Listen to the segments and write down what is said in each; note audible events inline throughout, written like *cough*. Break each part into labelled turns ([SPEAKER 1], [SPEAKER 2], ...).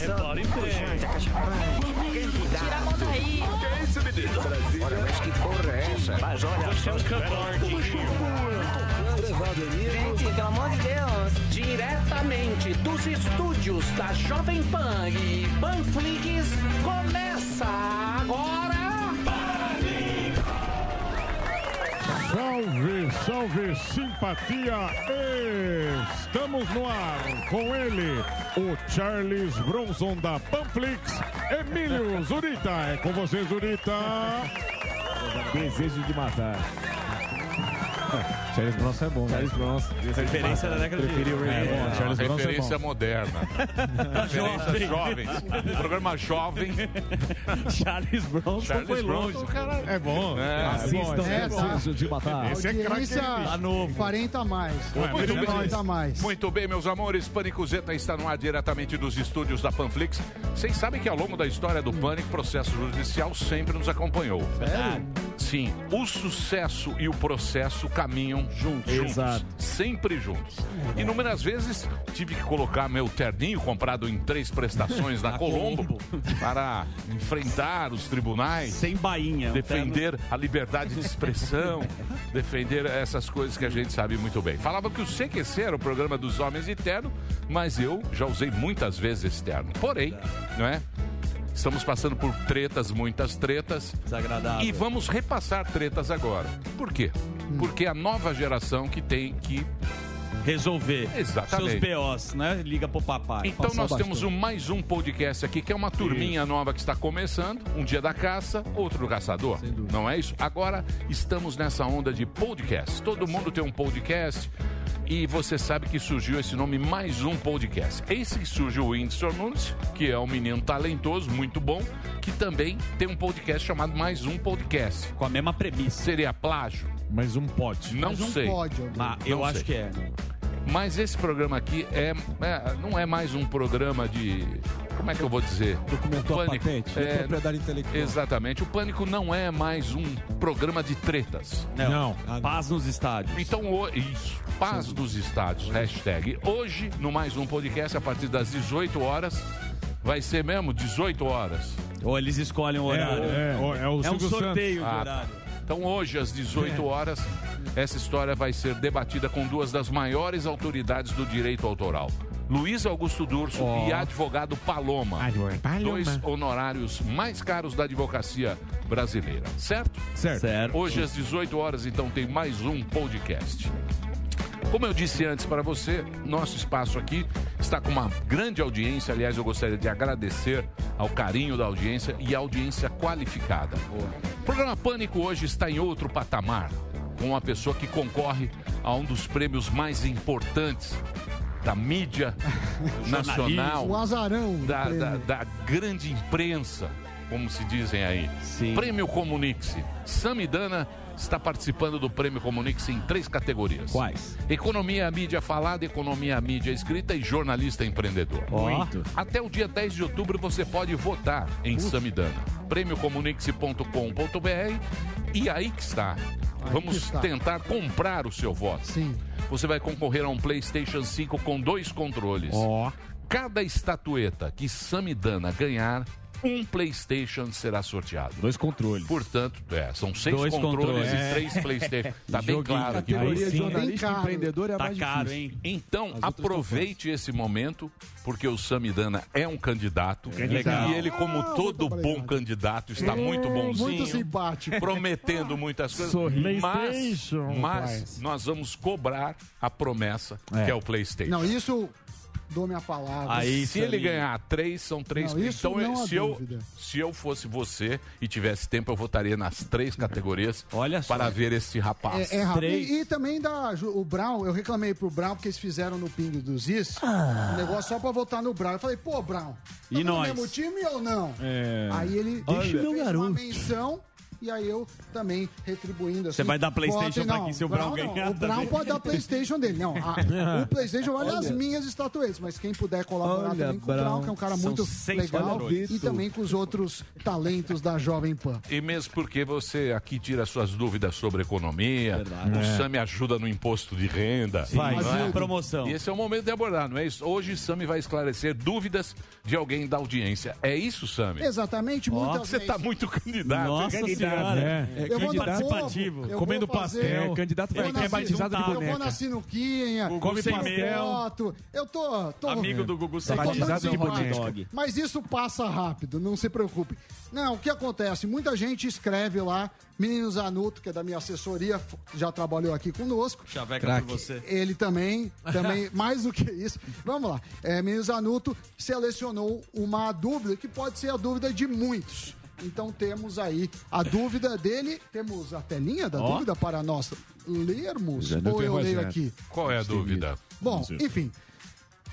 [SPEAKER 1] É bora em pé.
[SPEAKER 2] Tira a mão daí.
[SPEAKER 3] Olha, mas que porra é essa?
[SPEAKER 4] Mas olha
[SPEAKER 1] Você é um cantardinho.
[SPEAKER 5] Gente, pelo amor de Deus.
[SPEAKER 6] Diretamente dos estúdios da Jovem Pan e Panflix, começa agora...
[SPEAKER 7] Salve, salve, simpatia! Estamos no ar com ele, o Charles Bronson da Panflix, Emílio Zurita. É com você, Zurita.
[SPEAKER 8] Desejo de matar. Charles Bronson é bom, Charles Bronson.
[SPEAKER 4] Referência da década de
[SPEAKER 8] Preferiu o Ray Bom, Charles Bronson é
[SPEAKER 9] Referência
[SPEAKER 8] bom.
[SPEAKER 4] *laughs*
[SPEAKER 9] moderna.
[SPEAKER 4] Tá
[SPEAKER 9] Referência jovens. Programa jovem.
[SPEAKER 4] *laughs* Charles Bronson foi
[SPEAKER 9] Charles
[SPEAKER 4] longe.
[SPEAKER 9] Bronson, caralho.
[SPEAKER 7] É bom.
[SPEAKER 9] É,
[SPEAKER 8] Assistam,
[SPEAKER 10] é bom.
[SPEAKER 8] desejo de matar.
[SPEAKER 7] Esse é então craque.
[SPEAKER 10] Audiência
[SPEAKER 7] Tá
[SPEAKER 10] 40 a mais.
[SPEAKER 9] então
[SPEAKER 7] Ué, muito bem.
[SPEAKER 10] 40 a mais.
[SPEAKER 9] Muito bem, meus amores. Pânico Zeta está no ar diretamente dos estúdios da Panflix. Vocês sabem que ao longo da história do Pânico, o processo judicial sempre nos acompanhou. Sim, o sucesso e o processo caminham juntos.
[SPEAKER 8] Exato.
[SPEAKER 9] Sempre juntos. Inúmeras vezes tive que colocar meu terninho comprado em três prestações na Colombo para enfrentar os tribunais.
[SPEAKER 4] Sem bainha. um
[SPEAKER 9] defender a liberdade de
[SPEAKER 4] *laughs*
[SPEAKER 9] expressão, defender essas coisas que a gente sabe muito bem. Falava que o CQC era o programa dos homens de terno, mas eu já usei muitas vezes esse terno. Porém, não é? Estamos passando por tretas, muitas tretas,
[SPEAKER 4] Desagradável. Hum.
[SPEAKER 9] e vamos repassar tretas agora. Por quê? Porque é a nova geração que tem que
[SPEAKER 4] Resolver
[SPEAKER 9] Exatamente.
[SPEAKER 4] seus BOs, né? Liga pro papai.
[SPEAKER 9] Então
[SPEAKER 8] passar
[SPEAKER 9] nós
[SPEAKER 8] bastante.
[SPEAKER 9] temos um, mais um podcast aqui, que é uma turminha nova que está começando. Um dia da caça, outro do caçador. Não é isso? Agora estamos nessa onda de podcast. Todo mundo tem um podcast. E você sabe que surgiu esse nome mais um podcast. Esse que surge o Whindersson Nunes, que é um menino talentoso, muito bom, que também tem um podcast chamado Mais Um Podcast.
[SPEAKER 4] Com a mesma premissa.
[SPEAKER 9] Seria plágio?
[SPEAKER 8] Mas um pote.
[SPEAKER 9] Não
[SPEAKER 10] Mais um
[SPEAKER 9] sei.
[SPEAKER 10] pódio.
[SPEAKER 4] Ah, eu
[SPEAKER 9] Não
[SPEAKER 4] acho
[SPEAKER 9] sei.
[SPEAKER 4] que é. né?
[SPEAKER 9] Mas esse programa aqui é, é- não é mais um programa de. Como é que eu vou dizer?
[SPEAKER 8] Documentou a
[SPEAKER 9] Pânico.
[SPEAKER 8] patente.
[SPEAKER 9] É,
[SPEAKER 8] É... Propriedade intelectual.
[SPEAKER 9] Exatamente. O Pânico não é mais um programa de tretas.
[SPEAKER 8] Não.
[SPEAKER 4] Paz nos estádios.
[SPEAKER 9] Então, o- isso. Paz dos estádios. Hashtag. Hoje, no mais um podcast, a partir das 18 horas. Vai ser mesmo 18 horas.
[SPEAKER 4] Ou eles escolhem o
[SPEAKER 7] É,
[SPEAKER 4] horário.
[SPEAKER 7] é, é, é
[SPEAKER 4] É
[SPEAKER 7] o
[SPEAKER 4] um
[SPEAKER 7] Silvio
[SPEAKER 4] sorteio de
[SPEAKER 9] Ah,
[SPEAKER 4] horário.
[SPEAKER 9] Então, hoje, às 18 horas, essa história vai ser debatida com duas das maiores autoridades do direito autoral: Luiz Augusto Durso e advogado Paloma.
[SPEAKER 8] Santos.
[SPEAKER 9] Dois honorários mais caros da advocacia brasileira, certo?
[SPEAKER 8] Certo.
[SPEAKER 4] Certo.
[SPEAKER 9] Hoje às 18 horas, então, tem mais um podcast. Como eu disse antes para você, nosso espaço aqui está com uma grande audiência. Aliás, eu gostaria de agradecer ao carinho da audiência e à audiência qualificada. O programa Pânico hoje está em outro patamar, com uma pessoa que concorre a um dos prêmios mais importantes da mídia nacional
[SPEAKER 10] O azarão. do
[SPEAKER 9] da,
[SPEAKER 10] prêmio.
[SPEAKER 9] da- da grande imprensa, como se dizem aí.
[SPEAKER 4] Sim.
[SPEAKER 9] Prêmio Comunique-se. Samidana está participando do Prêmio Comunique-se em três categorias.
[SPEAKER 4] Quais?
[SPEAKER 9] Economia, mídia falada, economia, mídia escrita e jornalista empreendedor.
[SPEAKER 4] Muito.
[SPEAKER 9] Até o dia 10 de outubro você pode votar em Samidana. Prêmiocomunique-se.com.br e aí que está. Vamos
[SPEAKER 10] está.
[SPEAKER 9] tentar comprar o seu voto.
[SPEAKER 10] Sim.
[SPEAKER 9] Você vai concorrer a um PlayStation 5 com dois controles.
[SPEAKER 8] Ó.
[SPEAKER 9] Cada estatueta que Samidana ganhar, um PlayStation será sorteado.
[SPEAKER 8] Dois controles. É.
[SPEAKER 9] Portanto, é, são seis
[SPEAKER 4] Dois
[SPEAKER 9] controles,
[SPEAKER 4] controles.
[SPEAKER 9] e três PlayStation. Tá bem
[SPEAKER 8] Joguinho.
[SPEAKER 9] claro aqui.
[SPEAKER 8] Aí
[SPEAKER 7] Categoria
[SPEAKER 8] sim.
[SPEAKER 7] jornalista
[SPEAKER 10] Bem caro.
[SPEAKER 7] empreendedor é a
[SPEAKER 4] Tá
[SPEAKER 7] mais
[SPEAKER 4] caro,
[SPEAKER 7] difícil.
[SPEAKER 4] hein?
[SPEAKER 9] Então,
[SPEAKER 8] outras
[SPEAKER 9] aproveite esse momento, porque o Samidana é um candidato.
[SPEAKER 4] Legal.
[SPEAKER 9] E ele, como todo bom candidato, está muito bonzinho.
[SPEAKER 10] Muito simpático.
[SPEAKER 9] Prometendo muitas coisas,
[SPEAKER 7] Sorriso.
[SPEAKER 9] mas,
[SPEAKER 7] PlayStation,
[SPEAKER 9] mas nós vamos cobrar a promessa que é o PlayStation.
[SPEAKER 10] Não, isso dou minha palavra.
[SPEAKER 4] Aí,
[SPEAKER 9] Se ele
[SPEAKER 4] Samir.
[SPEAKER 9] ganhar três, são três.
[SPEAKER 10] Não, isso
[SPEAKER 9] então, eu-
[SPEAKER 10] não há
[SPEAKER 9] se, eu,
[SPEAKER 10] dúvida.
[SPEAKER 9] se eu fosse você e tivesse tempo, eu votaria nas três categorias
[SPEAKER 4] Olha só.
[SPEAKER 9] para ver esse rapaz.
[SPEAKER 10] É, é rápido.
[SPEAKER 4] Três.
[SPEAKER 10] E, e também da, Ju- o Brown, eu reclamei pro Brown porque eles fizeram no Ping dos Is
[SPEAKER 8] Ah.
[SPEAKER 10] um negócio só pra votar no Brown. Eu falei, pô, Brown, tá
[SPEAKER 4] E
[SPEAKER 10] no
[SPEAKER 4] nós?
[SPEAKER 7] É.
[SPEAKER 11] É.
[SPEAKER 10] mesmo time ou não? Aí ele
[SPEAKER 8] Deixa
[SPEAKER 10] fez
[SPEAKER 8] meu
[SPEAKER 10] uma
[SPEAKER 8] garoto.
[SPEAKER 10] menção E aí eu também retribuindo.
[SPEAKER 12] Você
[SPEAKER 10] assim,
[SPEAKER 12] vai dar PlayStation
[SPEAKER 10] votem-
[SPEAKER 12] pra
[SPEAKER 10] não,
[SPEAKER 12] quem se o Brown
[SPEAKER 10] não.
[SPEAKER 12] ganhar
[SPEAKER 10] O Brown
[SPEAKER 12] também.
[SPEAKER 10] pode dar PlayStation dele. Não,
[SPEAKER 12] *laughs*
[SPEAKER 10] a- o PlayStation vale as minhas estatuetas, mas quem puder colaborar
[SPEAKER 9] Olha,
[SPEAKER 10] também com o Brown,
[SPEAKER 9] Brown,
[SPEAKER 10] que é um cara
[SPEAKER 9] são
[SPEAKER 10] muito
[SPEAKER 9] seis
[SPEAKER 10] legal,
[SPEAKER 9] valores.
[SPEAKER 10] e também com os outros talentos da Jovem Pan.
[SPEAKER 9] E mesmo porque você aqui tira suas dúvidas sobre economia, o
[SPEAKER 10] É.
[SPEAKER 9] Sami ajuda no imposto de renda.
[SPEAKER 12] Sim, Vai,
[SPEAKER 9] não
[SPEAKER 12] vai.
[SPEAKER 9] é?
[SPEAKER 12] a promoção.
[SPEAKER 9] E esse é o momento de abordar, não é isso? Hoje Sami vai esclarecer dúvidas de alguém da audiência. É isso, Sami?
[SPEAKER 10] Exatamente, muitas
[SPEAKER 12] tá
[SPEAKER 9] Você
[SPEAKER 10] vezes.
[SPEAKER 9] está muito candidato.
[SPEAKER 10] Nossa
[SPEAKER 12] senhora.
[SPEAKER 10] É, Eu vou candidato no participativo. Globo, eu
[SPEAKER 13] Comendo
[SPEAKER 10] vou fazer-
[SPEAKER 13] pastel.
[SPEAKER 10] É,
[SPEAKER 13] candidato
[SPEAKER 10] eu
[SPEAKER 13] vai
[SPEAKER 10] vou
[SPEAKER 13] é
[SPEAKER 10] na
[SPEAKER 13] batizado de
[SPEAKER 10] Sinuquinha, Eu vou
[SPEAKER 13] boneca.
[SPEAKER 10] na sinuquinha,
[SPEAKER 13] Gugu
[SPEAKER 10] eu
[SPEAKER 13] sem
[SPEAKER 10] faço
[SPEAKER 13] mel.
[SPEAKER 10] foto, Eu tô, tô-
[SPEAKER 12] Amigo do Gugu sem
[SPEAKER 10] Eu tô
[SPEAKER 12] mel.
[SPEAKER 10] dando
[SPEAKER 12] Batizado de
[SPEAKER 10] simpática,
[SPEAKER 12] hot dog.
[SPEAKER 10] Mas isso passa rápido, não se preocupe. Não, o que acontece? Muita gente escreve lá, menino Zanuto, que é da minha assessoria, f- já trabalhou aqui conosco.
[SPEAKER 12] Chaveca
[SPEAKER 10] Craque.
[SPEAKER 12] por você.
[SPEAKER 10] Ele também,
[SPEAKER 9] *laughs*
[SPEAKER 10] também, mais do que isso. Vamos lá. É, menino Zanuto selecionou uma dúvida que pode ser a dúvida de muitos. Então temos aí a dúvida dele, temos a telinha da
[SPEAKER 9] Ó.
[SPEAKER 10] dúvida para nós lermos.
[SPEAKER 9] Ou
[SPEAKER 10] Ou eu leio aqui.
[SPEAKER 9] Qual é a dúvida?
[SPEAKER 10] Bom, enfim.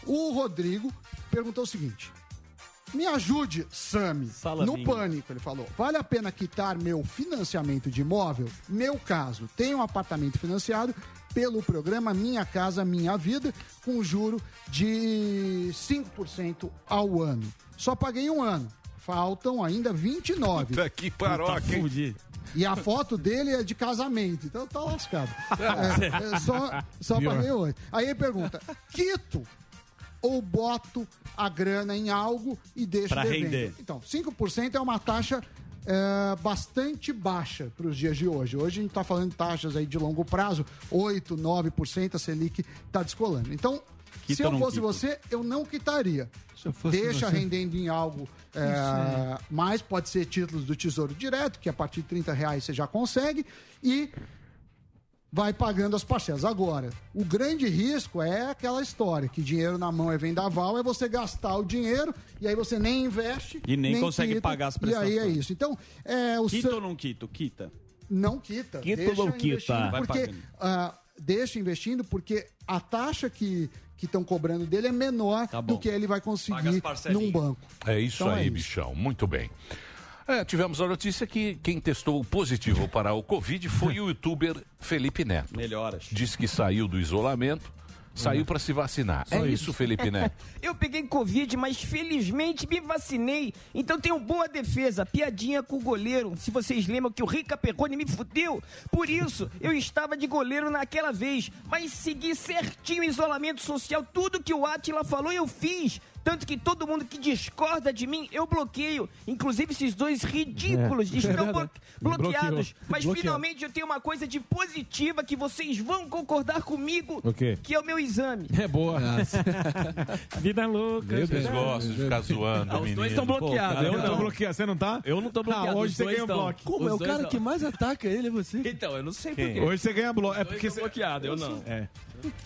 [SPEAKER 10] O Rodrigo perguntou o seguinte: Me ajude, Sami, no
[SPEAKER 8] Salaminho.
[SPEAKER 10] pânico, ele falou. Vale a pena quitar meu financiamento de imóvel? Meu caso, tenho um apartamento financiado pelo programa Minha Casa Minha Vida, com juro de 5% ao ano. Só paguei um ano. Faltam ainda 29.
[SPEAKER 9] Puta que paroca, Puta, hein? fudi.
[SPEAKER 10] E a foto dele é de casamento, então tá lascado. É, é, só só
[SPEAKER 9] Pior.
[SPEAKER 10] paguei hoje. Aí ele pergunta: quito ou boto a grana em algo e deixo
[SPEAKER 12] Pra
[SPEAKER 10] devendo?
[SPEAKER 12] render.
[SPEAKER 10] Então, 5% é uma taxa é, bastante baixa para os dias de hoje. Hoje a gente está falando de taxas aí de longo prazo, 8, 9%, a Selic está descolando. Então,
[SPEAKER 12] Quita
[SPEAKER 10] se eu
[SPEAKER 12] ou não
[SPEAKER 10] fosse
[SPEAKER 12] quita?
[SPEAKER 10] você, eu não quitaria.
[SPEAKER 12] fosse
[SPEAKER 10] Deixa
[SPEAKER 12] você-
[SPEAKER 10] rendendo em algo é,
[SPEAKER 12] Isso
[SPEAKER 10] mais, pode ser títulos do Tesouro Direto, que a partir de 30 reais você já consegue, e vai pagando as parcelas. Agora, o grande risco é aquela história que dinheiro na mão é vendaval, é você gastar o dinheiro e aí você nem investe.
[SPEAKER 12] E nem consegue
[SPEAKER 10] quita,
[SPEAKER 12] pagar as
[SPEAKER 10] E aí é
[SPEAKER 12] prestações.
[SPEAKER 10] isso. Então, é, o
[SPEAKER 12] Quita
[SPEAKER 10] seu-
[SPEAKER 12] ou não quito? Quita.
[SPEAKER 10] não quita.
[SPEAKER 12] Quita ou
[SPEAKER 10] deixa
[SPEAKER 12] não quita?
[SPEAKER 10] investindo,
[SPEAKER 12] Vai
[SPEAKER 10] Porque,
[SPEAKER 12] pagando.
[SPEAKER 10] ah, deixa investindo porque a taxa que estão cobrando dele é menor
[SPEAKER 12] Tá
[SPEAKER 10] do que ele vai conseguir num banco.
[SPEAKER 9] É isso
[SPEAKER 10] Então é
[SPEAKER 9] aí,
[SPEAKER 10] isso.
[SPEAKER 9] bichão. Muito bem. É, tivemos a notícia que quem testou positivo para o Covid foi o youtuber Felipe Neto.
[SPEAKER 12] Melhoras.
[SPEAKER 9] Diz que saiu do isolamento, saiu para se vacinar. é isso,
[SPEAKER 2] *laughs*
[SPEAKER 9] Felipe Neto.
[SPEAKER 2] Eu peguei Covid, mas felizmente me vacinei. Então tenho boa defesa. Piadinha com o goleiro. Se vocês lembram que o Rica Perrone me fudeu. Por isso, eu estava de goleiro naquela vez. Mas segui certinho o isolamento social. Tudo que o Atila falou, eu fiz. Tanto que todo mundo que discorda de mim, eu bloqueio. Inclusive, esses dois ridículos
[SPEAKER 14] É. *laughs* É
[SPEAKER 2] estão
[SPEAKER 14] verdade.
[SPEAKER 2] blo- bloqueados.
[SPEAKER 14] Bloqueou.
[SPEAKER 2] Mas
[SPEAKER 14] Bloqueado.
[SPEAKER 2] finalmente eu tenho uma coisa de positiva que vocês vão concordar comigo,
[SPEAKER 14] O quê?
[SPEAKER 2] que é o meu exame.
[SPEAKER 14] É boa. Vida louca.
[SPEAKER 9] Vocês gostam de ficar zoando,
[SPEAKER 14] né? Ah, Os
[SPEAKER 9] menino.
[SPEAKER 14] dois estão bloqueados.
[SPEAKER 9] Pô, cara,
[SPEAKER 14] eu não tô
[SPEAKER 9] não.
[SPEAKER 14] bloqueado. Você não tá? Eu não tô
[SPEAKER 5] Ah,
[SPEAKER 13] bloqueado,
[SPEAKER 14] hoje
[SPEAKER 13] os
[SPEAKER 14] você
[SPEAKER 13] dois
[SPEAKER 5] um
[SPEAKER 14] ganha um
[SPEAKER 13] tão.
[SPEAKER 14] bloco.
[SPEAKER 13] Como?
[SPEAKER 14] Os
[SPEAKER 13] É o
[SPEAKER 14] dois
[SPEAKER 13] cara
[SPEAKER 14] tão.
[SPEAKER 13] que
[SPEAKER 14] mais ataca ele, é você?
[SPEAKER 8] Então, eu não sei
[SPEAKER 14] Quem?
[SPEAKER 8] por quê.
[SPEAKER 14] Hoje você ganha bloco. É porque
[SPEAKER 8] você... bloqueado, eu não.
[SPEAKER 14] É.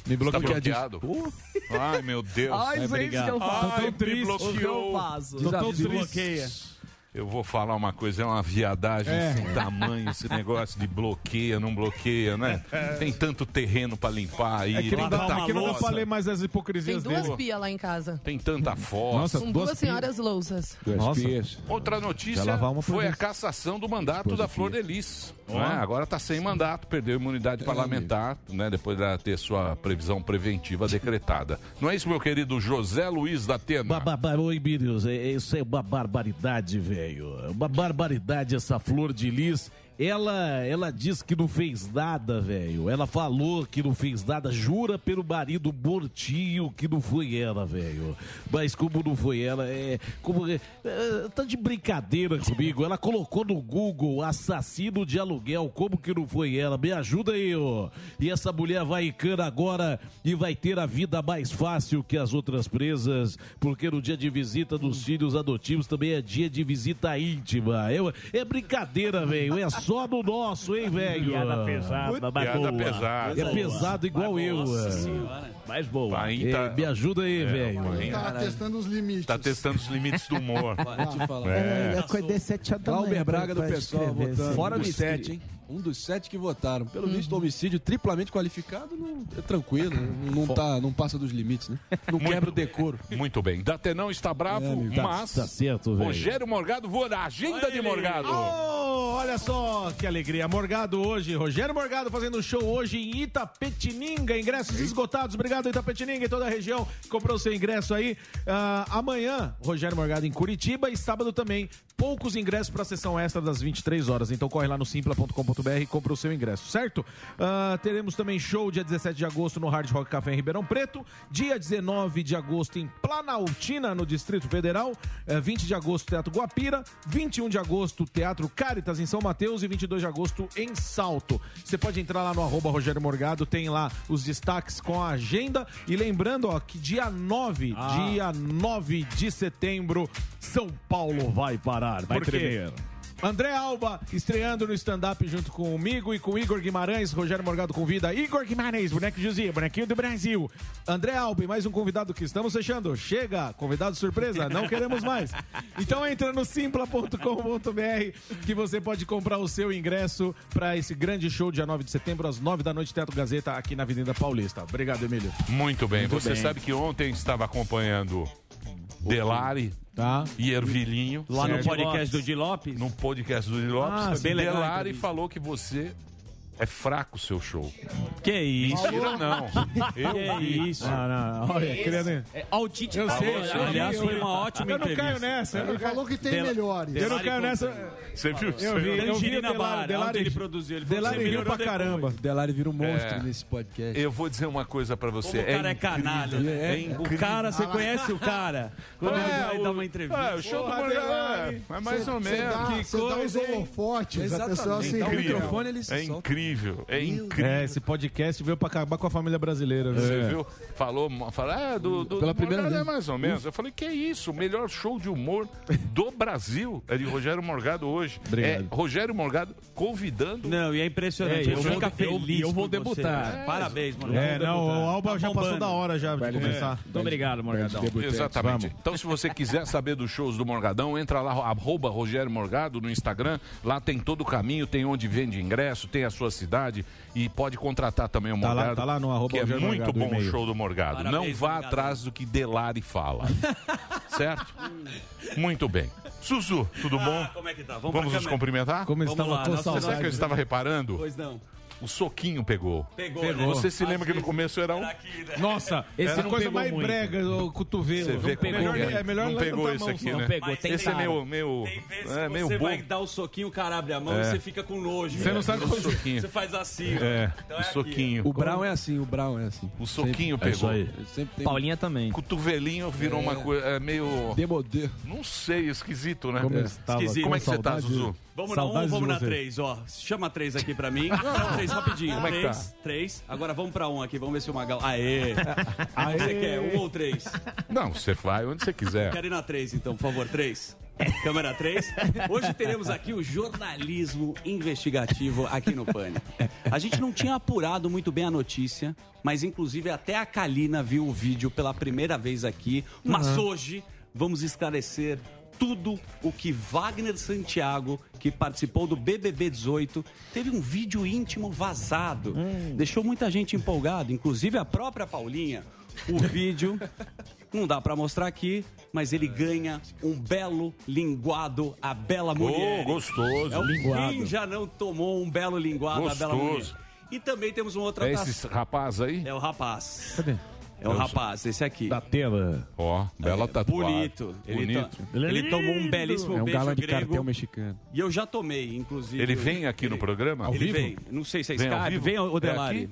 [SPEAKER 9] Me
[SPEAKER 14] bloqueadíssimo.
[SPEAKER 9] tá bloqueado. Ai, meu Deus. É,
[SPEAKER 8] Ai, gente,
[SPEAKER 9] obrigado.
[SPEAKER 8] que eu faço.
[SPEAKER 9] Ai,
[SPEAKER 8] Tô tão
[SPEAKER 9] me
[SPEAKER 8] triste, o que eu
[SPEAKER 9] Ah, bloqueou.
[SPEAKER 8] faço? Tô tão triste.
[SPEAKER 9] Desbloqueia. Eu vou falar uma coisa, é uma viadagem
[SPEAKER 8] É.
[SPEAKER 9] sem tamanho esse negócio de bloqueia, não bloqueia, né? Tem tanto terreno pra limpar aí.
[SPEAKER 15] É que não
[SPEAKER 14] tá
[SPEAKER 9] tanta
[SPEAKER 15] dá, que não dá
[SPEAKER 9] louça.
[SPEAKER 15] pra ler mais as
[SPEAKER 16] Tem
[SPEAKER 15] hipocrisias
[SPEAKER 16] duas
[SPEAKER 15] dele.
[SPEAKER 16] pias lá em casa.
[SPEAKER 9] Tem tanta foto.
[SPEAKER 16] São duas, senhoras lousas.
[SPEAKER 9] Nossa. Outra notícia
[SPEAKER 15] Já lavar uma por
[SPEAKER 9] foi a
[SPEAKER 15] vez.
[SPEAKER 9] cassação do mandato da Flor Delis. não é?
[SPEAKER 15] Ó.
[SPEAKER 9] Agora está sem mandato, perdeu a imunidade parlamentar, né? depois de ter sua previsão preventiva decretada. Não é isso, meu querido José Luiz da Tena?
[SPEAKER 5] Babar, oi, Bírios. É- é- Isso é uma barbaridade, velho. É Uma barbaridade essa flor de lis. Ela, ela diz que não fez nada, velho. Ela falou que não fez nada. Jura pelo marido mortinho que não foi ela, velho. Mas como não foi ela, é. Como, é, é, tá de brincadeira comigo. Ela colocou no Google assassino de aluguel. Como que não foi ela? Me ajuda aí, ó. E essa mulher vai em cana agora e vai ter a vida mais fácil que as outras presas, porque no dia de visita dos filhos adotivos também é dia de visita íntima. Eu, é brincadeira, velho. É só no nosso, hein, velho?
[SPEAKER 14] Piada pesada,
[SPEAKER 5] Muito-
[SPEAKER 14] mas
[SPEAKER 5] Piada
[SPEAKER 14] boa.
[SPEAKER 5] pesada. É
[SPEAKER 14] Boa.
[SPEAKER 5] pesado igual eu.
[SPEAKER 14] Nossa
[SPEAKER 5] é.
[SPEAKER 14] Senhora.
[SPEAKER 5] Mas boa.
[SPEAKER 9] Paim tá-
[SPEAKER 5] É, me ajuda aí,
[SPEAKER 9] É,
[SPEAKER 5] velho.
[SPEAKER 9] Paim.
[SPEAKER 10] Tá
[SPEAKER 9] Caralho.
[SPEAKER 10] testando os limites.
[SPEAKER 9] Tá testando os limites do humor.
[SPEAKER 17] Eu
[SPEAKER 9] É.
[SPEAKER 17] acordei 7 horas da manhã.
[SPEAKER 11] Glauber Braga do
[SPEAKER 17] pra- pra
[SPEAKER 11] pessoal
[SPEAKER 17] escrever,
[SPEAKER 11] votando.
[SPEAKER 17] assim.
[SPEAKER 11] um dos sete, hein? Um dos sete que votaram. Pelo visto, homicídio triplamente qualificado não, é tranquilo. Não, não tá, não passa dos limites, né? Não quebra o decoro.
[SPEAKER 9] Muito bem. Datenão está bravo,
[SPEAKER 11] Tá-
[SPEAKER 9] mas.
[SPEAKER 11] tá certo, velho.
[SPEAKER 9] Rogério Morgado voa na agenda de Morgado.
[SPEAKER 5] Ô, Olha só que alegria. Morgado hoje, Rogério Morgado fazendo um show hoje em Itapetininga. Ingressos esgotados. Obrigado, Itapetininga e toda a região. Comprou seu ingresso aí. Ah, amanhã, Rogério Morgado em Curitiba e sábado também. Poucos ingressos para a sessão extra das 23 horas. Então corre lá no simpla.com.br e compra o seu ingresso, certo? Ah, teremos também show dia 17 de agosto no Hard Rock Café em Ribeirão Preto. Dia 19 de agosto em Planaltina, no Distrito Federal. Eh, 20 de agosto, Teatro Guapira. 21 de agosto, Teatro Caritas, em São Mateus. E 22 de agosto, em Salto. Você pode entrar lá no arroba Rogério Morgado, tem lá os destaques com a agenda. E lembrando, ó, que dia 9, dia 9 de setembro, São Paulo vai parar.
[SPEAKER 18] Vai
[SPEAKER 5] Por quê?
[SPEAKER 18] tremer.
[SPEAKER 5] André Alba estreando no stand-up junto comigo e com Igor Guimarães. Rogério Morgado convida Igor Guimarães, boneco José, bonequinho do Brasil. André Alba e mais um convidado que estamos fechando. Chega, convidado surpresa, não
[SPEAKER 12] *laughs*
[SPEAKER 5] queremos mais. Então entra no simpla.com.br que você pode comprar o seu ingresso para esse grande show dia 9 de setembro às 9 da noite, Teatro Gazeta, aqui na Avenida Paulista. Obrigado, Emílio.
[SPEAKER 9] Muito bem.
[SPEAKER 5] Muito
[SPEAKER 9] Você
[SPEAKER 5] bem.
[SPEAKER 9] sabe que ontem estava acompanhando Delari e Ervilhinho.
[SPEAKER 12] Tá. Lá no podcast do
[SPEAKER 9] Di Lopes? No podcast do Di Lopes.
[SPEAKER 12] Ah, foi bem legal a
[SPEAKER 9] Delari
[SPEAKER 12] entrevista.
[SPEAKER 9] falou que você é fraco o seu show.
[SPEAKER 12] Que isso? *laughs*
[SPEAKER 5] *laughs*
[SPEAKER 9] Mentira, não. Eu
[SPEAKER 12] que
[SPEAKER 9] vi.
[SPEAKER 12] isso?
[SPEAKER 9] Não, não, não. Olha, queria nem-
[SPEAKER 12] É, Altite
[SPEAKER 9] Eu
[SPEAKER 12] tá
[SPEAKER 9] sei,
[SPEAKER 12] hoje.
[SPEAKER 9] eu
[SPEAKER 12] Aliás,
[SPEAKER 9] vi,
[SPEAKER 12] foi
[SPEAKER 9] eu-
[SPEAKER 12] uma ótima
[SPEAKER 9] eu não
[SPEAKER 12] entrevista.
[SPEAKER 9] caio nessa, eu não
[SPEAKER 10] Ele
[SPEAKER 9] caio-
[SPEAKER 10] falou que tem
[SPEAKER 12] Del-
[SPEAKER 10] melhores.
[SPEAKER 5] Eu não caio nessa.
[SPEAKER 9] Você viu?
[SPEAKER 5] Eu vi, eu vi o
[SPEAKER 12] Tangerina Bar,
[SPEAKER 5] Delari,
[SPEAKER 12] onde
[SPEAKER 5] Delari,
[SPEAKER 12] ele produziu, ele falou que
[SPEAKER 5] Delari
[SPEAKER 12] você
[SPEAKER 5] riu
[SPEAKER 12] melhorou
[SPEAKER 5] pra
[SPEAKER 12] depois.
[SPEAKER 5] caramba.
[SPEAKER 11] Delari vira um monstro
[SPEAKER 9] É.
[SPEAKER 11] nesse podcast.
[SPEAKER 9] Eu vou dizer uma coisa pra você.
[SPEAKER 12] Como o cara é
[SPEAKER 9] incrível,
[SPEAKER 12] canalha, né?
[SPEAKER 9] é
[SPEAKER 12] O
[SPEAKER 9] incrível.
[SPEAKER 12] cara, você conhece o
[SPEAKER 9] *laughs*
[SPEAKER 12] cara? Quando ele vai dar uma entrevista.
[SPEAKER 9] É, o show do
[SPEAKER 12] Porra,
[SPEAKER 9] Morgado.
[SPEAKER 12] Delari.
[SPEAKER 9] É mais
[SPEAKER 12] Cê-
[SPEAKER 9] ou
[SPEAKER 12] cê
[SPEAKER 9] menos.
[SPEAKER 12] dá-
[SPEAKER 9] Que
[SPEAKER 12] cê dá
[SPEAKER 9] coisa,
[SPEAKER 12] os
[SPEAKER 9] hein?
[SPEAKER 10] holofotes, a
[SPEAKER 9] Exatamente.
[SPEAKER 10] pessoa se
[SPEAKER 9] Dá o
[SPEAKER 10] incrível.
[SPEAKER 9] microfone, ele se É solta. incrível. É incrível.
[SPEAKER 5] É, esse podcast veio pra acabar com a família brasileira.
[SPEAKER 9] Você
[SPEAKER 5] É.
[SPEAKER 9] viu? Falou, mo- falou, ah, do, do
[SPEAKER 5] Pela
[SPEAKER 9] do
[SPEAKER 5] primeira
[SPEAKER 9] Morgado é
[SPEAKER 5] vez.
[SPEAKER 9] mais ou menos. Eu falei, que é isso? O melhor show de humor do Brasil é de Rogério Morgado hoje.
[SPEAKER 12] Obrigado.
[SPEAKER 9] É Rogério Morgado convidando.
[SPEAKER 12] Não, e é impressionante.
[SPEAKER 9] É,
[SPEAKER 12] eu
[SPEAKER 9] eu
[SPEAKER 12] fico
[SPEAKER 9] vou-
[SPEAKER 12] feliz.
[SPEAKER 9] eu- eu vou
[SPEAKER 12] por você.
[SPEAKER 9] debutar.
[SPEAKER 12] É, Parabéns, Morgado. Tá
[SPEAKER 5] É, não, o Alba já passou da hora já de
[SPEAKER 9] Vai
[SPEAKER 5] começar.
[SPEAKER 9] debutar.
[SPEAKER 12] É. Muito obrigado, Morgadão.
[SPEAKER 9] Exatamente. Então, se você quiser saber dos shows do Morgadão, entra lá, arroba Rogério Morgado no Instagram. Lá tem todo o caminho, tem onde vende ingresso, tem a sua cidade e pode contratar também o
[SPEAKER 5] Tá lá-
[SPEAKER 9] Morgado.
[SPEAKER 5] tá lá no arroba
[SPEAKER 9] Que é
[SPEAKER 5] Rogério
[SPEAKER 9] muito
[SPEAKER 5] Morgado, o
[SPEAKER 9] bom o
[SPEAKER 5] e-mail.
[SPEAKER 9] show do Morgado.
[SPEAKER 5] Parabéns,
[SPEAKER 9] Não vá
[SPEAKER 5] Morgadão.
[SPEAKER 9] atrás do que
[SPEAKER 12] *laughs*
[SPEAKER 9] Delari fala. certo? Muito bem. Suzu, tudo bom?
[SPEAKER 12] como é que tá? Vamos
[SPEAKER 9] Vamos,
[SPEAKER 12] pra
[SPEAKER 9] nos
[SPEAKER 12] câmera.
[SPEAKER 9] cumprimentar?
[SPEAKER 12] Como Tá? Vamos estava lá, com
[SPEAKER 9] Você
[SPEAKER 12] saudade.
[SPEAKER 9] sabe que eu estava reparando?
[SPEAKER 12] Pois não.
[SPEAKER 9] O soquinho pegou.
[SPEAKER 12] Pegou, Pegou. né?
[SPEAKER 9] Você se lembra
[SPEAKER 12] Às
[SPEAKER 9] que no
[SPEAKER 12] vezes né?
[SPEAKER 9] começo era um.
[SPEAKER 5] Nossa,
[SPEAKER 9] Era
[SPEAKER 5] essa é a
[SPEAKER 9] não
[SPEAKER 5] coisa
[SPEAKER 9] pegou
[SPEAKER 5] mais
[SPEAKER 9] muito.
[SPEAKER 5] brega, o cotovelo.
[SPEAKER 9] Você vê
[SPEAKER 5] Não
[SPEAKER 9] como
[SPEAKER 5] melhor,
[SPEAKER 9] é.
[SPEAKER 5] é melhor
[SPEAKER 9] não
[SPEAKER 5] levantar
[SPEAKER 9] pegou
[SPEAKER 5] a
[SPEAKER 9] isso
[SPEAKER 5] mão,
[SPEAKER 9] aqui,
[SPEAKER 5] senão
[SPEAKER 9] né?
[SPEAKER 5] pegou, tem
[SPEAKER 9] Esse é
[SPEAKER 5] cara.
[SPEAKER 9] meio, meio, é, meio
[SPEAKER 12] você
[SPEAKER 9] bobo.
[SPEAKER 12] vai dar o soquinho, o cara abre a mão
[SPEAKER 9] É.
[SPEAKER 12] e você fica com nojo.
[SPEAKER 9] Você não sabe
[SPEAKER 12] o
[SPEAKER 9] como- soquinho.
[SPEAKER 12] Você faz assim.
[SPEAKER 9] É,
[SPEAKER 12] ó. Então
[SPEAKER 9] o
[SPEAKER 12] aqui,
[SPEAKER 9] soquinho.
[SPEAKER 11] O Brown é assim, o Brown é assim.
[SPEAKER 9] O soquinho
[SPEAKER 11] Sempre-
[SPEAKER 9] pegou.
[SPEAKER 11] É isso aí. Sempre tem-
[SPEAKER 9] Paulinha
[SPEAKER 12] também.
[SPEAKER 9] Cotovelinho virou
[SPEAKER 11] É.
[SPEAKER 9] uma coisa é, meio.
[SPEAKER 11] Demodê.
[SPEAKER 9] Não sei, esquisito, né?
[SPEAKER 11] Como
[SPEAKER 9] É.
[SPEAKER 11] eu estava,
[SPEAKER 9] Esquisito.
[SPEAKER 11] com
[SPEAKER 9] Como é que você tá,
[SPEAKER 11] saudade.
[SPEAKER 9] Zuzu?
[SPEAKER 12] Vamos na 1 um,
[SPEAKER 11] Saudades
[SPEAKER 12] vamos
[SPEAKER 11] de
[SPEAKER 12] na
[SPEAKER 11] você.
[SPEAKER 12] 3, ó. Chama 3 aqui pra mim. Chama 3 rapidinho.
[SPEAKER 9] Como é que
[SPEAKER 12] 3,
[SPEAKER 9] tá?
[SPEAKER 12] 3. Agora vamos pra 1 um aqui, vamos ver se o Magal.
[SPEAKER 9] *laughs*
[SPEAKER 12] Aê! Aê. Você quer 1 um ou 3?
[SPEAKER 9] Não, você vai onde você quiser.
[SPEAKER 12] Quero ir na 3, então, por favor. 3. Câmera 3. Hoje teremos aqui o jornalismo investigativo aqui no Pânico. A gente não tinha apurado muito bem a notícia, mas inclusive até a Kalina viu o vídeo pela primeira vez aqui. Mas
[SPEAKER 19] Uhum.
[SPEAKER 12] hoje vamos esclarecer tudo o que Wagner Santiago, que participou do BBB 18, teve um vídeo íntimo vazado. Deixou muita gente empolgada, inclusive a própria Paulinha. O vídeo não dá pra mostrar aqui, mas ele ganha um belo linguado a bela mulher.
[SPEAKER 9] gostoso.
[SPEAKER 12] É o
[SPEAKER 9] Linguado.
[SPEAKER 12] Quem já não tomou um belo linguado a bela mulher?
[SPEAKER 9] Gostoso.
[SPEAKER 12] E também temos um outro
[SPEAKER 9] É esse rapaz aí?
[SPEAKER 12] É o rapaz. É o rapaz, esse aqui. É
[SPEAKER 9] Da
[SPEAKER 18] tela.
[SPEAKER 9] Ó, bela tatuagem.
[SPEAKER 12] Bonito. Ele, to-
[SPEAKER 9] Bonito.
[SPEAKER 12] ele tomou um belíssimo
[SPEAKER 11] É um
[SPEAKER 12] beijo
[SPEAKER 11] galã de
[SPEAKER 12] grego.
[SPEAKER 11] cartel mexicano.
[SPEAKER 12] E eu já tomei, inclusive.
[SPEAKER 9] Ele vem aqui no programa? Ao
[SPEAKER 12] ele
[SPEAKER 9] vivo?
[SPEAKER 12] vem. Não sei se é
[SPEAKER 9] Vem ao
[SPEAKER 12] Skype.
[SPEAKER 9] vivo?
[SPEAKER 12] Vem, o
[SPEAKER 9] É
[SPEAKER 12] Delari.
[SPEAKER 9] aqui?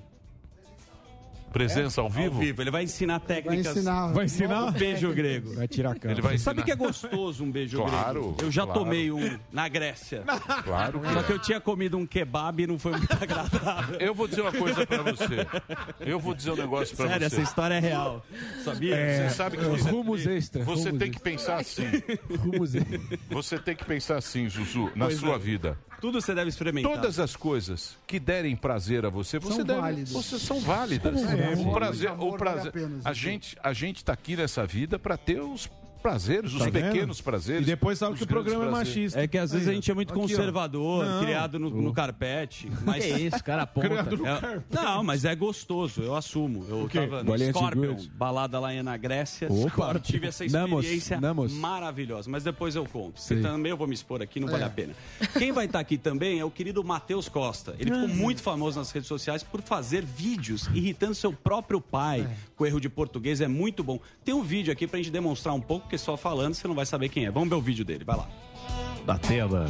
[SPEAKER 9] Presença ao vivo?
[SPEAKER 12] Ao vivo. Ele vai ensinar técnicas.
[SPEAKER 10] ensinar. Vai ensinar?
[SPEAKER 12] Um beijo grego.
[SPEAKER 11] Vai tirar a
[SPEAKER 9] Ele vai
[SPEAKER 12] Sabe
[SPEAKER 9] ensinar.
[SPEAKER 12] que é gostoso um beijo
[SPEAKER 9] Claro,
[SPEAKER 12] grego? Eu já
[SPEAKER 9] claro.
[SPEAKER 12] tomei um na Grécia.
[SPEAKER 9] Claro que
[SPEAKER 12] Só
[SPEAKER 9] é.
[SPEAKER 12] que eu tinha comido um kebab e não foi muito agradável.
[SPEAKER 9] Eu vou dizer uma coisa pra você. Eu vou dizer um negócio pra
[SPEAKER 12] Sério,
[SPEAKER 9] você.
[SPEAKER 12] essa história é real. É. Sabia?
[SPEAKER 9] Você sabe que você, você tem que pensar assim. Você tem que pensar assim, Zuzu, na
[SPEAKER 12] Pois
[SPEAKER 9] sua
[SPEAKER 12] é.
[SPEAKER 9] vida.
[SPEAKER 12] Tudo você deve experimentar.
[SPEAKER 9] Todas as coisas que derem prazer a você, você
[SPEAKER 12] São
[SPEAKER 9] deve,
[SPEAKER 12] válidas.
[SPEAKER 9] você são válidas. É,
[SPEAKER 12] São válidas.
[SPEAKER 9] o prazer,
[SPEAKER 12] Amor né? vale
[SPEAKER 9] o
[SPEAKER 12] a
[SPEAKER 9] prazer.
[SPEAKER 12] pena, Zuzu.
[SPEAKER 9] A gente, a gente tá aqui nessa vida pra ter os prazeres, os
[SPEAKER 5] Tá vendo?
[SPEAKER 9] pequenos prazeres.
[SPEAKER 5] E depois sabe
[SPEAKER 9] os
[SPEAKER 5] que o
[SPEAKER 9] grandes
[SPEAKER 5] programa é
[SPEAKER 9] prazeres.
[SPEAKER 5] machista.
[SPEAKER 12] É que às vezes a gente é muito
[SPEAKER 5] Aqui, ó.
[SPEAKER 12] conservador,
[SPEAKER 5] Não.
[SPEAKER 12] criado no, no carpete. Mas...
[SPEAKER 5] Que isso, cara *laughs* aponta. Criado no
[SPEAKER 12] É-
[SPEAKER 5] carpete.
[SPEAKER 12] Não, mas é gostoso, eu assumo. Eu
[SPEAKER 11] O quê?
[SPEAKER 12] tava no
[SPEAKER 11] Bolinha de
[SPEAKER 12] Scorpion,
[SPEAKER 11] gude.
[SPEAKER 12] balada lá na Grécia.
[SPEAKER 11] Opa.
[SPEAKER 12] Scorpion. Tive essa
[SPEAKER 11] Namos,
[SPEAKER 12] experiência
[SPEAKER 11] namos.
[SPEAKER 12] maravilhosa, mas depois eu conto. Porque
[SPEAKER 11] Sim.
[SPEAKER 12] também eu vou me expor aqui, não vale
[SPEAKER 11] É.
[SPEAKER 12] a pena. Quem vai estar aqui também é o querido Matheus Costa. Ele ficou muito famoso nas redes sociais por fazer vídeos irritando seu próprio pai. Com erro de português é muito bom. Tem um vídeo aqui pra gente demonstrar um pouco, porque só falando você não vai saber quem é. Vamos ver o vídeo dele, vai lá.
[SPEAKER 18] Da tela.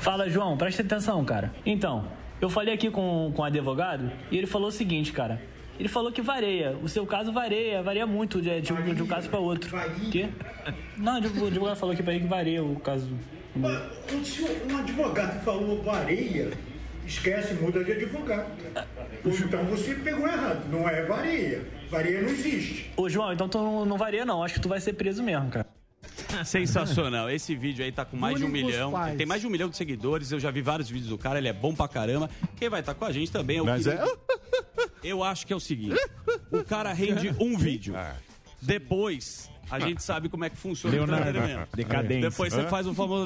[SPEAKER 20] Fala, João, presta atenção, cara. Então, eu falei aqui com, com o advogado e ele falou o seguinte, cara. Ele falou que varia. O seu caso varia, varia muito de, de um, de um caso para outro. Quê? Não, o advogado falou aqui pra ele que varia o caso.
[SPEAKER 21] Um senhor- Um advogado falou vareia, esquece, muda de advogado. Ou então você pegou errado, não é vareia. Vareia não existe.
[SPEAKER 20] Ô, João, então tu não- não varia, não. Acho que tu vai ser preso mesmo, cara.
[SPEAKER 12] *laughs* Sensacional. Esse vídeo aí tá com mais de um
[SPEAKER 20] Únicos
[SPEAKER 12] milhão.
[SPEAKER 20] pais.
[SPEAKER 12] Tem mais de um milhão de seguidores. Eu já vi vários vídeos do cara. Ele é bom pra caramba. Quem vai estar com a gente também é o.
[SPEAKER 9] Mas
[SPEAKER 12] querido- Eu acho que é o seguinte: o cara rende um vídeo.
[SPEAKER 9] Ah.
[SPEAKER 12] Depois. A gente sabe como é que funciona
[SPEAKER 19] Leonardo.
[SPEAKER 12] o entretenimento.
[SPEAKER 19] Decadência.
[SPEAKER 12] Depois você
[SPEAKER 19] Hã?
[SPEAKER 12] faz o famoso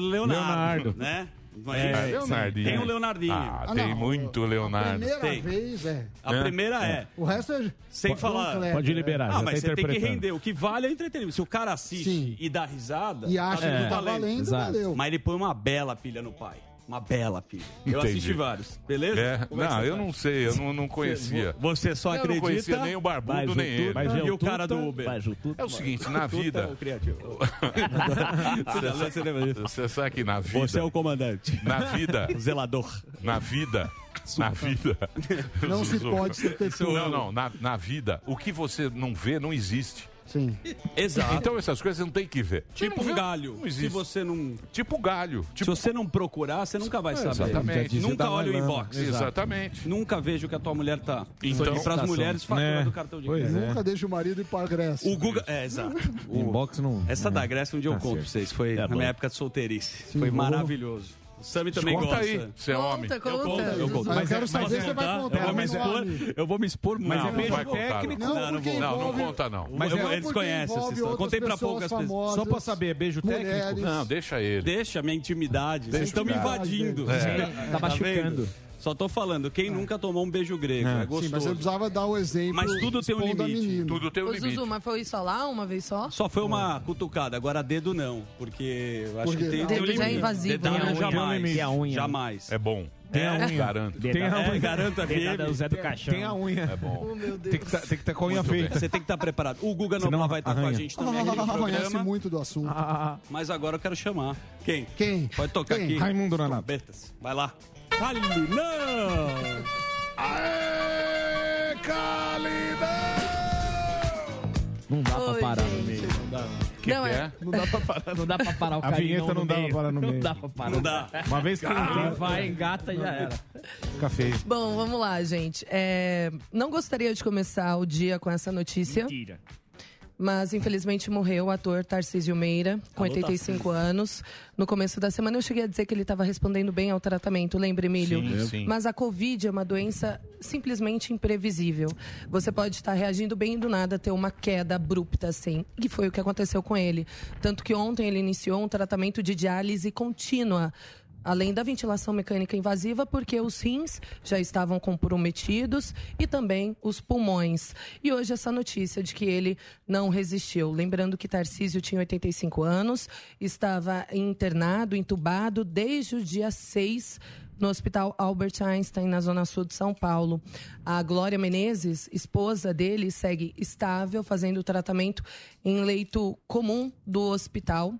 [SPEAKER 19] Leonardo.
[SPEAKER 12] Leonardo, né? Mas
[SPEAKER 9] É, Leonardinho.
[SPEAKER 12] Tem o Leonardinho.
[SPEAKER 9] Ah, tem muito Leonardo.
[SPEAKER 10] Primeira
[SPEAKER 12] Tem.
[SPEAKER 10] vez é.
[SPEAKER 12] A primeira é.
[SPEAKER 10] O resto é.
[SPEAKER 12] Sem
[SPEAKER 10] John
[SPEAKER 12] falar.
[SPEAKER 10] Kleber, né?
[SPEAKER 12] Ah,
[SPEAKER 9] tá
[SPEAKER 12] mas você tem que render. O que vale é o entretenimento. Se o cara assiste e dá risada.
[SPEAKER 10] E acha que
[SPEAKER 12] tudo
[SPEAKER 10] tá valendo, Exato. valeu.
[SPEAKER 12] Mas ele põe uma bela pilha no pai. Uma bela pilha. Eu
[SPEAKER 9] Entendi.
[SPEAKER 12] assisti vários, beleza?
[SPEAKER 9] É,
[SPEAKER 12] Como é que
[SPEAKER 9] não,
[SPEAKER 12] você
[SPEAKER 9] eu
[SPEAKER 12] faz?
[SPEAKER 9] não sei, eu não- não conhecia.
[SPEAKER 12] Você só
[SPEAKER 9] Eu não
[SPEAKER 12] acredita.
[SPEAKER 9] conhecia nem o barbudo, Mas o nem ele. Tuta-
[SPEAKER 12] e o
[SPEAKER 9] Tuta-
[SPEAKER 12] cara do Uber.
[SPEAKER 9] Mas o Tuta- É o seguinte, na
[SPEAKER 8] *laughs*
[SPEAKER 12] Tuta
[SPEAKER 9] vida-
[SPEAKER 12] é *laughs* o criativo.
[SPEAKER 9] Você sabe- Você sabe que na vida.
[SPEAKER 12] Você é o comandante.
[SPEAKER 9] Na
[SPEAKER 12] *laughs*
[SPEAKER 9] vida.
[SPEAKER 12] Zelador.
[SPEAKER 9] Na vida. Na vida.
[SPEAKER 10] Não se
[SPEAKER 9] Zuzu.
[SPEAKER 10] pode ser perfeito.
[SPEAKER 9] Não, não. Na, na vida, o que você não vê não existe.
[SPEAKER 10] Sim.
[SPEAKER 12] Exato.
[SPEAKER 9] Então essas coisas você não tem que ver.
[SPEAKER 12] Tipo
[SPEAKER 9] Não vê,
[SPEAKER 12] galho.
[SPEAKER 9] Não
[SPEAKER 12] Se
[SPEAKER 9] existe.
[SPEAKER 12] você não.
[SPEAKER 9] Tipo galho.
[SPEAKER 12] Se você não procurar, você nunca vai
[SPEAKER 9] É,
[SPEAKER 12] saber.
[SPEAKER 9] exatamente. Já
[SPEAKER 12] Nunca
[SPEAKER 9] dizia
[SPEAKER 12] olha o
[SPEAKER 9] Dalai Lama.
[SPEAKER 12] inbox.
[SPEAKER 9] Exatamente.
[SPEAKER 12] Nunca veja o que a tua mulher tá.
[SPEAKER 9] Então-
[SPEAKER 12] Então, para as mulheres, fatura
[SPEAKER 9] É.
[SPEAKER 12] do cartão de
[SPEAKER 10] Pois
[SPEAKER 12] crédito.
[SPEAKER 10] Nunca deixa o marido ir pra Grécia.
[SPEAKER 12] O Guga. É, exato. O... Inbox não. Essa da Grécia um dia eu
[SPEAKER 10] Tá
[SPEAKER 12] conto pra
[SPEAKER 10] certo.
[SPEAKER 12] vocês. Foi na
[SPEAKER 10] bom.
[SPEAKER 12] minha época de solteirice.
[SPEAKER 10] Sim,
[SPEAKER 12] Foi
[SPEAKER 10] bom.
[SPEAKER 12] maravilhoso. O Sammy também
[SPEAKER 9] Conta
[SPEAKER 12] gosta.
[SPEAKER 9] aí, você é Conta, homem.
[SPEAKER 12] Eu
[SPEAKER 9] conta.
[SPEAKER 12] conto, eu conto.
[SPEAKER 9] Eu
[SPEAKER 12] Mas
[SPEAKER 9] quero
[SPEAKER 12] é-
[SPEAKER 9] saber
[SPEAKER 12] mas
[SPEAKER 9] se
[SPEAKER 12] eu
[SPEAKER 9] você vai
[SPEAKER 12] contar,
[SPEAKER 9] contar,
[SPEAKER 12] Eu vou me
[SPEAKER 9] mas não
[SPEAKER 12] expor.
[SPEAKER 9] homem.
[SPEAKER 12] Eu vou me expor muito.
[SPEAKER 9] Mas é beijo técnico?
[SPEAKER 12] Não, não,
[SPEAKER 9] Não,
[SPEAKER 12] vou.
[SPEAKER 9] porque
[SPEAKER 12] Não, não
[SPEAKER 9] envolve-
[SPEAKER 12] conta não.
[SPEAKER 9] Mas
[SPEAKER 12] Eu-
[SPEAKER 9] é
[SPEAKER 12] eles
[SPEAKER 9] porque
[SPEAKER 12] conhecem essa
[SPEAKER 9] envolve
[SPEAKER 12] história.
[SPEAKER 9] outras
[SPEAKER 12] Contei pra poucas
[SPEAKER 9] pessoas
[SPEAKER 12] pessoas.
[SPEAKER 9] famosas. Só pra
[SPEAKER 12] é
[SPEAKER 5] saber, beijo
[SPEAKER 9] técnico? Não, deixa ele.
[SPEAKER 12] Deixa a minha intimidade. Vocês
[SPEAKER 9] Deixa
[SPEAKER 12] estão me
[SPEAKER 9] o cara.
[SPEAKER 12] invadindo.
[SPEAKER 9] É. Sim,
[SPEAKER 10] tá
[SPEAKER 12] vendo?
[SPEAKER 10] machucando.
[SPEAKER 12] Só tô falando, quem nunca tomou um beijo grego? É,
[SPEAKER 10] Sim, mas eu
[SPEAKER 12] gostoso.
[SPEAKER 10] precisava dar o exemplo.
[SPEAKER 12] Mas tudo tem um
[SPEAKER 10] expondo a
[SPEAKER 12] limite.
[SPEAKER 10] menina.
[SPEAKER 12] Tudo tem um
[SPEAKER 16] Ô, Zuzu,
[SPEAKER 12] limite.
[SPEAKER 16] mas foi só lá uma vez só?
[SPEAKER 12] Só foi uma cutucada, agora dedo não, porque eu acho
[SPEAKER 16] Porque
[SPEAKER 12] que tem,
[SPEAKER 16] não.
[SPEAKER 12] tem um
[SPEAKER 16] Dedo já é
[SPEAKER 12] limite.
[SPEAKER 16] invasivo,
[SPEAKER 12] Dedão
[SPEAKER 16] né? Tem a unha,
[SPEAKER 12] jamais.
[SPEAKER 16] tem a unha.
[SPEAKER 12] Jamais.
[SPEAKER 9] É bom.
[SPEAKER 12] Tem a
[SPEAKER 9] É,
[SPEAKER 12] unha.
[SPEAKER 9] Garanto.
[SPEAKER 12] Tem a unha. É, garanto a
[SPEAKER 9] Dedada
[SPEAKER 12] firme.
[SPEAKER 9] é o Zé do Caixão.
[SPEAKER 12] Tem a unha.
[SPEAKER 9] É bom.
[SPEAKER 12] Oh, meu
[SPEAKER 9] Tem que tá- tem que tá com a unha
[SPEAKER 12] Muito bem.
[SPEAKER 9] feita.
[SPEAKER 12] Você tem que estar preparado. O Guga
[SPEAKER 9] Senão
[SPEAKER 12] Noblar vai estar com a
[SPEAKER 9] arranha.
[SPEAKER 12] gente
[SPEAKER 10] *laughs*
[SPEAKER 12] também aqui no
[SPEAKER 10] Conhece
[SPEAKER 12] programa,
[SPEAKER 10] muito do
[SPEAKER 12] *laughs*
[SPEAKER 10] assunto.
[SPEAKER 12] mas agora eu quero chamar. Quem?
[SPEAKER 10] Quem?
[SPEAKER 12] Pode tocar
[SPEAKER 10] Quem?
[SPEAKER 12] aqui.
[SPEAKER 10] Raimundo
[SPEAKER 12] As
[SPEAKER 10] Nonato.
[SPEAKER 12] trombetas. Vai lá. Cali, não!
[SPEAKER 9] Aê,
[SPEAKER 18] Não dá
[SPEAKER 16] Oi,
[SPEAKER 18] pra parar no
[SPEAKER 16] gente.
[SPEAKER 18] meio.
[SPEAKER 16] Não dá. Não, é.
[SPEAKER 18] Não dá pra parar. Não dá pra parar o
[SPEAKER 5] A
[SPEAKER 18] carinho
[SPEAKER 5] vinheta não dá pra parar no meio.
[SPEAKER 18] Não dá pra parar.
[SPEAKER 5] Não dá. Uma vez que
[SPEAKER 18] Quem
[SPEAKER 5] entrou-
[SPEAKER 18] vai, engata, já era.
[SPEAKER 5] Fica feio.
[SPEAKER 16] Bom, vamos lá, gente. É, não gostaria de começar o dia com essa notícia.
[SPEAKER 18] Mentira.
[SPEAKER 16] Mas infelizmente morreu o ator Tarcísio Meira, com
[SPEAKER 14] Alô,
[SPEAKER 16] 85 anos. No começo da semana eu cheguei a dizer que ele estava respondendo bem ao tratamento, lembra, Emílio?
[SPEAKER 14] Sim, sim.
[SPEAKER 16] Mas a Covid é uma doença simplesmente imprevisível. Você pode estar reagindo bem e do nada ter uma queda abrupta assim. E foi o que aconteceu com ele. Tanto que ontem ele iniciou um tratamento de diálise contínua além da ventilação mecânica invasiva, porque os rins já estavam comprometidos e também os pulmões. E hoje essa notícia de que ele não resistiu. Lembrando que Tarcísio tinha 85 anos, estava internado, entubado desde o dia 6 no Hospital Albert Einstein, na Zona Sul de São Paulo. A Glória Menezes, esposa dele, segue estável, fazendo tratamento em leito comum do hospital.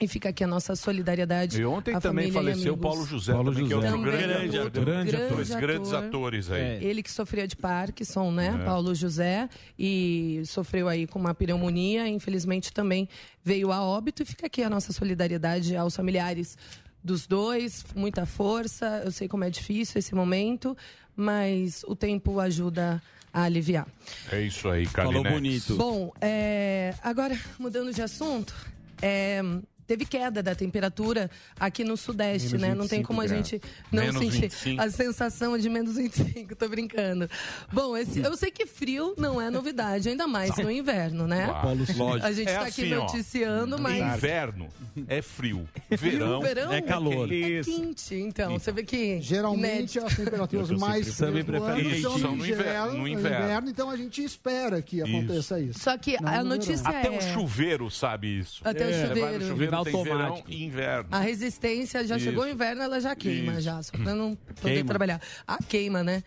[SPEAKER 16] E fica aqui a nossa solidariedade.
[SPEAKER 9] E ontem
[SPEAKER 16] à
[SPEAKER 9] também
[SPEAKER 16] família e
[SPEAKER 9] faleceu
[SPEAKER 16] amigos.
[SPEAKER 9] Paulo José, também, que é outro
[SPEAKER 16] Também
[SPEAKER 9] grande,
[SPEAKER 16] outro
[SPEAKER 9] ator. É.
[SPEAKER 16] grande ator.
[SPEAKER 9] Dois grandes
[SPEAKER 16] ator.
[SPEAKER 9] atores aí.
[SPEAKER 16] Ele que sofria de Parkinson, né?
[SPEAKER 9] É.
[SPEAKER 16] Paulo José, e sofreu aí com uma pneumonia, infelizmente também veio a óbito e fica aqui a nossa solidariedade aos familiares dos dois, muita força. Eu sei como é difícil esse momento, mas o tempo ajuda a aliviar.
[SPEAKER 9] É isso aí, Kalinex.
[SPEAKER 12] Falou bonito.
[SPEAKER 16] Bom, é, agora mudando de assunto, é, Teve queda da temperatura aqui no Sudeste,
[SPEAKER 14] Menos
[SPEAKER 16] né? Não tem
[SPEAKER 14] 25
[SPEAKER 16] como a
[SPEAKER 14] graus.
[SPEAKER 16] gente não
[SPEAKER 14] Menos
[SPEAKER 16] sentir
[SPEAKER 14] 25.
[SPEAKER 16] a sensação de menos 25, tô brincando. Bom, esse- eu sei que frio não é novidade, ainda mais no inverno, né?
[SPEAKER 9] Claro. Lógico.
[SPEAKER 16] A gente
[SPEAKER 9] Ah. É
[SPEAKER 16] tá aqui
[SPEAKER 9] assim, ó.
[SPEAKER 16] noticiando, mas.
[SPEAKER 9] Inverno é frio.
[SPEAKER 16] E *laughs*
[SPEAKER 9] Verão,
[SPEAKER 16] o verão
[SPEAKER 9] é calor.
[SPEAKER 16] É quente, então. Você vê que.
[SPEAKER 10] Geralmente as temperaturas mais
[SPEAKER 9] prefiro. Também
[SPEAKER 10] frias do
[SPEAKER 9] prefiro.
[SPEAKER 10] ano
[SPEAKER 9] Isso,
[SPEAKER 10] são
[SPEAKER 9] são
[SPEAKER 10] no
[SPEAKER 9] no inverno,
[SPEAKER 10] inverno,
[SPEAKER 9] no
[SPEAKER 10] no
[SPEAKER 9] inverno.
[SPEAKER 10] inverno, então a gente espera que aconteça isso.
[SPEAKER 16] Só que
[SPEAKER 10] Não,
[SPEAKER 16] a
[SPEAKER 10] no
[SPEAKER 16] notícia
[SPEAKER 9] Até um
[SPEAKER 16] é.
[SPEAKER 9] o chuveiro sabe isso.
[SPEAKER 16] Até o
[SPEAKER 9] Você É, vai
[SPEAKER 16] chuveiro.
[SPEAKER 9] no chuveiro tem verão
[SPEAKER 16] Automático.
[SPEAKER 9] e inverno.
[SPEAKER 16] A resistência já
[SPEAKER 9] Isso.
[SPEAKER 16] chegou o inverno, ela já queima,
[SPEAKER 9] Isso.
[SPEAKER 16] já. Só pra não poder
[SPEAKER 9] Queima.
[SPEAKER 16] trabalhar. Ah, queima, né?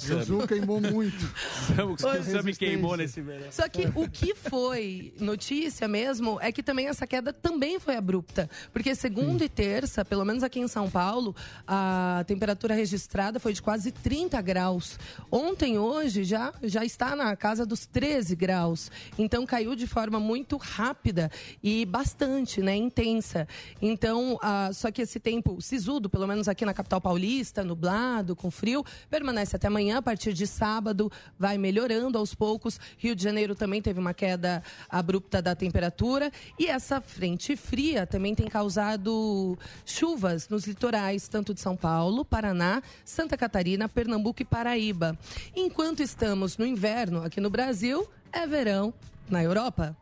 [SPEAKER 10] Jesus queimou muito.
[SPEAKER 19] O Sam queimou nesse
[SPEAKER 12] né?
[SPEAKER 19] verão.
[SPEAKER 16] Só que o que foi notícia mesmo é que também essa queda também foi abrupta. Porque segunda e terça, pelo menos aqui em São Paulo, a temperatura registrada foi de quase 30 graus. Ontem, hoje, já, já está na casa dos 13 graus. Então caiu de forma muito rápida e bastante, né? Intensa. Então, ah, só que esse tempo sisudo, pelo menos aqui na capital paulista, nublado, com frio, permanece até amanhã. A partir de sábado, vai melhorando aos poucos. Rio de Janeiro também teve uma queda abrupta da temperatura. E essa frente fria também tem causado chuvas nos litorais, tanto de São Paulo, Paraná, Santa Catarina, Pernambuco e Paraíba. Enquanto estamos no inverno aqui no Brasil, é verão na Europa.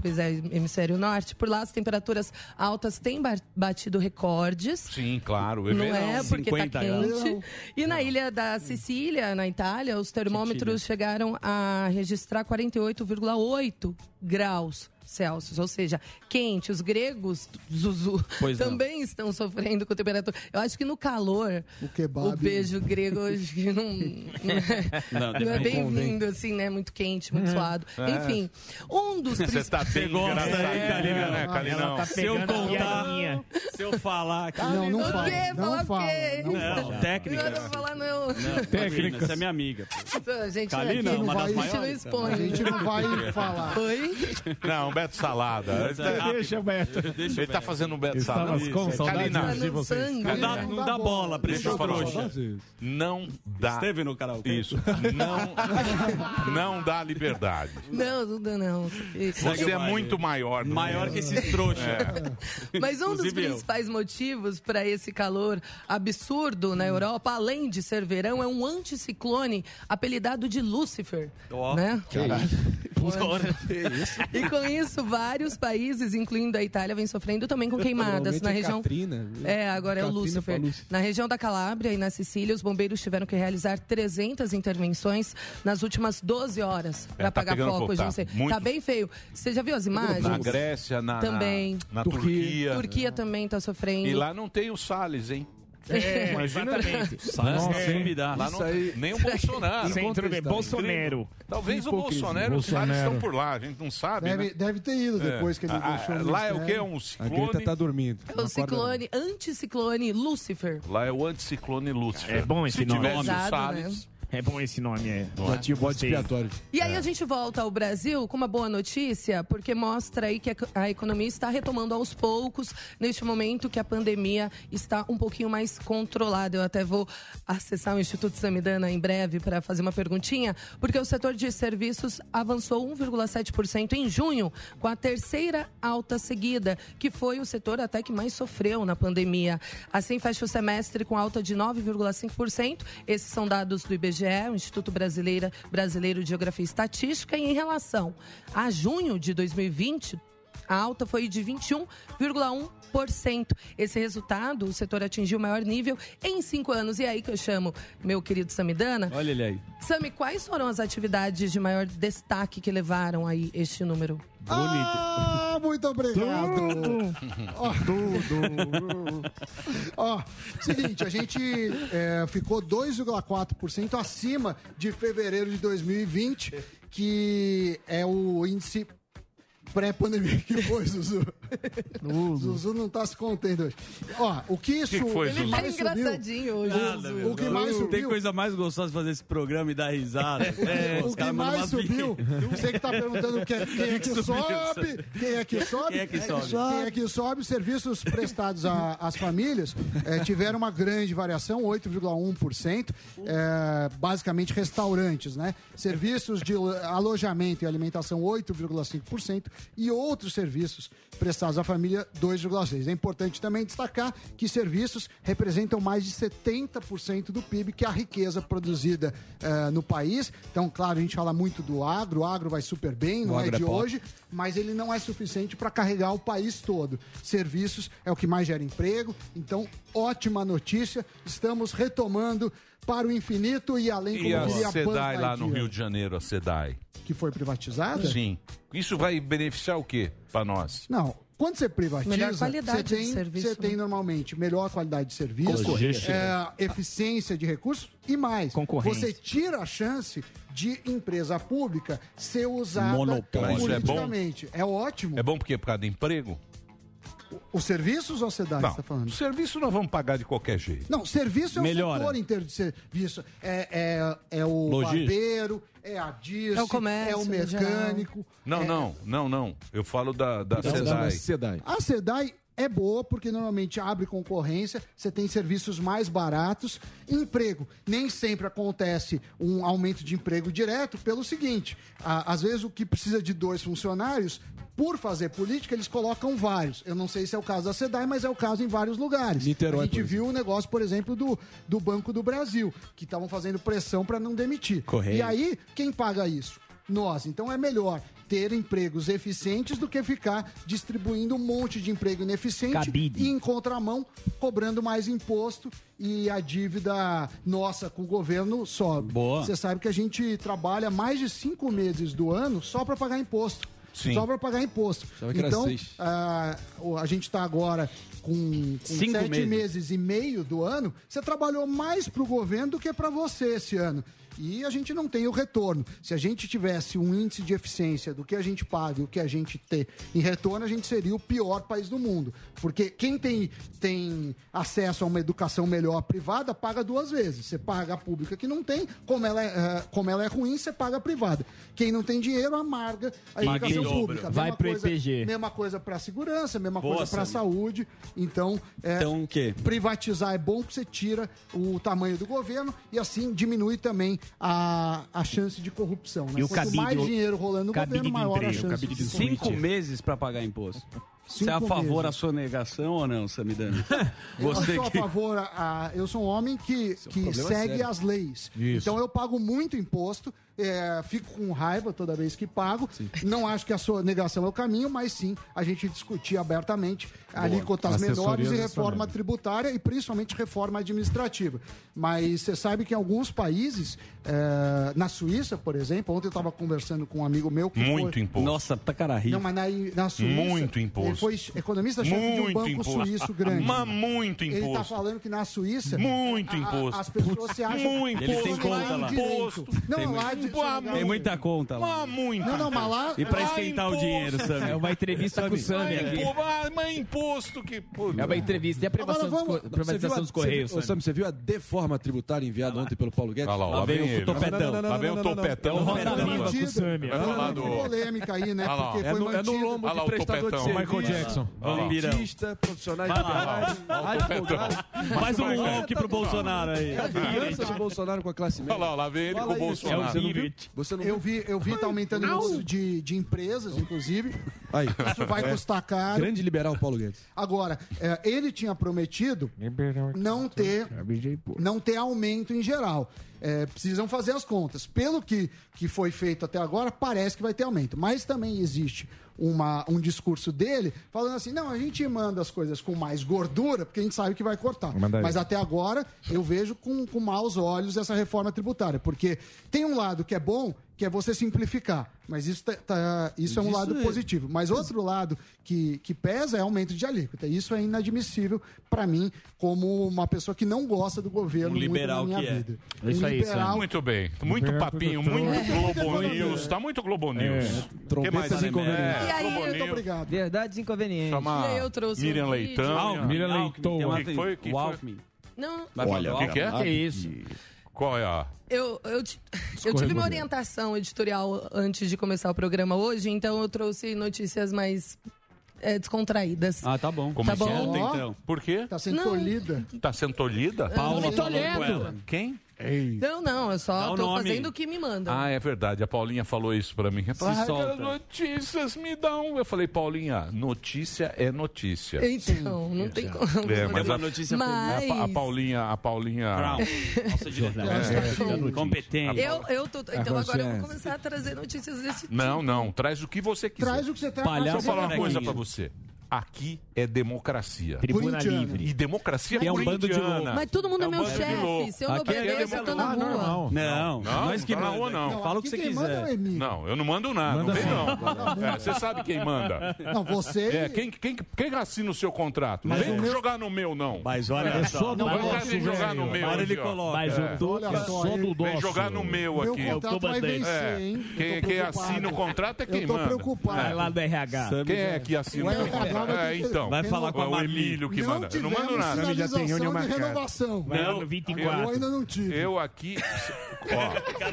[SPEAKER 16] Pois é, hemisfério norte. Por lá as temperaturas altas têm ba- batido recordes.
[SPEAKER 9] Sim, claro.
[SPEAKER 16] Não é,
[SPEAKER 9] um
[SPEAKER 16] porque tá
[SPEAKER 9] 50 graus.
[SPEAKER 16] quente. E na ilha da Sicília, na Itália, os termômetros chegaram a registrar 48,8 graus Celsius. Ou seja, quente. Os gregos, Zuzu,
[SPEAKER 10] Pois não.
[SPEAKER 16] também estão sofrendo com temperatura. Eu acho que no calor,
[SPEAKER 10] O kebab.
[SPEAKER 16] o beijo grego hoje que não,
[SPEAKER 10] Não,
[SPEAKER 16] *laughs* não, é
[SPEAKER 10] não convém.
[SPEAKER 16] bem-vindo, assim, né? Muito quente, muito
[SPEAKER 10] É.
[SPEAKER 16] suado.
[SPEAKER 10] É.
[SPEAKER 16] Enfim, um dos
[SPEAKER 9] Você tá bem
[SPEAKER 16] Você gosta,
[SPEAKER 9] engraçadinha,
[SPEAKER 16] hein, Kalina?
[SPEAKER 12] é,
[SPEAKER 9] né, Kalinão?
[SPEAKER 16] Ela tá
[SPEAKER 19] Se eu
[SPEAKER 16] pegando a
[SPEAKER 19] contar,
[SPEAKER 16] piadinha.
[SPEAKER 19] se eu falar... que-
[SPEAKER 16] Não, não O fala, quê? não Falar o fala, quê? não
[SPEAKER 19] Não,
[SPEAKER 16] fala.
[SPEAKER 19] técnica.
[SPEAKER 16] Eu não vou falar, não.
[SPEAKER 19] Não,
[SPEAKER 16] *laughs*
[SPEAKER 19] técnica. Você é minha amiga.
[SPEAKER 16] A gente,
[SPEAKER 19] Kalina,
[SPEAKER 16] aqui não
[SPEAKER 19] uma das
[SPEAKER 16] vai- a gente não
[SPEAKER 19] maiores. né?
[SPEAKER 16] expõe.
[SPEAKER 19] A gente não
[SPEAKER 9] vai
[SPEAKER 16] falar. Oi?
[SPEAKER 9] Não, Beto Salada.
[SPEAKER 5] Deixa, Beto.
[SPEAKER 9] Ele tá fazendo um Beto
[SPEAKER 5] Estava
[SPEAKER 9] Salada.
[SPEAKER 5] com saudades
[SPEAKER 9] Kalina,
[SPEAKER 16] Tá
[SPEAKER 5] de vocês.
[SPEAKER 9] Kalina,
[SPEAKER 5] Não
[SPEAKER 16] né?
[SPEAKER 5] dá- não dá bola pra
[SPEAKER 9] Deixa
[SPEAKER 5] esses
[SPEAKER 9] eu falar
[SPEAKER 5] trouxas.
[SPEAKER 9] uma coisa. Não dá. Esteve
[SPEAKER 19] no karaokê.
[SPEAKER 9] Isso. Não,
[SPEAKER 16] *laughs*
[SPEAKER 9] não dá liberdade.
[SPEAKER 16] Não, Duda, não.
[SPEAKER 9] Você é muito maior. do
[SPEAKER 19] Maior
[SPEAKER 9] mundo. É.
[SPEAKER 19] que esses trouxas.
[SPEAKER 16] Mas um dos
[SPEAKER 19] Inclusive eu.
[SPEAKER 16] principais motivos para esse calor absurdo
[SPEAKER 19] Hum.
[SPEAKER 16] na Europa, além de ser verão, é um anticiclone apelidado de Lúcifer.
[SPEAKER 19] Ó,
[SPEAKER 16] né?
[SPEAKER 19] que isso.
[SPEAKER 16] E com isso, vários países, incluindo a Itália, vêm sofrendo também com queimadas
[SPEAKER 11] Normalmente
[SPEAKER 16] na
[SPEAKER 11] é
[SPEAKER 16] região.
[SPEAKER 11] Katrina.
[SPEAKER 16] É, agora é o
[SPEAKER 11] Katrina
[SPEAKER 16] Lúcifer.
[SPEAKER 11] pra Lúcifer.
[SPEAKER 16] Na região da Calábria e na Sicília, os bombeiros tiveram que realizar 300 intervenções nas últimas 12 horas
[SPEAKER 9] É, tá
[SPEAKER 16] para apagar
[SPEAKER 9] pegando
[SPEAKER 16] focos
[SPEAKER 9] fogo,
[SPEAKER 16] de um
[SPEAKER 9] tá.
[SPEAKER 16] incêndio.
[SPEAKER 9] Muito.
[SPEAKER 16] Tá bem feio. Você já viu as imagens?
[SPEAKER 9] Na Grécia, na, na-
[SPEAKER 16] Também.
[SPEAKER 9] na, Turquia.
[SPEAKER 16] Turquia também está sofrendo.
[SPEAKER 9] E lá não tem o Salles, hein?
[SPEAKER 16] É,
[SPEAKER 19] exatamente.
[SPEAKER 9] Salles
[SPEAKER 19] Nossa,
[SPEAKER 9] tem.
[SPEAKER 19] hein?
[SPEAKER 9] Lá
[SPEAKER 19] Isso
[SPEAKER 9] não,
[SPEAKER 19] aí-
[SPEAKER 9] nem o Bolsonaro.
[SPEAKER 19] Centro de Bolsonaro.
[SPEAKER 9] Talvez o
[SPEAKER 19] Hipocrisia.
[SPEAKER 9] Bolsonaro e o Salles
[SPEAKER 19] Bolsonaro.
[SPEAKER 9] estão por lá, a gente não sabe.
[SPEAKER 10] Deve-
[SPEAKER 9] né?
[SPEAKER 10] deve ter ido depois que ele deixou o
[SPEAKER 9] Lá é o
[SPEAKER 10] ministério.
[SPEAKER 9] que? É um
[SPEAKER 11] A
[SPEAKER 9] ciclone?
[SPEAKER 11] Greta tá dormindo.
[SPEAKER 16] É o ciclone, anticiclone Lúcifer.
[SPEAKER 9] Lá é o anticiclone Lúcifer.
[SPEAKER 22] É bom esse
[SPEAKER 9] Se
[SPEAKER 22] nome.
[SPEAKER 9] tivesse o
[SPEAKER 16] Pesado,
[SPEAKER 9] Salles...
[SPEAKER 16] né?
[SPEAKER 22] É bom esse nome, é.
[SPEAKER 11] Já tinha o bode
[SPEAKER 22] Gostei.
[SPEAKER 11] expiatório.
[SPEAKER 16] E
[SPEAKER 9] É.
[SPEAKER 16] aí a gente volta ao Brasil com uma boa notícia, porque mostra aí que a- a economia está retomando aos poucos, neste momento que a pandemia está um pouquinho mais controlada. Eu até vou acessar o Instituto Samidana em breve para fazer uma perguntinha, porque o setor de serviços avançou 1,7% em junho, com a terceira alta seguida, que foi o setor até que mais sofreu na pandemia. Assim fecha o semestre com alta de 9,5%. Esses são dados do IBGE, o Instituto Brasileira, Brasileiro de Geografia e Estatística. E em relação a junho de 2020, a alta foi de 21,1%. Esse resultado, o setor atingiu o maior nível em cinco anos. E é aí que eu chamo meu querido Samidana.
[SPEAKER 19] Olha ele aí.
[SPEAKER 16] Sami, quais foram as atividades de maior destaque que levaram aí este número?
[SPEAKER 10] Ah, muito obrigado. Ó, Ó, seguinte, a gente é, ficou 2,4% acima de fevereiro de 2020, que é o índice pré-pandemia que foi, Zuzu. Zuzu não tá se contendo hoje. Ó, o que isso...
[SPEAKER 19] Que foi,
[SPEAKER 10] o mais
[SPEAKER 19] Zuzu? Ele
[SPEAKER 16] tá
[SPEAKER 10] subiu-
[SPEAKER 16] engraçadinho hoje,
[SPEAKER 10] o- O, que mais subiu...
[SPEAKER 19] Tem coisa mais gostosa de fazer esse programa e dar risada. É, os
[SPEAKER 10] O que
[SPEAKER 19] caras mandam
[SPEAKER 10] mais
[SPEAKER 19] umas vi-
[SPEAKER 10] subiu? Você que tá perguntando quem, quem é que
[SPEAKER 19] Subiu,
[SPEAKER 10] sobe, quem é que sobe,
[SPEAKER 19] Quem é que sobe?
[SPEAKER 10] quem é que sobe, serviços prestados a- às famílias eh, tiveram uma grande variação, 8,1%, eh, basicamente restaurantes, né? Serviços de lo- alojamento e alimentação, 8,5%, e outros serviços prestados prestados à família 2,6. É importante também destacar que serviços representam mais de 70% do PIB, que é a riqueza produzida eh, no país. Então, claro, a gente fala muito do agro, o agro vai super bem,
[SPEAKER 11] O
[SPEAKER 10] não é
[SPEAKER 11] agro é
[SPEAKER 10] de
[SPEAKER 11] pop.
[SPEAKER 10] hoje, mas ele não é suficiente para carregar o país todo. Serviços é o que mais gera emprego, então ótima notícia, estamos retomando para o infinito e além, como
[SPEAKER 9] E a
[SPEAKER 10] diria a
[SPEAKER 9] SEDAI
[SPEAKER 10] Buzz
[SPEAKER 9] lá no
[SPEAKER 10] Lightyear,
[SPEAKER 9] Rio de Janeiro, a SEDAI?
[SPEAKER 10] que foi privatizada?
[SPEAKER 9] Sim. Isso vai beneficiar o quê para nós?
[SPEAKER 10] Não. Quando você privatiza,
[SPEAKER 16] Melhor qualidade
[SPEAKER 10] você
[SPEAKER 16] de
[SPEAKER 10] tem,
[SPEAKER 16] serviço, né?
[SPEAKER 10] você tem normalmente melhor qualidade de serviço,
[SPEAKER 16] Concorrência.
[SPEAKER 10] é, eficiência de recursos e mais.
[SPEAKER 16] Concorrência.
[SPEAKER 10] Você tira a chance de empresa pública ser usada
[SPEAKER 9] Monopólio. Mas isso é bom?
[SPEAKER 10] politicamente. É, ótimo.
[SPEAKER 9] É bom porque por causa do emprego?
[SPEAKER 10] Os serviços ou a cidade
[SPEAKER 9] Não,
[SPEAKER 10] está falando?
[SPEAKER 9] serviço nós vamos pagar de qualquer jeito.
[SPEAKER 10] Não, serviço é o
[SPEAKER 9] Melhora.
[SPEAKER 10] setor inteiro de serviço. É, é, é o
[SPEAKER 9] Logística.
[SPEAKER 10] barbeiro, é a Dirce,
[SPEAKER 16] É o comércio,
[SPEAKER 10] é o
[SPEAKER 16] no
[SPEAKER 10] mecânico.
[SPEAKER 9] Não, não, não, não. Eu falo da, da
[SPEAKER 10] Então, da
[SPEAKER 9] SEDAI.
[SPEAKER 10] A SEDAI é boa porque normalmente abre concorrência, você tem serviços mais baratos, emprego. Nem sempre acontece um aumento de emprego direto pelo seguinte, a- às vezes o que precisa de dois funcionários, por fazer política, eles colocam vários. Eu não sei se é o caso da SEDAI, mas é o caso em vários lugares.
[SPEAKER 11] Niterói,
[SPEAKER 10] a gente
[SPEAKER 11] por exemplo.
[SPEAKER 10] viu o negócio, por exemplo, do, do Banco do Brasil, que estavam fazendo pressão para não demitir.
[SPEAKER 11] Correio.
[SPEAKER 10] E aí, quem paga isso? Nós. Então é melhor ter empregos eficientes do que ficar distribuindo um monte de emprego ineficiente
[SPEAKER 23] Cabide.
[SPEAKER 10] e em contramão cobrando mais imposto e a dívida nossa com o governo sobe.
[SPEAKER 19] Boa.
[SPEAKER 10] Você sabe que a gente trabalha mais de cinco meses do ano só para pagar imposto.
[SPEAKER 19] Sim.
[SPEAKER 10] Só para pagar imposto.
[SPEAKER 19] Achava que era
[SPEAKER 10] Então,
[SPEAKER 19] seis.
[SPEAKER 10] ah, o- a gente está agora com, com
[SPEAKER 19] Cinco
[SPEAKER 10] sete
[SPEAKER 19] meses.
[SPEAKER 10] meses meses e meio do ano, você trabalhou mais para o governo do que para você esse ano. E a gente não tem o retorno. Se a gente tivesse um índice de eficiência do que a gente paga e o que a gente tem em retorno, a gente seria o pior país do mundo. Porque quem tem, tem acesso a uma educação melhor privada paga duas vezes. Você paga a pública que não tem, como ela é, eh, como ela é ruim, você paga a privada. Quem não tem dinheiro, amarga a
[SPEAKER 19] Paga em
[SPEAKER 10] educação
[SPEAKER 19] dobro.
[SPEAKER 10] pública.
[SPEAKER 19] Vai
[SPEAKER 10] Mesma
[SPEAKER 19] pro
[SPEAKER 10] coisa-
[SPEAKER 19] IPG.
[SPEAKER 10] Mesma coisa para segurança, mesma
[SPEAKER 19] Boa,
[SPEAKER 10] coisa para
[SPEAKER 19] Sandro.
[SPEAKER 10] saúde. Então, é,
[SPEAKER 19] Então, o quê?
[SPEAKER 10] privatizar é bom porque você tira o tamanho do governo e assim diminui também a, a chance de corrupção. Né?
[SPEAKER 12] E o
[SPEAKER 10] Quanto
[SPEAKER 12] cabide-
[SPEAKER 10] mais dinheiro rolando no governo, maior a chance. de
[SPEAKER 12] Cinco
[SPEAKER 10] corrupção.
[SPEAKER 12] meses para pagar imposto. Você
[SPEAKER 10] Cinco
[SPEAKER 12] é a favor
[SPEAKER 10] meses.
[SPEAKER 12] da sonegação ou não, Samidana?
[SPEAKER 10] eu
[SPEAKER 12] Você
[SPEAKER 10] sou
[SPEAKER 12] que...
[SPEAKER 10] a favor, a, a- eu sou um homem que, que
[SPEAKER 12] problema é
[SPEAKER 10] segue
[SPEAKER 12] sério.
[SPEAKER 10] as leis.
[SPEAKER 12] Isso.
[SPEAKER 10] Então eu pago muito imposto, é, fico com raiva toda vez que pago. Não acho que a sua negação é o caminho, mas sim a gente discutir abertamente alíquotas
[SPEAKER 11] Assessoria
[SPEAKER 10] menores e
[SPEAKER 11] do
[SPEAKER 10] reforma tributária e principalmente reforma administrativa. Mas você sabe que em alguns países, é, na Suíça, por exemplo, ontem eu estava conversando com um amigo meu que foi-
[SPEAKER 9] Muito imposto.
[SPEAKER 12] Nossa, tá cara rico.
[SPEAKER 10] Não, mas na, na Suíça.
[SPEAKER 9] Muito imposto.
[SPEAKER 10] Ele foi economista-chefe de um
[SPEAKER 9] Muito
[SPEAKER 10] banco
[SPEAKER 9] imposto. *laughs*
[SPEAKER 10] suíço grande.
[SPEAKER 9] Mas muito
[SPEAKER 10] Ele tá
[SPEAKER 9] imposto.
[SPEAKER 10] falando que na Suíça.
[SPEAKER 9] Muito imposto.
[SPEAKER 10] as pessoas se acham.
[SPEAKER 9] Muito Ele tem
[SPEAKER 10] Lá é
[SPEAKER 9] conta
[SPEAKER 10] um
[SPEAKER 9] lá.
[SPEAKER 10] direito.
[SPEAKER 9] Imposto.
[SPEAKER 10] Não,
[SPEAKER 9] Tem
[SPEAKER 10] lá
[SPEAKER 9] muito-
[SPEAKER 10] de- isso é
[SPEAKER 9] Ah,
[SPEAKER 10] legal.
[SPEAKER 12] Tem muita conta lá.
[SPEAKER 9] Ah, muito.
[SPEAKER 10] Não, não, mas lá.
[SPEAKER 12] E pra
[SPEAKER 10] lá
[SPEAKER 12] esquentar o
[SPEAKER 10] imposto.
[SPEAKER 12] dinheiro, Sami?
[SPEAKER 19] É uma entrevista com o Sami
[SPEAKER 9] Ah,
[SPEAKER 19] aqui.
[SPEAKER 9] impo- ah, mas imposto que.
[SPEAKER 19] É uma entrevista. E a privação
[SPEAKER 9] Agora
[SPEAKER 19] dos co-
[SPEAKER 11] Você
[SPEAKER 9] vamos-
[SPEAKER 11] viu a-
[SPEAKER 19] privatização dos Correios?
[SPEAKER 11] Você, viu- ô, Sam, você viu a deforma tributária enviada ontem pelo Paulo Guedes?
[SPEAKER 9] Olha lá, lá vem ele.
[SPEAKER 11] Não, não, não,
[SPEAKER 9] Lá
[SPEAKER 11] não,
[SPEAKER 9] vem
[SPEAKER 11] não,
[SPEAKER 9] o
[SPEAKER 11] não, não.
[SPEAKER 9] topetão.
[SPEAKER 11] É uma
[SPEAKER 9] Vai
[SPEAKER 11] mentira.
[SPEAKER 9] falar do.
[SPEAKER 10] polêmica aí, né?
[SPEAKER 9] Olha lá,
[SPEAKER 10] Porque
[SPEAKER 9] ó.
[SPEAKER 10] foi
[SPEAKER 9] É no- é no
[SPEAKER 10] mantido.
[SPEAKER 9] lombo de Olha lá o
[SPEAKER 11] prestador de
[SPEAKER 9] topetão.
[SPEAKER 11] serviço,
[SPEAKER 9] Michael Jackson.
[SPEAKER 11] Dentista, profissionais
[SPEAKER 19] Vai
[SPEAKER 11] de
[SPEAKER 19] lá,
[SPEAKER 11] verdade,
[SPEAKER 19] vai lá, ó, o topetão.
[SPEAKER 11] advogados.
[SPEAKER 19] Faz um
[SPEAKER 11] Vai, vai,
[SPEAKER 19] link
[SPEAKER 11] tá
[SPEAKER 19] pro
[SPEAKER 11] bom.
[SPEAKER 19] Bolsonaro aí.
[SPEAKER 11] É a vingança do Bolsonaro com a classe média.
[SPEAKER 9] Olha lá, lá vem ele
[SPEAKER 11] Fala
[SPEAKER 9] com o
[SPEAKER 11] aí,
[SPEAKER 9] Bolsonaro.
[SPEAKER 11] Você não viu?
[SPEAKER 9] Virit.
[SPEAKER 11] Você não
[SPEAKER 10] Eu vi, eu vi, tá aumentando o
[SPEAKER 11] Au.
[SPEAKER 10] uso de, de empresas, inclusive.
[SPEAKER 11] Aí. É.
[SPEAKER 10] Isso vai custar caro.
[SPEAKER 11] Grande liberal Paulo Guedes.
[SPEAKER 10] Agora, é, ele tinha prometido não ter, não ter aumento em geral. É, precisam fazer as contas. Pelo que, que foi feito até agora, parece que vai ter aumento. Mas também existe uma, um discurso dele falando assim: não, a gente manda as coisas com mais gordura, porque a gente sabe que vai cortar.
[SPEAKER 11] Manda aí.
[SPEAKER 10] Mas até agora eu vejo com, com maus olhos essa reforma tributária, porque tem um lado que é bom, que é você simplificar. Mas isso, tá- tá- isso é um
[SPEAKER 11] Isso
[SPEAKER 10] lado
[SPEAKER 11] é-
[SPEAKER 10] positivo positivo. Mas outro lado que, que pesa é aumento de alíquota. Isso é inadmissível para mim, como uma pessoa que não gosta do governo muito
[SPEAKER 19] liberal
[SPEAKER 10] na minha
[SPEAKER 19] que é.
[SPEAKER 10] vida.
[SPEAKER 19] É isso
[SPEAKER 10] Um
[SPEAKER 19] aí,
[SPEAKER 10] liberal-
[SPEAKER 9] Muito bem. Muito
[SPEAKER 19] Liberal é
[SPEAKER 9] papinho,
[SPEAKER 19] do
[SPEAKER 9] muito
[SPEAKER 19] Trump.
[SPEAKER 9] Globo
[SPEAKER 19] É.
[SPEAKER 9] News. Tá muito Globo
[SPEAKER 2] É.
[SPEAKER 9] News. O que mais?
[SPEAKER 19] trombetas inconvenientes.
[SPEAKER 9] É, Globo News.
[SPEAKER 23] Verdades inconvenientes.
[SPEAKER 9] Chamar
[SPEAKER 23] E aí eu trouxe
[SPEAKER 9] Miriam
[SPEAKER 23] um vídeo.
[SPEAKER 9] Leitão.
[SPEAKER 23] Alckmin,
[SPEAKER 9] Miriam
[SPEAKER 23] Alckmin, tem
[SPEAKER 9] O
[SPEAKER 23] uma-
[SPEAKER 9] que foi? Que
[SPEAKER 23] o
[SPEAKER 9] foi?
[SPEAKER 23] Alckmin.
[SPEAKER 16] Não,
[SPEAKER 9] Vai Olha, o que, que é?
[SPEAKER 16] Que
[SPEAKER 9] isso? Qual é a.
[SPEAKER 16] Eu, eu, ti- *laughs* eu
[SPEAKER 9] Escorregou
[SPEAKER 16] tive uma
[SPEAKER 9] mesmo.
[SPEAKER 16] orientação editorial antes de começar o programa hoje, então eu trouxe notícias mais é, descontraídas.
[SPEAKER 12] Ah, tá bom.
[SPEAKER 16] Tá bom.
[SPEAKER 9] Por quê?
[SPEAKER 16] Não.
[SPEAKER 9] Tá sendo tolhida?
[SPEAKER 16] Paula falou com ela.
[SPEAKER 9] Quem? Ei.
[SPEAKER 16] Não, não, eu
[SPEAKER 9] Dá
[SPEAKER 16] só
[SPEAKER 9] o
[SPEAKER 16] tô
[SPEAKER 9] nome.
[SPEAKER 16] fazendo o que me mandam.
[SPEAKER 9] tá. Ah, é verdade. A Paulinha falou isso pra mim.
[SPEAKER 16] Se
[SPEAKER 9] Ah, aquelas
[SPEAKER 16] solta.
[SPEAKER 9] notícias me dão. Eu falei, Paulinha, notícia é notícia.
[SPEAKER 16] *laughs* Então, não tem como.
[SPEAKER 9] É, mas
[SPEAKER 16] uma
[SPEAKER 9] a,
[SPEAKER 16] notícia
[SPEAKER 9] a,
[SPEAKER 16] Mas-
[SPEAKER 9] Pa- a Paulinha, a Paulinha.
[SPEAKER 20] Nossa
[SPEAKER 9] É.
[SPEAKER 20] Competente.
[SPEAKER 16] Eu, eu tô. Então
[SPEAKER 9] A
[SPEAKER 16] agora eu
[SPEAKER 9] Rogério.
[SPEAKER 16] vou começar a trazer notícias desse tipo.
[SPEAKER 9] Não, não. Traz o que você quiser.
[SPEAKER 16] Traz o que você traz.
[SPEAKER 9] Deixa eu
[SPEAKER 16] Palhaço
[SPEAKER 9] falar uma
[SPEAKER 16] Zeneguinho.
[SPEAKER 9] coisa pra você. Aqui é democracia.
[SPEAKER 16] Tribuna Corintiana. livre.
[SPEAKER 9] E democracia
[SPEAKER 16] Mas-
[SPEAKER 9] é um bando de louco.
[SPEAKER 16] Mas todo mundo é, meu
[SPEAKER 9] bando de
[SPEAKER 16] chefe.
[SPEAKER 9] louco.
[SPEAKER 16] Se eu não
[SPEAKER 9] Aqui é
[SPEAKER 16] obedeço, eu tô
[SPEAKER 10] Ah,
[SPEAKER 16] na
[SPEAKER 9] democracia.
[SPEAKER 16] rua.
[SPEAKER 9] Não,
[SPEAKER 20] Não, nós que
[SPEAKER 9] tá na rua,
[SPEAKER 20] manda.
[SPEAKER 9] não.
[SPEAKER 20] Fala o que
[SPEAKER 9] Aqui
[SPEAKER 20] você
[SPEAKER 9] quem manda é o
[SPEAKER 20] quiser.
[SPEAKER 9] Não, eu não mando nada. não vem, não. É, Você sabe quem manda.
[SPEAKER 10] Não, você-
[SPEAKER 9] É, quem, quem, quem assina o seu contrato? Não
[SPEAKER 10] Mas
[SPEAKER 9] vem
[SPEAKER 10] o meu-
[SPEAKER 9] jogar no meu, não. Mas
[SPEAKER 19] olha
[SPEAKER 9] é
[SPEAKER 19] só,
[SPEAKER 9] Não
[SPEAKER 19] mas o
[SPEAKER 9] vai vem
[SPEAKER 19] nosso,
[SPEAKER 9] jogar
[SPEAKER 19] velho,
[SPEAKER 9] no meu.
[SPEAKER 19] olha ele
[SPEAKER 9] aqui, ó.
[SPEAKER 19] coloca. Mas o
[SPEAKER 9] É.
[SPEAKER 19] Tuca Olha só, só do
[SPEAKER 9] Vem
[SPEAKER 19] nosso.
[SPEAKER 9] jogar no meu
[SPEAKER 19] Meu
[SPEAKER 9] aqui.
[SPEAKER 19] contrato vai vencer,
[SPEAKER 9] É.
[SPEAKER 19] hein? Eu tô
[SPEAKER 9] Quem, quem
[SPEAKER 19] preocupado.
[SPEAKER 9] assina o contrato é
[SPEAKER 19] Eu
[SPEAKER 9] quem
[SPEAKER 19] tô
[SPEAKER 9] manda.
[SPEAKER 19] preocupado.
[SPEAKER 9] É.
[SPEAKER 19] Vai lá do RH.
[SPEAKER 9] Quem é que assina o
[SPEAKER 19] O
[SPEAKER 9] teu
[SPEAKER 19] RH vai
[SPEAKER 9] contrato? É,
[SPEAKER 19] ter que-
[SPEAKER 9] então.
[SPEAKER 19] Vai falar com a
[SPEAKER 9] É o
[SPEAKER 19] Marli.
[SPEAKER 9] Emílio que
[SPEAKER 19] Não
[SPEAKER 9] mada. manda. Eu não mando
[SPEAKER 19] tivemos
[SPEAKER 9] nada.
[SPEAKER 19] sinalização Já tem reunião de marcada. renovação. Vai lá no
[SPEAKER 9] Eu-
[SPEAKER 19] 24.
[SPEAKER 9] eu-
[SPEAKER 19] Eu ainda
[SPEAKER 10] não tive.
[SPEAKER 9] Eu aqui...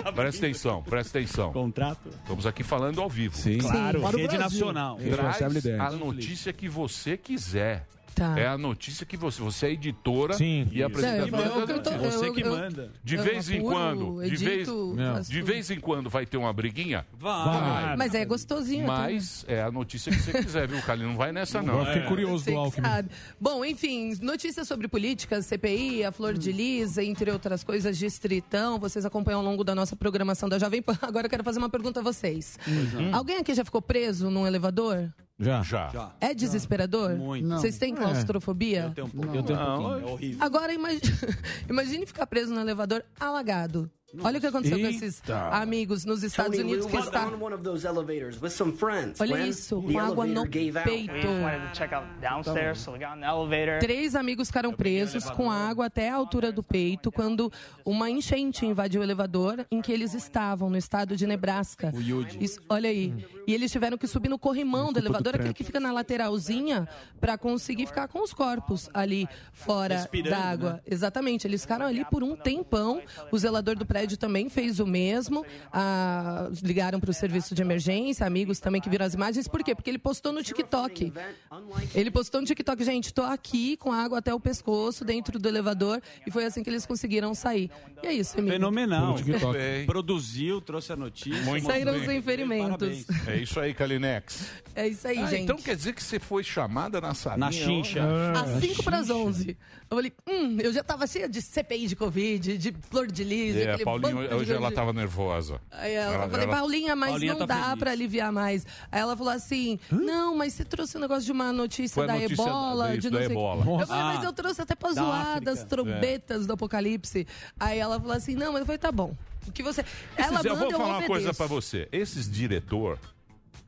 [SPEAKER 9] Ó, presta atenção, presta atenção.
[SPEAKER 19] Contrato?
[SPEAKER 9] Estamos aqui falando ao vivo.
[SPEAKER 19] Sim. Claro, Sim, para o rede Brasil. nacional.
[SPEAKER 9] Traz
[SPEAKER 19] Responsabilidade.
[SPEAKER 9] a notícia que você quiser.
[SPEAKER 16] Tá.
[SPEAKER 9] É a notícia que você... Você é editora
[SPEAKER 18] Sim.
[SPEAKER 9] e apresentadora
[SPEAKER 16] Não, eu- eu-
[SPEAKER 9] da
[SPEAKER 16] eu tô-
[SPEAKER 9] notícia.
[SPEAKER 16] eu- Você que eu- manda.
[SPEAKER 9] De
[SPEAKER 16] eu
[SPEAKER 9] vez em
[SPEAKER 16] apuro,
[SPEAKER 9] quando... De vez,
[SPEAKER 16] edito,
[SPEAKER 9] Não.
[SPEAKER 16] faço
[SPEAKER 9] de
[SPEAKER 16] tudo.
[SPEAKER 9] vez em quando vai ter uma briguinha?
[SPEAKER 16] Vai. Mas é gostosinho.
[SPEAKER 9] Mas é a notícia que você quiser, viu, Calil? Não vai nessa, não.
[SPEAKER 18] Agora fiquei
[SPEAKER 9] É.
[SPEAKER 18] curioso do
[SPEAKER 16] também. Sabe? Bom, enfim, notícias sobre política, CPI, a Flor de Lisa, entre outras coisas, Distritão. Vocês acompanham ao longo da nossa programação da Jovem Pan. *laughs* Agora eu quero fazer uma pergunta a vocês.
[SPEAKER 18] Pois é. não.
[SPEAKER 16] Alguém aqui já ficou preso num elevador?
[SPEAKER 18] Já.
[SPEAKER 9] Já.
[SPEAKER 16] É desesperador?
[SPEAKER 18] Muito.
[SPEAKER 16] Vocês têm
[SPEAKER 18] É.
[SPEAKER 16] claustrofobia?
[SPEAKER 18] Eu tenho um pouco. Eu tenho um pouquinho.
[SPEAKER 16] Não.
[SPEAKER 18] É horrível.
[SPEAKER 16] Agora, imagi- *laughs* imagine ficar preso no elevador alagado. Olha o que aconteceu com esses
[SPEAKER 14] Eita.
[SPEAKER 16] amigos nos Estados
[SPEAKER 14] Tony, we
[SPEAKER 16] Unidos que
[SPEAKER 14] went
[SPEAKER 16] está
[SPEAKER 14] on one of those elevators with some friends.
[SPEAKER 16] Olha
[SPEAKER 14] when
[SPEAKER 16] isso,
[SPEAKER 14] the
[SPEAKER 16] com água
[SPEAKER 14] elevator
[SPEAKER 16] no
[SPEAKER 14] gave out.
[SPEAKER 16] peito. We just wanted
[SPEAKER 22] downstairs, so we got in the elevator.
[SPEAKER 16] Três amigos ficaram presos com água até a altura do peito quando uma enchente invadiu o elevador em que eles estavam, no estado de Nebraska. Isso, olha aí. E eles tiveram que subir no corrimão do elevador, aquele que fica na lateralzinha, para conseguir ficar com os corpos ali fora
[SPEAKER 23] Respirando,
[SPEAKER 16] d'água.
[SPEAKER 23] né?
[SPEAKER 16] Exatamente. Eles ficaram ali por um tempão. O zelador do prédio também fez o mesmo. Ah, ligaram para o serviço de emergência, amigos também que viram as imagens. Por quê? Porque ele postou no TikTok. Ele postou no TikTok, gente, tô aqui com água até o pescoço dentro do elevador e foi assim que eles conseguiram sair. E é isso, Emílio.
[SPEAKER 12] Fenomenal.
[SPEAKER 9] Muito bem.
[SPEAKER 12] Produziu, trouxe a notícia.
[SPEAKER 9] Muito
[SPEAKER 16] Saíram
[SPEAKER 9] bem.
[SPEAKER 16] sem ferimentos.
[SPEAKER 12] Parabéns.
[SPEAKER 9] É isso aí, Kalinex.
[SPEAKER 16] É isso aí,
[SPEAKER 9] Ah,
[SPEAKER 16] gente.
[SPEAKER 9] Então quer dizer que você foi chamada na salinha?
[SPEAKER 12] Na chincha.
[SPEAKER 9] Ah.
[SPEAKER 16] Às 5 para as 11. Eu falei, hum, eu já tava cheia de CPI de Covid, de flor de lis.
[SPEAKER 9] É,
[SPEAKER 16] aquele
[SPEAKER 9] Paulinho,
[SPEAKER 16] bando de
[SPEAKER 9] hoje ela
[SPEAKER 16] coisa.
[SPEAKER 9] tava nervosa.
[SPEAKER 16] Aí ela, eu falei, Paulinha, mas
[SPEAKER 9] Paulinha
[SPEAKER 16] não
[SPEAKER 9] tá
[SPEAKER 16] dá
[SPEAKER 9] feliz.
[SPEAKER 16] pra aliviar mais. Aí ela falou assim: não, mas você trouxe o negócio de uma notícia
[SPEAKER 9] Foi a
[SPEAKER 16] da
[SPEAKER 9] notícia
[SPEAKER 16] ebola,
[SPEAKER 9] da-
[SPEAKER 16] de
[SPEAKER 9] isso,
[SPEAKER 16] não
[SPEAKER 9] da
[SPEAKER 16] sei o quê.
[SPEAKER 9] ebola.
[SPEAKER 16] Eu falei,
[SPEAKER 9] Ah,
[SPEAKER 16] mas eu trouxe até pra
[SPEAKER 9] da
[SPEAKER 16] zoar das
[SPEAKER 9] África.
[SPEAKER 16] trombetas do apocalipse. Aí ela falou assim: não, mas eu falei, tá bom. O que você. Ela
[SPEAKER 9] Esses- eu
[SPEAKER 16] manda, um
[SPEAKER 9] vou
[SPEAKER 16] eu,
[SPEAKER 9] falar uma
[SPEAKER 16] obedeço.
[SPEAKER 9] coisa pra você. Esses diretor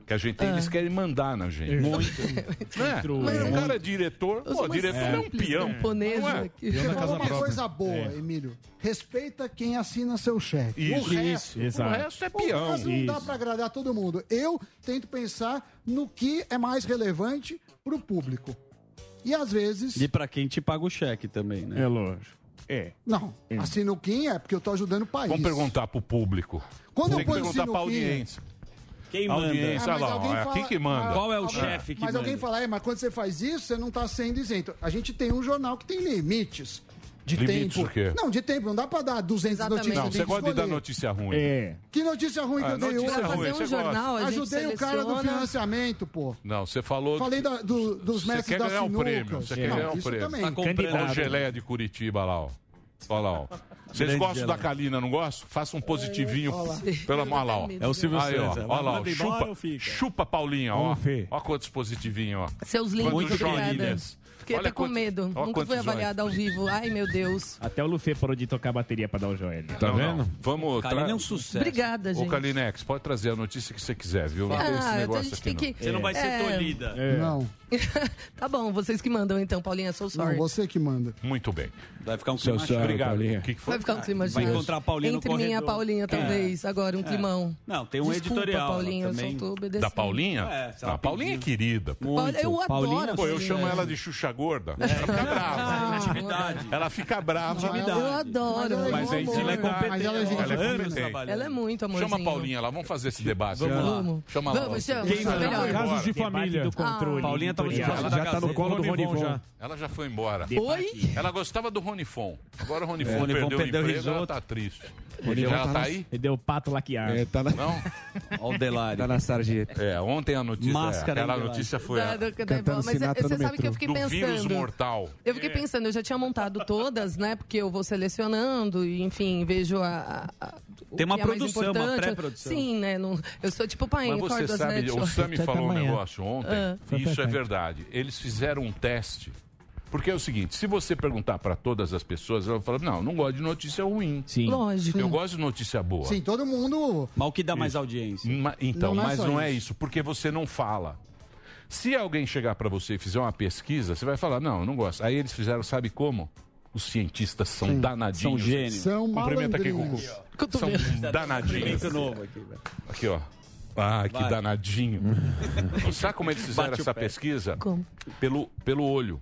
[SPEAKER 9] que a gente tem,
[SPEAKER 16] Ah.
[SPEAKER 9] eles querem mandar na gente.
[SPEAKER 16] *laughs*
[SPEAKER 9] Muito. É. Mas o cara é diretor,
[SPEAKER 10] Eu
[SPEAKER 9] pô,
[SPEAKER 10] sou uma
[SPEAKER 9] diretor é um
[SPEAKER 10] simples
[SPEAKER 9] peão.
[SPEAKER 10] camponesa
[SPEAKER 9] não é?
[SPEAKER 10] aqui. Você falou uma coisa boa,
[SPEAKER 19] É.
[SPEAKER 10] Emílio. Respeita quem assina seu cheque.
[SPEAKER 9] Isso,
[SPEAKER 10] o resto,
[SPEAKER 9] isso, exato.
[SPEAKER 10] O resto é peão. Mas não dá
[SPEAKER 9] Isso.
[SPEAKER 10] pra agradar todo mundo. Eu tento pensar no que é mais relevante pro público. E às vezes...
[SPEAKER 12] E pra quem te paga o cheque também, né?
[SPEAKER 10] É
[SPEAKER 12] lógico. É.
[SPEAKER 10] Não,
[SPEAKER 19] Hum.
[SPEAKER 10] assino o Kim é porque eu tô ajudando o país.
[SPEAKER 9] Vamos perguntar pro público.
[SPEAKER 10] Quando
[SPEAKER 9] Tem
[SPEAKER 10] eu
[SPEAKER 9] que
[SPEAKER 10] ponho
[SPEAKER 9] perguntar
[SPEAKER 10] sino
[SPEAKER 9] pra
[SPEAKER 10] aqui-
[SPEAKER 9] audiência.
[SPEAKER 12] Quem
[SPEAKER 10] manda?
[SPEAKER 9] Audiência,
[SPEAKER 10] Ah, mas
[SPEAKER 9] olha lá, ó,
[SPEAKER 10] alguém
[SPEAKER 9] é
[SPEAKER 10] fala-
[SPEAKER 9] aqui que manda.
[SPEAKER 10] Ah, alguém-
[SPEAKER 12] que
[SPEAKER 10] Mas alguém
[SPEAKER 12] manda?
[SPEAKER 10] fala, é, mas quando você faz isso, você não tá sendo isento. A gente tem um jornal que tem limites. De
[SPEAKER 9] Limites
[SPEAKER 10] tempo.
[SPEAKER 9] do quê?
[SPEAKER 10] Não, de tempo. Não dá pra dar 200 notícias.
[SPEAKER 9] Não,
[SPEAKER 10] tem
[SPEAKER 9] você
[SPEAKER 10] que
[SPEAKER 9] gosta de dar
[SPEAKER 10] escolher. É.
[SPEAKER 9] notícia ruim.
[SPEAKER 10] Que notícia ruim
[SPEAKER 9] Ah,
[SPEAKER 10] que eu dei
[SPEAKER 9] notícia
[SPEAKER 10] hoje.
[SPEAKER 9] Pra fazer ruim, um você jornal, gosta. a gente
[SPEAKER 10] Ajudei o cara do
[SPEAKER 9] seleciona.
[SPEAKER 10] financiamento, pô.
[SPEAKER 9] Não, você falou.
[SPEAKER 10] Falei da- do- dos
[SPEAKER 9] Você
[SPEAKER 10] mestres
[SPEAKER 9] quer
[SPEAKER 10] da
[SPEAKER 9] ganhar um
[SPEAKER 10] sinuca.
[SPEAKER 9] prêmio. Você quer
[SPEAKER 10] Não,
[SPEAKER 9] ganhar um
[SPEAKER 10] É, isso
[SPEAKER 9] prêmio.
[SPEAKER 10] também.
[SPEAKER 12] Tá
[SPEAKER 9] Olha o geleia de Curitiba lá, ó. Olha lá, ó. Vocês
[SPEAKER 18] Grande
[SPEAKER 9] gostam
[SPEAKER 18] geleia.
[SPEAKER 9] da Kalina, não gostam? Faça um positivinho.
[SPEAKER 18] Olha lá.
[SPEAKER 9] Pela mão lá, ó.
[SPEAKER 18] É o Silvio
[SPEAKER 9] Aí, ó.
[SPEAKER 18] César.
[SPEAKER 9] Olha lá, ó.
[SPEAKER 18] Manda embora
[SPEAKER 9] Chupa,
[SPEAKER 18] ou fica?
[SPEAKER 9] chupa Paulinha, ó.
[SPEAKER 18] Vamos ver.
[SPEAKER 9] Olha quantos positivinhos, ó.
[SPEAKER 16] Seus lindos,
[SPEAKER 9] Quantos
[SPEAKER 16] obrigada.
[SPEAKER 9] joinhas.
[SPEAKER 16] Fiquei
[SPEAKER 9] Olha
[SPEAKER 16] até com
[SPEAKER 9] quantos-
[SPEAKER 16] medo.
[SPEAKER 9] olha
[SPEAKER 16] Nunca
[SPEAKER 9] quantos
[SPEAKER 16] fui
[SPEAKER 9] joinhas.
[SPEAKER 16] avaliada ao vivo. Ai, meu Deus.
[SPEAKER 24] Até o Lufê parou de tocar a bateria pra dar o joelho.
[SPEAKER 9] Tá vendo? Vamos.
[SPEAKER 24] Kalina
[SPEAKER 9] tra-
[SPEAKER 24] é um sucesso.
[SPEAKER 16] Obrigada,
[SPEAKER 9] Ô,
[SPEAKER 16] gente.
[SPEAKER 9] Kalinex, pode trazer a notícia que você quiser, viu? Não
[SPEAKER 16] Ah,
[SPEAKER 9] tem esse
[SPEAKER 16] então
[SPEAKER 9] negócio
[SPEAKER 16] a gente
[SPEAKER 9] aqui,
[SPEAKER 16] tem que- Você não vai ser É. tolhida.
[SPEAKER 10] Não.
[SPEAKER 16] Tá bom, vocês que mandam então, Paulinha, sou
[SPEAKER 10] Não,
[SPEAKER 16] sorry.
[SPEAKER 10] você que manda.
[SPEAKER 9] Muito bem.
[SPEAKER 12] Vai ficar um
[SPEAKER 9] Seu
[SPEAKER 12] clima
[SPEAKER 9] senhor,
[SPEAKER 12] chato.
[SPEAKER 9] Obrigado. Paulinha. O que
[SPEAKER 16] Vai ficar um
[SPEAKER 9] Ah,
[SPEAKER 16] clima
[SPEAKER 12] Vai
[SPEAKER 16] chato.
[SPEAKER 12] encontrar a Paulinha
[SPEAKER 16] Entre
[SPEAKER 12] no
[SPEAKER 16] mim e a
[SPEAKER 12] corredor.
[SPEAKER 16] Paulinha, talvez. Agora, um
[SPEAKER 12] É.
[SPEAKER 16] climão.
[SPEAKER 12] Não, tem um
[SPEAKER 16] Desculpa,
[SPEAKER 12] editorial
[SPEAKER 16] Paulinha,
[SPEAKER 12] também.
[SPEAKER 16] eu só tô obedecendo.
[SPEAKER 9] Da Paulinha?
[SPEAKER 12] É, se
[SPEAKER 9] Não,
[SPEAKER 12] ela
[SPEAKER 9] a Paulinha é querida. pô.
[SPEAKER 16] Muito. Eu adoro Paulinha.
[SPEAKER 9] Pô, eu
[SPEAKER 16] Paulinha.
[SPEAKER 9] chamo ela de Xuxa gorda. Ela
[SPEAKER 12] É,
[SPEAKER 9] fica brava. Intimidade. Ela fica brava.
[SPEAKER 16] Eu adoro.
[SPEAKER 9] é Mas é
[SPEAKER 16] Ela é
[SPEAKER 9] intimidante.
[SPEAKER 16] Mas ela é gente
[SPEAKER 9] Ela é
[SPEAKER 16] boa.
[SPEAKER 9] competente.
[SPEAKER 16] Ela é muito amorzinho.
[SPEAKER 9] Chama a Paulinha lá, vamos fazer esse debate.
[SPEAKER 16] Vamos lá. Vamos.
[SPEAKER 9] Chama
[SPEAKER 16] Vamos,
[SPEAKER 9] lá.
[SPEAKER 16] chama, Quem chama. não? Melhor.
[SPEAKER 9] Casos de
[SPEAKER 18] família.
[SPEAKER 9] do
[SPEAKER 12] Ah.
[SPEAKER 18] controle, Paulinha tá no editorial. churrasco da casa. Rony Von já.
[SPEAKER 9] Ela já foi embora.
[SPEAKER 18] Oi?
[SPEAKER 9] Ela gostava do Ronifon. Agora o Ronifon
[SPEAKER 18] É, Rony Von
[SPEAKER 9] perdeu,
[SPEAKER 18] perdeu
[SPEAKER 9] o
[SPEAKER 18] o
[SPEAKER 9] emprego, ela
[SPEAKER 18] risoto.
[SPEAKER 9] tá triste.
[SPEAKER 18] Rony Von
[SPEAKER 9] ela
[SPEAKER 18] tá
[SPEAKER 9] tá
[SPEAKER 18] nas- *laughs*
[SPEAKER 9] aí?
[SPEAKER 24] Ele deu pato laqueado.
[SPEAKER 9] É, tá na- Não?
[SPEAKER 24] Ó o Delari.
[SPEAKER 9] Tá na sarjeta. É, ontem a notícia,
[SPEAKER 24] Máscara,
[SPEAKER 9] aquela
[SPEAKER 24] hein, Delari?
[SPEAKER 9] notícia foi
[SPEAKER 16] Da-
[SPEAKER 9] a-
[SPEAKER 16] do- da- Cantando mas, é, Sinatra você no sabe metrô. que eu fiquei
[SPEAKER 9] do vírus
[SPEAKER 16] pensando.
[SPEAKER 9] mortal.
[SPEAKER 16] Eu fiquei pensando, eu já tinha montado todas, né? Porque eu vou selecionando e, enfim, vejo a. a- a- o
[SPEAKER 9] Tem uma
[SPEAKER 16] que é mais
[SPEAKER 9] produção, uma
[SPEAKER 16] importante.
[SPEAKER 9] pré-produção.
[SPEAKER 16] Sim, né? não- eu sou tipo pai,
[SPEAKER 9] Mas você sabe, o Sami falou um negócio ontem,
[SPEAKER 16] Ah.
[SPEAKER 9] e isso é
[SPEAKER 16] *laughs*
[SPEAKER 9] verdade. Eles fizeram um teste. Porque é o seguinte, se você perguntar para todas as pessoas, elas vão falar, não, não gosto de notícia ruim.
[SPEAKER 10] Sim. Lógico.
[SPEAKER 9] Eu gosto de notícia boa.
[SPEAKER 10] Sim, todo mundo.
[SPEAKER 9] Mas o que dá mais audiência? então,
[SPEAKER 10] Não é
[SPEAKER 9] mas
[SPEAKER 10] só
[SPEAKER 9] não é
[SPEAKER 10] isso.
[SPEAKER 9] isso, porque você não fala. Se alguém chegar para você e fizer uma pesquisa, você vai falar, não, eu não gosto. Aí eles fizeram, sabe como? Os cientistas são
[SPEAKER 18] Sim.
[SPEAKER 9] danadinhos.
[SPEAKER 18] São gênios. São
[SPEAKER 9] Cumprimenta aqui, Cucu.
[SPEAKER 18] malandrinhos.
[SPEAKER 9] São danadinhos.
[SPEAKER 18] Cumprimento novo
[SPEAKER 9] Tá aqui, ó. Ah, que *laughs*
[SPEAKER 18] Vai.
[SPEAKER 9] danadinho. Então, Sabe como eles fizeram
[SPEAKER 18] Bate o
[SPEAKER 9] essa
[SPEAKER 18] pé.
[SPEAKER 9] pesquisa? Pelo, pelo olho.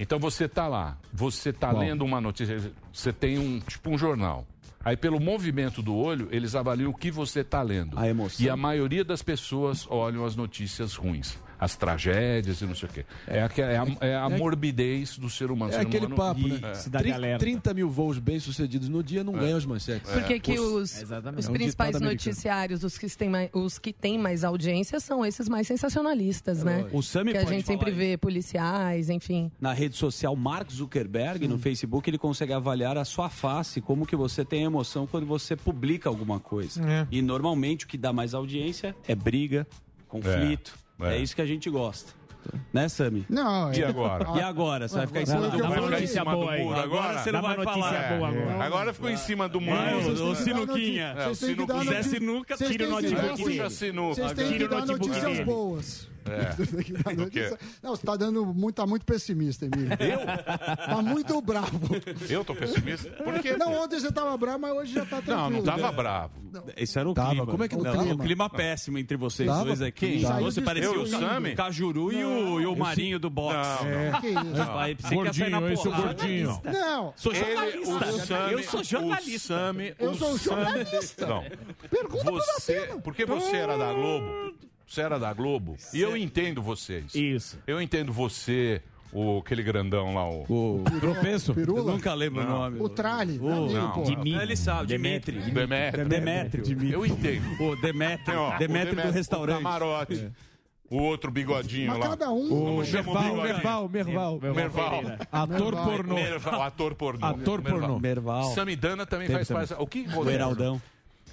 [SPEAKER 9] Então você tá lá, você tá
[SPEAKER 18] Qual?
[SPEAKER 9] lendo uma notícia, você tem um tipo um jornal. Aí pelo movimento do olho, eles avaliam o que você tá lendo. A emoção. E a maioria das pessoas olham as notícias ruins. As tragédias e não sei o quê. É, aque- é a, é a
[SPEAKER 11] É-
[SPEAKER 9] morbidez do ser humano. O
[SPEAKER 11] É
[SPEAKER 9] ser
[SPEAKER 11] aquele
[SPEAKER 9] humano-
[SPEAKER 11] papo, né?
[SPEAKER 9] É.
[SPEAKER 11] Trin- 30 mil voos bem-sucedidos no dia não
[SPEAKER 9] É.
[SPEAKER 11] ganham as manchetes.
[SPEAKER 16] Por que, que
[SPEAKER 11] Poxa,
[SPEAKER 16] os,
[SPEAKER 11] exatamente.
[SPEAKER 16] os
[SPEAKER 11] É um
[SPEAKER 16] principais
[SPEAKER 11] ditado americano.
[SPEAKER 16] noticiários, os que, têm mais, os que têm mais audiência, são esses mais
[SPEAKER 9] É
[SPEAKER 16] sensacionalistas, né?
[SPEAKER 12] lógico. O Sami
[SPEAKER 16] Que a
[SPEAKER 12] pode
[SPEAKER 16] gente sempre
[SPEAKER 12] falar
[SPEAKER 16] vê policiais, enfim.
[SPEAKER 12] na rede social Mark Zuckerberg, no Facebook, ele consegue avaliar a sua face, como que você tem emoção quando você publica alguma coisa.
[SPEAKER 5] É.
[SPEAKER 12] E normalmente o que dá mais audiência é briga, conflito. É, isso que a gente gosta. Né, Sami?
[SPEAKER 10] Não,
[SPEAKER 12] E
[SPEAKER 10] é-
[SPEAKER 12] agora? E agora? Você vai ficar em cima
[SPEAKER 10] Foi o
[SPEAKER 12] do
[SPEAKER 10] que eu
[SPEAKER 12] muro?
[SPEAKER 10] falei.
[SPEAKER 9] Agora,
[SPEAKER 12] você não vai falar.
[SPEAKER 9] É. Agora ficou em cima do muro.
[SPEAKER 12] É, o- o
[SPEAKER 9] É.
[SPEAKER 12] Sinuquinha.
[SPEAKER 9] É, o
[SPEAKER 12] Vocês têm que
[SPEAKER 9] Sinuquinha.
[SPEAKER 12] dar Zé notícia- Sinuca, vocês tira o têm que notebook dar dele.
[SPEAKER 9] Puxa a
[SPEAKER 12] notícia-
[SPEAKER 9] sinuca.
[SPEAKER 10] Vocês têm que
[SPEAKER 9] Tira o
[SPEAKER 10] dar
[SPEAKER 9] notebook
[SPEAKER 10] notícias
[SPEAKER 9] dele.
[SPEAKER 10] boas.
[SPEAKER 9] É.
[SPEAKER 10] Não,
[SPEAKER 9] *laughs* O quê?
[SPEAKER 10] Não, você tá dando muito, tá muito pessimista, Emílio. Eu? Tá muito bravo.
[SPEAKER 9] Eu tô pessimista? *laughs* Por quê?
[SPEAKER 10] Não, ontem você tava bravo, mas hoje já tá tranquilo.
[SPEAKER 9] Não, não tava bravo.
[SPEAKER 12] Isso era o clima.
[SPEAKER 9] como é que
[SPEAKER 12] não,
[SPEAKER 9] tava?
[SPEAKER 12] O clima péssimo entre vocês
[SPEAKER 9] Tava?
[SPEAKER 12] dois aqui.
[SPEAKER 9] Quem? Saiu
[SPEAKER 12] Você
[SPEAKER 9] destruído.
[SPEAKER 12] parecia
[SPEAKER 9] Eu,
[SPEAKER 12] o Ca-
[SPEAKER 9] Sami?
[SPEAKER 12] Cajuru e o, e o
[SPEAKER 9] Não.
[SPEAKER 12] Marinho do boxe.
[SPEAKER 9] Não, não. É, que isso.
[SPEAKER 12] Vai, você quer sair na
[SPEAKER 18] Gordinho, esse é o
[SPEAKER 12] porrada.
[SPEAKER 18] gordinho.
[SPEAKER 10] Não.
[SPEAKER 12] Sou
[SPEAKER 9] Ele,
[SPEAKER 12] um
[SPEAKER 9] é
[SPEAKER 12] jornalista.
[SPEAKER 9] o Sami-
[SPEAKER 12] eu sou
[SPEAKER 9] O
[SPEAKER 12] jornalista.
[SPEAKER 9] Sami,
[SPEAKER 12] Eu
[SPEAKER 9] o
[SPEAKER 12] sou um
[SPEAKER 9] Sami-
[SPEAKER 12] jornalista.
[SPEAKER 9] Não. Pergunta você, Porque você era da Globo. Você era da Globo. E eu entendo vocês. Isso. Eu entendo você, o, aquele grandão lá, o...
[SPEAKER 11] O
[SPEAKER 18] Tropeço?
[SPEAKER 10] Pirula?
[SPEAKER 12] nunca lembro
[SPEAKER 9] Não.
[SPEAKER 12] o nome.
[SPEAKER 10] O trale. amigo, pô.
[SPEAKER 12] Ele sabe, Dimitri.
[SPEAKER 9] Demetrio.
[SPEAKER 12] Demetrio.
[SPEAKER 9] Eu entendo.
[SPEAKER 12] O Demetrio.
[SPEAKER 9] Ó, o
[SPEAKER 12] Demetrio do restaurante.
[SPEAKER 9] O camarote. O outro bigodinho
[SPEAKER 10] Mas
[SPEAKER 9] lá.
[SPEAKER 10] cada um-
[SPEAKER 9] Como
[SPEAKER 10] O
[SPEAKER 9] chama
[SPEAKER 10] Merval,
[SPEAKER 9] o
[SPEAKER 10] Merval, Merval.
[SPEAKER 9] Merval.
[SPEAKER 10] Pereira. Ator
[SPEAKER 9] Merval.
[SPEAKER 10] pornô.
[SPEAKER 9] Merval, ator pornô.
[SPEAKER 18] Ator pornô.
[SPEAKER 12] Merval.
[SPEAKER 9] Samidana também
[SPEAKER 18] Teve
[SPEAKER 9] faz
[SPEAKER 18] também.
[SPEAKER 9] parte. O que
[SPEAKER 18] O
[SPEAKER 9] acontece?
[SPEAKER 18] Heraldão.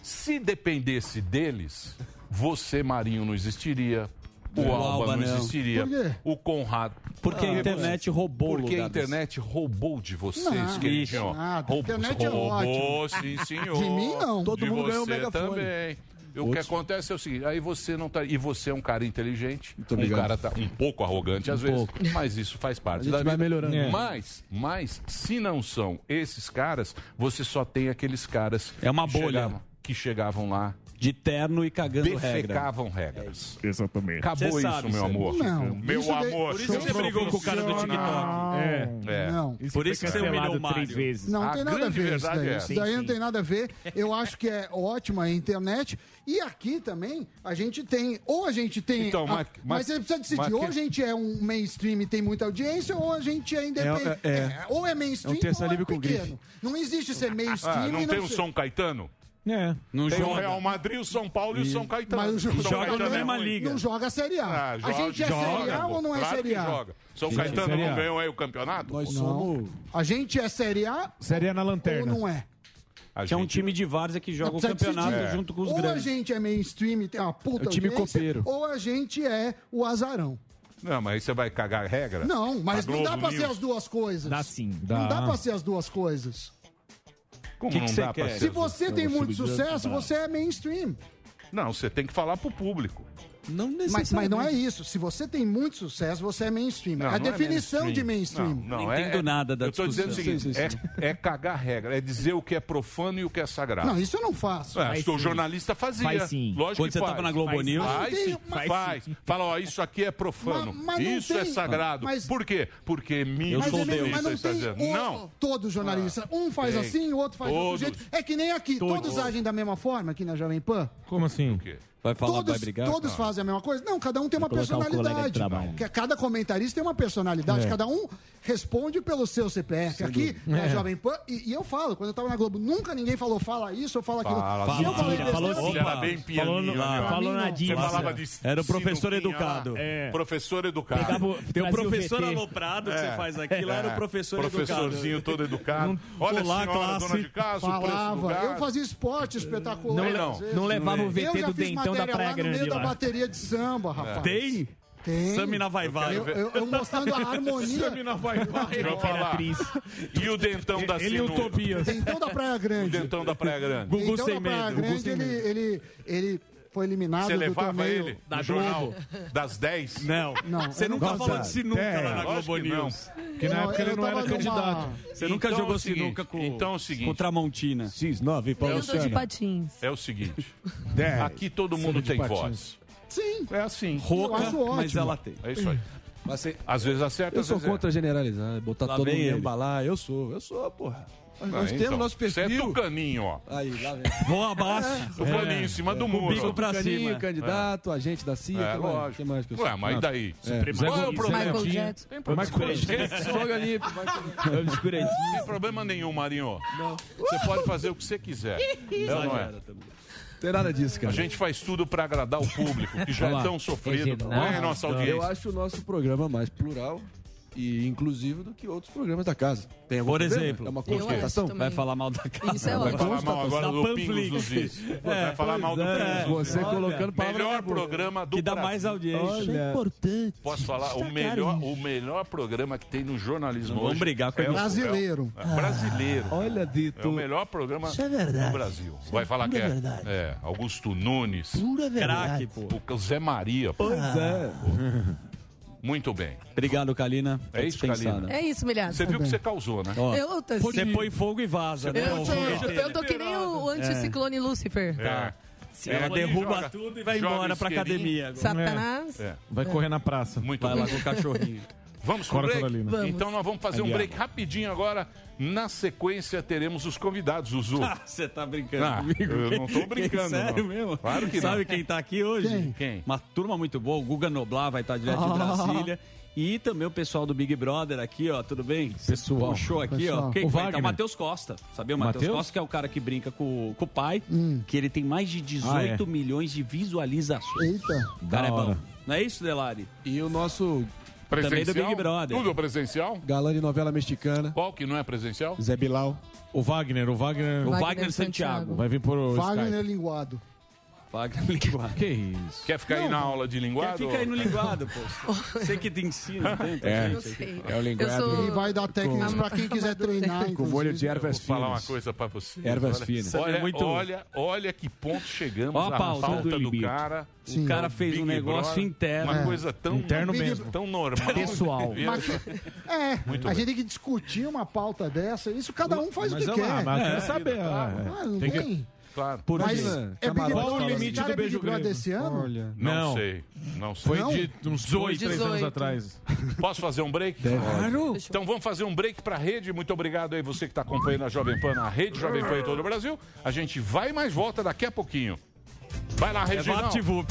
[SPEAKER 9] Se dependesse deles, você, Marinho, não existiria. O
[SPEAKER 12] O
[SPEAKER 9] Alba,
[SPEAKER 12] Alba
[SPEAKER 9] não
[SPEAKER 12] não.
[SPEAKER 9] existiria.
[SPEAKER 12] Por quê?
[SPEAKER 9] O Conrado. Ah,
[SPEAKER 12] Porque a internet roubou o
[SPEAKER 9] Porque a
[SPEAKER 12] lugar dos-
[SPEAKER 9] internet roubou de vocês,
[SPEAKER 12] Não,
[SPEAKER 9] queridinho.
[SPEAKER 12] nada.
[SPEAKER 9] Roubou,
[SPEAKER 12] Internet é
[SPEAKER 9] roubou
[SPEAKER 12] ótimo.
[SPEAKER 9] sim, senhor.
[SPEAKER 10] De mim, não.
[SPEAKER 9] De
[SPEAKER 10] Todo mundo ganhou
[SPEAKER 9] você
[SPEAKER 10] um megafone.
[SPEAKER 9] também. E O que acontece é o seguinte, aí você não tá. E você é um cara inteligente, um
[SPEAKER 11] obrigado.
[SPEAKER 9] cara tá um pouco arrogante às
[SPEAKER 11] Um
[SPEAKER 9] vezes,
[SPEAKER 11] pouco.
[SPEAKER 9] mas isso faz parte
[SPEAKER 11] A gente
[SPEAKER 9] da
[SPEAKER 11] vai
[SPEAKER 9] vida.
[SPEAKER 11] melhorando. É.
[SPEAKER 9] Mas, mas, se não são esses caras, você só tem aqueles caras. É
[SPEAKER 12] uma bolha.
[SPEAKER 9] que chegavam lá.
[SPEAKER 12] De terno e cagando
[SPEAKER 9] Defecavam regras.
[SPEAKER 12] Exatamente.
[SPEAKER 9] Acabou isso, meu amor. Meu
[SPEAKER 12] Isso de-
[SPEAKER 9] amor.
[SPEAKER 12] Por isso você brigou com o cara do TikTok.
[SPEAKER 9] É.
[SPEAKER 10] Não.
[SPEAKER 12] Por isso que você humilhou o Mário.
[SPEAKER 10] Não,
[SPEAKER 9] Ah,
[SPEAKER 10] não tem nada a ver isso daí.
[SPEAKER 9] é-
[SPEAKER 10] Isso daí
[SPEAKER 9] Sim,
[SPEAKER 10] não
[SPEAKER 9] sim.
[SPEAKER 10] tem nada a ver. Eu acho que é ótima a internet. E aqui também a gente tem. Ou a gente tem.
[SPEAKER 9] Então,
[SPEAKER 10] a-
[SPEAKER 9] mas-
[SPEAKER 10] mas,
[SPEAKER 9] mas-
[SPEAKER 10] você precisa decidir.
[SPEAKER 9] mas
[SPEAKER 10] ou
[SPEAKER 9] que-
[SPEAKER 10] a gente é um mainstream e tem muita audiência, ou a gente é independente.
[SPEAKER 9] É, é, é.
[SPEAKER 10] ou é mainstream
[SPEAKER 9] É um terça
[SPEAKER 10] ou é
[SPEAKER 9] livre com
[SPEAKER 10] pequeno. Não existe ser mainstream
[SPEAKER 9] Ah,
[SPEAKER 10] e
[SPEAKER 9] não tem o
[SPEAKER 10] ser-
[SPEAKER 9] São Caetano?
[SPEAKER 18] É.
[SPEAKER 9] Não tem o
[SPEAKER 10] joga.
[SPEAKER 9] Real Madrid, o São Paulo e o
[SPEAKER 10] Isso.
[SPEAKER 9] São Caetano.
[SPEAKER 10] Mas o jogo
[SPEAKER 9] São
[SPEAKER 10] joga
[SPEAKER 9] Caetano
[SPEAKER 10] na mesma
[SPEAKER 9] ruim.
[SPEAKER 10] liga. Não joga a Série A.
[SPEAKER 9] Ah,
[SPEAKER 10] A
[SPEAKER 9] joga-
[SPEAKER 10] gente é Série A
[SPEAKER 9] joga,
[SPEAKER 10] ou não é
[SPEAKER 9] claro que
[SPEAKER 10] Série A?
[SPEAKER 9] joga. São
[SPEAKER 10] Gente,
[SPEAKER 9] Caetano
[SPEAKER 10] Série
[SPEAKER 9] não
[SPEAKER 10] A.
[SPEAKER 9] ganhou aí o campeonato?
[SPEAKER 10] Nós somos. A gente é Série A
[SPEAKER 18] Seria na
[SPEAKER 10] ou
[SPEAKER 18] lanterna.
[SPEAKER 10] não é?
[SPEAKER 9] A
[SPEAKER 12] Que é um time de várzea que joga o
[SPEAKER 10] Precisa
[SPEAKER 12] campeonato
[SPEAKER 10] decidir.
[SPEAKER 12] junto com os
[SPEAKER 10] ou
[SPEAKER 12] grandes.
[SPEAKER 10] a gente é mainstream e tem uma puta
[SPEAKER 12] É o time
[SPEAKER 10] audiência,
[SPEAKER 12] copeiro.
[SPEAKER 10] ou a gente é o azarão.
[SPEAKER 9] Não, mas aí você vai cagar a regra?
[SPEAKER 10] Não, mas
[SPEAKER 9] A
[SPEAKER 10] não dá
[SPEAKER 9] É. Globo
[SPEAKER 10] pra ser
[SPEAKER 9] News.
[SPEAKER 10] as duas coisas.
[SPEAKER 12] Ah,
[SPEAKER 10] Dá
[SPEAKER 18] sim.
[SPEAKER 10] Não dá pra ser as duas coisas.
[SPEAKER 9] Como
[SPEAKER 18] Que
[SPEAKER 9] não
[SPEAKER 18] que
[SPEAKER 9] dá pra
[SPEAKER 18] você quer?
[SPEAKER 9] ser
[SPEAKER 10] Se
[SPEAKER 9] as duas?
[SPEAKER 10] você tem muito sucesso, você é mainstream.
[SPEAKER 9] Não, você tem que falar pro público.
[SPEAKER 11] Não
[SPEAKER 10] Mas,
[SPEAKER 11] necessariamente.
[SPEAKER 10] mas não é isso. Se você tem muito sucesso, você é mainstream.
[SPEAKER 9] Não,
[SPEAKER 10] a
[SPEAKER 9] não é
[SPEAKER 10] definição de mainstream.
[SPEAKER 9] Não, não, é- é- Eu tô dizendo o seguinte, É, é cagar regra, é dizer o que é profano e o que é sagrado.
[SPEAKER 10] Não, isso eu não faço.
[SPEAKER 9] É, acho que o jornalista fazia.
[SPEAKER 10] Faz sim.
[SPEAKER 9] Lógico
[SPEAKER 10] Quando
[SPEAKER 9] que
[SPEAKER 10] você
[SPEAKER 9] faz.
[SPEAKER 10] tava na Globo
[SPEAKER 9] faz,
[SPEAKER 10] News.
[SPEAKER 9] Faz,
[SPEAKER 10] Mas
[SPEAKER 9] sim,
[SPEAKER 10] tem- mas-
[SPEAKER 9] faz. Fala, ó, isso aqui é profano.
[SPEAKER 10] Mas- mas não
[SPEAKER 9] isso é
[SPEAKER 10] tem-
[SPEAKER 9] sagrado.
[SPEAKER 10] Mas-
[SPEAKER 9] Por quê? Porque mil
[SPEAKER 10] mas, ele- mas não
[SPEAKER 9] jornalistas
[SPEAKER 10] tem
[SPEAKER 9] fazendo.
[SPEAKER 10] o-
[SPEAKER 9] tá Não. Ah,
[SPEAKER 10] todo jornalista. um faz
[SPEAKER 9] Tem.
[SPEAKER 10] assim, o outro faz do outro
[SPEAKER 9] Todos.
[SPEAKER 10] jeito. É que nem aqui.
[SPEAKER 9] Todos.
[SPEAKER 10] Todos, agem da mesma forma aqui na Jovem Pan.
[SPEAKER 5] Como assim?
[SPEAKER 11] Vai falar,
[SPEAKER 10] todos
[SPEAKER 11] vai brigar?
[SPEAKER 10] todos
[SPEAKER 12] Tá.
[SPEAKER 11] Não.
[SPEAKER 10] fazem a mesma coisa? Não, cada um tem uma
[SPEAKER 11] colocar o colega de
[SPEAKER 10] personalidade.
[SPEAKER 11] trabalho.
[SPEAKER 10] Ca- Cada comentarista tem uma personalidade.
[SPEAKER 11] É.
[SPEAKER 10] Cada um responde pelo seu CPF.
[SPEAKER 11] Sem
[SPEAKER 10] aqui
[SPEAKER 11] dúvida.
[SPEAKER 10] na
[SPEAKER 11] É.
[SPEAKER 10] Jovem Pan, e, e eu falo, quando eu tava na Globo, nunca ninguém falou fala isso ou fala aquilo.
[SPEAKER 9] Fala,
[SPEAKER 10] Se eu falei
[SPEAKER 9] mentira, falou
[SPEAKER 10] besteira,
[SPEAKER 9] sim. Era bem pianinho, né? Pra
[SPEAKER 12] falou
[SPEAKER 9] mim,
[SPEAKER 12] na
[SPEAKER 9] não.
[SPEAKER 12] diva.
[SPEAKER 9] Você falava de
[SPEAKER 12] Era o professor
[SPEAKER 9] sinuquinha lá.
[SPEAKER 12] educado.
[SPEAKER 9] É. Professor educado.
[SPEAKER 12] Pegava o-
[SPEAKER 9] Tem
[SPEAKER 12] trazia o professor VT. aloprado que você faz aqui, lá era o professor
[SPEAKER 9] Professorzinho
[SPEAKER 12] educado.
[SPEAKER 9] todo educado.
[SPEAKER 12] Não-
[SPEAKER 9] Olha a
[SPEAKER 12] Olá,
[SPEAKER 9] senhora,
[SPEAKER 12] classe.
[SPEAKER 9] dona de casa, o um preço do
[SPEAKER 10] Falava,
[SPEAKER 9] gás.
[SPEAKER 10] eu fazia esporte espetacular.
[SPEAKER 9] Não, não.
[SPEAKER 10] às vezes.
[SPEAKER 9] Não levava o VT
[SPEAKER 10] Eu já
[SPEAKER 9] do
[SPEAKER 10] fiz
[SPEAKER 9] Dentão da
[SPEAKER 10] matéria
[SPEAKER 9] Praia
[SPEAKER 10] lá no
[SPEAKER 9] Grande
[SPEAKER 10] meio da
[SPEAKER 9] lá.
[SPEAKER 10] bateria de samba, rapaz.
[SPEAKER 12] Tem?
[SPEAKER 10] Tem.
[SPEAKER 12] Samina Vai Vai.
[SPEAKER 10] Eu, eu- eu mostrando a harmonia.
[SPEAKER 5] Samina Vai Vai.
[SPEAKER 9] Deixa eu falar. E o dentão da
[SPEAKER 5] Ele e o
[SPEAKER 9] sinuca?
[SPEAKER 5] Tobias.
[SPEAKER 10] Dentão da Praia
[SPEAKER 9] O
[SPEAKER 10] Grande.
[SPEAKER 9] dentão da Praia Grande.
[SPEAKER 10] Então, na Praia Grande, ele, ele, ele foi eliminado
[SPEAKER 9] Você
[SPEAKER 10] do
[SPEAKER 9] levava
[SPEAKER 10] torneio
[SPEAKER 9] ele
[SPEAKER 10] da
[SPEAKER 9] no
[SPEAKER 10] Globo.
[SPEAKER 9] jornal das 10?
[SPEAKER 12] Não.
[SPEAKER 10] Não, Você eu nunca não- falou de sinuca
[SPEAKER 9] Pera,
[SPEAKER 12] lá na
[SPEAKER 9] lógico
[SPEAKER 12] Globo
[SPEAKER 9] que não.
[SPEAKER 12] News. Porque na Não, época ele eu não era tava numa- candidato. Você nunca
[SPEAKER 9] Então é o
[SPEAKER 12] jogou
[SPEAKER 9] seguinte,
[SPEAKER 12] sinuca com-
[SPEAKER 9] Então é o seguinte.
[SPEAKER 12] com Tramontina. Cis 9,
[SPEAKER 16] Eu dou de patins.
[SPEAKER 9] É o seguinte. Aqui todo mundo
[SPEAKER 12] Sinuca de
[SPEAKER 9] tem
[SPEAKER 12] patins.
[SPEAKER 9] voz.
[SPEAKER 10] Sim.
[SPEAKER 9] É assim.
[SPEAKER 11] Rouca, Eu acho ótimo. mas ela tem.
[SPEAKER 9] É isso aí. Às vezes acerta,
[SPEAKER 11] Eu
[SPEAKER 9] às
[SPEAKER 11] sou
[SPEAKER 9] vezes erra.
[SPEAKER 11] contra generalizar, botar
[SPEAKER 9] Lá
[SPEAKER 11] todo
[SPEAKER 9] vem
[SPEAKER 11] mundo
[SPEAKER 9] ele.
[SPEAKER 11] em embalar. Eu sou, eu sou, porra. Nós, nós
[SPEAKER 9] Ah,
[SPEAKER 11] temos nosso perfil.
[SPEAKER 9] Você é tucaninho, ó.
[SPEAKER 11] Aí, lá vem.
[SPEAKER 12] Vão abaixo.
[SPEAKER 9] É. O paninho em cima do muro.
[SPEAKER 11] É. Bico pra
[SPEAKER 9] Tucaninho,
[SPEAKER 11] cima. candidato, agente da CIA.
[SPEAKER 9] É,
[SPEAKER 11] que mais?
[SPEAKER 9] lógico.
[SPEAKER 11] Que mais, pessoal?
[SPEAKER 9] Ué, mas
[SPEAKER 11] Não.
[SPEAKER 9] daí?
[SPEAKER 11] É.
[SPEAKER 9] Supremo- Qual é o problema?
[SPEAKER 16] Michael Jackson.
[SPEAKER 9] Tem problema.
[SPEAKER 11] Michael
[SPEAKER 16] Jackson.
[SPEAKER 11] Joga ali.
[SPEAKER 9] Não tem problema nenhum, Marinho. Você pode fazer o que você quiser. É ou não é?
[SPEAKER 11] Exagera Tem nada disso,
[SPEAKER 9] A
[SPEAKER 11] cara.
[SPEAKER 9] gente faz tudo pra agradar o público, *laughs* que já
[SPEAKER 11] Olha
[SPEAKER 9] é
[SPEAKER 11] lá.
[SPEAKER 9] tão sofrido. Olha a nossa
[SPEAKER 11] Eu
[SPEAKER 9] audiência.
[SPEAKER 11] acho o nosso programa mais plural e inclusivo do que outros programas da casa. Tem algum
[SPEAKER 12] Por
[SPEAKER 11] problema?
[SPEAKER 12] exemplo,
[SPEAKER 11] É uma constatação.
[SPEAKER 12] vai falar mal da casa.
[SPEAKER 16] Isso é
[SPEAKER 9] Vai
[SPEAKER 16] ótimo.
[SPEAKER 9] falar mal agora
[SPEAKER 12] Da
[SPEAKER 9] do
[SPEAKER 12] Panflix.
[SPEAKER 9] Pingos dos Is.
[SPEAKER 12] É,
[SPEAKER 9] Vai falar mal do
[SPEAKER 12] pois é.
[SPEAKER 9] Pingos dos Is.
[SPEAKER 12] Você colocando palavra na
[SPEAKER 9] Melhor
[SPEAKER 12] boca.
[SPEAKER 9] programa do
[SPEAKER 12] Que dá
[SPEAKER 9] Brasil.
[SPEAKER 12] mais audiência. Olha. Isso é importante.
[SPEAKER 9] Posso
[SPEAKER 14] é
[SPEAKER 9] falar? O
[SPEAKER 12] Destacar
[SPEAKER 9] melhor,
[SPEAKER 12] isso. tá
[SPEAKER 9] o melhor programa que tem no jornalismo
[SPEAKER 12] Não vamos
[SPEAKER 9] hoje.
[SPEAKER 12] brigar com
[SPEAKER 9] é o-
[SPEAKER 12] Brasileiro.
[SPEAKER 9] é o- é brasileiro.
[SPEAKER 12] olha, Dito.
[SPEAKER 9] É o melhor programa
[SPEAKER 12] Isso é verdade.
[SPEAKER 9] do Brasil. Vai falar que
[SPEAKER 12] pura
[SPEAKER 9] é,
[SPEAKER 12] verdade.
[SPEAKER 9] é, Augusto Nunes.
[SPEAKER 12] Pura verdade. Craque,
[SPEAKER 9] O Zé Maria. pô.
[SPEAKER 12] Pois é.
[SPEAKER 9] Muito bem.
[SPEAKER 12] Obrigado, Kalina.
[SPEAKER 9] É isso, Kalina.
[SPEAKER 16] É isso, milhado.
[SPEAKER 12] tá
[SPEAKER 9] Você viu que você causou, né?
[SPEAKER 16] Ó, Eu tô
[SPEAKER 12] Você
[SPEAKER 16] assim.
[SPEAKER 12] põe fogo e vaza, né?
[SPEAKER 16] Eu,
[SPEAKER 12] O
[SPEAKER 16] tô,
[SPEAKER 12] fogueteiro.
[SPEAKER 16] eu tô que nem o
[SPEAKER 9] É.
[SPEAKER 16] anticiclone Lúcifer.
[SPEAKER 12] Tá.
[SPEAKER 16] Se
[SPEAKER 12] Ela
[SPEAKER 16] olha e
[SPEAKER 12] derruba
[SPEAKER 16] joga-
[SPEAKER 12] tudo e vai
[SPEAKER 16] joga
[SPEAKER 12] embora pra
[SPEAKER 16] isqueirinho.
[SPEAKER 12] academia. agora.
[SPEAKER 16] Satanás.
[SPEAKER 5] Vai correr na praça.
[SPEAKER 9] É. Muito
[SPEAKER 12] É. Vai lá com o cachorrinho.
[SPEAKER 9] *laughs* Vamos com o
[SPEAKER 5] Cora
[SPEAKER 9] break?
[SPEAKER 5] Coralina.
[SPEAKER 16] Vamos.
[SPEAKER 9] Então nós vamos fazer um
[SPEAKER 5] Aliado.
[SPEAKER 9] break rapidinho agora. Na sequência teremos os convidados,
[SPEAKER 12] *laughs*
[SPEAKER 9] o Zu.
[SPEAKER 12] Você tá brincando
[SPEAKER 9] Ah,
[SPEAKER 12] comigo? É
[SPEAKER 9] eu
[SPEAKER 12] *laughs*
[SPEAKER 9] não tô brincando,
[SPEAKER 12] Sério
[SPEAKER 9] não.
[SPEAKER 12] mesmo?
[SPEAKER 9] Claro que não.
[SPEAKER 12] Sabe quem tá aqui hoje?
[SPEAKER 9] Quem? Quem?
[SPEAKER 12] Uma turma muito boa. O Guga Noblar vai estar direto
[SPEAKER 11] Ah.
[SPEAKER 12] de Brasília. E também o pessoal do Big Brother aqui, ó. Tudo bem?
[SPEAKER 11] Pessoal.
[SPEAKER 12] Puxou aqui, ó.
[SPEAKER 11] Pessoal.
[SPEAKER 12] Quem
[SPEAKER 11] O
[SPEAKER 12] que vai estar?
[SPEAKER 11] Wagner.
[SPEAKER 12] O Matheus Costa. Sabia o Matheus
[SPEAKER 11] Matheus?
[SPEAKER 12] Costa, que é o cara que brinca com, com o pai, que ele tem mais de 18
[SPEAKER 11] Ah, é.
[SPEAKER 12] milhões de visualizações.
[SPEAKER 10] Eita.
[SPEAKER 12] O cara
[SPEAKER 11] Da
[SPEAKER 12] é bom.
[SPEAKER 11] hora.
[SPEAKER 12] Não é isso, Delari?
[SPEAKER 11] E o nosso...
[SPEAKER 12] Também do Big Brother.
[SPEAKER 9] Tudo presencial?
[SPEAKER 11] Galã de novela mexicana.
[SPEAKER 9] Qual que não é presencial?
[SPEAKER 11] Zé Bilal.
[SPEAKER 5] O Wagner, o Wagner.
[SPEAKER 12] O Wagner Wagner Santiago. Santiago.
[SPEAKER 5] Vai vir por
[SPEAKER 10] Wagner linguado.
[SPEAKER 12] Wagner Linguado.
[SPEAKER 5] Que isso?
[SPEAKER 9] Quer ficar aí na aula de linguado?
[SPEAKER 12] Fica aí no linguado,
[SPEAKER 10] *laughs*
[SPEAKER 12] pô. Você que te
[SPEAKER 9] *laughs*
[SPEAKER 12] ensina, tanta
[SPEAKER 9] É.
[SPEAKER 12] tá, gente.
[SPEAKER 9] Eu sei.
[SPEAKER 11] É o linguado.
[SPEAKER 10] Ele vai dar técnicas
[SPEAKER 11] Com-
[SPEAKER 10] pra quem quiser treinar.
[SPEAKER 9] *laughs*
[SPEAKER 11] Com molho de
[SPEAKER 9] Eu vou
[SPEAKER 11] ervas
[SPEAKER 9] falar uma
[SPEAKER 11] finas.
[SPEAKER 9] coisa pra você.
[SPEAKER 11] Ervas
[SPEAKER 9] olha,
[SPEAKER 11] finas.
[SPEAKER 9] Olha,
[SPEAKER 11] É muito-
[SPEAKER 9] olha, olha que ponto chegamos.
[SPEAKER 12] Ó a
[SPEAKER 9] a
[SPEAKER 12] pausa
[SPEAKER 9] falta
[SPEAKER 12] do
[SPEAKER 9] do,
[SPEAKER 12] libido.
[SPEAKER 9] cara.
[SPEAKER 12] Sim. O cara fez
[SPEAKER 9] Big
[SPEAKER 12] um negócio interno.
[SPEAKER 9] Uma
[SPEAKER 12] É.
[SPEAKER 9] coisa tão,
[SPEAKER 12] Interno
[SPEAKER 9] Big-
[SPEAKER 12] mesmo.
[SPEAKER 9] tão normal.
[SPEAKER 12] Pessoal.
[SPEAKER 9] Eu-
[SPEAKER 12] Mas-
[SPEAKER 10] É,
[SPEAKER 9] Muito
[SPEAKER 10] a
[SPEAKER 9] bem.
[SPEAKER 10] gente tem que discutir uma pauta dessa. Isso cada um faz
[SPEAKER 5] Mas
[SPEAKER 10] o
[SPEAKER 5] é
[SPEAKER 10] que
[SPEAKER 5] lá,
[SPEAKER 10] quer.
[SPEAKER 5] mas eu quero saber. ah,
[SPEAKER 10] Ah, não
[SPEAKER 5] tem que-
[SPEAKER 10] tem.
[SPEAKER 9] Claro.
[SPEAKER 5] Por
[SPEAKER 10] Mas
[SPEAKER 5] quê?
[SPEAKER 10] é Big
[SPEAKER 5] Qual o
[SPEAKER 10] Brother,
[SPEAKER 5] limite
[SPEAKER 10] cara,
[SPEAKER 5] do
[SPEAKER 10] é Big
[SPEAKER 5] beijo
[SPEAKER 10] Brother
[SPEAKER 5] grego?
[SPEAKER 10] esse ano?
[SPEAKER 5] Olha.
[SPEAKER 9] Não,
[SPEAKER 5] Não.
[SPEAKER 9] sei. Não sei.
[SPEAKER 5] Foi de uns dois, três anos atrás.
[SPEAKER 9] Posso fazer um break? Claro. Então vamos fazer um break para rede. Muito obrigado aí você que está acompanhando a Jovem Pan na rede Jovem Pan em todo o Brasil. A gente vai mais volta daqui a pouquinho. Vai lá,
[SPEAKER 5] É
[SPEAKER 9] Reginaldo.
[SPEAKER 12] VaptVup.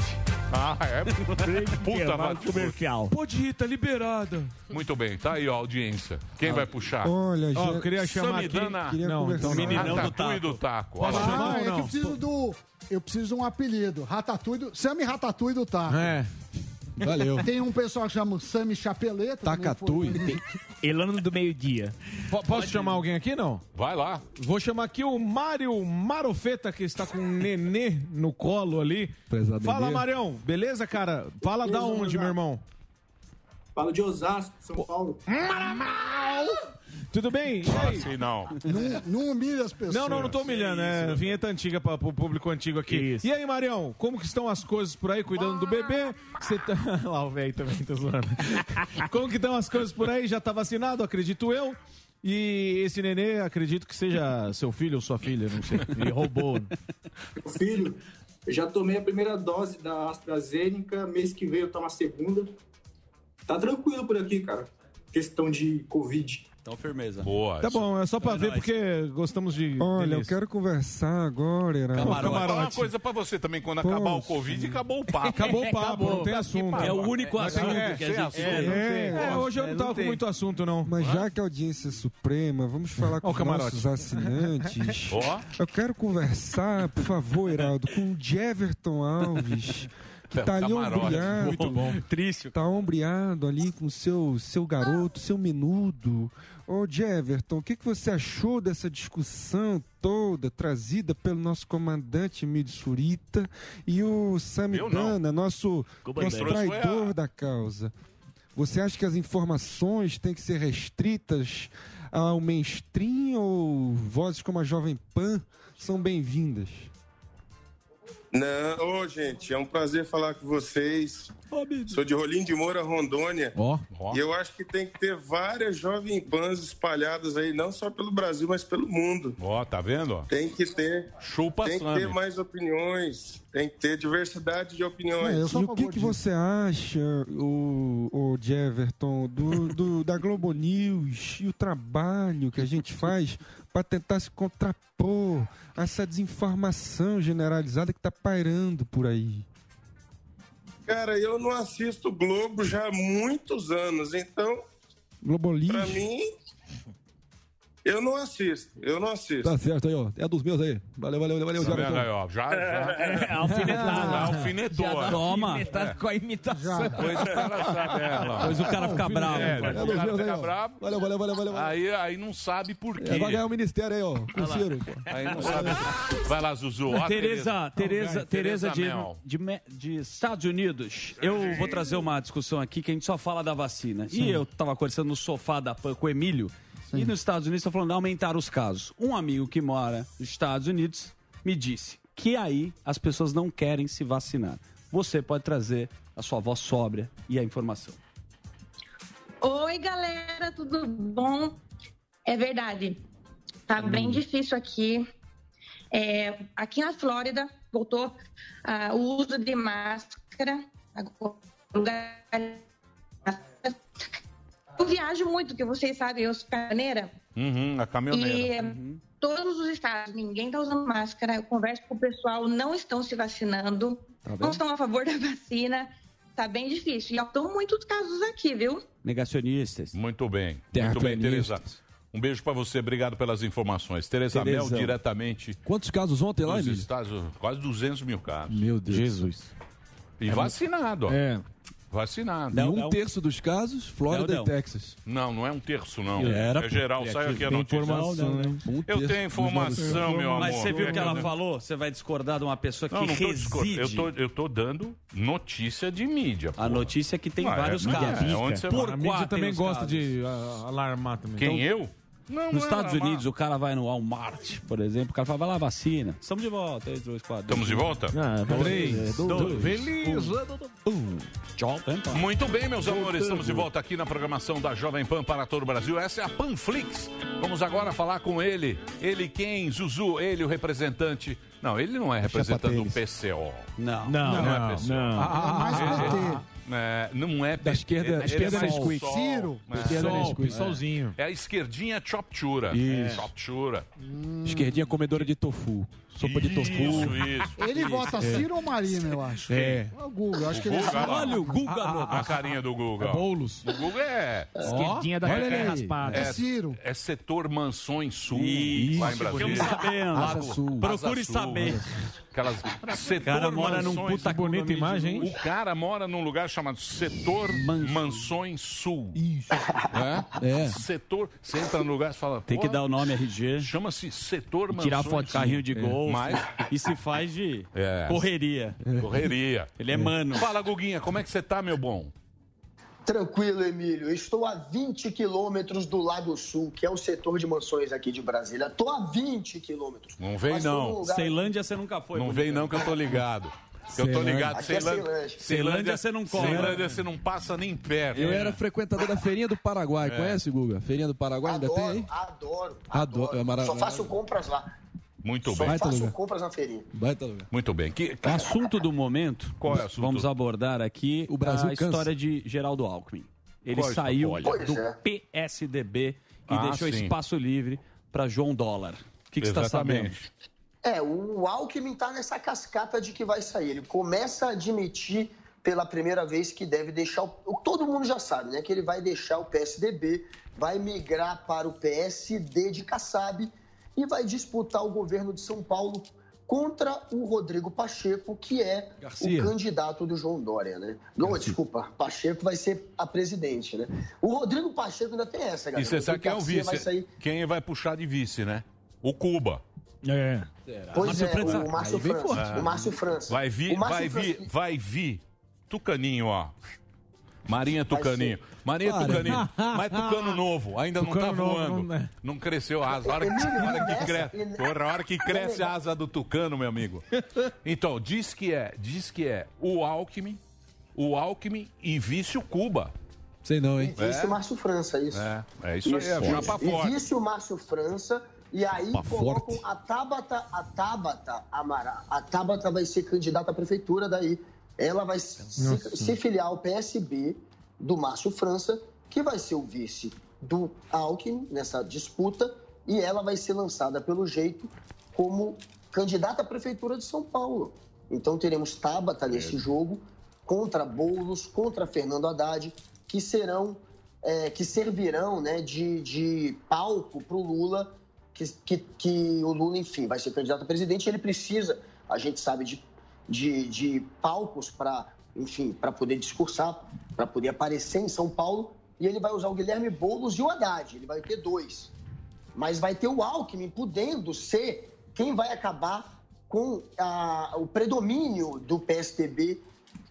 [SPEAKER 9] Ah, é? Puta,
[SPEAKER 12] intervalo
[SPEAKER 9] VaptVup.
[SPEAKER 12] comercial.
[SPEAKER 5] Pode ir, tá liberada.
[SPEAKER 9] Muito bem, tá aí ó, a audiência. Quem vai puxar?
[SPEAKER 10] Olha,
[SPEAKER 5] Ah. Ó, eu queria chamar aqui-
[SPEAKER 9] Samidana,
[SPEAKER 5] queria Não, conversar. então não.
[SPEAKER 9] meninão
[SPEAKER 5] Meninão do
[SPEAKER 9] do taco. do taco.
[SPEAKER 5] Posso
[SPEAKER 9] Olha lá.
[SPEAKER 5] chamar
[SPEAKER 10] Ah,
[SPEAKER 5] ou
[SPEAKER 10] é que eu
[SPEAKER 5] não?
[SPEAKER 10] preciso do. Eu preciso de um apelido. Ratatouille do. Sammy Ratatouille do Taco.
[SPEAKER 5] É.
[SPEAKER 11] Valeu.
[SPEAKER 10] Tem um pessoal que chama o Sammy Chapeleta.
[SPEAKER 11] Tacatui.
[SPEAKER 12] *laughs* Elano do meio-dia.
[SPEAKER 5] Po- Posso chamar alguém aqui, não?
[SPEAKER 9] Vai lá.
[SPEAKER 5] Vou chamar aqui o Mário Marofeta, que está com um nenê no colo ali.
[SPEAKER 11] Prezado
[SPEAKER 5] Fala,
[SPEAKER 11] nenê.
[SPEAKER 5] Marião. Beleza, cara? Fala da
[SPEAKER 14] Beleza,
[SPEAKER 5] onde,
[SPEAKER 14] molecada.
[SPEAKER 5] meu irmão? Hum,
[SPEAKER 14] Falo de Osasco, São Paulo.
[SPEAKER 5] Maramal! Tudo bem? E
[SPEAKER 9] Fala
[SPEAKER 5] aí?
[SPEAKER 9] assim, não.
[SPEAKER 10] Não, não humilha as pessoas.
[SPEAKER 5] Não, não, não tô humilhando. É vinheta antiga para o público antigo aqui. E aí, Marião, como que estão as coisas por aí, cuidando do bebê? Você tá... *laughs* Lá o velho também tá zoando. *laughs* como que estão as coisas por aí? Já tá vacinado, acredito eu. E esse nenê, acredito que seja seu filho ou sua filha, não sei. E roubou.
[SPEAKER 2] Filho, eu já tomei a primeira dose da AstraZeneca, mês que vem eu tomo a segunda. Tá tranquilo por aqui, cara. Questão de Covid.
[SPEAKER 19] Então, firmeza.
[SPEAKER 9] Boa.
[SPEAKER 5] Tá bom, é só para
[SPEAKER 19] É
[SPEAKER 5] ver,
[SPEAKER 19] nóis.
[SPEAKER 5] porque gostamos de...
[SPEAKER 25] Olha, eu
[SPEAKER 5] delícia.
[SPEAKER 25] quero conversar agora, Irã.
[SPEAKER 9] Vou falar então é
[SPEAKER 5] é
[SPEAKER 9] uma coisa pra você também, quando acabar o
[SPEAKER 25] Poxa.
[SPEAKER 9] Covid, acabou Tá o papo.
[SPEAKER 25] Acabou o papo, Acabou. não tem assunto.
[SPEAKER 5] É o único assunto que a
[SPEAKER 9] sem
[SPEAKER 5] gente-
[SPEAKER 9] assunto.
[SPEAKER 5] É, não tem. É, hoje eu não tava com
[SPEAKER 25] tem.
[SPEAKER 5] muito assunto, não.
[SPEAKER 25] Mas já que a audiência é suprema, vamos falar com
[SPEAKER 5] Ó o
[SPEAKER 25] os
[SPEAKER 5] camarote.
[SPEAKER 26] *laughs*
[SPEAKER 25] nossos assinantes.
[SPEAKER 5] Ó.
[SPEAKER 25] Eu quero conversar, por favor, Heraldo, com o Jeverton Alves. Que
[SPEAKER 9] É,
[SPEAKER 25] tá ali
[SPEAKER 9] camarote,
[SPEAKER 25] ombreado.
[SPEAKER 9] muito bom.
[SPEAKER 25] Triste. Tá ombreado ali com seu seu garoto, seu menudo. Ô, Jeverton, o que, que você achou dessa discussão toda trazida pelo nosso comandante Emílio Surita e o Sami
[SPEAKER 9] Eu não.
[SPEAKER 25] Gana, nosso,
[SPEAKER 9] Comandante.
[SPEAKER 25] nosso
[SPEAKER 9] Quem trouxe foi a-
[SPEAKER 25] traidor da causa? Você acha que as informações têm que ser restritas ao mainstream ou vozes como a Jovem Pan são bem-vindas?
[SPEAKER 26] Não, ô, gente, é um prazer falar com vocês. Sou de Rolim de Moura, Rondônia.
[SPEAKER 25] Ó.
[SPEAKER 26] E eu acho que tem que ter várias jovem pans espalhadas aí, não só pelo Brasil, mas pelo mundo.
[SPEAKER 9] Ó, tá vendo? ó?
[SPEAKER 26] Tem que ter.
[SPEAKER 9] Chupa
[SPEAKER 26] Tem que
[SPEAKER 9] Sammy.
[SPEAKER 26] ter mais opiniões. Tem que ter diversidade de opiniões.
[SPEAKER 25] Então, e o que, que você acha, o, o Jeverton, do, do- *laughs* da Globo News e o trabalho que a gente faz para tentar se contrapor a essa desinformação generalizada que está pairando por aí?
[SPEAKER 26] Cara, eu não assisto Globo já há muitos anos, então,
[SPEAKER 25] Globolis?
[SPEAKER 26] pra mim, eu não assisto. Eu não assisto.
[SPEAKER 11] Tá certo aí, ó. É dos meus aí. Valeu, valeu, valeu,
[SPEAKER 26] Tá
[SPEAKER 11] Jonathan.
[SPEAKER 26] vendo aí, ó? É
[SPEAKER 9] Já, já. Já alfinetou. ó.
[SPEAKER 23] Tá com a imitação.
[SPEAKER 9] Pois o cara sabe, é, lá.
[SPEAKER 23] Pois o cara fica bravo.
[SPEAKER 9] É,
[SPEAKER 23] Valeu,
[SPEAKER 9] o cara
[SPEAKER 23] valeu,
[SPEAKER 9] fica
[SPEAKER 23] valeu.
[SPEAKER 9] bravo.
[SPEAKER 11] Valeu, valeu, valeu, valeu.
[SPEAKER 9] Aí, aí não sabe por quê.
[SPEAKER 11] É, vai ganhar o ministério aí, ó. Com
[SPEAKER 9] Olha
[SPEAKER 11] o
[SPEAKER 9] lá.
[SPEAKER 11] Ciro.
[SPEAKER 9] Aí não sabe. Vai lá, Zuzu. Ó,
[SPEAKER 12] Tereza, Tereza,
[SPEAKER 9] Tereza,
[SPEAKER 12] Tereza de,
[SPEAKER 9] Mel.
[SPEAKER 12] de, Me- de Estados Unidos. Eu vou trazer uma discussão aqui que a gente só fala da vacina. E eu tava conversando no sofá da PAN com o Emílio. E nos Estados Unidos tá falando de aumentar os casos. Um amigo que mora nos Estados Unidos me disse que aí as pessoas não querem se vacinar. Você pode trazer a sua voz sóbria e a informação.
[SPEAKER 27] Oi, galera, tudo bom? É verdade, tá bem difícil aqui. É, aqui na Flórida, voltou ah, o uso de máscara. Agora, lugar- eu viajo muito, que vocês sabem, eu sou caneira.
[SPEAKER 9] Uhum,
[SPEAKER 27] E
[SPEAKER 9] a
[SPEAKER 27] hum.
[SPEAKER 9] caminhoneira. uhum.
[SPEAKER 27] todos os estados, ninguém está usando máscara. Eu converso com o pessoal, não estão se vacinando, não estão a favor da vacina. Tá bem difícil. E estão muitos casos aqui, viu?
[SPEAKER 12] Negacionistas.
[SPEAKER 9] Muito bem. Muito bem, Tereza. Um beijo pra você, obrigado pelas informações. Tereza Mel,
[SPEAKER 11] Tereza.
[SPEAKER 9] diretamente.
[SPEAKER 11] Quantos casos ontem lá,
[SPEAKER 9] dos
[SPEAKER 11] Emílio?
[SPEAKER 9] Estados Unidos. Quase 200 mil casos.
[SPEAKER 11] Meu Deus. Jesus.
[SPEAKER 9] E vacinado, ó.
[SPEAKER 11] É.
[SPEAKER 9] Vacinado.
[SPEAKER 11] E um terço dos casos, Flórida
[SPEAKER 9] Não, não.
[SPEAKER 11] e Texas.
[SPEAKER 9] Não, não é um terço, não.
[SPEAKER 11] Era,
[SPEAKER 9] é geral,
[SPEAKER 11] pô.
[SPEAKER 9] sai
[SPEAKER 11] É que
[SPEAKER 9] aqui a
[SPEAKER 11] tem
[SPEAKER 9] notícia.
[SPEAKER 11] informação, né? Um
[SPEAKER 9] Eu
[SPEAKER 11] terço
[SPEAKER 9] tenho informação, meu amor.
[SPEAKER 12] Mas você viu o que ela
[SPEAKER 9] É
[SPEAKER 12] falou? Você vai discordar de uma pessoa que
[SPEAKER 9] Não, não tô discordando.
[SPEAKER 12] reside...
[SPEAKER 9] eu, tô, eu tô dando notícia de mídia. A
[SPEAKER 12] notícia é que
[SPEAKER 5] Tem vários casos.
[SPEAKER 9] É, onde você
[SPEAKER 5] a mídia também gosta de ah, alarmar também.
[SPEAKER 12] Quem,
[SPEAKER 9] eu?
[SPEAKER 5] Não,
[SPEAKER 12] Então, Nos
[SPEAKER 5] não é
[SPEAKER 12] Estados
[SPEAKER 5] alarmar.
[SPEAKER 12] Unidos, o cara vai no Walmart, por exemplo, o cara fala, vai lá, vacina. Estamos de volta. um, 3, 2, 4.
[SPEAKER 9] Estamos de volta?
[SPEAKER 12] Ah,
[SPEAKER 9] Três,
[SPEAKER 12] 3, 2,
[SPEAKER 9] dois, Muito bem, meus amores, estamos de volta aqui na programação da Jovem Pan para todo o Brasil. Essa é a Panflix. Vamos agora falar com ele. Ele quem? Zuzu, ele o representante. Não, ele não é representante do PCO.
[SPEAKER 12] Não,
[SPEAKER 9] não,
[SPEAKER 26] não,
[SPEAKER 9] é PCO.
[SPEAKER 26] não.
[SPEAKER 9] Ah,
[SPEAKER 26] É mais
[SPEAKER 9] ah,
[SPEAKER 26] PT.
[SPEAKER 9] é, não é PT. Da
[SPEAKER 26] esquerda- esquerda Nesquik.
[SPEAKER 5] Ciro. Esquerda Nesquik. Solzinho.
[SPEAKER 9] né? É a esquerdinha chopchura. É,
[SPEAKER 11] Isso.
[SPEAKER 9] Chopchura.
[SPEAKER 11] Esquerdinha comedora de tofu. Sopa de tofu.
[SPEAKER 9] Isso, isso.
[SPEAKER 10] Ele
[SPEAKER 9] isso.
[SPEAKER 10] vota Ciro ou Marina, eu acho.
[SPEAKER 11] É.
[SPEAKER 10] O Guga, eu acho que ele
[SPEAKER 9] Guga,
[SPEAKER 10] sabe.
[SPEAKER 9] ó. A- A, a
[SPEAKER 10] Nossa.
[SPEAKER 9] carinha do Guga.
[SPEAKER 10] É
[SPEAKER 9] Boulos. O Guga é.
[SPEAKER 10] Ó, Esquerdinha da
[SPEAKER 9] é-
[SPEAKER 10] terra
[SPEAKER 9] é-
[SPEAKER 10] raspada. É Ciro.
[SPEAKER 9] É setor Mansões Sul. Lá em Brasília.
[SPEAKER 19] Ficamos sabendo.
[SPEAKER 9] Lago-
[SPEAKER 19] Asa Sul.
[SPEAKER 9] Asa
[SPEAKER 19] Procure
[SPEAKER 9] Sul.
[SPEAKER 19] saber.
[SPEAKER 9] Aquelas. Setor
[SPEAKER 19] cara mora num
[SPEAKER 9] Mansões.
[SPEAKER 19] puta Que bonita condomínio imagem, de hein? luxo.
[SPEAKER 9] O cara mora num lugar chamado Setor Mansões Sul. Isso. É?
[SPEAKER 12] É.
[SPEAKER 9] Setor. Você entra no lugar e fala.
[SPEAKER 12] Tem que
[SPEAKER 9] "Porra,
[SPEAKER 12] dar o nome RG.
[SPEAKER 9] Chama-se setor
[SPEAKER 12] E tirar
[SPEAKER 9] mansões.
[SPEAKER 12] foto carrinho de
[SPEAKER 9] É.
[SPEAKER 12] gol.
[SPEAKER 9] Mas-
[SPEAKER 12] E se faz de
[SPEAKER 9] É.
[SPEAKER 12] correria.
[SPEAKER 9] Correria.
[SPEAKER 12] Ele é mano.
[SPEAKER 9] Fala, Guguinha, como é que você tá, meu bom?
[SPEAKER 1] Tranquilo, Emílio. Estou a 20 quilômetros do Lago Sul, que é o setor de mansões aqui de Brasília. Estou a 20 quilômetros.
[SPEAKER 9] Não vem,
[SPEAKER 1] Mas tô
[SPEAKER 9] não.
[SPEAKER 1] num lugar-
[SPEAKER 19] Ceilândia você nunca foi.
[SPEAKER 9] não
[SPEAKER 19] bonito.
[SPEAKER 9] vem não que eu tô ligado. Que eu tô
[SPEAKER 19] Ceilândia.
[SPEAKER 9] ligado.
[SPEAKER 19] Aqui é Ceilândia. Ceilândia você não cola.
[SPEAKER 9] Ceilândia você não passa nem perto.
[SPEAKER 11] Eu era frequentador da Feirinha do Paraguai.
[SPEAKER 9] né? É.
[SPEAKER 11] Conhece, Guga? Feirinha do Paraguai ainda tem aí?
[SPEAKER 1] Adoro,
[SPEAKER 11] Adoro. É maravilhoso.
[SPEAKER 1] Só faço compras lá.
[SPEAKER 9] Muito
[SPEAKER 1] Só
[SPEAKER 9] bem.
[SPEAKER 1] faço compras na feirinha.
[SPEAKER 9] Muito bem. Que...
[SPEAKER 12] Assunto do momento.
[SPEAKER 9] Qual é o assunto?
[SPEAKER 12] Vamos abordar aqui o
[SPEAKER 9] Brasil
[SPEAKER 12] a
[SPEAKER 9] cansa.
[SPEAKER 12] história de Geraldo Alckmin. Ele
[SPEAKER 9] Qual é a
[SPEAKER 12] saiu
[SPEAKER 9] história? Olha.
[SPEAKER 12] do
[SPEAKER 9] Pois é.
[SPEAKER 12] PSDB e
[SPEAKER 9] Ah,
[SPEAKER 12] deixou
[SPEAKER 9] sim.
[SPEAKER 12] espaço livre para João Dólar. O que, que você está sabendo?
[SPEAKER 9] Exatamente.
[SPEAKER 1] É, o Alckmin está nessa cascata de que vai sair. Ele começa a admitir pela primeira vez que deve deixar. O... o- Todo mundo já sabe, né? Que ele vai deixar o PSDB, vai migrar para o PSD de Kassab e vai disputar o governo de São Paulo contra o Rodrigo Pacheco, que é
[SPEAKER 11] Garcia.
[SPEAKER 1] o candidato do João Dória, né? Não, desculpa, Pacheco vai ser a presidente, né? O Rodrigo Pacheco ainda tem essa, galera.
[SPEAKER 9] E você sabe
[SPEAKER 1] Rodrigo
[SPEAKER 9] quem é o
[SPEAKER 1] Garcia
[SPEAKER 9] vice?
[SPEAKER 1] Vai sair
[SPEAKER 9] Quem vai puxar de vice, né? O Cuba. É.
[SPEAKER 1] Pois é, o Márcio França. O Márcio França.
[SPEAKER 9] Vai vir,
[SPEAKER 1] O Márcio
[SPEAKER 9] vai vir,
[SPEAKER 1] França-
[SPEAKER 9] vai vir. Tucaninho, ó. Marinha
[SPEAKER 1] Vai
[SPEAKER 9] Tucaninho.
[SPEAKER 1] ser.
[SPEAKER 9] Marinha
[SPEAKER 5] *laughs*
[SPEAKER 1] Para.
[SPEAKER 9] Tucaninho. Mas Tucano novo, ainda
[SPEAKER 5] Tucano
[SPEAKER 9] não tá
[SPEAKER 5] novo,
[SPEAKER 9] voando.
[SPEAKER 5] não,
[SPEAKER 9] Não,
[SPEAKER 5] né?
[SPEAKER 9] cresceu a asa. A hora que,
[SPEAKER 5] Ele-
[SPEAKER 9] a hora que
[SPEAKER 5] ele-
[SPEAKER 9] cresce,
[SPEAKER 5] ele-
[SPEAKER 9] porra, a hora
[SPEAKER 1] é
[SPEAKER 9] que cresce a asa do Tucano, meu amigo. Então, diz que é, diz que é o Alckmin, o Alckmin e vice o Cuba.
[SPEAKER 11] Sei não,
[SPEAKER 1] E vice o Márcio França, isso.
[SPEAKER 9] É, é isso, aí, é chapa
[SPEAKER 1] E
[SPEAKER 9] forte.
[SPEAKER 1] vice o Márcio França. E aí
[SPEAKER 9] Chapa
[SPEAKER 1] colocam a Tabata, a Tabata Amara. A Tabata vai ser candidata à prefeitura daí. Ela vai se,
[SPEAKER 3] Nossa.
[SPEAKER 1] se filiar ao PSB do Márcio França, que vai ser o vice do Alckmin nessa disputa. E ela vai ser lançada, pelo jeito, como candidata à prefeitura de São Paulo. Então teremos Tabata nesse jogo contra Boulos, contra Fernando Haddad, que serão, eh, que servirão né, de, de palco para o Lula, que, que, que o Lula, enfim, vai ser candidato a presidente. Ele precisa, a gente sabe, de, de, de palcos para, enfim, para poder discursar, para poder aparecer em São Paulo. E ele vai usar o Guilherme Boulos e o Haddad. Ele vai ter dois mas vai ter o Alckmin podendo ser quem vai acabar com a- o predomínio do PSDB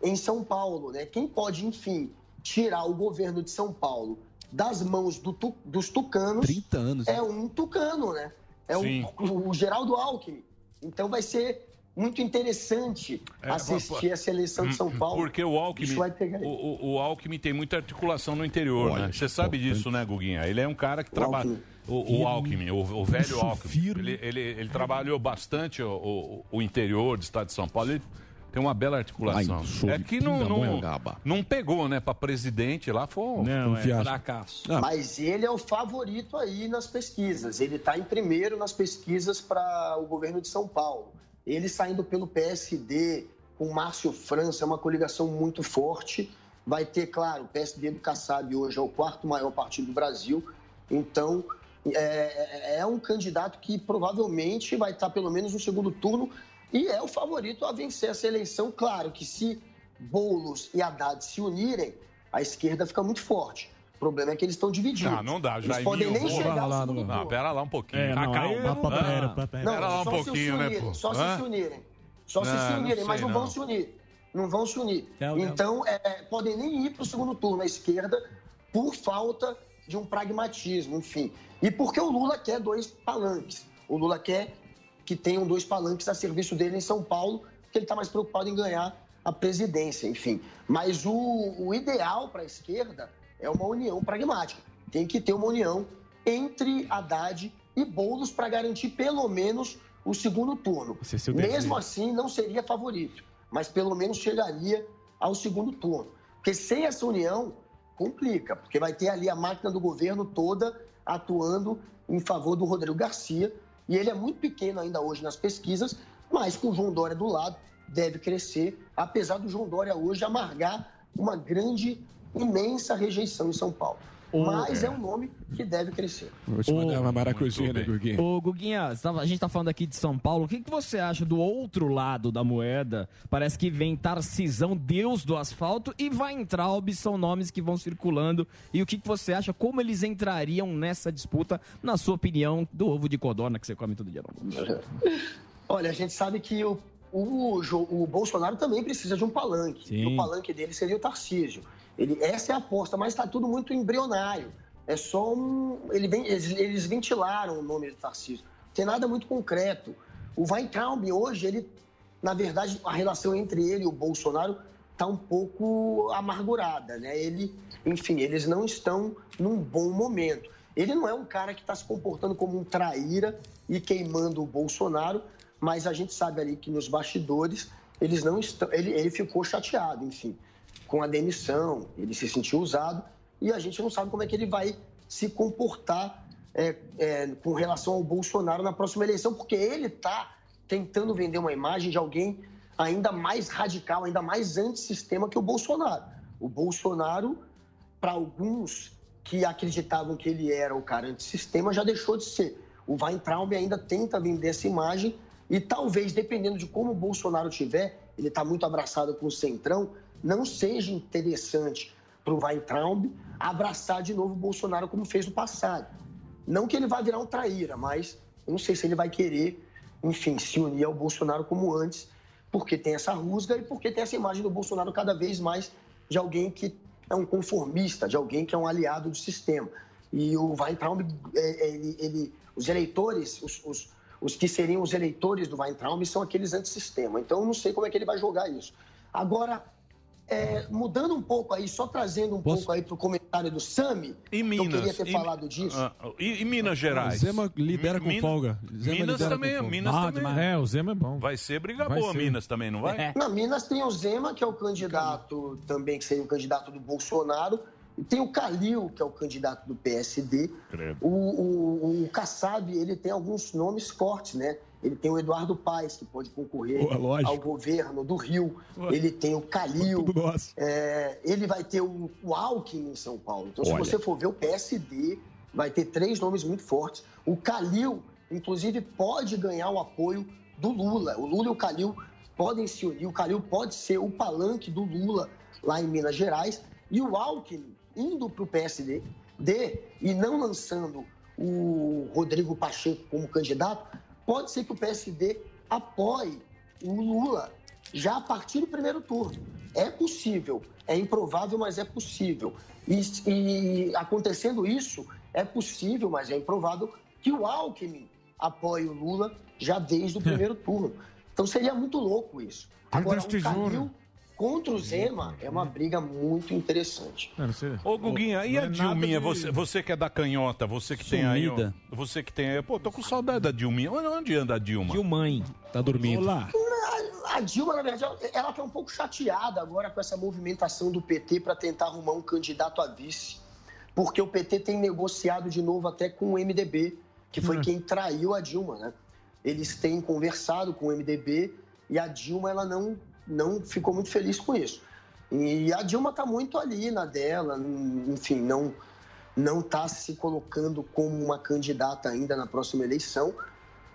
[SPEAKER 1] em São Paulo, né? Quem pode, enfim, tirar o governo de São Paulo das mãos do tu- dos tucanos
[SPEAKER 11] 30 anos.
[SPEAKER 1] é um tucano, né? É
[SPEAKER 11] Sim.
[SPEAKER 1] um, o, o Geraldo Alckmin. Então vai ser muito interessante
[SPEAKER 9] É,
[SPEAKER 1] assistir
[SPEAKER 9] vamos-
[SPEAKER 1] essa eleição
[SPEAKER 9] *clears throat*
[SPEAKER 1] de São Paulo.
[SPEAKER 9] Porque o Alckmin,
[SPEAKER 1] Isso vai pegar
[SPEAKER 9] o, o- o Alckmin tem muita articulação no interior, né? Você sabe disso, né, Guguinha? Ele é um cara que trabalha. O, o Alckmin, o, o velho Alckmin. Ele, ele, ele trabalhou bastante o, o- o interior do estado de São Paulo. Ele tem uma bela articulação.
[SPEAKER 8] Lá em Sul,
[SPEAKER 9] é que não, não,
[SPEAKER 8] Pindamonhangaba.
[SPEAKER 9] não pegou, né? Pra presidente lá foi um
[SPEAKER 8] Não, é. Fiasco.
[SPEAKER 9] fracasso.
[SPEAKER 1] Mas ele é o favorito aí nas pesquisas. Ele está em primeiro nas pesquisas para o governo de São Paulo. Ele saindo pelo PSD com Márcio França, é uma coligação muito forte. Vai ter, claro, o PSD do Kassab hoje é o quarto maior partido do Brasil. Então, é, é um candidato que provavelmente vai estar pelo menos no segundo turno e é o favorito a vencer essa eleição. Claro que se Boulos e Haddad se unirem, a esquerda fica muito forte. O problema é que eles estão divididos.
[SPEAKER 9] Ah, não dá, já
[SPEAKER 1] Eles podem nem chegar ao segundo turno.
[SPEAKER 9] Não, pera lá um pouquinho.
[SPEAKER 1] É, não,
[SPEAKER 9] Acalma.
[SPEAKER 1] aí eu não-
[SPEAKER 9] Ah,
[SPEAKER 1] Pera, pera,
[SPEAKER 9] Pera lá um
[SPEAKER 1] só se
[SPEAKER 9] pouquinho, né,
[SPEAKER 1] unirem,
[SPEAKER 9] pô?
[SPEAKER 1] Só
[SPEAKER 9] Hã?
[SPEAKER 1] se se unirem. Só se
[SPEAKER 9] Ah,
[SPEAKER 1] se
[SPEAKER 9] não
[SPEAKER 1] unirem, mas
[SPEAKER 9] sei,
[SPEAKER 1] não,
[SPEAKER 9] não.
[SPEAKER 1] vão se unir. Não vão se unir.
[SPEAKER 9] Não, não.
[SPEAKER 1] então, é, é, podem nem ir para o segundo turno à esquerda por falta de um pragmatismo, enfim. E porque o Lula quer dois palanques. O Lula quer que tenham dois palanques a serviço dele em São Paulo, porque ele está mais preocupado em ganhar a presidência, enfim. Mas o, o ideal para a esquerda é uma união pragmática. Tem que ter uma união entre Haddad e Boulos para garantir pelo menos o segundo turno.
[SPEAKER 4] Esse é seu desejo.
[SPEAKER 1] Mesmo assim, não seria favorito, mas pelo menos chegaria ao segundo turno. Porque sem essa união, complica, porque vai ter ali a máquina do governo toda atuando em favor do Rodrigo Garcia, e ele é muito pequeno ainda hoje nas pesquisas, mas com o João Dória do lado, deve crescer, apesar do João Dória hoje amargar uma grande, imensa rejeição em São Paulo. Mas é um nome que deve crescer.
[SPEAKER 11] Vou te mandar uma maracujinha, né, Guguinha?
[SPEAKER 4] Ô, Guguinha, você tava- a gente tá falando aqui de São Paulo. O que, que você acha do outro lado da moeda? Parece que vem Tarcisão, Deus do asfalto, e vai entrar são nomes que vão circulando. E o que, que você acha? Como eles entrariam nessa disputa, na sua opinião, do ovo de codorna que você come todo dia?
[SPEAKER 1] É. Olha, a gente sabe que o, o, Jo- o Bolsonaro também precisa de um palanque.
[SPEAKER 4] Sim.
[SPEAKER 1] E o palanque dele seria o Tarcísio. Ele, essa é a aposta, mas está tudo muito embrionário. É só um. Ele vem- eles, eles ventilaram o nome do Tarcísio. Não tem nada muito concreto. O Weintraub, hoje, ele, na verdade, a relação entre ele e o Bolsonaro está um pouco amargurada, né? Ele, enfim, eles não estão num bom momento. Ele não é um cara que está se comportando como um traíra e queimando o Bolsonaro, mas a gente sabe ali que nos bastidores eles não estão. Ele, ele ficou chateado, enfim, com a demissão, ele se sentiu usado e a gente não sabe como é que ele vai se comportar é, é, com relação ao Bolsonaro na próxima eleição, porque ele está tentando vender uma imagem de alguém ainda mais radical, ainda mais antissistema que o Bolsonaro. O Bolsonaro, para alguns que acreditavam que ele era o cara antissistema, já deixou de ser. O Weintraub ainda tenta vender essa imagem e talvez, dependendo de como o Bolsonaro tiver, ele está muito abraçado com o Centrão, não seja interessante para o Weintraub abraçar de novo o Bolsonaro como fez no passado. Não que ele vá virar um traíra, mas eu não sei se ele vai querer, enfim, se unir ao Bolsonaro como antes, porque tem essa rusga e porque tem essa imagem do Bolsonaro cada vez mais de alguém que é um conformista, de alguém que é um aliado do sistema. E o Weintraub, é, ele, ele, os eleitores, os, os, os que seriam os eleitores do Weintraub são aqueles antissistema. Então, eu não sei como é que ele vai jogar isso. Agora, é, mudando um pouco aí, só trazendo um pouco aí para o comentário do Sami, que eu
[SPEAKER 9] Minas.
[SPEAKER 1] queria ter
[SPEAKER 9] E-
[SPEAKER 1] falado disso.
[SPEAKER 9] Ah, e, e Minas Gerais?
[SPEAKER 11] Zema libera com
[SPEAKER 9] Minas-
[SPEAKER 11] folga. Zema
[SPEAKER 9] Minas
[SPEAKER 11] libera
[SPEAKER 9] também,
[SPEAKER 11] com folga.
[SPEAKER 9] Minas
[SPEAKER 11] Ah,
[SPEAKER 9] também.
[SPEAKER 11] demais. É, o Zema é bom.
[SPEAKER 9] Vai ser briga
[SPEAKER 11] Vai
[SPEAKER 9] boa,
[SPEAKER 11] ser. É.
[SPEAKER 9] Minas também, não vai?
[SPEAKER 1] Na Minas tem o Zema, que é o candidato também, que seria o candidato do Bolsonaro, e tem o Calil, que é o candidato do PSD. O, o, o Kassab, ele tem alguns nomes fortes, né? Ele tem o Eduardo Paes, que pode concorrer
[SPEAKER 3] Boa, lógico.
[SPEAKER 1] ao governo do Rio.
[SPEAKER 3] Boa.
[SPEAKER 1] Ele tem o Calil.
[SPEAKER 3] Tudo nosso.
[SPEAKER 1] É, ele vai ter o, o Alckmin em São Paulo. Então,
[SPEAKER 3] Olha.
[SPEAKER 1] se você for ver o PSD, vai ter três nomes muito fortes. O Calil, inclusive, pode ganhar o apoio do Lula. O Lula e o Calil podem se unir. O Calil pode ser o palanque do Lula lá em Minas Gerais. E o Alckmin, indo para o PSD de, e não lançando o Rodrigo Pacheco como candidato, pode ser que o PSD apoie o Lula já a partir do primeiro turno. É possível, é improvável, mas é possível. E, e acontecendo isso, é possível, mas é improvável, que o Alckmin apoie o Lula já *laughs* desde o primeiro turno. Então seria muito louco isso. Agora, o Calil contra o Zema é uma briga muito interessante.
[SPEAKER 9] Ô, Guguinha, e
[SPEAKER 1] Não
[SPEAKER 9] a
[SPEAKER 1] é nada
[SPEAKER 9] Dilminha?
[SPEAKER 1] de-
[SPEAKER 9] Você, você que é da canhota, você que tem aí. ó,
[SPEAKER 1] Sumida.
[SPEAKER 9] Você que tem aí. Pô, tô com saudade da Dilminha. Onde- Onde anda a Dilma? Dilmãe. Tá dormindo. Olá.
[SPEAKER 1] A Dilma, na verdade, ela está um pouco chateada agora com essa movimentação do PT para tentar arrumar um candidato a vice. Porque o PT tem negociado de novo até com o MDB, que
[SPEAKER 5] Hum.
[SPEAKER 1] foi quem traiu a Dilma, né? Eles têm conversado com o MDB e a Dilma ela não, não ficou muito feliz com isso. E a Dilma está muito ali na dela, enfim, não não está se colocando como uma candidata ainda na próxima eleição.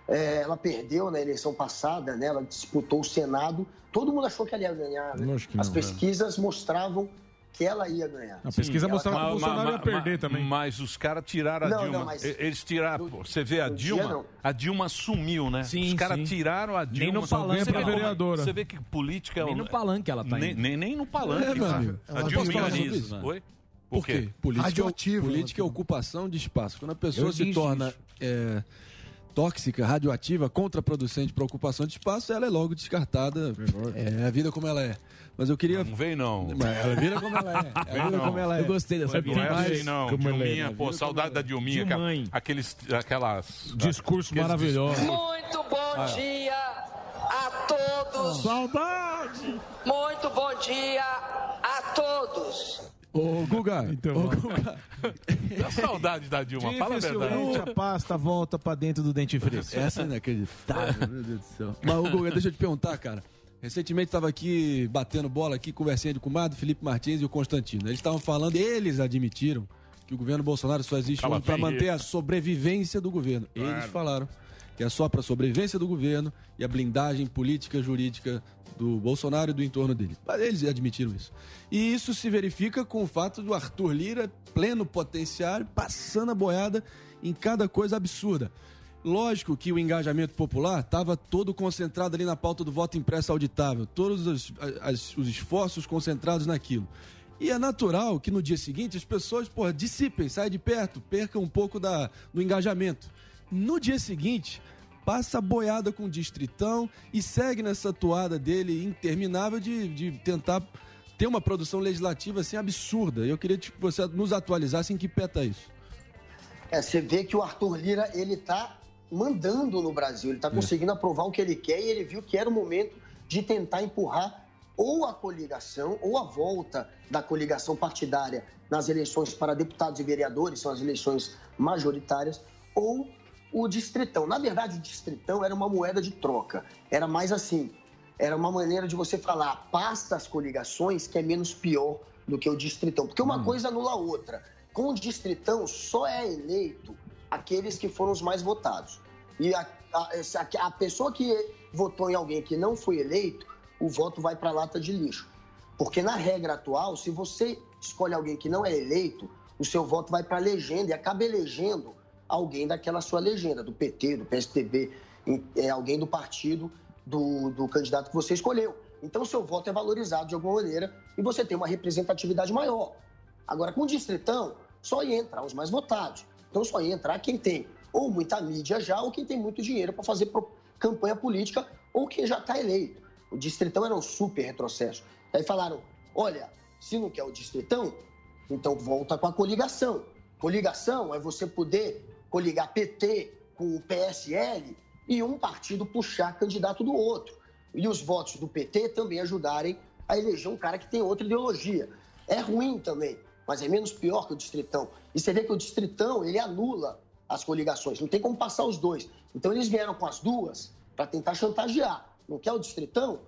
[SPEAKER 1] É, ela perdeu na eleição passada, né? ela disputou o Senado. Todo mundo achou que ela ia ganhar. né?
[SPEAKER 5] Lógico que
[SPEAKER 1] As
[SPEAKER 5] não,
[SPEAKER 1] pesquisas mostravam que ela ia ganhar.
[SPEAKER 5] A pesquisa
[SPEAKER 1] Ela
[SPEAKER 5] mostrava
[SPEAKER 1] tava-
[SPEAKER 5] que o Bolsonaro ia perder
[SPEAKER 9] também. Mas os caras tiraram a
[SPEAKER 1] Não,
[SPEAKER 9] Dilma.
[SPEAKER 1] não, mas-
[SPEAKER 9] E- Eles tiraram. pô, Você vê a
[SPEAKER 1] dia
[SPEAKER 9] Dilma?
[SPEAKER 1] não.
[SPEAKER 9] A Dilma sumiu, né?
[SPEAKER 1] Sim,
[SPEAKER 9] os caras
[SPEAKER 1] sim.
[SPEAKER 9] tiraram a
[SPEAKER 4] Nem
[SPEAKER 9] Dilma.
[SPEAKER 4] no palanque
[SPEAKER 9] Você vê
[SPEAKER 4] pra
[SPEAKER 9] como-
[SPEAKER 4] vereadora.
[SPEAKER 9] Você vê que política é
[SPEAKER 4] Nem
[SPEAKER 9] um-
[SPEAKER 4] no palanque ela tá
[SPEAKER 9] Nem,
[SPEAKER 4] indo.
[SPEAKER 9] nem, nem no palanque.
[SPEAKER 11] É, meu
[SPEAKER 9] tá?
[SPEAKER 11] amigo.
[SPEAKER 9] A
[SPEAKER 11] Eu posso
[SPEAKER 9] Dilma
[SPEAKER 11] falar
[SPEAKER 9] é
[SPEAKER 11] sobre
[SPEAKER 9] isso.
[SPEAKER 11] isso?
[SPEAKER 9] Oi?
[SPEAKER 11] Por quê? Política,
[SPEAKER 10] Radioativo,
[SPEAKER 11] política é
[SPEAKER 10] né?
[SPEAKER 11] ocupação de espaço. Quando a
[SPEAKER 10] Eu
[SPEAKER 11] pessoa se
[SPEAKER 10] disse
[SPEAKER 11] torna
[SPEAKER 10] isso.
[SPEAKER 11] é, tóxica, radioativa, contraproducente para ocupação de espaço, ela é logo descartada. É a vida como ela é. Mas eu queria. Não
[SPEAKER 9] vem, não.
[SPEAKER 11] Mas ela vira como ela é.
[SPEAKER 9] *laughs* Vem
[SPEAKER 11] Ela vira
[SPEAKER 9] não.
[SPEAKER 11] como ela é.
[SPEAKER 9] Eu gostei
[SPEAKER 11] Mas-
[SPEAKER 9] Não é assim, não.
[SPEAKER 11] Como ela é.
[SPEAKER 9] Dilminha, pô, saudade da Dilminha. aquela- Aqueles, aquelas...
[SPEAKER 5] Discurso
[SPEAKER 9] aqueles
[SPEAKER 5] maravilhoso.
[SPEAKER 9] discursos.
[SPEAKER 6] Muito bom
[SPEAKER 9] Ah.
[SPEAKER 6] dia a todos. Saudade! Muito bom dia a todos.
[SPEAKER 11] Ô, Guga.
[SPEAKER 5] Então,
[SPEAKER 11] ô, Guga.
[SPEAKER 9] Dá *laughs* saudade da Dilma, fala a
[SPEAKER 5] Dificilmente
[SPEAKER 9] verdade.
[SPEAKER 5] a pasta volta pra dentro do dente fresco.
[SPEAKER 11] Essa é inacreditável, meu Deus do céu. Mas, ô, Guga, deixa eu te perguntar, cara. Recentemente estava aqui batendo bola aqui, conversando com o Mado, Felipe Martins e o Constantino. Eles estavam falando, eles admitiram que o governo Bolsonaro só existe
[SPEAKER 9] Cala
[SPEAKER 11] para
[SPEAKER 9] a ferreta.
[SPEAKER 11] manter a sobrevivência do governo. Eles
[SPEAKER 9] Claro.
[SPEAKER 11] falaram que é só para sobrevivência do governo e a blindagem política jurídica do Bolsonaro e do entorno dele. Mas eles admitiram isso. E isso se verifica com o fato do Arthur Lira, pleno potenciário, passando a boiada em cada coisa absurda. Lógico que o engajamento popular estava todo concentrado ali na pauta do voto impresso auditável, todos os, as- os esforços concentrados naquilo. E é natural que no dia seguinte as pessoas, porra, dissipem, saiam de perto, percam um pouco da, do engajamento. No dia seguinte, passa a boiada com o distritão e segue nessa toada dele interminável de, de tentar ter uma produção legislativa assim absurda. Eu queria tipo, que você nos atualizasse em que pé tá isso.
[SPEAKER 1] É, você vê que o Arthur Lira, ele tá mandando no Brasil,
[SPEAKER 5] É.
[SPEAKER 1] ele tá conseguindo aprovar o que ele quer e ele viu que era o momento de tentar empurrar ou a coligação ou a volta da coligação partidária nas eleições para deputados e vereadores, são as eleições majoritárias, ou o distritão. Na verdade, o distritão era uma moeda de troca, era mais assim, era uma maneira de você falar, passa as coligações que é menos pior do que o distritão, porque uma coisa anula a outra. Com o distritão, só é eleito aqueles que foram os mais votados. E a, a- essa- a pessoa que votou em alguém que não foi eleito, o voto vai para a lata de lixo. Porque na regra atual, se você escolhe alguém que não é eleito, o seu voto vai para a legenda e acaba elegendo alguém daquela sua legenda, do PT, do PSTB, em- é, alguém do partido do, do candidato que você escolheu. Então, seu voto é valorizado de alguma maneira e você tem uma representatividade maior. Agora, com o distritão, só entra os mais votados. Então, só ia entrar quem tem ou muita mídia já, ou quem tem muito dinheiro para fazer pro- campanha política, ou quem já está eleito. O distritão era um super retrocesso. Aí falaram: olha, se não quer o distritão, então volta com a coligação. Coligação é você poder coligar PT com o PSL e um partido puxar candidato do outro. E os votos do PT também ajudarem a eleger um cara que tem outra ideologia. É ruim também, mas é menos pior que o distritão. E você vê que o distritão, ele anula as coligações, não tem como passar os dois. Então eles vieram com as duas para tentar chantagear. Não quer o distritão?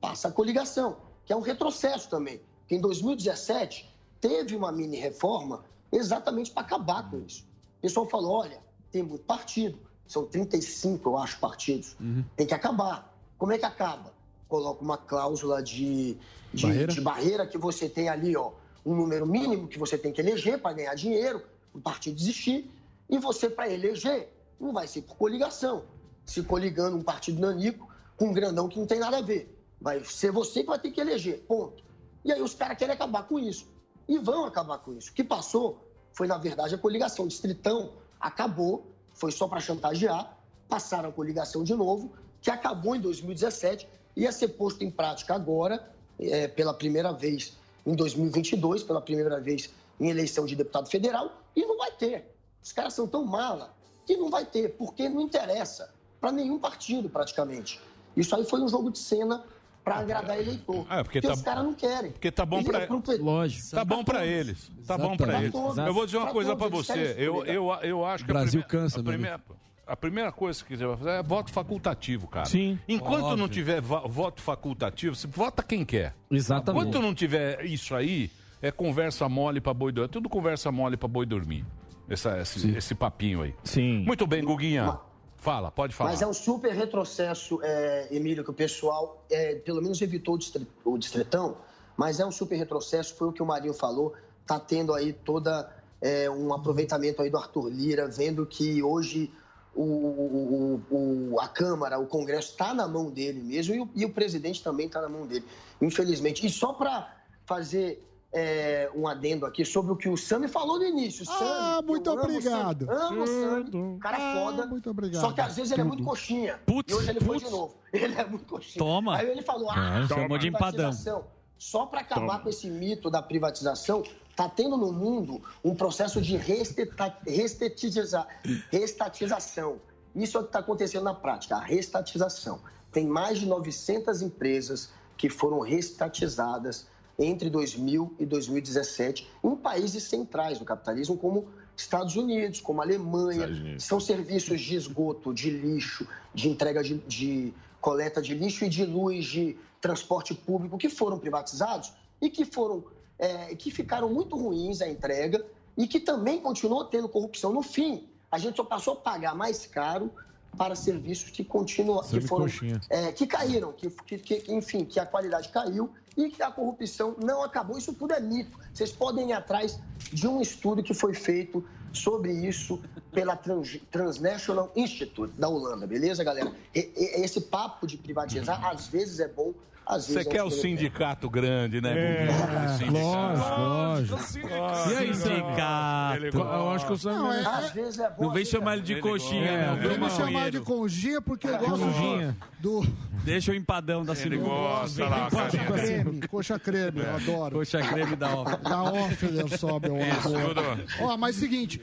[SPEAKER 1] Passa a coligação, que é um retrocesso também. Porque em 2017 teve uma mini reforma exatamente para acabar com isso. O pessoal falou: olha, tem muito partido, são 35, eu acho, partidos. Tem que acabar. Como é que acaba? Coloca uma cláusula de, de,
[SPEAKER 11] Barreira?
[SPEAKER 1] de barreira que você tem ali, ó, um número mínimo que você tem que eleger para ganhar dinheiro, o partido desistir, e você, para eleger, não vai ser por coligação, se coligando um partido nanico com um grandão que não tem nada a ver. Vai ser você que vai ter que eleger, ponto. E aí os caras querem acabar com isso. E vão acabar com isso. O que passou foi, na verdade, a coligação. O distritão acabou, foi só para chantagear, passaram a coligação de novo, que acabou em 2017, ia ser posto em prática agora, eh, pela primeira vez em 2022, pela primeira vez em eleição de deputado federal, e não vai ter. Os caras são tão mala que não vai ter, porque não interessa para nenhum partido, praticamente. Isso aí foi um jogo de cena para agradar eleitor.
[SPEAKER 9] É, porque tá-
[SPEAKER 1] os caras não querem.
[SPEAKER 9] Porque tá bom
[SPEAKER 1] Ele
[SPEAKER 9] pra
[SPEAKER 1] é pro PT.
[SPEAKER 9] Lógico. Tá bom pra eles. Tá bom pra eles.
[SPEAKER 1] Pra todos.
[SPEAKER 9] Eu vou dizer uma
[SPEAKER 1] Pra
[SPEAKER 9] coisa
[SPEAKER 1] todos,
[SPEAKER 9] pra
[SPEAKER 1] eles querem
[SPEAKER 9] você.
[SPEAKER 1] isso,
[SPEAKER 9] Eu,
[SPEAKER 1] Lira.
[SPEAKER 9] eu, eu acho que a
[SPEAKER 11] Brasil
[SPEAKER 9] primeira-
[SPEAKER 11] cansa,
[SPEAKER 9] a
[SPEAKER 11] meu
[SPEAKER 9] primeira, a primeira coisa que você vai fazer é voto facultativo, cara.
[SPEAKER 11] Sim.
[SPEAKER 9] Enquanto
[SPEAKER 11] Óbvio.
[SPEAKER 9] não tiver va- voto facultativo, você vota quem quer.
[SPEAKER 4] Exatamente.
[SPEAKER 9] Enquanto não tiver isso aí, é conversa mole pra boi dormir. É tudo conversa mole pra boi dormir. Essa, esse, esse papinho aí.
[SPEAKER 4] Sim.
[SPEAKER 9] Muito bem, Guguinha. Fala, pode falar.
[SPEAKER 1] Mas é um super retrocesso, é, Emílio, que o pessoal, é, pelo menos evitou o, distri- o distritão, mas é um super retrocesso, foi o que o Marinho falou, tá tendo aí toda é, um aproveitamento aí do Arthur Lira, vendo que hoje o, o- o- o- a Câmara, o Congresso está na mão dele mesmo e o, e o presidente também está na mão dele, infelizmente. E só para fazer é, um adendo aqui sobre o que o Sami falou no início.
[SPEAKER 10] Ah,
[SPEAKER 1] Sami,
[SPEAKER 10] muito
[SPEAKER 1] eu amo o Sami,
[SPEAKER 10] obrigado.
[SPEAKER 1] Amo o Sami, cara
[SPEAKER 10] Ah,
[SPEAKER 1] foda.
[SPEAKER 10] muito obrigado.
[SPEAKER 1] Só que às vezes ele é
[SPEAKER 10] Tudo.
[SPEAKER 1] muito coxinha.
[SPEAKER 10] Putz,
[SPEAKER 1] e hoje ele foi
[SPEAKER 10] putz.
[SPEAKER 1] de novo. Ele é muito coxinha.
[SPEAKER 10] Toma.
[SPEAKER 1] Aí ele falou, ah,
[SPEAKER 10] Ah, chamou de empadão.
[SPEAKER 1] privatização. Só para acabar
[SPEAKER 10] Toma.
[SPEAKER 1] com esse mito da privatização, tá tendo no mundo um processo de resteta- restetiza- restatização. Isso é o que está acontecendo na prática, a restatização. Tem mais de 900 empresas que foram restatizadas entre 2000 e 2017 em países centrais do capitalismo, como Estados Unidos, como Alemanha. São serviços de esgoto, de lixo, de entrega de, de coleta de lixo e de luz, de transporte público, que foram privatizados e que foram é, que ficaram muito ruins a entrega e que também continuou tendo corrupção. No fim, a gente só passou a pagar mais caro para serviços que continuam que
[SPEAKER 8] Samba e
[SPEAKER 1] foram
[SPEAKER 8] coxinha.
[SPEAKER 1] é, que caíram, que, que- que, enfim, que a qualidade caiu e que a corrupção não acabou. Isso tudo é mito. Vocês podem ir atrás de um estudo que foi feito sobre isso pela Trans- Transnational Institute da Holanda, beleza, galera? E- e- esse papo de privatizar, às vezes é um bom, às vezes
[SPEAKER 9] Você quer o sindicato grande, né? Gugu? O sindicato.
[SPEAKER 5] Lógico,
[SPEAKER 9] lógico.
[SPEAKER 5] E aí,
[SPEAKER 9] Sindicato.
[SPEAKER 5] Sam? Eu acho que o Sam...
[SPEAKER 10] Não, é-
[SPEAKER 1] Às vezes é bom.
[SPEAKER 19] Não vem chamar ele de coxinha, não. Vem
[SPEAKER 10] Vamos chamar de
[SPEAKER 19] maconheiro.
[SPEAKER 10] congia porque eu gosto
[SPEAKER 19] Conjinha.
[SPEAKER 10] do
[SPEAKER 19] Deixa o empadão da
[SPEAKER 9] Ele
[SPEAKER 19] sinuca.
[SPEAKER 9] gosta lá, carinha.
[SPEAKER 10] coxa creme. Coxa creme, eu adoro.
[SPEAKER 19] Coxa creme da off.
[SPEAKER 10] Da off, eu sobe, eu
[SPEAKER 19] Isso,
[SPEAKER 10] adoro.
[SPEAKER 19] tudo.
[SPEAKER 10] Ó, mas seguinte,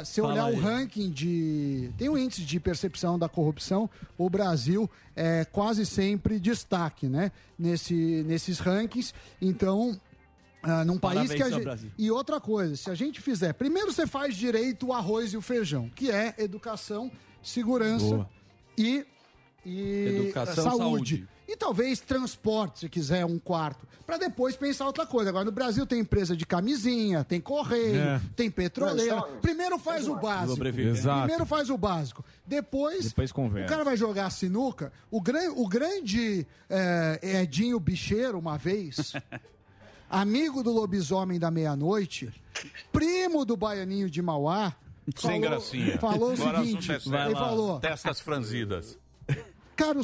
[SPEAKER 10] é, se eu
[SPEAKER 19] Fala
[SPEAKER 10] olhar
[SPEAKER 19] aí.
[SPEAKER 10] o ranking de... Tem um índice de percepção da corrupção, o Brasil é quase sempre destaque, né? Nesse, nesses rankings, então... ah, num país
[SPEAKER 19] Parabéns,
[SPEAKER 10] que a
[SPEAKER 19] seu
[SPEAKER 10] gente...
[SPEAKER 19] Brasil.
[SPEAKER 10] E outra coisa, se a gente fizer, primeiro você faz direito o arroz e o feijão, que é educação, segurança
[SPEAKER 19] Boa.
[SPEAKER 10] e, e
[SPEAKER 19] Educação,
[SPEAKER 10] saúde.
[SPEAKER 19] saúde.
[SPEAKER 10] E talvez transporte, se quiser, um quarto. Pra depois pensar outra coisa. Agora, no Brasil tem empresa de camisinha, tem correio,
[SPEAKER 19] É.
[SPEAKER 10] tem petroleira.
[SPEAKER 19] Não, então-
[SPEAKER 10] Primeiro faz o básico.
[SPEAKER 19] Sobrevivência. Exato.
[SPEAKER 10] Primeiro faz o básico. Depois,
[SPEAKER 4] Depois conversa.
[SPEAKER 10] o cara vai jogar sinuca. O, gran, o grande eh, Edinho Bicheiro, uma vez, amigo do lobisomem da meia-noite, primo do baianinho de Mauá.
[SPEAKER 9] Sem
[SPEAKER 10] falou-
[SPEAKER 9] gracinha.
[SPEAKER 10] Falou o
[SPEAKER 9] Agora
[SPEAKER 10] seguinte:
[SPEAKER 9] assunto é sério.
[SPEAKER 10] ele falou,
[SPEAKER 9] Testas franzidas.
[SPEAKER 10] caro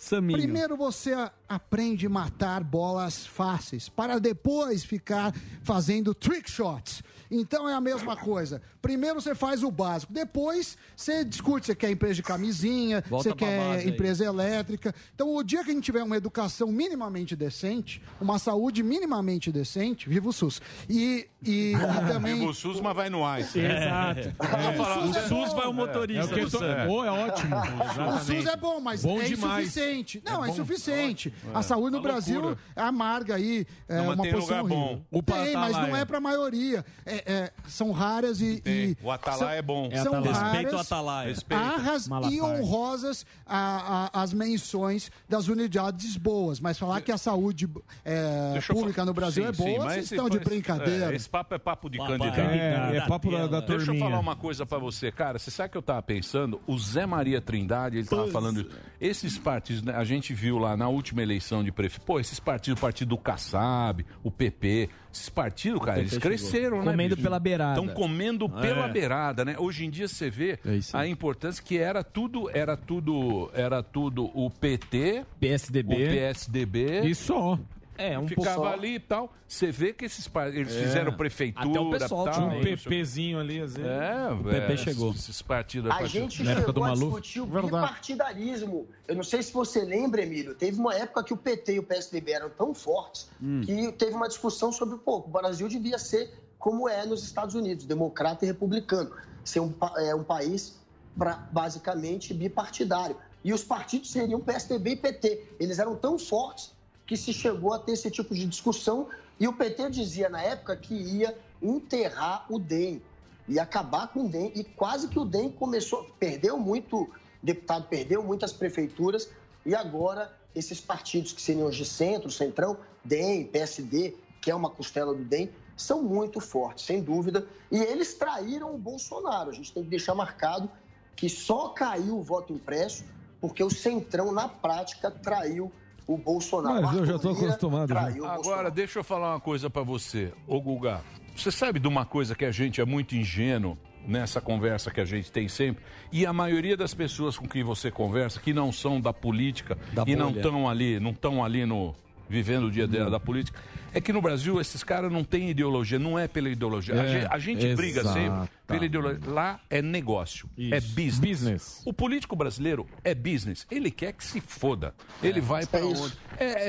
[SPEAKER 10] Sami, primeiro você a- aprende a matar bolas fáceis, para depois ficar fazendo trick shots. Então é a mesma coisa. Primeiro você faz o básico, depois você discute se quer empresa de camisinha,
[SPEAKER 19] Volta
[SPEAKER 10] você
[SPEAKER 19] pra
[SPEAKER 10] quer
[SPEAKER 19] base aí.
[SPEAKER 10] empresa elétrica. Então o dia que a gente tiver uma educação minimamente decente, uma saúde minimamente decente, viva o SUS. E, e,
[SPEAKER 9] *laughs*
[SPEAKER 10] e também
[SPEAKER 3] *laughs* Viva o SUS, mas vai no Ice.
[SPEAKER 10] Exato.
[SPEAKER 3] É.
[SPEAKER 10] É. O SUS vai o motorista,
[SPEAKER 3] É o que eu tô- Pô, é ótimo.
[SPEAKER 10] O SUS é bom, mas
[SPEAKER 3] Bom
[SPEAKER 10] é
[SPEAKER 3] demais.
[SPEAKER 10] insuficiente. Não,
[SPEAKER 3] É
[SPEAKER 10] é,
[SPEAKER 3] bom.
[SPEAKER 10] insuficiente.
[SPEAKER 3] É.
[SPEAKER 10] A saúde no
[SPEAKER 3] Uma
[SPEAKER 10] Brasil
[SPEAKER 3] loucura.
[SPEAKER 10] é amarga aí. É
[SPEAKER 3] Não, mas
[SPEAKER 10] uma
[SPEAKER 3] tem
[SPEAKER 10] posição
[SPEAKER 3] lugar
[SPEAKER 10] horrível.
[SPEAKER 3] bom. O
[SPEAKER 10] Tem, mas
[SPEAKER 3] Atalaia.
[SPEAKER 10] não é pra maioria. É, é, são raras e.
[SPEAKER 3] Tem.
[SPEAKER 10] e-
[SPEAKER 3] O Atalaia
[SPEAKER 10] são-
[SPEAKER 3] é bom. É
[SPEAKER 10] São
[SPEAKER 3] Atalaia.
[SPEAKER 10] raras,
[SPEAKER 3] Respeita o Atalaia. Respeita.
[SPEAKER 10] Arras
[SPEAKER 3] Malafaia.
[SPEAKER 10] e honrosas a- a- as menções das unidades boas. Mas falar que a saúde é,
[SPEAKER 9] Deixa eu
[SPEAKER 10] pública
[SPEAKER 9] falar-
[SPEAKER 10] no Brasil
[SPEAKER 9] Sim,
[SPEAKER 10] é
[SPEAKER 9] sim,
[SPEAKER 10] boa,
[SPEAKER 9] mas
[SPEAKER 10] vocês
[SPEAKER 9] esse-
[SPEAKER 10] estão de
[SPEAKER 9] mas-
[SPEAKER 10] brincadeira.
[SPEAKER 9] é, esse papo é papo de
[SPEAKER 19] Papo
[SPEAKER 9] candidato.
[SPEAKER 19] é- é papo da- da
[SPEAKER 9] Deixa eu
[SPEAKER 19] turminha.
[SPEAKER 9] falar uma coisa pra você, cara. Você sabe que eu tava pensando? O Zé Maria Trindade, ele tava
[SPEAKER 10] é.
[SPEAKER 9] falando. Esses partidos, né, a gente viu lá na última eleição de prefeito. Pô, esses partidos, o partido do Kassab, o PP. Esses partidos, cara, eles
[SPEAKER 4] chegou.
[SPEAKER 9] cresceram, né?
[SPEAKER 4] Comendo pela beirada.
[SPEAKER 9] Estão comendo
[SPEAKER 10] Ah,
[SPEAKER 4] É.
[SPEAKER 9] pela beirada, né? Hoje em dia você vê
[SPEAKER 10] É
[SPEAKER 9] a importância que era tudo, era tudo, era tudo o PT,
[SPEAKER 4] PSDB.
[SPEAKER 9] o PSDB.
[SPEAKER 4] E só. É, um
[SPEAKER 9] Ficava
[SPEAKER 4] pouco só.
[SPEAKER 9] ali e tal. Você vê que esses par- eles
[SPEAKER 4] É.
[SPEAKER 9] fizeram prefeitura.
[SPEAKER 4] Até o pessoal
[SPEAKER 9] tal,
[SPEAKER 4] tinha um
[SPEAKER 9] não sei o quê.
[SPEAKER 5] PPzinho ali, às vezes.
[SPEAKER 9] É,
[SPEAKER 5] O
[SPEAKER 9] velho,
[SPEAKER 5] PP chegou.
[SPEAKER 9] Esses partidos.
[SPEAKER 5] A
[SPEAKER 9] partido.
[SPEAKER 5] gente
[SPEAKER 1] Na época do Maluf. é discutir o bipartidarismo. Eu não sei se você lembra, Emílio, teve uma época que o PT e o PSDB eram tão fortes
[SPEAKER 7] Hum.
[SPEAKER 1] que teve uma discussão sobre, pô, o Brasil devia ser como é nos Estados Unidos, democrata e republicano. Ser um, pa- é, um país pra, basicamente bipartidário. E os partidos seriam PSDB e PT. Eles eram tão fortes que se chegou a ter esse tipo de discussão e o PT dizia na época que ia enterrar o DEM e acabar com o DEM e quase que o DEM começou, perdeu muito deputado, perdeu muitas prefeituras e agora esses partidos que seriam os de centro, centrão, DEM, PSD, que é uma costela do DEM, são muito fortes, sem dúvida, e eles traíram o Bolsonaro. A gente tem que deixar marcado que só caiu o voto impresso porque o centrão na prática traiu o Bolsonaro.
[SPEAKER 25] Mas eu já
[SPEAKER 1] Arthur
[SPEAKER 25] tô
[SPEAKER 1] Lira
[SPEAKER 25] acostumado, Ah, já.
[SPEAKER 1] Traiu o
[SPEAKER 9] Agora, deixa eu falar uma coisa pra você, ô Guga. Você sabe de uma coisa que a gente é muito ingênuo nessa conversa que a gente tem sempre? E a maioria das pessoas com quem você conversa, que não são da política e não
[SPEAKER 20] bolha.
[SPEAKER 9] estão ali, não estão ali no. Vivendo o dia dela da política, é que no Brasil esses caras não têm ideologia, não é pela ideologia. a
[SPEAKER 20] É,
[SPEAKER 9] gente, a gente briga sempre
[SPEAKER 20] exatamente.
[SPEAKER 9] pela ideologia. Lá é negócio, é business. O político brasileiro é business. Ele quer que se foda. Ele vai para onde? É, é, é, é,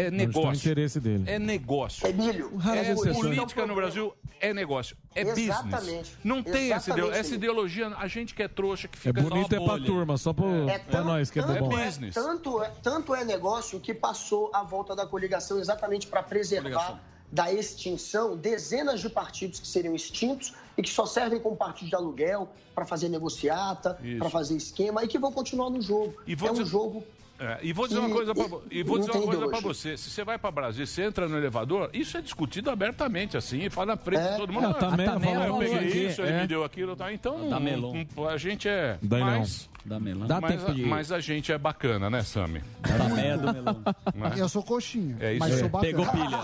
[SPEAKER 9] é, é
[SPEAKER 25] Onde está
[SPEAKER 9] negócio.
[SPEAKER 25] o interesse dele.
[SPEAKER 9] É negócio.
[SPEAKER 1] Emílio,
[SPEAKER 9] é
[SPEAKER 25] raras exceções.
[SPEAKER 9] política no Brasil é negócio. É business.
[SPEAKER 1] Exatamente.
[SPEAKER 9] Não tem essa, ideo-
[SPEAKER 1] Exatamente,
[SPEAKER 9] essa ideologia. A gente que é trouxa, que
[SPEAKER 25] É
[SPEAKER 9] fica
[SPEAKER 25] bonito
[SPEAKER 9] só
[SPEAKER 25] é pra
[SPEAKER 9] bolha.
[SPEAKER 25] turma, só pro, pra nós que é
[SPEAKER 1] tanto
[SPEAKER 25] bobão.
[SPEAKER 1] É, tanto, é, tanto é negócio que passou a volta da coligação exatamente para preservar
[SPEAKER 25] Coligação.
[SPEAKER 1] da extinção dezenas de partidos que seriam extintos e que só servem como partido de aluguel para fazer negociata,
[SPEAKER 9] Isso.
[SPEAKER 1] para fazer esquema e que vão continuar no jogo.
[SPEAKER 9] E vou
[SPEAKER 1] é um
[SPEAKER 9] te-
[SPEAKER 1] jogo
[SPEAKER 9] É, e vou dizer uma
[SPEAKER 1] E-
[SPEAKER 9] coisa pra, vo- e vou
[SPEAKER 1] não
[SPEAKER 9] dizer uma
[SPEAKER 1] tem
[SPEAKER 9] coisa pra
[SPEAKER 1] ideologia.
[SPEAKER 9] você. Se você vai pra Brasil, você entra no elevador, isso é discutido abertamente, assim, e fala na frente de todo mundo.
[SPEAKER 28] É, a
[SPEAKER 5] tá
[SPEAKER 28] Tamela
[SPEAKER 9] "Ah,
[SPEAKER 28] falou
[SPEAKER 5] né?"
[SPEAKER 9] eu peguei
[SPEAKER 28] aqui,
[SPEAKER 9] isso, ele
[SPEAKER 28] é.
[SPEAKER 9] me deu aquilo. Tá? Então,
[SPEAKER 5] Ah,
[SPEAKER 9] não-
[SPEAKER 28] Tamelão.
[SPEAKER 9] não- não- a gente é...
[SPEAKER 28] Daí
[SPEAKER 5] um.
[SPEAKER 28] não.
[SPEAKER 9] mas,
[SPEAKER 28] Damelão. Dá
[SPEAKER 9] Mas,
[SPEAKER 28] tempo de-
[SPEAKER 9] a, mas a gente é bacana, né, Sami?
[SPEAKER 3] né?
[SPEAKER 10] E Eu sou coxinha.
[SPEAKER 9] É isso
[SPEAKER 10] mas
[SPEAKER 9] aí.
[SPEAKER 10] sou bacana.
[SPEAKER 9] Pegou pilha.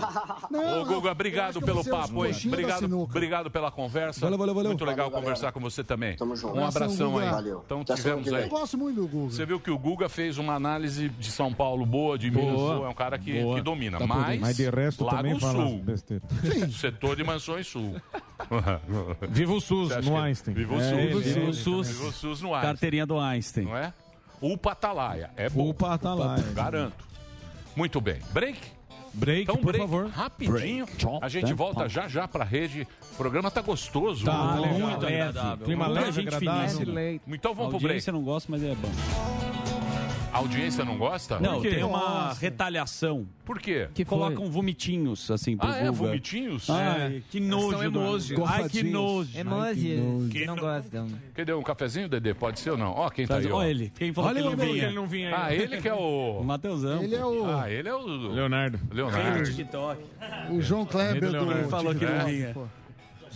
[SPEAKER 10] Não,
[SPEAKER 9] Ô, Guga, obrigado pelo papo, hein?
[SPEAKER 10] coxinhas um é da
[SPEAKER 9] Obrigado,
[SPEAKER 10] sinuca.
[SPEAKER 9] obrigado pela conversa.
[SPEAKER 10] Valeu, valeu, valeu.
[SPEAKER 9] Muito legal conversar com você também. Tamo
[SPEAKER 1] junto.
[SPEAKER 9] Um
[SPEAKER 10] Abração,
[SPEAKER 9] abração
[SPEAKER 10] Guga.
[SPEAKER 9] aí.
[SPEAKER 10] Valeu.
[SPEAKER 9] Então,
[SPEAKER 19] Tá né?
[SPEAKER 9] tivemos aí.
[SPEAKER 10] Eu gosto muito do Guga.
[SPEAKER 9] Você viu que o Guga fez uma análise de São Paulo boa, de Minas
[SPEAKER 10] Boa.
[SPEAKER 9] boa, é um cara que,
[SPEAKER 10] Boa.
[SPEAKER 9] que domina.
[SPEAKER 10] Tá por
[SPEAKER 9] mas,
[SPEAKER 10] dentro. Mas de resto
[SPEAKER 9] Lago
[SPEAKER 10] também fala
[SPEAKER 9] Sul. Setor de mansões sul.
[SPEAKER 5] Viva o SUS
[SPEAKER 9] Você acha
[SPEAKER 5] no
[SPEAKER 9] que-
[SPEAKER 5] Einstein.
[SPEAKER 9] Viva o
[SPEAKER 5] É,
[SPEAKER 9] SUS.
[SPEAKER 5] ele, ele
[SPEAKER 9] Viva o
[SPEAKER 5] também.
[SPEAKER 9] SUS. Viva o SUS no Einstein.
[SPEAKER 12] Carteirinha do Einstein.
[SPEAKER 9] Não é? Upa Atalaia. É bom.
[SPEAKER 5] Upa Atalaia.
[SPEAKER 9] Garanto. Muito bem. Break?
[SPEAKER 5] Break,
[SPEAKER 9] então,
[SPEAKER 5] por
[SPEAKER 9] break,
[SPEAKER 5] favor.
[SPEAKER 9] Rapidinho.
[SPEAKER 5] Break. Tchau.
[SPEAKER 9] A gente
[SPEAKER 5] Tá.
[SPEAKER 9] volta
[SPEAKER 5] Tá.
[SPEAKER 9] já já pra rede. O programa tá gostoso.
[SPEAKER 12] Tá
[SPEAKER 9] muito
[SPEAKER 12] legal, leve,
[SPEAKER 9] agradável.
[SPEAKER 12] clima
[SPEAKER 9] Muita
[SPEAKER 12] leve,
[SPEAKER 9] gente
[SPEAKER 12] agradável.
[SPEAKER 9] finíssima. Então vamos
[SPEAKER 12] a
[SPEAKER 9] pro break.
[SPEAKER 12] audiência não gosta, mas é bom.
[SPEAKER 9] A audiência não gosta?
[SPEAKER 12] Não,
[SPEAKER 9] Por quê?
[SPEAKER 12] tem uma retaliação.
[SPEAKER 9] Por quê?
[SPEAKER 12] Que colocam um vomitinhos, assim, pro
[SPEAKER 9] Ah, é?
[SPEAKER 12] Guga.
[SPEAKER 9] Vomitinhos?
[SPEAKER 12] É,
[SPEAKER 9] É.
[SPEAKER 12] que nojo.
[SPEAKER 9] São
[SPEAKER 12] do-
[SPEAKER 9] emojis.
[SPEAKER 12] Ai, que
[SPEAKER 9] Gofadinhos.
[SPEAKER 12] nojo.
[SPEAKER 4] É
[SPEAKER 12] Ai, que nojo.
[SPEAKER 9] Que não gostam. Cadê um cafezinho, Dedê? Pode ser ou não? Ó, quem tá
[SPEAKER 12] Faz-
[SPEAKER 9] aí, ó.
[SPEAKER 12] ó ele. Quem falou que ele não vinha.
[SPEAKER 9] Ah, ele que é o...
[SPEAKER 12] Mateusão. Ele é o-
[SPEAKER 9] Ah, ele é o...
[SPEAKER 5] Leonardo.
[SPEAKER 12] Rei do
[SPEAKER 9] Leonardo.
[SPEAKER 19] Então,
[SPEAKER 12] TikTok.
[SPEAKER 10] O João Kleber do
[SPEAKER 12] Quem falou que não
[SPEAKER 10] TikTok,
[SPEAKER 12] vinha.
[SPEAKER 10] pô.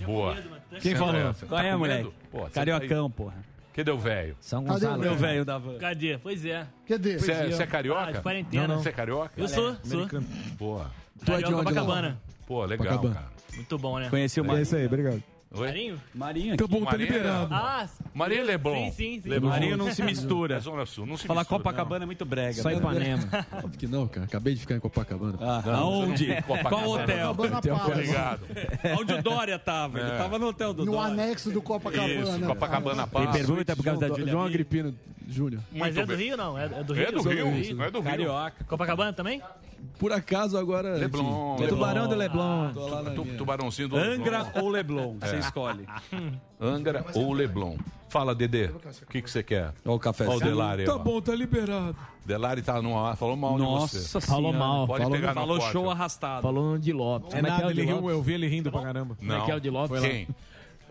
[SPEAKER 9] Boa.
[SPEAKER 12] Quem
[SPEAKER 9] Senta
[SPEAKER 12] falou?
[SPEAKER 9] aí, ó. Você
[SPEAKER 12] Qual
[SPEAKER 9] tá
[SPEAKER 12] é,
[SPEAKER 9] com
[SPEAKER 12] moleque?
[SPEAKER 9] medo? Pô, senta
[SPEAKER 12] Cariocão,
[SPEAKER 9] aí.
[SPEAKER 12] porra.
[SPEAKER 9] Cadê o velho?
[SPEAKER 12] São Gonçalo. Cadê o velho da van?
[SPEAKER 7] Cadê? Pois é.
[SPEAKER 10] Cadê?
[SPEAKER 9] Você né? é,
[SPEAKER 7] Pois
[SPEAKER 9] você é
[SPEAKER 7] é. Ah,
[SPEAKER 9] carioca?
[SPEAKER 7] de quarentena. Não, não.
[SPEAKER 9] Você é carioca?
[SPEAKER 7] Eu sou, sou. Americano. Tu
[SPEAKER 9] Boa.
[SPEAKER 7] é de Carioca onde, Copacabana. Léo?
[SPEAKER 9] Pô, legal,
[SPEAKER 7] Copacabana.
[SPEAKER 9] cara.
[SPEAKER 7] Muito bom, né?
[SPEAKER 12] Conheci o
[SPEAKER 7] Marinho.
[SPEAKER 12] Marinho.
[SPEAKER 7] É isso aí,
[SPEAKER 12] obrigado.
[SPEAKER 7] Marinho?
[SPEAKER 12] Marinho
[SPEAKER 7] aqui.
[SPEAKER 12] Acabou, tá
[SPEAKER 7] Marinho é-
[SPEAKER 12] liberado.
[SPEAKER 7] Ah,
[SPEAKER 9] Maria é Leblon.
[SPEAKER 7] Sim, sim, sim.
[SPEAKER 9] Leblon.
[SPEAKER 12] Marinho
[SPEAKER 9] *laughs*
[SPEAKER 12] não se mistura.
[SPEAKER 9] É Zona Sul, não se
[SPEAKER 12] Falar
[SPEAKER 9] mistura.
[SPEAKER 12] Copacabana é muito brega.
[SPEAKER 9] Só
[SPEAKER 12] né? *laughs*
[SPEAKER 9] Ipanema.
[SPEAKER 11] *laughs* Óbvio que não, cara. Acabei de ficar em Copacabana.
[SPEAKER 12] Ah, aonde?
[SPEAKER 11] *laughs*
[SPEAKER 12] Qual hotel? um
[SPEAKER 9] Obrigado.
[SPEAKER 12] *laughs* Onde o Dória tava? Ele
[SPEAKER 9] É.
[SPEAKER 12] tava no hotel do
[SPEAKER 10] No
[SPEAKER 12] Dória.
[SPEAKER 10] anexo do Copacabana. é um
[SPEAKER 9] Isso, Copacabana
[SPEAKER 12] Ele
[SPEAKER 9] Paz.
[SPEAKER 12] pergunta por causa da
[SPEAKER 11] João,
[SPEAKER 12] Julia
[SPEAKER 11] João
[SPEAKER 12] Miller.
[SPEAKER 11] Agripino Júnior.
[SPEAKER 7] Mas
[SPEAKER 11] Muito
[SPEAKER 7] é do
[SPEAKER 11] bem.
[SPEAKER 7] Rio, não? É é do
[SPEAKER 11] É
[SPEAKER 7] Rio?
[SPEAKER 11] do Rio, é do Rio.
[SPEAKER 7] Carioca. Copacabana também?
[SPEAKER 11] Por acaso agora.
[SPEAKER 9] Leblon.
[SPEAKER 11] enfim,
[SPEAKER 9] Tubarão do
[SPEAKER 7] Leblon. Ah.
[SPEAKER 11] Tô lá na
[SPEAKER 9] Tu-
[SPEAKER 11] minha.
[SPEAKER 9] Tubarãozinho do
[SPEAKER 12] Angra
[SPEAKER 9] Leblon.
[SPEAKER 12] ou Leblon? Você
[SPEAKER 9] É.
[SPEAKER 12] escolhe.
[SPEAKER 9] Angra ou Leblon. Fala, Dedê. O que que você quer?
[SPEAKER 12] Olha o café.
[SPEAKER 9] Olha o Delari. aí,
[SPEAKER 12] Tá
[SPEAKER 9] ó.
[SPEAKER 12] bom, tá liberado.
[SPEAKER 9] Delari tá no ar, falou mal
[SPEAKER 12] Nossa
[SPEAKER 9] de você.
[SPEAKER 12] senhora. Falou mal.
[SPEAKER 9] Pode
[SPEAKER 12] Falou-
[SPEAKER 9] pegar no
[SPEAKER 12] falou
[SPEAKER 9] corte,
[SPEAKER 12] show
[SPEAKER 9] ó.
[SPEAKER 12] arrastado.
[SPEAKER 4] Falando de Lopes.
[SPEAKER 5] É
[SPEAKER 4] Como que
[SPEAKER 5] nada,
[SPEAKER 4] o de
[SPEAKER 5] ele riu,
[SPEAKER 4] Lopes?
[SPEAKER 5] eu vi ele rindo pra caramba.
[SPEAKER 4] Como é que é o de Lopes?
[SPEAKER 5] Foi lá.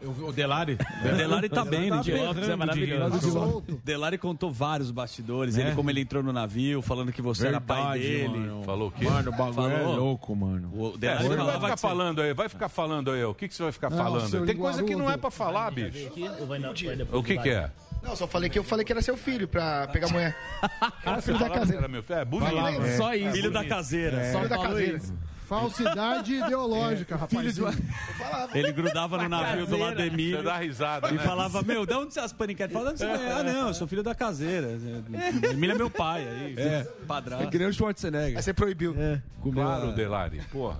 [SPEAKER 5] Eu vi- O Delari?
[SPEAKER 12] O Delari tá bem, né?
[SPEAKER 5] Delari
[SPEAKER 12] Lopes
[SPEAKER 5] errando de dinheiro.
[SPEAKER 12] O Delari contou vários bastidores. Ele,
[SPEAKER 5] É.
[SPEAKER 12] como ele entrou no navio, falando que você era pai
[SPEAKER 5] Verdade,
[SPEAKER 12] dele.
[SPEAKER 5] mano.
[SPEAKER 9] Falou o quê?
[SPEAKER 5] Mano, o bagulho é
[SPEAKER 12] Falou.
[SPEAKER 5] louco, mano.
[SPEAKER 12] O
[SPEAKER 9] É,
[SPEAKER 12] Delari
[SPEAKER 9] você vai
[SPEAKER 12] falava
[SPEAKER 9] ficar
[SPEAKER 12] que você-
[SPEAKER 9] falando aí, vai ficar falando aí. O que, que você vai ficar
[SPEAKER 29] Não,
[SPEAKER 9] falando?
[SPEAKER 29] seu
[SPEAKER 9] Tem coisa que não é
[SPEAKER 29] linguarudo.
[SPEAKER 9] pra falar, bicho.
[SPEAKER 7] Aqui, eu vou ainda-
[SPEAKER 9] O que que é?
[SPEAKER 29] Não, só falei que eu falei que era seu filho pra pegar
[SPEAKER 9] *laughs*
[SPEAKER 29] mulher. Era filho da
[SPEAKER 9] Fala,
[SPEAKER 29] caseira.
[SPEAKER 9] Era meu filho. É bonito.
[SPEAKER 29] Vai lá,
[SPEAKER 9] É.
[SPEAKER 29] só isso.
[SPEAKER 12] Filho da caseira.
[SPEAKER 29] É.
[SPEAKER 12] Só
[SPEAKER 29] Filho da
[SPEAKER 12] falou
[SPEAKER 29] caseira.
[SPEAKER 12] isso.
[SPEAKER 10] Falsidade ideológica, rapaz.
[SPEAKER 12] Ele grudava no navio do
[SPEAKER 9] Caseira.
[SPEAKER 12] Lademir.
[SPEAKER 9] Você dá risada,
[SPEAKER 12] E
[SPEAKER 9] né?
[SPEAKER 12] falava, meu, de onde você as paniquetes? Fala, "De onde você ganha?" Ah, não, eu sou filho da caseira. Emílio é meu pai. Aí,
[SPEAKER 11] É. É que
[SPEAKER 12] padrasto.
[SPEAKER 11] nem o Schwarzenegger. Aí
[SPEAKER 29] você proibiu.
[SPEAKER 11] É.
[SPEAKER 9] Claro, Delari. Porra.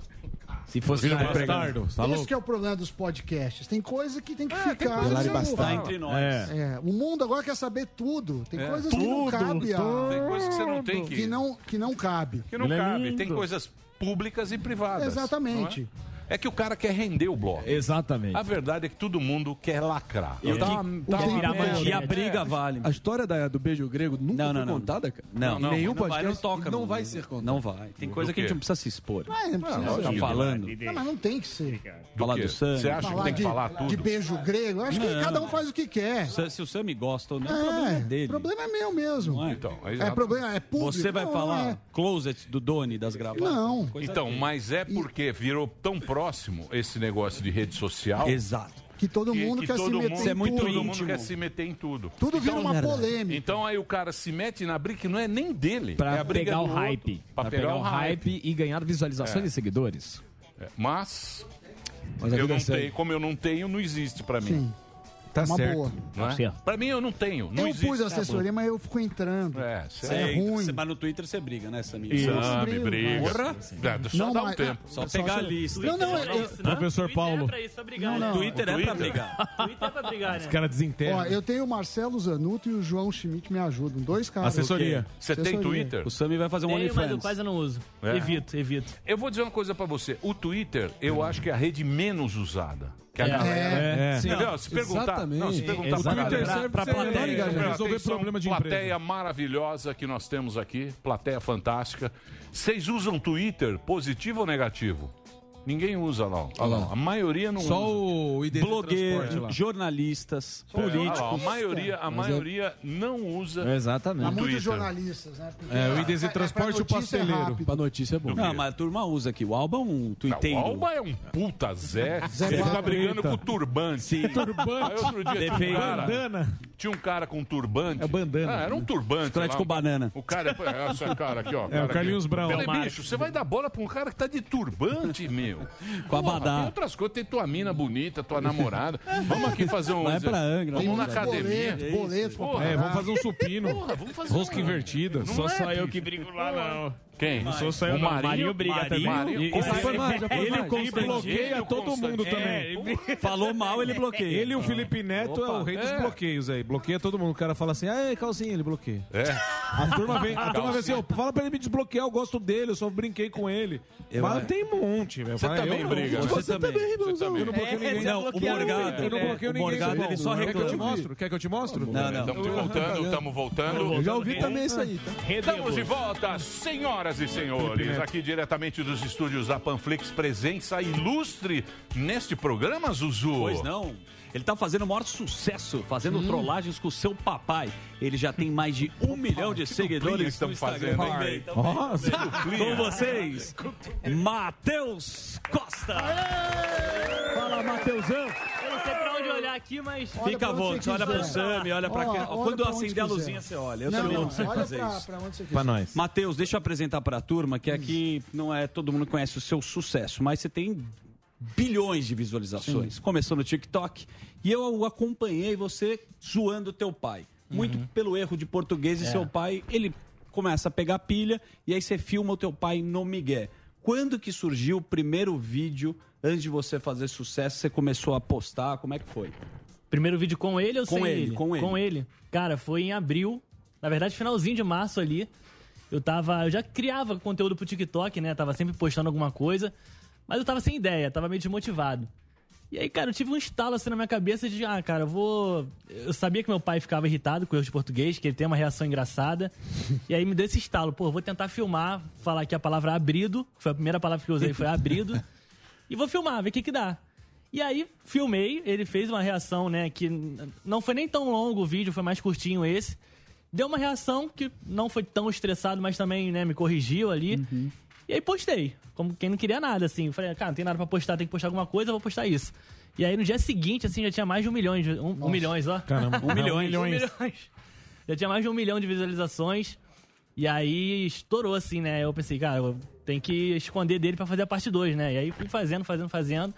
[SPEAKER 4] Se
[SPEAKER 9] fosse
[SPEAKER 10] Filho
[SPEAKER 9] na
[SPEAKER 10] bastardo,
[SPEAKER 11] Tá
[SPEAKER 9] empregada.
[SPEAKER 10] Isso que é o problema dos podcasts. Tem coisa que tem que ficar.
[SPEAKER 9] É, coisa
[SPEAKER 10] no-
[SPEAKER 9] que não Tá fala. entre nós.
[SPEAKER 10] É, O mundo agora quer saber tudo. Tem
[SPEAKER 9] É.
[SPEAKER 10] coisas que
[SPEAKER 9] Tudo,
[SPEAKER 10] não cabe. a-
[SPEAKER 9] tudo. é Tem coisas que você não tem que-
[SPEAKER 10] Que não, que não cabe.
[SPEAKER 9] Que
[SPEAKER 4] é
[SPEAKER 9] não cabe. Tem coisas públicas e privadas.
[SPEAKER 10] Exatamente.
[SPEAKER 9] não É? É que o cara quer render o bloco.
[SPEAKER 4] Exatamente.
[SPEAKER 9] A verdade é que todo mundo quer lacrar.
[SPEAKER 12] E o que-
[SPEAKER 9] um
[SPEAKER 12] o que- e a briga vale.
[SPEAKER 11] é A história da- do beijo grego nunca foi contada, cara.
[SPEAKER 12] Não, não.
[SPEAKER 11] Nenhum
[SPEAKER 12] não vai,
[SPEAKER 11] podcast
[SPEAKER 12] não toca.
[SPEAKER 11] não
[SPEAKER 12] no-
[SPEAKER 11] vai ser contado.
[SPEAKER 12] Não vai. Tem coisa
[SPEAKER 11] Do
[SPEAKER 12] que a
[SPEAKER 11] quê?
[SPEAKER 12] gente não precisa se expor.
[SPEAKER 10] Mas Ah, é,
[SPEAKER 9] Ah,
[SPEAKER 10] não precisa.
[SPEAKER 12] tá
[SPEAKER 10] Lógico.
[SPEAKER 12] falando.
[SPEAKER 10] Não, mas não tem que ser.
[SPEAKER 12] Falar
[SPEAKER 9] quê?
[SPEAKER 12] do sangue.
[SPEAKER 9] Você acha que tem que
[SPEAKER 10] de,
[SPEAKER 9] falar
[SPEAKER 10] de
[SPEAKER 9] tudo?
[SPEAKER 10] beijo grego. Eu acho que
[SPEAKER 12] Não.
[SPEAKER 10] cada um faz o que quer.
[SPEAKER 12] Se, se o Sammy gosta ou não,
[SPEAKER 10] É,
[SPEAKER 12] o problema é dele.
[SPEAKER 10] problema é meu mesmo.
[SPEAKER 9] Então, aí
[SPEAKER 10] É problema, é público.
[SPEAKER 12] Você vai
[SPEAKER 10] Não,
[SPEAKER 12] falar
[SPEAKER 10] não é.
[SPEAKER 12] closet do Doni das gravatas?
[SPEAKER 10] Não.
[SPEAKER 12] Coisa
[SPEAKER 9] Então,
[SPEAKER 12] dele.
[SPEAKER 9] mas é porque virou tão próximo esse negócio de rede social.
[SPEAKER 12] Exato.
[SPEAKER 10] Que todo mundo quer se meter
[SPEAKER 9] é
[SPEAKER 10] em tudo.
[SPEAKER 9] todo mundo quer se meter em tudo.
[SPEAKER 10] Tudo vira uma
[SPEAKER 9] verdade.
[SPEAKER 10] polêmica.
[SPEAKER 9] Então aí o cara se mete na briga que não é nem dele.
[SPEAKER 4] Pra
[SPEAKER 9] é a briga
[SPEAKER 4] pegar o
[SPEAKER 9] do outro,
[SPEAKER 4] hype.
[SPEAKER 9] Pra, pegar, o hype.
[SPEAKER 4] e ganhar visualizações
[SPEAKER 9] É.
[SPEAKER 4] e seguidores.
[SPEAKER 9] É, Mas,
[SPEAKER 4] Mas a
[SPEAKER 9] eu
[SPEAKER 4] vida
[SPEAKER 9] não
[SPEAKER 4] segue.
[SPEAKER 9] tenho, como eu não tenho, não existe pra mim.
[SPEAKER 10] Sim. Tá Uma certo. boa.
[SPEAKER 9] Não é?
[SPEAKER 4] certo.
[SPEAKER 9] Pra mim eu não tenho. Não
[SPEAKER 10] eu
[SPEAKER 9] existe.
[SPEAKER 10] pus assessoria, mas eu fico entrando.
[SPEAKER 9] É,
[SPEAKER 10] Isso
[SPEAKER 12] Você
[SPEAKER 10] é
[SPEAKER 12] entra,
[SPEAKER 10] ruim.
[SPEAKER 12] Você vai no Twitter você briga, né, Sammy?
[SPEAKER 9] Isso,
[SPEAKER 12] Você- né?
[SPEAKER 9] Sammy, briga.
[SPEAKER 12] Porra.
[SPEAKER 9] É, só dá um
[SPEAKER 10] mas-
[SPEAKER 9] tempo.
[SPEAKER 12] Só pegar a lista. então.
[SPEAKER 10] Não, não, é-
[SPEAKER 12] Só-
[SPEAKER 10] eu-
[SPEAKER 5] Professor Paulo.
[SPEAKER 12] Não, não.
[SPEAKER 7] O
[SPEAKER 12] um né? Twitter é pra brigar.
[SPEAKER 7] Twitter é pra brigar, né?
[SPEAKER 5] Os caras desenterram.
[SPEAKER 10] Ó, eu tenho o Marcelo Zanuto e o João Schmidt me ajudam. Dois caras.
[SPEAKER 9] Assessoria. Você tem
[SPEAKER 10] Assessoria.
[SPEAKER 9] Twitter? O Sammy vai fazer um
[SPEAKER 7] Tenho, mas eu
[SPEAKER 9] OnlyFans.
[SPEAKER 7] quase não uso.
[SPEAKER 9] É.
[SPEAKER 7] Evito, evito.
[SPEAKER 9] Eu vou dizer uma coisa pra você. O Twitter, eu acho que é a rede menos usada. Que a
[SPEAKER 7] É.
[SPEAKER 9] galera.
[SPEAKER 7] É, é. Sim.
[SPEAKER 9] Entendeu? Se perguntar, não,
[SPEAKER 7] Exatamente.
[SPEAKER 9] se perguntar pra
[SPEAKER 7] O Twitter
[SPEAKER 9] galera,
[SPEAKER 7] serve pra
[SPEAKER 9] galera,
[SPEAKER 7] plateia,
[SPEAKER 9] galera,
[SPEAKER 7] pra
[SPEAKER 5] resolver
[SPEAKER 9] atenção,
[SPEAKER 5] problema de
[SPEAKER 9] Plateia
[SPEAKER 5] empresa.
[SPEAKER 9] maravilhosa que nós temos aqui, plateia fantástica. Vocês usam Twitter positivo ou negativo? Ninguém usa lá. ó. A maioria não
[SPEAKER 12] Só
[SPEAKER 9] usa.
[SPEAKER 12] o
[SPEAKER 9] ID do transporte lá.
[SPEAKER 12] Blogueiros, jornalistas,
[SPEAKER 9] É,
[SPEAKER 12] políticos. é-
[SPEAKER 9] olha lá, a maioria, a maioria não usa.
[SPEAKER 4] Exatamente.
[SPEAKER 12] Há
[SPEAKER 9] o
[SPEAKER 12] muitos
[SPEAKER 9] Twitter.
[SPEAKER 10] jornalistas, né? Porque
[SPEAKER 12] É, o
[SPEAKER 10] pra-
[SPEAKER 12] IDZ
[SPEAKER 10] pra- pra
[SPEAKER 12] Transporte, o
[SPEAKER 10] notícia é
[SPEAKER 12] pasteleiro.
[SPEAKER 10] rápido.
[SPEAKER 12] Pra notícia é
[SPEAKER 9] bom.
[SPEAKER 12] Não, mas a turma usa aqui. O Alba é um
[SPEAKER 9] Não,
[SPEAKER 12] tuiteiro.
[SPEAKER 9] o Alba é um puta Zé.
[SPEAKER 12] *laughs* Zé
[SPEAKER 9] ele fica
[SPEAKER 12] Barreta.
[SPEAKER 9] brigando com o turbante.
[SPEAKER 12] Sim. Turbante.
[SPEAKER 9] Aí outro dia tinha um
[SPEAKER 12] Defeito.
[SPEAKER 9] cara,
[SPEAKER 12] Bandana.
[SPEAKER 9] tinha um cara com turbante. É
[SPEAKER 12] bandana.
[SPEAKER 9] Ah, era um turbante.
[SPEAKER 12] Chiclete
[SPEAKER 9] lá.
[SPEAKER 12] com banana.
[SPEAKER 9] O cara, é, esse cara aqui, ó.
[SPEAKER 12] É, o
[SPEAKER 9] cara aqui.
[SPEAKER 12] Carlinhos Brown.
[SPEAKER 9] Eu Falei,
[SPEAKER 12] Tomate.
[SPEAKER 9] bicho, você vai dar bola pra um cara que tá de turbante,
[SPEAKER 12] *laughs*
[SPEAKER 9] meu.
[SPEAKER 12] Com
[SPEAKER 9] Porra,
[SPEAKER 12] abadá.
[SPEAKER 9] Tem outras coisas, tem tua mina bonita, tua namorada. Vamos aqui fazer um...
[SPEAKER 12] Vai pra Angra,
[SPEAKER 9] Vamos na
[SPEAKER 12] vamos lá.
[SPEAKER 9] academia.
[SPEAKER 12] Boleto, boleto pra
[SPEAKER 9] Porra,
[SPEAKER 12] pagar.
[SPEAKER 9] é, vamos fazer um
[SPEAKER 8] supino.
[SPEAKER 9] Porra, vamos fazer
[SPEAKER 8] Rosca
[SPEAKER 9] um-
[SPEAKER 8] invertida.
[SPEAKER 9] Não
[SPEAKER 8] Só
[SPEAKER 9] é,
[SPEAKER 8] só eu
[SPEAKER 9] bicho.
[SPEAKER 8] que brigo lá, não.
[SPEAKER 9] Quem?
[SPEAKER 8] Não sou só eu,
[SPEAKER 9] O
[SPEAKER 8] não.
[SPEAKER 9] Marinho-
[SPEAKER 8] Marinho briga
[SPEAKER 9] Marinho-
[SPEAKER 8] também.
[SPEAKER 9] Marinho-
[SPEAKER 8] E- esse
[SPEAKER 9] Ele-
[SPEAKER 8] foi mais, já foi
[SPEAKER 9] ele
[SPEAKER 8] mais.
[SPEAKER 9] e o Constantino.
[SPEAKER 8] bloqueia
[SPEAKER 9] Ele e o
[SPEAKER 8] todo mundo
[SPEAKER 9] Constantino.
[SPEAKER 8] também.
[SPEAKER 9] É, ele-
[SPEAKER 8] *laughs* Falou mal, ele bloqueia. Ah.
[SPEAKER 5] Ele e o Felipe Neto é o rei dos
[SPEAKER 8] É.
[SPEAKER 5] bloqueios aí. Bloqueia todo mundo. O cara fala assim, ah, calcinha, ele bloqueia.
[SPEAKER 9] É.
[SPEAKER 5] A turma vem, a turma vem assim, ó, fala pra ele me desbloquear, eu gosto dele, eu só brinquei com ele.
[SPEAKER 8] Eu- é.
[SPEAKER 5] Mas tem um monte, meu.
[SPEAKER 8] Você
[SPEAKER 5] Fala,
[SPEAKER 8] também
[SPEAKER 5] eu não.
[SPEAKER 8] briga, né? Você
[SPEAKER 5] Você
[SPEAKER 8] também.
[SPEAKER 5] também,
[SPEAKER 8] Você
[SPEAKER 5] irmãozão.
[SPEAKER 8] também.
[SPEAKER 5] Eu não bloqueei
[SPEAKER 8] É,
[SPEAKER 5] ninguém.
[SPEAKER 8] você Não, o bloqueou Morgado, ninguém.
[SPEAKER 5] Eu não
[SPEAKER 8] é.
[SPEAKER 5] bloqueei
[SPEAKER 8] O
[SPEAKER 5] ninguém.
[SPEAKER 8] Morgado,
[SPEAKER 5] seu
[SPEAKER 8] ele só
[SPEAKER 5] Paulo. Quer que eu te
[SPEAKER 8] reclama.
[SPEAKER 5] mostro? Quer que eu te mostre? tá
[SPEAKER 9] Estamos voltando, estamos voltando.
[SPEAKER 5] Eu já ouvi também isso aí. tá?
[SPEAKER 9] Estamos de volta, senhoras e senhores, aqui diretamente dos estúdios da Panflix, presença ilustre neste programa, Zuzu.
[SPEAKER 12] Pois não. Ele tá fazendo o maior sucesso, fazendo
[SPEAKER 9] Hum.
[SPEAKER 12] trollagens com o seu papai. Ele já tem mais de um milhão de
[SPEAKER 9] duplinha que
[SPEAKER 12] seguidores no
[SPEAKER 9] estamos
[SPEAKER 12] Instagram.
[SPEAKER 9] fazendo,
[SPEAKER 12] Também,
[SPEAKER 9] hein?
[SPEAKER 12] também,
[SPEAKER 9] Nossa,
[SPEAKER 12] também.
[SPEAKER 9] duplinha.
[SPEAKER 12] Com vocês, é Matheus Costa. Fala, Matheusão.
[SPEAKER 7] Eu não sei pra onde olhar aqui, mas.
[SPEAKER 12] Fica à vontade, olha pro Sami, olha pra cá. Quando eu acender a luzinha, você olha. Eu também não sei fazer isso. Matheus, deixa eu apresentar pra turma que aqui não é todo mundo conhece o seu sucesso, mas você tem bilhões de visualizações. Começou no TikTok e eu acompanhei você zoando teu pai. Muito
[SPEAKER 7] Uhum.
[SPEAKER 12] pelo erro de português e
[SPEAKER 21] É.
[SPEAKER 12] seu pai, ele começa a pegar pilha e aí você filma o teu pai no migué. Quando que surgiu o primeiro vídeo antes de você fazer sucesso? Você começou a postar? Como é que foi?
[SPEAKER 7] Primeiro vídeo com ele ou
[SPEAKER 12] Com
[SPEAKER 7] sem
[SPEAKER 12] ele, com ele.
[SPEAKER 7] Com ele. Cara, foi em abril. Na verdade, finalzinho de março ali. Eu tava. Eu já criava conteúdo pro TikTok, né? Tava sempre postando alguma coisa. Mas eu tava sem ideia, tava meio desmotivado. E aí, cara, eu tive um estalo assim na minha cabeça de, ah, cara, eu vou. Eu sabia que meu pai ficava irritado com erros de português, que ele tem uma reação
[SPEAKER 12] *laughs*
[SPEAKER 7] engraçada. E aí me deu esse estalo, pô, eu vou tentar filmar, falar que a palavra abrido, que foi a primeira palavra que eu usei, foi
[SPEAKER 12] *laughs*
[SPEAKER 7] abrido. e vou filmar, ver o que que dá. E aí, filmei, ele fez uma reação, né, que n- não foi nem tão longo o vídeo, foi mais curtinho esse. Deu uma reação que não foi tão estressado, mas também, né, me corrigiu ali. E aí postei, como quem não queria nada, assim. Falei, cara, não tem nada pra postar, tem que postar alguma coisa, eu vou postar isso. E aí, no dia seguinte, assim, já tinha mais de um milhão, de- um, um milhões, ó.
[SPEAKER 5] Caramba.
[SPEAKER 7] *laughs* um milhão,
[SPEAKER 5] Um milhões.
[SPEAKER 7] Um milhões. Já tinha mais de um milhão de visualizações. E aí estourou, assim, né? Eu pensei, cara, eu tenho que esconder dele pra fazer a parte 2, né? E aí fui fazendo, fazendo, fazendo.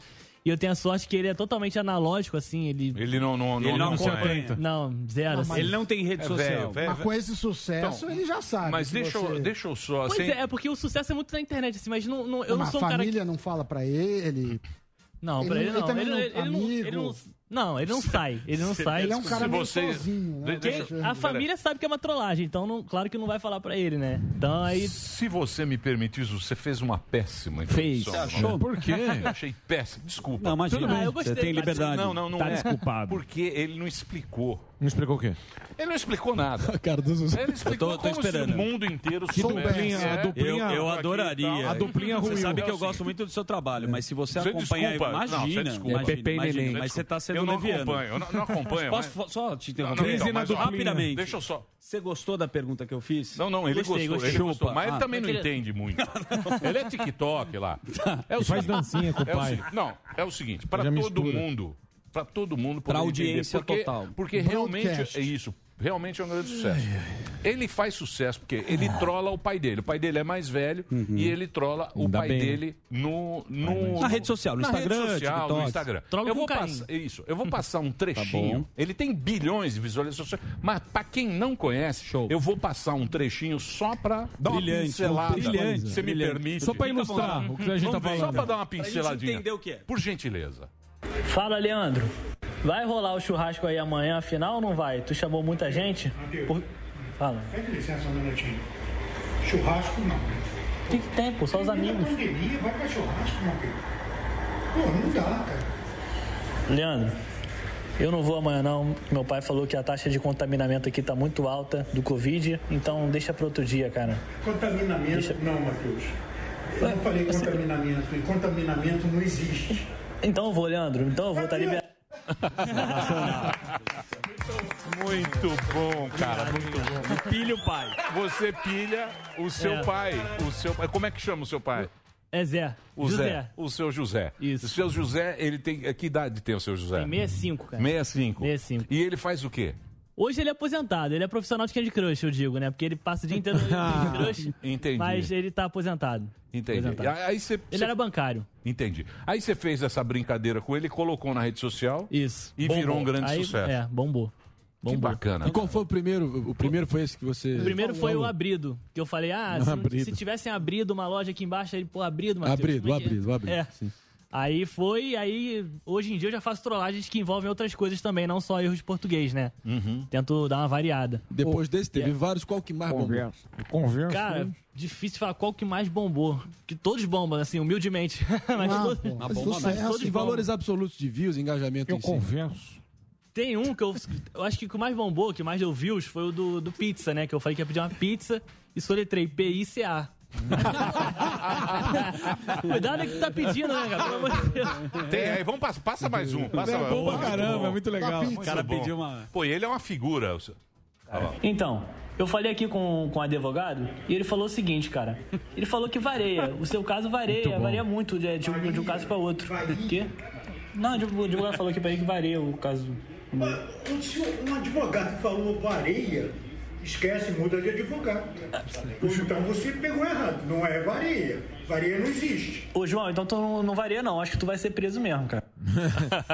[SPEAKER 7] E eu tenho a sorte que ele é totalmente analógico, assim, ele...
[SPEAKER 9] Ele não, não, não, acompanha.
[SPEAKER 7] Não, zero.
[SPEAKER 9] Não,
[SPEAKER 7] assim.
[SPEAKER 9] mas- Ele não tem rede É social. velho, velho,
[SPEAKER 10] Mas com esse sucesso,
[SPEAKER 9] Então,
[SPEAKER 10] ele já sabe.
[SPEAKER 9] Mas
[SPEAKER 10] que
[SPEAKER 9] deixa,
[SPEAKER 10] você-
[SPEAKER 9] eu, deixa eu assim- só...
[SPEAKER 7] Pois
[SPEAKER 9] sem-
[SPEAKER 7] é, é porque o sucesso é muito na internet, assim, mas não, não- eu
[SPEAKER 10] Não,
[SPEAKER 7] não
[SPEAKER 10] mas
[SPEAKER 7] sou um
[SPEAKER 10] a
[SPEAKER 7] cara que
[SPEAKER 10] família não fala pra ele.
[SPEAKER 7] Não, pra ele não.
[SPEAKER 10] também
[SPEAKER 7] Ele, ele- ele não,
[SPEAKER 10] amigo.
[SPEAKER 7] ele não- não, ele não sai. Ele não
[SPEAKER 10] Se-
[SPEAKER 7] sai.
[SPEAKER 10] ele é um cara Se meio você- sozinho, né?
[SPEAKER 7] Porque
[SPEAKER 10] Deixa eu-
[SPEAKER 7] a família sabe que é uma trollagem, então não- claro que não vai falar pra ele, né? Então aí.
[SPEAKER 9] Se você me permitir, Zuzu, você fez uma péssima
[SPEAKER 7] Fez.
[SPEAKER 9] introdução. né?
[SPEAKER 7] Você achou?
[SPEAKER 12] *laughs*
[SPEAKER 9] Por quê? Eu achei péssimo. Desculpa.
[SPEAKER 12] Não, imagina.
[SPEAKER 9] Tudo bem.
[SPEAKER 12] Ah, eu gostei. Você tem liberdade.
[SPEAKER 9] Não, não, não
[SPEAKER 12] Tá
[SPEAKER 9] é.
[SPEAKER 12] desculpado.
[SPEAKER 9] Porque ele não explicou.
[SPEAKER 5] Não explicou o quê?
[SPEAKER 9] Ele não explicou nada.
[SPEAKER 12] *laughs*
[SPEAKER 5] cara do Zuzu.
[SPEAKER 9] Ele explicou
[SPEAKER 12] Eu tô- tô
[SPEAKER 9] como se
[SPEAKER 12] esperando.
[SPEAKER 9] o mundo inteiro
[SPEAKER 12] Que
[SPEAKER 9] soubesse.
[SPEAKER 12] duplinha,
[SPEAKER 9] É.
[SPEAKER 12] a duplinha- Eu- eu adoraria.
[SPEAKER 9] Aqui e tal.
[SPEAKER 12] A duplinha
[SPEAKER 9] Você
[SPEAKER 12] ruim.
[SPEAKER 9] sabe que eu
[SPEAKER 12] gosto muito do seu trabalho, mas se você
[SPEAKER 9] Você
[SPEAKER 12] acompanhar,
[SPEAKER 9] desculpa.
[SPEAKER 12] imagina,
[SPEAKER 9] Não, você desculpa.
[SPEAKER 12] imagina,
[SPEAKER 9] É Pepe e
[SPEAKER 12] imagina,
[SPEAKER 9] Neném.
[SPEAKER 12] mas você tá sendo
[SPEAKER 9] Eu não
[SPEAKER 12] leviano.
[SPEAKER 9] acompanho, eu não- não acompanho,
[SPEAKER 12] Posso
[SPEAKER 9] mas-
[SPEAKER 12] fo- só te interromper?
[SPEAKER 9] Não, não, então, mas, ó,
[SPEAKER 12] rapidamente.
[SPEAKER 9] deixa eu só-
[SPEAKER 12] Você gostou da pergunta que eu fiz?
[SPEAKER 9] Não, não, ele gostou, ele gostou, mas
[SPEAKER 12] Ah,
[SPEAKER 9] ele também não
[SPEAKER 12] *laughs*
[SPEAKER 9] entende muito. Ele é TikTok lá. É o
[SPEAKER 12] Ele faz
[SPEAKER 9] seguinte,
[SPEAKER 12] dancinha com o
[SPEAKER 9] é
[SPEAKER 12] pai.
[SPEAKER 9] seguinte- não, é o seguinte, para
[SPEAKER 12] Já
[SPEAKER 9] todo
[SPEAKER 12] mistura.
[SPEAKER 9] mundo, para todo mundo
[SPEAKER 12] Pra
[SPEAKER 9] poder
[SPEAKER 12] audiência
[SPEAKER 9] entender, porque,
[SPEAKER 12] total.
[SPEAKER 9] Porque
[SPEAKER 12] Broadcast.
[SPEAKER 9] realmente é isso, realmente é um grande sucesso. Ele faz sucesso porque ele
[SPEAKER 12] Ah.
[SPEAKER 9] trola o pai dele. O pai dele é mais velho e ele trola o
[SPEAKER 12] Uhum. Ainda
[SPEAKER 9] pai
[SPEAKER 12] bem, né?
[SPEAKER 9] dele no, no-
[SPEAKER 12] Na rede social, no
[SPEAKER 9] na
[SPEAKER 12] Instagram,
[SPEAKER 9] rede social,
[SPEAKER 12] TikTok.
[SPEAKER 9] no Instagram.
[SPEAKER 12] Trola
[SPEAKER 9] eu
[SPEAKER 12] com
[SPEAKER 9] vou
[SPEAKER 12] carinho. Hum. Tá
[SPEAKER 9] passar isso, eu vou passar um trechinho.
[SPEAKER 12] bom.
[SPEAKER 9] ele tem bilhões de visualizações, mas para quem não conhece, eu vou passar um trechinho só para dar uma
[SPEAKER 12] Brilhante, um
[SPEAKER 9] pincelada.
[SPEAKER 12] brilhante,
[SPEAKER 9] Você me
[SPEAKER 12] brilhante.
[SPEAKER 9] permite?
[SPEAKER 12] Só pra
[SPEAKER 9] Fica à
[SPEAKER 12] ilustrar
[SPEAKER 9] vontade.
[SPEAKER 12] o que a gente tá
[SPEAKER 9] Vamos ver. Só
[SPEAKER 12] falando.
[SPEAKER 9] para dar uma
[SPEAKER 7] Pra gente
[SPEAKER 9] pinceladinha.
[SPEAKER 7] entender o que é.
[SPEAKER 9] Por gentileza.
[SPEAKER 7] Fala, Leandro. Vai rolar o churrasco aí amanhã, afinal ou não vai? Tu chamou muita gente? Por- Fala.
[SPEAKER 14] Pede licença um minutinho. Churrasco não.
[SPEAKER 7] O que, que tem, pô? Só os amigos.
[SPEAKER 14] Pandemia, vai pra churrasco, meu querido. Pô, não dá, cara.
[SPEAKER 7] Leandro, eu não vou amanhã não. Meu pai falou que a taxa de contaminamento aqui tá muito alta do Covid, então deixa pra outro dia, cara.
[SPEAKER 14] Contaminamento não, Matheus. Eu não falei contaminamento, e contaminamento não existe.
[SPEAKER 7] Então eu vou, Leandro. Então eu vou, tá liberado.
[SPEAKER 9] Muito bom, cara. Muito bom.
[SPEAKER 7] Pilha o pai.
[SPEAKER 9] Você pilha o seu
[SPEAKER 7] É.
[SPEAKER 9] pai. O seu pai. Como é que chama o seu pai?
[SPEAKER 7] É Zé.
[SPEAKER 9] O
[SPEAKER 7] José.
[SPEAKER 9] Zé. O seu José. Isso. O seu José, ele tem. Que idade tem o seu José?
[SPEAKER 7] Tem 65, cara.
[SPEAKER 9] 65.
[SPEAKER 7] 65.
[SPEAKER 9] E ele faz o quê?
[SPEAKER 7] Hoje ele é aposentado, ele é profissional de Candy Crush, eu digo, né? Porque ele passa o dia
[SPEAKER 9] *laughs*
[SPEAKER 7] inteiro no Candy Crush.
[SPEAKER 9] Entendi.
[SPEAKER 7] Mas Ah. ele tá aposentado.
[SPEAKER 9] Entendi.
[SPEAKER 7] Aposentado.
[SPEAKER 9] Aí- Aí você.
[SPEAKER 7] Ele era bancário.
[SPEAKER 9] Entendi. Aí você fez essa brincadeira com ele, colocou na rede social.
[SPEAKER 7] Isso.
[SPEAKER 9] E
[SPEAKER 7] Bombou.
[SPEAKER 9] virou um grande
[SPEAKER 7] Aí-
[SPEAKER 9] sucesso.
[SPEAKER 7] É, bombou.
[SPEAKER 9] Que
[SPEAKER 7] Bombou.
[SPEAKER 9] bacana.
[SPEAKER 11] E qual foi o primeiro? O primeiro foi esse que você.
[SPEAKER 7] O primeiro foi o Abrido, que eu falei, ah,
[SPEAKER 11] *laughs* Não,
[SPEAKER 7] se, não-
[SPEAKER 11] Abrido.
[SPEAKER 7] se tivessem abrido uma loja aqui embaixo, ele, pô, abrido, Matheus.
[SPEAKER 11] Abrido,
[SPEAKER 7] como é que é?
[SPEAKER 11] abrido, abrido.
[SPEAKER 7] É.
[SPEAKER 11] sim.
[SPEAKER 7] Aí foi, aí hoje em dia eu já faço trollagens que envolvem outras coisas também, não só erros de português, né? Tento dar uma variada.
[SPEAKER 11] Depois desse, teve
[SPEAKER 7] É.
[SPEAKER 11] vários. Qual que mais bombou?
[SPEAKER 7] Conversa. Cara, difícil falar qual que mais bombou. Que todos bombam, assim, humildemente. *laughs* mas
[SPEAKER 11] Ah,
[SPEAKER 7] todos,
[SPEAKER 11] pô,
[SPEAKER 7] mas
[SPEAKER 11] *laughs* mas sucesso,
[SPEAKER 7] todos
[SPEAKER 11] em
[SPEAKER 7] bombam.
[SPEAKER 11] valores absolutos de views, engajamento Eu
[SPEAKER 5] converso.
[SPEAKER 7] Tem um que eu, eu acho que o que mais bombou, que mais deu views, foi o do, do pizza, né? Que eu falei que ia pedir uma pizza e soletrei P-I-C-A. *laughs* Cuidado é que tu tá pedindo, né, cara? Pelo amor de Deus.
[SPEAKER 9] Tem aí, vamos passar, passa mais um. Passa
[SPEAKER 7] É
[SPEAKER 9] mais
[SPEAKER 7] bom
[SPEAKER 9] um.
[SPEAKER 7] pra caramba, é muito legal.
[SPEAKER 9] Muito
[SPEAKER 7] O cara
[SPEAKER 9] bom.
[SPEAKER 7] pediu uma-
[SPEAKER 9] Pô, e ele é uma figura. o seu- Ah, lá.
[SPEAKER 7] Então, eu falei aqui com, com o advogado e ele falou o seguinte, cara. Ele falou que varia. O seu caso varia,
[SPEAKER 16] bom.
[SPEAKER 7] varia muito de, de um, de um caso pra outro. O quê? Não, o advogado falou aqui pra ele que varia o caso.
[SPEAKER 14] Um senhor- Um advogado falou vareia, esquece, muda de advogado. Ou então você pegou errado, não é vareia. Vareia não existe.
[SPEAKER 7] Ô, João, então tu não, não varia, não. Acho que tu vai ser preso mesmo, cara.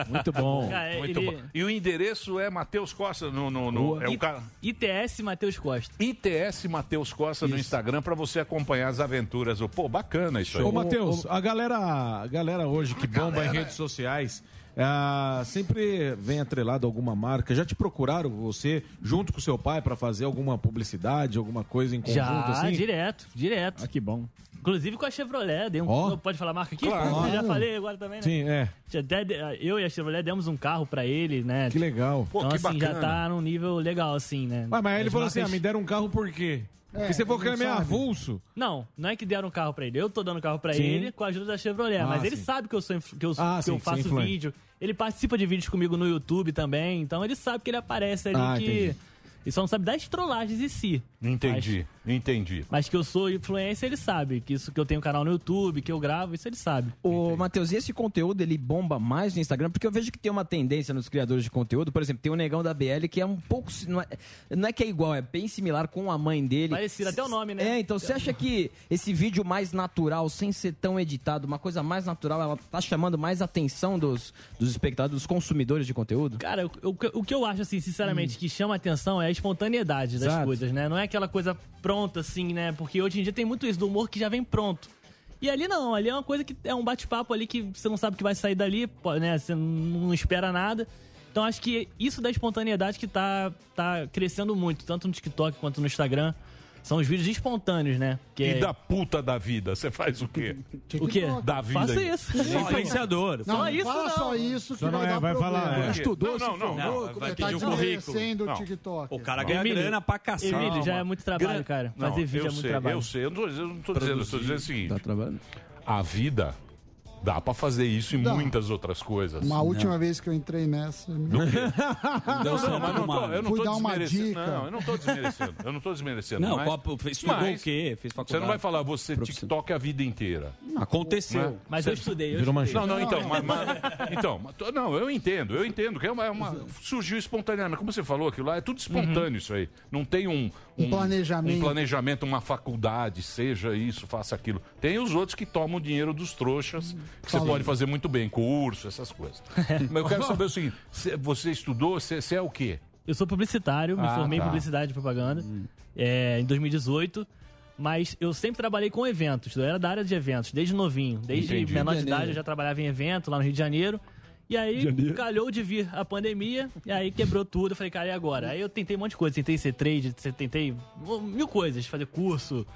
[SPEAKER 9] Muito
[SPEAKER 7] bom. *laughs* Cara,
[SPEAKER 9] Muito
[SPEAKER 7] ele-
[SPEAKER 9] bom. E o endereço é Matheus Costa no. no, no é o cara.
[SPEAKER 7] ITS Matheus Costa.
[SPEAKER 9] ITS Matheus Costa no Instagram pra você acompanhar as aventuras. Ô, Pô, bacana isso aí.
[SPEAKER 5] Ô, Matheus, a galera, a galera né? hoje que bomba em redes sociais. ah, sempre vem atrelado a alguma marca. Já te procuraram você, junto com seu pai, pra fazer alguma publicidade, alguma coisa em conjunto
[SPEAKER 7] Já,
[SPEAKER 5] assim?
[SPEAKER 7] direto, direto.
[SPEAKER 5] Ah, que bom.
[SPEAKER 7] Inclusive com a Chevrolet, dei um.
[SPEAKER 5] Ó.
[SPEAKER 7] Pode falar a marca aqui?
[SPEAKER 5] Claro.
[SPEAKER 7] Eu já falei agora também, né?
[SPEAKER 5] Sim, é.
[SPEAKER 7] Já até de- eu e a Chevrolet demos um carro pra ele, né?
[SPEAKER 5] Que legal. Pô,
[SPEAKER 7] então,
[SPEAKER 5] que
[SPEAKER 7] assim, já
[SPEAKER 5] bacana.
[SPEAKER 7] tá num nível legal, assim, né?
[SPEAKER 5] Ué, mas aí ele
[SPEAKER 7] As
[SPEAKER 5] falou
[SPEAKER 7] marcas-
[SPEAKER 5] assim: ah, me deram um carro por quê? Porque você falou que era meio avulso.
[SPEAKER 7] Não, não é que deram um carro pra ele. Eu tô dando um carro pra
[SPEAKER 5] Sim.
[SPEAKER 7] ele com a ajuda da Chevrolet.
[SPEAKER 5] Ah,
[SPEAKER 7] mas ele
[SPEAKER 5] sim.
[SPEAKER 7] sabe que eu sou influ- que eu,
[SPEAKER 5] Ah,
[SPEAKER 7] que
[SPEAKER 5] sim,
[SPEAKER 7] eu
[SPEAKER 5] que você é
[SPEAKER 7] faço
[SPEAKER 5] influente.
[SPEAKER 7] vídeo. Ele participa de vídeos comigo no YouTube também. Então ele sabe que ele aparece ali
[SPEAKER 9] Ah,
[SPEAKER 7] que.
[SPEAKER 9] entendi.
[SPEAKER 7] Ele só não sabe das trollagens em si.
[SPEAKER 9] Entendi, entendi.
[SPEAKER 7] Mas que eu sou influencer, ele sabe. Que isso que eu tenho um canal no YouTube, que eu gravo, isso ele sabe.
[SPEAKER 4] Ô, Matheus, e esse conteúdo ele bomba mais no Instagram? Porque eu vejo que tem uma tendência nos criadores de conteúdo. Por exemplo, tem o Negão da BL que é um pouco. si- Não é, não é que é igual, é bem similar com a mãe dele.
[SPEAKER 7] Parecido, até o nome, né?
[SPEAKER 4] É, então você acha que esse vídeo mais natural, sem ser tão editado, uma coisa mais natural, ela tá chamando mais atenção dos, dos espectadores, dos consumidores de conteúdo?
[SPEAKER 7] Cara, o, o- o que eu acho, assim, sinceramente, que chama atenção é a espontaneidade das
[SPEAKER 4] Exato.
[SPEAKER 7] coisas, né? Não é aquela coisa pronta, assim, né? Porque hoje em dia tem muito isso do humor que já vem pronto. E ali não, ali é uma coisa que é um bate-papo ali que você não sabe o que vai sair dali, pô, né? Você não espera nada. Então acho que isso da espontaneidade que tá, tá crescendo muito, tanto no TikTok quanto no Instagram. São os vídeos espontâneos, né? Que
[SPEAKER 9] E
[SPEAKER 7] é-
[SPEAKER 9] da puta da vida, você faz o *laughs* quê?
[SPEAKER 7] O quê?
[SPEAKER 9] Da vida.
[SPEAKER 7] Faça isso.
[SPEAKER 9] Não,
[SPEAKER 7] Influenciador.
[SPEAKER 10] Não,
[SPEAKER 7] Só
[SPEAKER 10] não
[SPEAKER 7] isso
[SPEAKER 10] fala
[SPEAKER 7] não.
[SPEAKER 10] só isso que
[SPEAKER 9] Só não
[SPEAKER 10] vai
[SPEAKER 9] é,
[SPEAKER 10] dar
[SPEAKER 9] vai
[SPEAKER 10] problema.
[SPEAKER 9] falar, é.
[SPEAKER 10] Estudou,
[SPEAKER 9] Não,
[SPEAKER 10] se
[SPEAKER 9] não, não.
[SPEAKER 10] formou,
[SPEAKER 9] Não,
[SPEAKER 10] como
[SPEAKER 9] vai
[SPEAKER 10] é que
[SPEAKER 9] pedir
[SPEAKER 10] tá
[SPEAKER 9] o currículo.
[SPEAKER 10] desmerecendo o
[SPEAKER 9] Não.
[SPEAKER 10] TikTok.
[SPEAKER 9] O cara ganha
[SPEAKER 7] Emílio,
[SPEAKER 9] grana pra caçar.
[SPEAKER 7] Emílio, já é muito trabalho,
[SPEAKER 9] Gran-
[SPEAKER 7] cara. Fazer
[SPEAKER 9] Não,
[SPEAKER 7] vídeo
[SPEAKER 9] eu
[SPEAKER 7] é muito
[SPEAKER 9] sei,
[SPEAKER 7] trabalho.
[SPEAKER 9] Eu sei, eu não tô dizendo, eu não tô dizendo, eu tô dizendo o seguinte.
[SPEAKER 4] Tá trabalhando?
[SPEAKER 9] A vida dá pra fazer isso e
[SPEAKER 10] Dá.
[SPEAKER 9] muitas outras coisas.
[SPEAKER 10] Uma última vez que eu entrei nessa.
[SPEAKER 9] Não, não, mas não tô, eu não
[SPEAKER 10] Fui
[SPEAKER 9] tô
[SPEAKER 10] dar uma
[SPEAKER 9] desmerecendo.
[SPEAKER 10] dica.
[SPEAKER 9] Não, eu não tô desmerecendo. Eu não tô desmerecendo.
[SPEAKER 12] Não,
[SPEAKER 9] mas,
[SPEAKER 12] qual- fez- estudou
[SPEAKER 9] mas
[SPEAKER 12] o quê? Fez
[SPEAKER 9] Você
[SPEAKER 12] faculdade?
[SPEAKER 9] não vai falar, você TikTok a vida inteira.
[SPEAKER 12] Aconteceu.
[SPEAKER 9] Né?
[SPEAKER 12] Mas
[SPEAKER 9] Você-
[SPEAKER 12] eu estudei, eu Virou estudei.
[SPEAKER 9] Não, não,
[SPEAKER 12] manchete.
[SPEAKER 9] então. mas- mas- então, mas tô- não, eu entendo, eu entendo. Que é uma, é uma- surgiu espontaneamente. Como você falou aquilo lá, é tudo espontâneo
[SPEAKER 12] Uhum.
[SPEAKER 9] isso aí. Não tem um,
[SPEAKER 10] Um planejamento.
[SPEAKER 9] um planejamento, uma faculdade, seja isso, faça aquilo. Tem os outros que tomam o dinheiro dos trouxas, que você
[SPEAKER 10] Falou.
[SPEAKER 9] pode fazer muito bem, curso,
[SPEAKER 12] *laughs*
[SPEAKER 9] essas coisas. Mas eu quero saber o seguinte: cê- você estudou, você você é o quê?
[SPEAKER 7] Eu sou publicitário, me
[SPEAKER 9] Ah,
[SPEAKER 7] formei
[SPEAKER 9] tá.
[SPEAKER 7] em publicidade e propaganda é, em 2018. Mas eu sempre trabalhei com eventos, eu era da área de eventos, desde novinho. Desde
[SPEAKER 16] Entendi.
[SPEAKER 7] menor de
[SPEAKER 16] Janeiro.
[SPEAKER 7] idade eu já trabalhava em evento lá no Rio de Janeiro. E aí
[SPEAKER 16] Janeiro.
[SPEAKER 7] calhou de vir a pandemia, e aí quebrou tudo. Eu falei, cara, e agora? Aí eu tentei um monte de coisa, tentei ser trade, tentei mil coisas, fazer curso,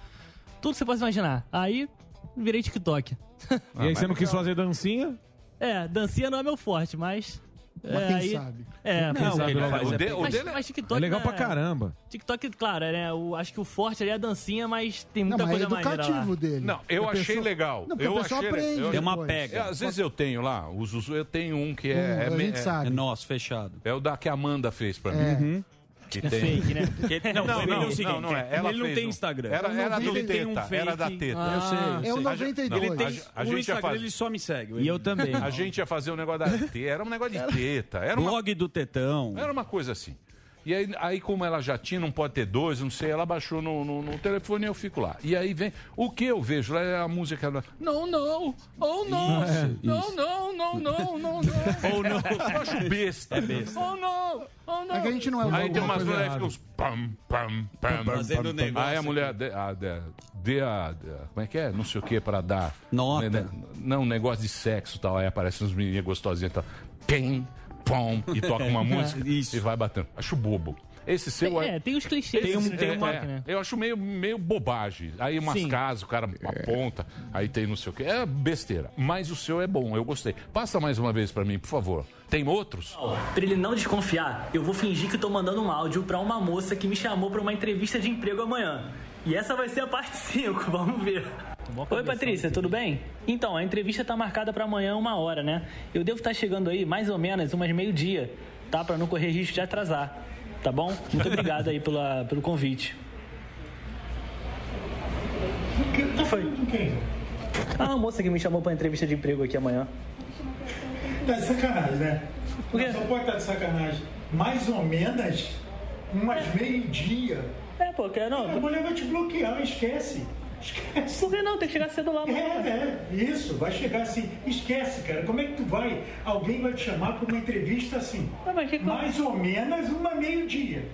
[SPEAKER 7] tudo que você possa imaginar. Aí virei TikTok.
[SPEAKER 5] E aí você não quis fazer dancinha?
[SPEAKER 7] É, dancinha não é meu forte, mas É, aí- É,
[SPEAKER 5] Não,
[SPEAKER 7] quem sabe
[SPEAKER 5] ele
[SPEAKER 7] logo
[SPEAKER 5] faz-
[SPEAKER 7] mais
[SPEAKER 5] o
[SPEAKER 7] é
[SPEAKER 5] de-
[SPEAKER 7] pouco.
[SPEAKER 5] o
[SPEAKER 7] mas,
[SPEAKER 5] dele é-
[SPEAKER 7] mas TikTok,
[SPEAKER 5] é legal
[SPEAKER 7] né,
[SPEAKER 5] pra caramba.
[SPEAKER 7] TikTok, claro, é, né, o, acho que o forte ali é a dancinha, mas tem muita
[SPEAKER 10] mas é
[SPEAKER 7] coisa maneira
[SPEAKER 10] educativo
[SPEAKER 7] lá.
[SPEAKER 10] dele.
[SPEAKER 9] Não, eu achei legal.
[SPEAKER 7] Não, porque
[SPEAKER 9] eu
[SPEAKER 7] o pessoal
[SPEAKER 9] achei
[SPEAKER 7] aprende
[SPEAKER 9] eu-
[SPEAKER 7] Tem uma depois.
[SPEAKER 9] É,
[SPEAKER 7] pega.
[SPEAKER 9] às vezes eu tenho lá, os, os- eu tenho um que é.
[SPEAKER 19] Hum,
[SPEAKER 9] é,
[SPEAKER 19] a
[SPEAKER 9] me-
[SPEAKER 19] gente
[SPEAKER 9] é-
[SPEAKER 19] sabe.
[SPEAKER 9] é
[SPEAKER 19] nosso, fechado.
[SPEAKER 9] É o da que a Amanda fez pra
[SPEAKER 19] É.
[SPEAKER 9] mim.
[SPEAKER 19] Uhum.
[SPEAKER 9] Que
[SPEAKER 19] É fake,
[SPEAKER 9] *laughs*
[SPEAKER 19] né? Porque- não,
[SPEAKER 9] não,
[SPEAKER 19] ele é o
[SPEAKER 9] não,
[SPEAKER 19] seguinte,
[SPEAKER 9] não, não é. Ela
[SPEAKER 19] ele não
[SPEAKER 9] fez
[SPEAKER 19] tem
[SPEAKER 9] um-
[SPEAKER 19] Instagram.
[SPEAKER 9] Era,
[SPEAKER 19] Ele
[SPEAKER 9] era
[SPEAKER 19] não
[SPEAKER 9] do
[SPEAKER 19] tem-
[SPEAKER 9] teta,
[SPEAKER 19] tem um
[SPEAKER 9] era
[SPEAKER 19] fake.
[SPEAKER 9] da teta.
[SPEAKER 19] Ah, Eu sei, eu sei. é o
[SPEAKER 9] A gente- não,
[SPEAKER 19] 92.
[SPEAKER 9] a gente- a
[SPEAKER 19] O
[SPEAKER 9] gente ia
[SPEAKER 19] Instagram,
[SPEAKER 9] fazer-
[SPEAKER 19] ele só me segue. E eu também.
[SPEAKER 9] A gente ia fazer um negócio da teta. Era um negócio de teta. Era uma
[SPEAKER 19] Blog do Tetão.
[SPEAKER 9] Era uma coisa assim. E aí, aí, como ela já tinha, não pode ter dois, não sei, ela baixou no, no- no telefone e eu fico lá. E aí vem. O que eu vejo lá é a música. lá, Não, não, oh não,
[SPEAKER 8] Isso,
[SPEAKER 9] não,
[SPEAKER 8] isso.
[SPEAKER 9] não, não, não, não, não. Ou não. Eu acho besta. *laughs* É besta. Oh não, oh não.
[SPEAKER 10] É que a gente não é louco,
[SPEAKER 9] Aí tem
[SPEAKER 10] uma
[SPEAKER 9] umas
[SPEAKER 10] coisa
[SPEAKER 9] mulheres que
[SPEAKER 10] errada.
[SPEAKER 9] ficam uns pam, pam, pam.
[SPEAKER 19] Fazendo
[SPEAKER 9] pam, pam.
[SPEAKER 19] negócio
[SPEAKER 9] Aí a mulher dê a, dê- dê a- dê a- Como é que é? Não sei o que pra dar. Nota. não, um negócio de sexo e tal. Aí aparece uns menininhos gostosinhos e tal. Pim, pom. E toca uma música e vai batendo. Acho bobo. Esse seu
[SPEAKER 7] É, tem os clichês
[SPEAKER 9] Esse-
[SPEAKER 7] desse
[SPEAKER 9] é,
[SPEAKER 7] TikTok,
[SPEAKER 9] é.
[SPEAKER 7] né?
[SPEAKER 9] Eu acho meio, meio bobagem. Aí umas
[SPEAKER 7] Sim.
[SPEAKER 9] casas, o cara aponta, aí tem não sei o quê. É besteira. Mas o seu é bom, eu gostei. Passa mais uma vez pra mim, por favor. Tem outros?
[SPEAKER 16] Pra ele não desconfiar, eu vou fingir que tô mandando um áudio pra uma moça que me chamou pra uma entrevista de emprego amanhã. E essa vai ser a parte *laughs* 5, vamos ver. Oi Patrícia, tudo bem? Então, a entrevista tá marcada pra amanhã uma hora, né? Eu devo estar chegando aí mais ou menos umas meio-dia, tá? Pra não correr risco de atrasar, tá bom? Muito obrigado aí pela, pelo convite.
[SPEAKER 14] tá
[SPEAKER 16] O que foi? Ah, a moça que me chamou pra entrevista de emprego aqui amanhã.
[SPEAKER 14] Tá de sacanagem, né? O Só pode estar de sacanagem. Mais ou menos umas meio-dia.
[SPEAKER 16] É, pô, que não.
[SPEAKER 14] A mulher vai te bloquear, esquece. Esquece. Por
[SPEAKER 16] que não? Tem que chegar cedo lá,
[SPEAKER 14] mano. É, é, isso, vai chegar assim. Esquece, cara. Como é que tu vai? Alguém vai te chamar pra uma entrevista assim. Mais ou menos uma meio-dia.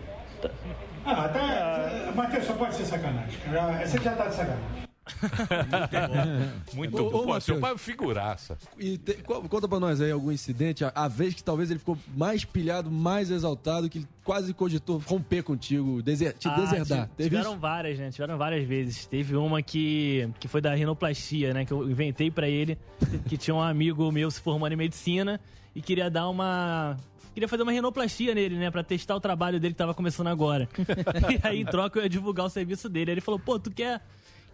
[SPEAKER 14] Ah, tá. Matheus, só pode ser sacanagem, cara. Você já tá de sacanagem.
[SPEAKER 9] *laughs* Muito
[SPEAKER 11] Ô, ô,
[SPEAKER 9] bom. Pô,
[SPEAKER 11] Matheus.
[SPEAKER 9] seu pai é figuraça.
[SPEAKER 11] E te- co- conta pra nós aí algum incidente, a, a vez que talvez ele ficou mais pilhado, mais exaltado, que ele quase cogitou romper contigo, deser- te
[SPEAKER 7] Ah,
[SPEAKER 11] deserdar.
[SPEAKER 7] ti-
[SPEAKER 11] Teve
[SPEAKER 7] tiveram
[SPEAKER 11] isso?
[SPEAKER 7] várias, né? Tiveram várias vezes. Teve uma que, que foi da rinoplastia, né? Que eu inventei pra ele, que tinha um amigo meu se formando em medicina e queria dar uma. Queria fazer uma rinoplastia nele, né? Pra testar o trabalho dele que tava começando
[SPEAKER 5] *laughs*
[SPEAKER 7] agora. e aí, em troca, eu ia divulgar o serviço dele. Aí ele falou, pô, tu quer,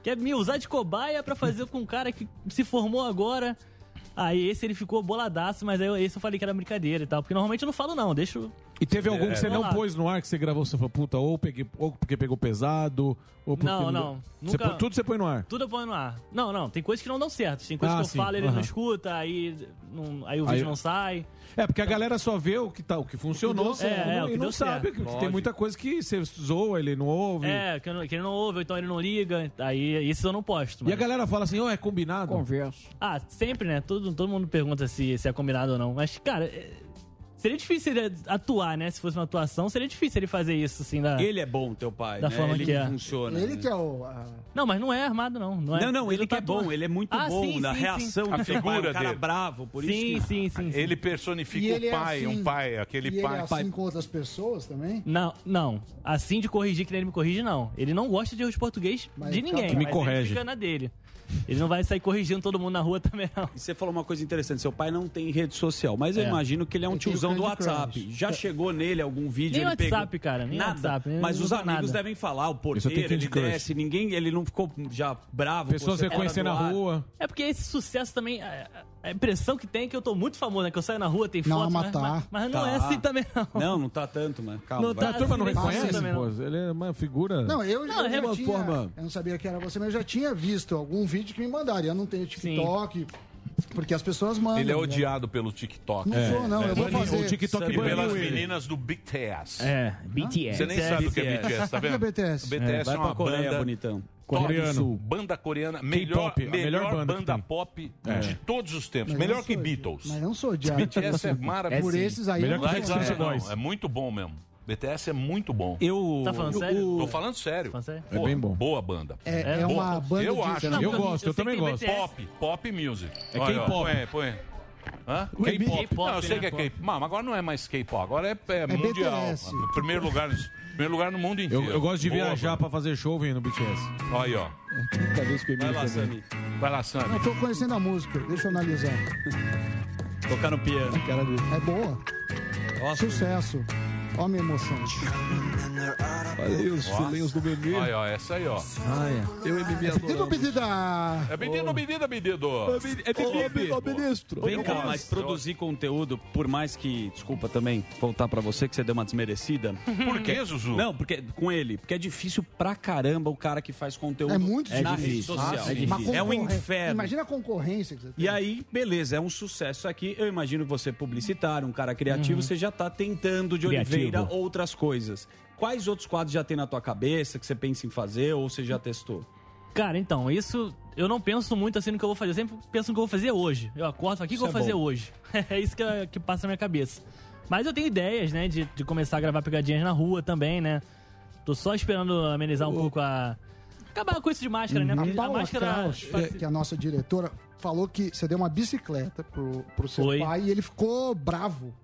[SPEAKER 7] quer me usar de cobaia pra fazer com um cara que se formou agora? Aí esse ele ficou boladaço, mas aí eu- esse eu falei que era brincadeira e tal. Porque normalmente eu não falo, não, deixa. o-
[SPEAKER 5] E teve algum
[SPEAKER 7] É.
[SPEAKER 5] que você não
[SPEAKER 7] Vamos lá.
[SPEAKER 5] pôs no ar que você gravou, você falou, puta, ou, peguei, ou porque pegou pesado, ou porque.
[SPEAKER 7] Não, não.
[SPEAKER 5] Você
[SPEAKER 7] Nunca-
[SPEAKER 5] põe- tudo você põe no ar.
[SPEAKER 7] Tudo eu ponho no ar. Não, não, tem coisas que não dão certo. Tem coisas
[SPEAKER 5] Ah,
[SPEAKER 7] que eu
[SPEAKER 5] sim,
[SPEAKER 7] falo, ele
[SPEAKER 5] aham.
[SPEAKER 7] não escuta, aí, não- aí o
[SPEAKER 5] Aí-
[SPEAKER 7] vídeo não sai.
[SPEAKER 5] É, porque a galera só vê o que, tá, o que funcionou
[SPEAKER 7] deu Então- certo.
[SPEAKER 5] e
[SPEAKER 7] É, é,
[SPEAKER 5] não,
[SPEAKER 7] o que
[SPEAKER 5] e não
[SPEAKER 7] deu
[SPEAKER 5] sabe.
[SPEAKER 7] certo.
[SPEAKER 5] que tem
[SPEAKER 7] Lógico.
[SPEAKER 5] muita coisa que você zoa, ele não ouve.
[SPEAKER 7] É, que, eu não- que ele não ouve, ou então ele não liga. Aí esses eu não posto.
[SPEAKER 5] E a galera fala assim, ó, é combinado?
[SPEAKER 7] Converso. Ah, sempre, né? Todo, todo mundo pergunta se, se é combinado ou não. Mas, cara, é- seria difícil ele atuar, né? Se fosse uma atuação, seria difícil ele fazer isso, assim, da...
[SPEAKER 19] Ele é bom, teu pai.
[SPEAKER 7] Da
[SPEAKER 19] né?
[SPEAKER 7] forma
[SPEAKER 19] ele
[SPEAKER 7] que é.
[SPEAKER 19] funciona.
[SPEAKER 7] Ele
[SPEAKER 10] *laughs*
[SPEAKER 19] né?
[SPEAKER 10] Que é o...
[SPEAKER 7] Não, mas não é armado, não. Não, é.
[SPEAKER 19] Não, não, ele que é bom, ele é muito
[SPEAKER 7] Ah,
[SPEAKER 19] bom
[SPEAKER 7] sim,
[SPEAKER 19] na
[SPEAKER 7] sim,
[SPEAKER 19] reação
[SPEAKER 7] sim.
[SPEAKER 19] do
[SPEAKER 9] A
[SPEAKER 19] seu pai,
[SPEAKER 9] figura
[SPEAKER 19] um cara
[SPEAKER 9] dele.
[SPEAKER 19] bravo, por
[SPEAKER 7] Sim,
[SPEAKER 19] isso que...
[SPEAKER 7] sim, sim.
[SPEAKER 9] Ele personifica
[SPEAKER 7] E ele
[SPEAKER 9] o
[SPEAKER 7] é
[SPEAKER 9] pai,
[SPEAKER 7] assim.
[SPEAKER 9] um pai, aquele
[SPEAKER 10] E ele
[SPEAKER 9] pai.
[SPEAKER 10] é assim com outras pessoas também?
[SPEAKER 7] Não, não. Assim de corrigir que nem ele me corrige, não. Ele não gosta de erros de português
[SPEAKER 10] Mas
[SPEAKER 7] de
[SPEAKER 10] calma.
[SPEAKER 7] ninguém.
[SPEAKER 10] Que me
[SPEAKER 7] mas
[SPEAKER 19] corrige.
[SPEAKER 7] Ele fica na dele. Ele não vai sair corrigindo todo mundo na rua *laughs* também, não.
[SPEAKER 19] E você falou uma coisa interessante, seu pai não tem rede social, mas eu
[SPEAKER 7] É.
[SPEAKER 19] imagino que ele é um
[SPEAKER 7] Eu tenho
[SPEAKER 19] tiozão do
[SPEAKER 7] Candy
[SPEAKER 19] WhatsApp.
[SPEAKER 7] Crush. É.
[SPEAKER 19] Já chegou nele algum vídeo?
[SPEAKER 7] Nem
[SPEAKER 19] ele pegou-
[SPEAKER 7] WhatsApp, cara, nem
[SPEAKER 19] nada.
[SPEAKER 7] WhatsApp, nem-
[SPEAKER 19] mas
[SPEAKER 7] não
[SPEAKER 19] os
[SPEAKER 7] usa
[SPEAKER 19] amigos
[SPEAKER 7] nada.
[SPEAKER 19] devem falar, o
[SPEAKER 7] só tenho
[SPEAKER 19] porteiro,
[SPEAKER 7] Candy
[SPEAKER 19] ele
[SPEAKER 7] Crush.
[SPEAKER 19] desce, ninguém, ele não ficou já bravo.
[SPEAKER 5] Pessoas reconhecendo
[SPEAKER 19] na
[SPEAKER 5] na rua.
[SPEAKER 7] É porque esse sucesso também. A, a impressão que tem é que eu tô muito famoso, né? Que eu saio na rua, tem
[SPEAKER 19] Não,
[SPEAKER 7] foto.
[SPEAKER 19] mas
[SPEAKER 7] Mas,
[SPEAKER 19] tá.
[SPEAKER 7] mas, mas não é
[SPEAKER 19] Tá.
[SPEAKER 7] assim também, não. assim
[SPEAKER 19] Não, não tá tanto, mano. Calma,
[SPEAKER 5] Não, tá, a turma não reconhece, pô. Ele é uma figura.
[SPEAKER 10] Não, eu,
[SPEAKER 5] Não,
[SPEAKER 10] eu
[SPEAKER 5] é
[SPEAKER 10] já
[SPEAKER 5] uma
[SPEAKER 10] tinha,
[SPEAKER 5] forma-
[SPEAKER 10] Eu não sabia que era você, mas eu já tinha visto algum vídeo que me mandaram. Eu não tenho TikTok, porque as pessoas mandam.
[SPEAKER 9] Ele é
[SPEAKER 10] né?
[SPEAKER 9] odiado pelo TikTok. É.
[SPEAKER 10] Não
[SPEAKER 5] É,
[SPEAKER 10] sou, não, eu vou
[SPEAKER 9] Baniu.
[SPEAKER 10] fazer. O TikTok
[SPEAKER 9] e
[SPEAKER 10] baniu
[SPEAKER 9] pelas
[SPEAKER 10] ele.
[SPEAKER 9] meninas do BTS.
[SPEAKER 10] É,
[SPEAKER 9] BTS. Você nem sabe o que é BTS, tá
[SPEAKER 10] O que
[SPEAKER 9] vendo?
[SPEAKER 10] é BTS?
[SPEAKER 19] É,
[SPEAKER 9] BTS é,
[SPEAKER 19] vai
[SPEAKER 9] uma
[SPEAKER 19] pra Coreia,
[SPEAKER 9] banda
[SPEAKER 19] bonitão.
[SPEAKER 9] top
[SPEAKER 19] Coreano.
[SPEAKER 9] sul, Banda coreana, melhor,
[SPEAKER 19] K-pop, a
[SPEAKER 9] melhor,
[SPEAKER 19] melhor
[SPEAKER 9] banda,
[SPEAKER 19] banda que tem.
[SPEAKER 9] pop
[SPEAKER 19] É.
[SPEAKER 9] de todos os tempos.
[SPEAKER 10] Mas
[SPEAKER 9] melhor
[SPEAKER 10] eu
[SPEAKER 9] que
[SPEAKER 10] sou-
[SPEAKER 9] Beatles.
[SPEAKER 10] Mas não sou odiado.
[SPEAKER 9] BTS é maravilhoso.
[SPEAKER 10] Por esses aí eu não sou
[SPEAKER 9] é,
[SPEAKER 10] odiado.
[SPEAKER 9] não, é muito bom mesmo. BTS é muito bom.
[SPEAKER 19] Eu.
[SPEAKER 10] Tá falando sério?
[SPEAKER 9] Tô Tá falando sério.
[SPEAKER 5] É bem bom.
[SPEAKER 9] Boa banda.
[SPEAKER 10] É- é
[SPEAKER 9] Boa.
[SPEAKER 10] uma banda
[SPEAKER 9] Eu
[SPEAKER 10] de-
[SPEAKER 9] acho.
[SPEAKER 5] Não, Eu pra mim, gosto, eu eu sei também que tem gosto. BTS.
[SPEAKER 9] Pop, pop music.
[SPEAKER 5] É
[SPEAKER 9] Olha, ó,
[SPEAKER 5] K-pop.
[SPEAKER 9] Põe, aí, põe. aí. Hã?
[SPEAKER 5] O K-pop.
[SPEAKER 9] Não, eu sei
[SPEAKER 5] né,
[SPEAKER 9] que é
[SPEAKER 5] pô?
[SPEAKER 9] K-pop. Mas agora não é mais K-pop, agora é, é mundial.
[SPEAKER 5] BTS.
[SPEAKER 9] Primeiro lugar, primeiro lugar no mundo
[SPEAKER 5] Eu,
[SPEAKER 9] inteiro.
[SPEAKER 5] eu gosto de
[SPEAKER 9] Boa
[SPEAKER 5] viajar pra fazer show vindo no BTS.
[SPEAKER 9] Olha aí, ó.
[SPEAKER 19] Vai lá, Sammy.
[SPEAKER 9] Vai lá, Sam.
[SPEAKER 10] Não tô conhecendo a música, deixa eu analisar.
[SPEAKER 19] Tocar no piano.
[SPEAKER 10] É boa. Sucesso. Ó a minha emoção.
[SPEAKER 11] Olha aí os filinhos do bebê.
[SPEAKER 9] Olha, ó, essa aí, ó.
[SPEAKER 10] é.
[SPEAKER 11] Eu e Bibi
[SPEAKER 10] Pedido,
[SPEAKER 11] adoramos.
[SPEAKER 10] pedido.
[SPEAKER 9] É pedido, pedido, pedido.
[SPEAKER 7] é
[SPEAKER 11] Ô, ministro.
[SPEAKER 12] Vem cá,
[SPEAKER 11] Eu
[SPEAKER 12] mas
[SPEAKER 11] gosto.
[SPEAKER 12] produzir conteúdo, por mais que, desculpa também, voltar pra você que você deu uma desmerecida.
[SPEAKER 9] Uhum. Por
[SPEAKER 12] Porque-
[SPEAKER 9] quê, Zuzu?
[SPEAKER 12] Não, porque com ele, porque é difícil pra caramba o cara que faz conteúdo
[SPEAKER 10] É muito difícil.
[SPEAKER 12] na rede social.
[SPEAKER 10] Fácil. Uma
[SPEAKER 12] é um
[SPEAKER 10] concorrência.
[SPEAKER 12] inferno.
[SPEAKER 10] Imagina a concorrência que você tem.
[SPEAKER 12] E aí, beleza, é um sucesso aqui. Eu imagino você publicitário, um cara criativo,
[SPEAKER 10] Uhum.
[SPEAKER 12] você já tá tentando de
[SPEAKER 10] Criativo.
[SPEAKER 12] Oliveira outras coisas. Quais outros quadros já tem na tua cabeça que você pensa em fazer ou você já testou?
[SPEAKER 7] Cara, então, isso eu não penso muito assim no que eu vou fazer. Eu sempre penso no que eu vou fazer hoje. Eu acordo e falo, o que, que
[SPEAKER 12] Isso
[SPEAKER 7] eu vou
[SPEAKER 12] é
[SPEAKER 7] fazer
[SPEAKER 12] bom.
[SPEAKER 7] hoje? *laughs* É isso que, que passa na minha cabeça. Mas eu tenho ideias, né, de, de começar a gravar pegadinhas na rua também, né? Tô só esperando amenizar um pouco a. Acabar com isso de máscara,
[SPEAKER 12] Uhum.
[SPEAKER 7] né?
[SPEAKER 10] A
[SPEAKER 7] Porque a
[SPEAKER 9] um
[SPEAKER 10] Paula
[SPEAKER 7] máscara.
[SPEAKER 10] Kraus, que é a nossa diretora, falou que você deu uma bicicleta pro, pro seu
[SPEAKER 7] Foi.
[SPEAKER 10] pai e ele ficou bravo.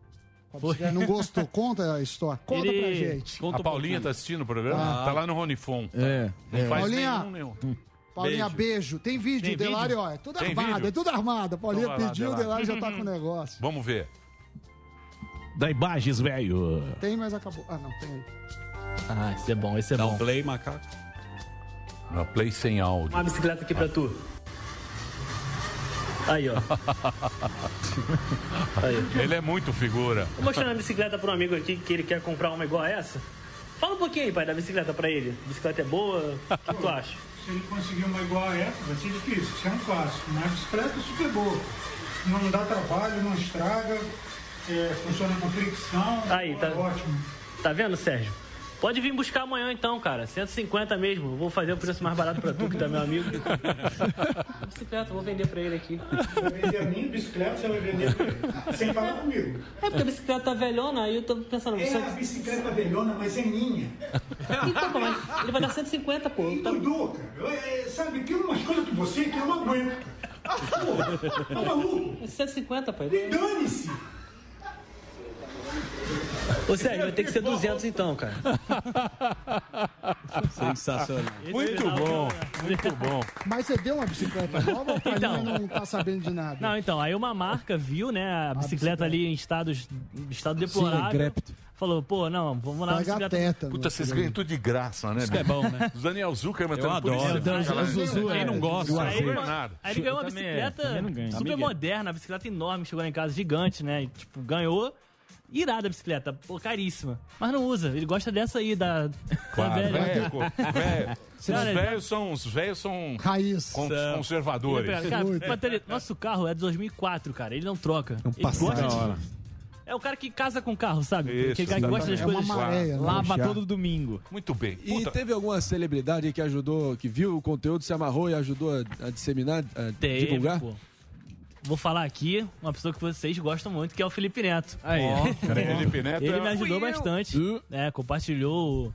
[SPEAKER 10] com a
[SPEAKER 9] Foi.
[SPEAKER 10] bicicleta. Não gostou. Conta a história. Conta pra gente.
[SPEAKER 7] um
[SPEAKER 9] A Paulinha tá assistindo o programa?
[SPEAKER 10] Ah.
[SPEAKER 9] Tá lá no Ronifon.
[SPEAKER 4] É.
[SPEAKER 9] Não
[SPEAKER 10] É.
[SPEAKER 9] faz
[SPEAKER 10] Paulinha,
[SPEAKER 9] nenhum, nenhum. Hum.
[SPEAKER 10] Paulinha, beijo. Tem vídeo,
[SPEAKER 9] Tem
[SPEAKER 10] Delário,
[SPEAKER 9] vídeo?
[SPEAKER 10] ó. É tudo
[SPEAKER 9] Tem
[SPEAKER 10] armado,
[SPEAKER 9] vídeo?
[SPEAKER 10] é tudo armado. A Paulinha
[SPEAKER 9] Então vai lá,
[SPEAKER 10] pediu, o Delário
[SPEAKER 9] Delário.
[SPEAKER 10] já tá com o negócio.
[SPEAKER 9] Vamos ver.
[SPEAKER 18] Da Imagens, velho.
[SPEAKER 10] Tem, mas acabou. Ah, não, tem aí.
[SPEAKER 7] Ah, esse é bom,
[SPEAKER 9] um
[SPEAKER 7] esse é bom.
[SPEAKER 12] um play, macaco.
[SPEAKER 9] Na um Play sem áudio.
[SPEAKER 16] Uma bicicleta aqui pra tu. Aí, ó.
[SPEAKER 9] *laughs* Ele é muito figura.
[SPEAKER 16] Tô mostrando a bicicleta pra um amigo aqui que ele quer comprar uma igual a essa. Fala um pouquinho aí, pai, da bicicleta pra ele. Bicicleta é boa? O que tu acha?
[SPEAKER 9] é.
[SPEAKER 14] Se ele conseguir uma igual a essa, vai ser difícil, isso é um fácil. Mas a bicicleta é super boa. Não dá trabalho, não estraga, é, funciona com fricção.
[SPEAKER 16] Aí, tá.
[SPEAKER 14] Ótimo.
[SPEAKER 16] Tá vendo, Sérgio? Pode vir buscar amanhã então, cara. 150 mesmo. Vou fazer o preço mais barato pra tu, que tá meu amigo. *laughs* bicicleta, vou vender pra ele aqui.
[SPEAKER 14] Vai vender a minha bicicleta, você vai vender pra ele, sem falar comigo.
[SPEAKER 16] É porque a bicicleta tá velhona, aí eu tô pensando...
[SPEAKER 14] É a bicicleta velhona, mas é minha.
[SPEAKER 16] Então, pô, mas ele vai dar 150, pô. Então-
[SPEAKER 14] Tá... Dudu, cara, eu, é, sabe, tem umas coisas que você que eu não aguento. Ah, Pô, tá maluco?
[SPEAKER 16] É 150, pai.
[SPEAKER 14] Me dane-se.
[SPEAKER 16] Ô, Sérgio, vai ter que ser 200
[SPEAKER 10] *laughs*
[SPEAKER 16] então, cara.
[SPEAKER 12] Sensacional.
[SPEAKER 9] Muito bom, muito bom.
[SPEAKER 10] Mas você deu uma bicicleta nova ou a Paulinha
[SPEAKER 7] Então.
[SPEAKER 10] não tá sabendo de nada?
[SPEAKER 7] Não, então, aí uma marca viu, né, a bicicleta ali em estados, estado deplorável.
[SPEAKER 10] intrépito.
[SPEAKER 7] falou, pô, não, vamos lá.
[SPEAKER 10] Pega né, tétano.
[SPEAKER 9] Puta, vocês ganham tudo de graça, né?
[SPEAKER 7] Isso que é bom, né?
[SPEAKER 9] O Daniel Zuckerman
[SPEAKER 7] Eu
[SPEAKER 9] tá por isso
[SPEAKER 7] adoro.
[SPEAKER 9] que você
[SPEAKER 7] Eu
[SPEAKER 9] fala,
[SPEAKER 7] adoro.
[SPEAKER 9] né?
[SPEAKER 7] Zuzu, é, do
[SPEAKER 9] Não
[SPEAKER 7] azeite.
[SPEAKER 9] ganha nada.
[SPEAKER 7] Aí ele ganhou uma
[SPEAKER 9] Eu também- é.
[SPEAKER 7] bicicleta
[SPEAKER 9] também não ganho.
[SPEAKER 7] super
[SPEAKER 9] Amiga.
[SPEAKER 7] moderna, uma bicicleta enorme, chegou lá em casa, gigante, né? E, tipo, ganhou. Irada a bicicleta, pô, caríssima. Mas não usa, ele gosta dessa aí, da, da
[SPEAKER 9] Claro,
[SPEAKER 7] velha.
[SPEAKER 9] velho, velho.
[SPEAKER 7] *laughs*
[SPEAKER 9] Os
[SPEAKER 7] Cara,
[SPEAKER 9] velhos são, os velhos são
[SPEAKER 10] Raiz.
[SPEAKER 9] con-
[SPEAKER 7] São.
[SPEAKER 9] conservadores.
[SPEAKER 7] Ele pega- Cara, Patelli, nosso carro é de 2004, cara. Ele não troca. Ele
[SPEAKER 9] passado.
[SPEAKER 7] gosta de-
[SPEAKER 9] Da hora.
[SPEAKER 7] É o cara que casa com carro, sabe?
[SPEAKER 9] Isso,
[SPEAKER 7] Aquele cara que gosta das
[SPEAKER 9] exatamente. É
[SPEAKER 7] coisas.
[SPEAKER 9] uma maréia, né?
[SPEAKER 7] Lava
[SPEAKER 11] Já.
[SPEAKER 7] todo domingo.
[SPEAKER 9] Muito bem.
[SPEAKER 11] E teve alguma celebridade que ajudou, que viu o conteúdo, se amarrou e ajudou a, a disseminar, a
[SPEAKER 7] Teve,
[SPEAKER 11] divulgar?
[SPEAKER 7] pô. Vou falar aqui uma pessoa que vocês gostam muito, que é o Felipe Neto.
[SPEAKER 11] Aí. Ó, credo.
[SPEAKER 9] Felipe Neto
[SPEAKER 7] Ele
[SPEAKER 9] é-
[SPEAKER 7] me ajudou
[SPEAKER 9] Fui eu. Uh.
[SPEAKER 7] bastante. né, compartilhou o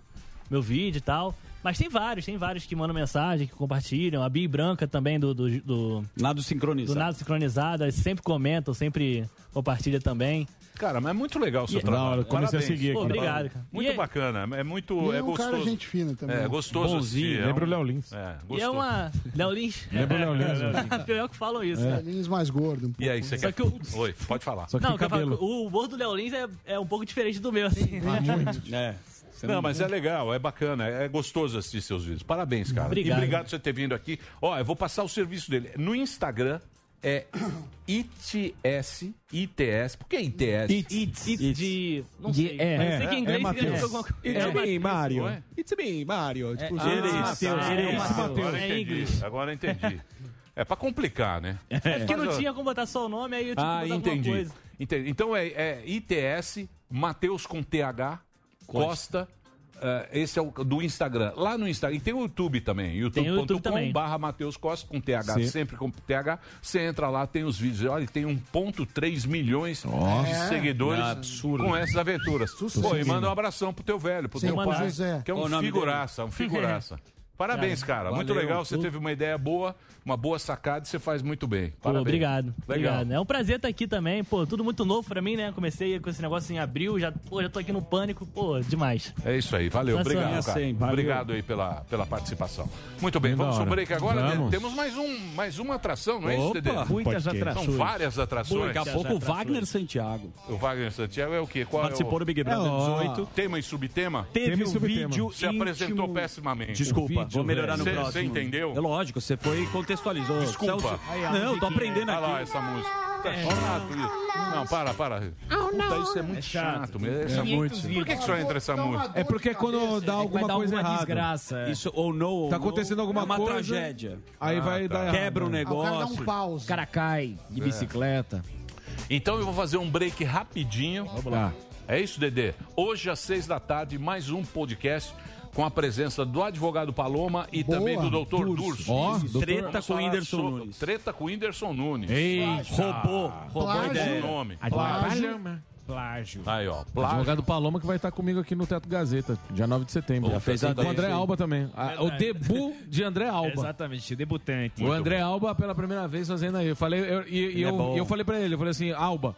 [SPEAKER 7] meu vídeo e tal. Mas tem vários, tem vários que mandam mensagem, que compartilham. A Bi Branca também do... do, do
[SPEAKER 12] Nado
[SPEAKER 7] do
[SPEAKER 12] sincronizado.
[SPEAKER 7] Nada Sincronizado, eles sempre comentam, sempre compartilha também.
[SPEAKER 9] Cara, mas é muito legal o seu
[SPEAKER 7] E-
[SPEAKER 9] trabalho.
[SPEAKER 7] Da hora, comecei a
[SPEAKER 9] Parabéns.
[SPEAKER 7] seguir aqui.
[SPEAKER 9] Pô,
[SPEAKER 7] Obrigado, cara.
[SPEAKER 9] Muito bacana. É muito.
[SPEAKER 10] E
[SPEAKER 9] é
[SPEAKER 10] um cara
[SPEAKER 9] gostoso.
[SPEAKER 10] gente fina também.
[SPEAKER 9] É gostoso.
[SPEAKER 10] Bonzinho,
[SPEAKER 9] assistir, é
[SPEAKER 10] lembra
[SPEAKER 9] um-
[SPEAKER 10] o Léo Lins.
[SPEAKER 9] É,
[SPEAKER 7] E é
[SPEAKER 9] gostoso.
[SPEAKER 7] uma... Léo Lins.
[SPEAKER 9] Lembra o Léo
[SPEAKER 7] *laughs*
[SPEAKER 9] Lins,
[SPEAKER 7] É, Pior que falam isso,
[SPEAKER 10] É.
[SPEAKER 7] né?
[SPEAKER 10] Lins mais gordo. um
[SPEAKER 9] E aí, você
[SPEAKER 7] Só
[SPEAKER 9] quer.
[SPEAKER 7] que o-
[SPEAKER 9] Oi, pode falar.
[SPEAKER 7] não, eu falo, o humor do Léo Lins é, é um pouco diferente do meu, assim.
[SPEAKER 9] Ah,
[SPEAKER 7] *laughs*
[SPEAKER 9] muito.
[SPEAKER 12] É.
[SPEAKER 9] Não, mas é legal, é bacana, é gostoso assistir seus vídeos. Parabéns, cara.
[SPEAKER 7] Obrigado.
[SPEAKER 9] E obrigado por você ter vindo aqui. Ó, eu vou passar o serviço dele. No Instagram é *coughs* ITS, ITS. Por que ITS?
[SPEAKER 7] It's, it's, de. Não
[SPEAKER 9] De-
[SPEAKER 7] sei.
[SPEAKER 9] é.
[SPEAKER 7] Eu sei que em inglês
[SPEAKER 9] É, é
[SPEAKER 7] significa
[SPEAKER 9] Matheus.
[SPEAKER 7] alguma coisa.
[SPEAKER 9] It's me, Mario.
[SPEAKER 14] é?
[SPEAKER 7] é?
[SPEAKER 11] It's me, Mario.
[SPEAKER 7] Tipo,
[SPEAKER 9] Ah,
[SPEAKER 7] It's Matheus,
[SPEAKER 9] tá.
[SPEAKER 7] It's Matheus.
[SPEAKER 9] Agora
[SPEAKER 7] É
[SPEAKER 9] entendi.
[SPEAKER 7] inglês.
[SPEAKER 9] Agora entendi. É pra complicar, né?
[SPEAKER 7] É porque não
[SPEAKER 9] Mas, ó,
[SPEAKER 7] tinha como botar só o nome, aí eu tinha
[SPEAKER 9] Ah,
[SPEAKER 7] que botar alguma
[SPEAKER 9] entendi.
[SPEAKER 7] coisa.
[SPEAKER 9] Entendi. Então é, é ITS, Matheus com TH, Costa. eh, esse é o do Instagram. Lá no Instagram. E tem o YouTube também.
[SPEAKER 7] Tem o YouTube também.
[SPEAKER 9] youtube.com.br Matheus Costa com TH,
[SPEAKER 7] Sim.
[SPEAKER 9] sempre com TH. Você entra lá, tem os vídeos. Olha, tem 1,3 milhões de
[SPEAKER 12] Nossa.
[SPEAKER 9] seguidores
[SPEAKER 12] É absurdo.
[SPEAKER 9] com essas aventuras.
[SPEAKER 12] Sucesso.
[SPEAKER 9] um Pô, e manda um abração pro teu velho, pro
[SPEAKER 12] Sim,
[SPEAKER 9] teu
[SPEAKER 12] pro
[SPEAKER 9] pai.
[SPEAKER 12] José.
[SPEAKER 9] Que é
[SPEAKER 12] Qual o
[SPEAKER 9] um
[SPEAKER 12] nome
[SPEAKER 9] figuraça,
[SPEAKER 12] dele?
[SPEAKER 5] *laughs*
[SPEAKER 9] um figuraça. Parabéns, cara. muito
[SPEAKER 7] Valeu.
[SPEAKER 9] legal. Você teve uma ideia boa, uma boa sacada e você faz muito bem.
[SPEAKER 7] Pô,
[SPEAKER 9] Parabéns.
[SPEAKER 7] obrigado.
[SPEAKER 9] Legal.
[SPEAKER 7] Obrigado. É um prazer estar aqui também. Pô, tudo muito novo pra mim, né? Comecei com esse negócio em abril, já, pô, já tô aqui no pânico. Pô, demais.
[SPEAKER 9] É isso aí, valeu.
[SPEAKER 7] Tá
[SPEAKER 9] Obrigado,
[SPEAKER 7] certo.
[SPEAKER 9] cara.
[SPEAKER 7] Sim, valeu.
[SPEAKER 9] Obrigado aí pela, pela participação. Muito bem,
[SPEAKER 7] Bem
[SPEAKER 9] vamos
[SPEAKER 7] da
[SPEAKER 9] ao
[SPEAKER 7] hora.
[SPEAKER 9] break agora. né?
[SPEAKER 7] Vamos.
[SPEAKER 9] Temos mais, um, mais uma atração, não é isso,
[SPEAKER 12] Opa,
[SPEAKER 9] Dedê?
[SPEAKER 12] muitas
[SPEAKER 9] Pode ser. São
[SPEAKER 12] atrações.
[SPEAKER 9] várias atrações.
[SPEAKER 12] Daqui a Muitas pouco o atrações. Wagner
[SPEAKER 9] Santiago. O Wagner Santiago é o quê? Qual é
[SPEAKER 12] Participou
[SPEAKER 9] o...
[SPEAKER 12] do Big Brother É, ó. 18.
[SPEAKER 9] Tema e subtema?
[SPEAKER 12] Teve Tema e um subtema. vídeo
[SPEAKER 9] Se apresentou
[SPEAKER 12] íntimo.
[SPEAKER 9] pessimamente.
[SPEAKER 12] Desculpa, vou melhorar no
[SPEAKER 9] Cê-
[SPEAKER 12] próximo.
[SPEAKER 9] Você entendeu?
[SPEAKER 12] É lógico, você foi e contextualizou.
[SPEAKER 9] Desculpa.
[SPEAKER 12] Celso- Não, tô aprendendo
[SPEAKER 9] Olha lá
[SPEAKER 12] aqui. É.
[SPEAKER 9] essa música. Tá chato. Não, para, para. Puta, isso é muito chato. mesmo.
[SPEAKER 12] É
[SPEAKER 9] Essa música. Por que, que só entra essa música?
[SPEAKER 30] É porque quando dá alguma
[SPEAKER 9] dar
[SPEAKER 30] coisa
[SPEAKER 9] alguma
[SPEAKER 30] errada.
[SPEAKER 9] desgraça, é.
[SPEAKER 12] Isso, ou não.
[SPEAKER 30] Tá acontecendo alguma
[SPEAKER 12] é uma
[SPEAKER 30] coisa.
[SPEAKER 12] tragédia.
[SPEAKER 30] Aí
[SPEAKER 12] Ah,
[SPEAKER 30] vai
[SPEAKER 12] tá.
[SPEAKER 30] dar. errado,
[SPEAKER 12] Quebra um
[SPEAKER 30] né?
[SPEAKER 12] negócio. É. Ah, o cara dá um
[SPEAKER 4] pause. O cara cai de bicicleta.
[SPEAKER 9] Então eu vou fazer um break rapidinho. Vamos
[SPEAKER 4] lá.
[SPEAKER 9] É isso, Dedê. Hoje às seis da tarde, mais um podcast com a presença do advogado Paloma e
[SPEAKER 12] Boa,
[SPEAKER 9] também do doutor
[SPEAKER 12] Durso.
[SPEAKER 9] Durso.
[SPEAKER 12] Ó, doutor- Treta
[SPEAKER 9] Vamos
[SPEAKER 12] com o
[SPEAKER 9] falar
[SPEAKER 12] Whindersson
[SPEAKER 9] sobre-
[SPEAKER 12] Nunes.
[SPEAKER 9] Treta com o Whindersson Nunes.
[SPEAKER 12] Eita. Roubou, roubou a
[SPEAKER 9] Roubou
[SPEAKER 12] ideia.
[SPEAKER 9] o nome.
[SPEAKER 12] Plágio.
[SPEAKER 9] Plágio. Aí, ó. Plágio.
[SPEAKER 5] Advogado Paloma que vai estar comigo aqui no Teto Gazeta, dia 9 de setembro.
[SPEAKER 9] Já fez a
[SPEAKER 5] Com o
[SPEAKER 9] dele,
[SPEAKER 5] André
[SPEAKER 9] sim.
[SPEAKER 5] Alba também. Ah, o
[SPEAKER 9] Verdade.
[SPEAKER 5] debut de André Alba.
[SPEAKER 4] Exatamente, debutante.
[SPEAKER 5] O André Alba, pela primeira vez, fazendo aí. Eu falei, eu, e- e
[SPEAKER 4] Ele é
[SPEAKER 5] eu-
[SPEAKER 4] bom.
[SPEAKER 5] e eu falei pra ele, eu falei assim, Alba,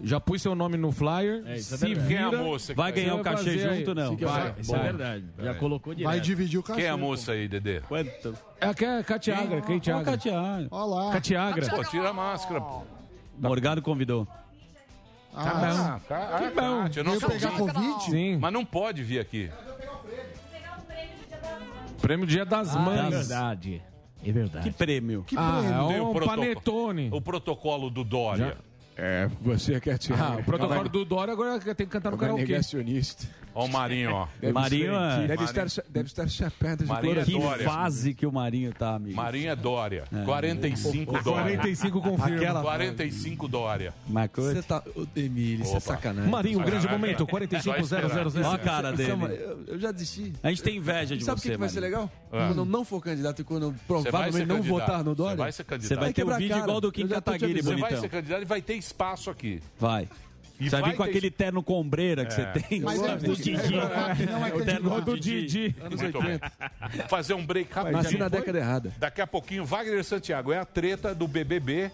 [SPEAKER 5] já pus seu nome no flyer,
[SPEAKER 4] É, isso é
[SPEAKER 5] se
[SPEAKER 4] verdade.
[SPEAKER 5] vira,
[SPEAKER 4] Quem é a moça que
[SPEAKER 5] vai
[SPEAKER 4] vai-
[SPEAKER 5] ganhar o
[SPEAKER 4] Você vai
[SPEAKER 5] cachê
[SPEAKER 4] fazer aí?
[SPEAKER 5] junto, não.
[SPEAKER 4] Isso
[SPEAKER 5] Vai,
[SPEAKER 4] é- isso é
[SPEAKER 5] vai.
[SPEAKER 4] verdade. Já colocou direto.
[SPEAKER 5] Vai dividir o
[SPEAKER 9] Quem é a
[SPEAKER 5] cachê,
[SPEAKER 9] moça aí, Dedê?
[SPEAKER 12] Quanto?
[SPEAKER 5] É a Ca- Catiagra, Catiagra. Catiagra.
[SPEAKER 26] Olá.
[SPEAKER 5] Catiagra.
[SPEAKER 9] Pô, tira a máscara. pô.
[SPEAKER 5] Tá.
[SPEAKER 12] Morgado convidou.
[SPEAKER 9] Ah, tá.
[SPEAKER 26] Que
[SPEAKER 9] Ah,
[SPEAKER 26] bom.
[SPEAKER 9] Cátia, eu não
[SPEAKER 26] Veio
[SPEAKER 9] sabia.
[SPEAKER 26] pegar Covid?
[SPEAKER 5] Sim.
[SPEAKER 9] Mas não pode vir aqui.
[SPEAKER 5] Prêmio Dia das
[SPEAKER 9] Ah,
[SPEAKER 5] Mães.
[SPEAKER 9] é verdade.
[SPEAKER 4] É verdade.
[SPEAKER 12] Que prêmio?
[SPEAKER 5] Que prêmio? Ah, é
[SPEAKER 9] Tem
[SPEAKER 5] um
[SPEAKER 9] protoco-
[SPEAKER 5] panetone.
[SPEAKER 9] O protocolo do Dória.
[SPEAKER 5] É, você quer tirar. Ah, o protocolo do Dória agora tem que
[SPEAKER 11] tá
[SPEAKER 5] cantar no karaokê. Negacionista.
[SPEAKER 9] Ó o Marinho, ó.
[SPEAKER 12] Marinho é-
[SPEAKER 9] Marinho-
[SPEAKER 12] deve estar chapado
[SPEAKER 9] de Marinho é
[SPEAKER 12] Que
[SPEAKER 9] Dória.
[SPEAKER 12] fase que o Marinho tá, amigo.
[SPEAKER 9] Marinho é Dória. 45 Dória.
[SPEAKER 12] 45 confirma.
[SPEAKER 9] Aquela 45 Dória.
[SPEAKER 12] Você
[SPEAKER 11] tá. Ô, Emílio, isso é
[SPEAKER 9] Opa.
[SPEAKER 11] sacanagem.
[SPEAKER 9] Marinho, um grande Caraca. momento, 45 Só esperar. 000.
[SPEAKER 12] Olha a cara dele.
[SPEAKER 11] Sabe, Eu, eu já desisti.
[SPEAKER 12] A gente tem inveja de
[SPEAKER 11] Sabe o
[SPEAKER 12] você,
[SPEAKER 11] que, que vai ser
[SPEAKER 12] Marinho.
[SPEAKER 11] legal?
[SPEAKER 12] Ah.
[SPEAKER 11] Quando eu não for candidato e quando eu
[SPEAKER 9] Você vai ser
[SPEAKER 11] provavelmente não
[SPEAKER 9] candidato.
[SPEAKER 11] votar no Dória.
[SPEAKER 9] Você vai ser candidato.
[SPEAKER 11] vai ter um vídeo igual do Kim Kataguiri,
[SPEAKER 9] Você vai
[SPEAKER 11] bonitão.
[SPEAKER 9] ser candidato e vai ter espaço aqui.
[SPEAKER 12] Vai.
[SPEAKER 9] E
[SPEAKER 12] você vai
[SPEAKER 9] vai
[SPEAKER 12] vir com
[SPEAKER 9] ter-
[SPEAKER 12] aquele terno com ombreira que
[SPEAKER 9] É.
[SPEAKER 12] você tem.
[SPEAKER 9] Mas é
[SPEAKER 12] sabe? *laughs*
[SPEAKER 9] do Didi.
[SPEAKER 12] É, o terno do Didi.
[SPEAKER 9] Muito bem. Fazer um break rápido.
[SPEAKER 11] Nasci na década errada.
[SPEAKER 9] Daqui a pouquinho, Wagner Santiago. É a treta do BBB.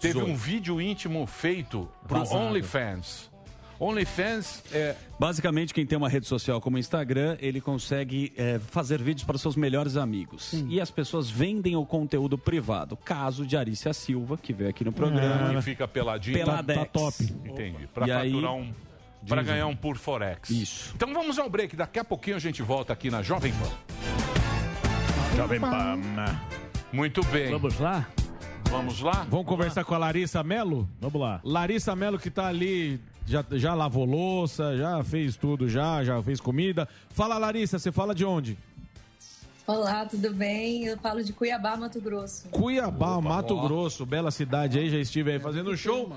[SPEAKER 9] Teve um vídeo íntimo feito pro
[SPEAKER 12] Vazado.
[SPEAKER 9] OnlyFans. OnlyFans é...
[SPEAKER 12] Basicamente, quem tem uma rede social como o Instagram, ele consegue é, fazer vídeos para seus melhores amigos. E as pessoas vendem o conteúdo privado. Caso de Arícia Silva, que veio aqui no programa.
[SPEAKER 5] Ah,
[SPEAKER 9] que fica peladinho.
[SPEAKER 5] tá,
[SPEAKER 12] Peladex.
[SPEAKER 9] Entendi. Pra
[SPEAKER 12] E aí-
[SPEAKER 9] faturar um... Pra ganhar um por Forex. Isso. Então vamos ao break. Daqui a pouquinho a gente volta aqui na Jovem Pan. Jovem Pan. Muito bem.
[SPEAKER 7] Vamos lá?
[SPEAKER 9] Vamos lá?
[SPEAKER 5] Vamos conversar com a Larissa Melo?
[SPEAKER 7] Vamos lá.
[SPEAKER 5] Larissa Melo que tá ali, já, já lavou louça, já fez tudo, já, já fez comida. Fala, Larissa, você fala de onde?
[SPEAKER 21] Olá, tudo bem? Eu falo de Cuiabá, Mato Grosso.
[SPEAKER 5] Cuiabá, Mato Grosso, bela cidade aí, já estive aí fazendo show.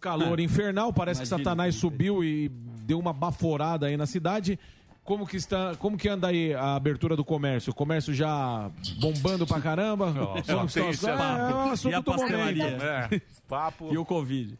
[SPEAKER 5] Calor infernal, parece que
[SPEAKER 12] Imagina.
[SPEAKER 5] Satanás subiu e deu uma baforada aí na cidade. Como que está, como que anda aí a abertura do comércio? O comércio já bombando pra caramba? Como que estão as coisas? É, é o assunto do momento.
[SPEAKER 9] É, Papo. É.
[SPEAKER 12] E o Covid.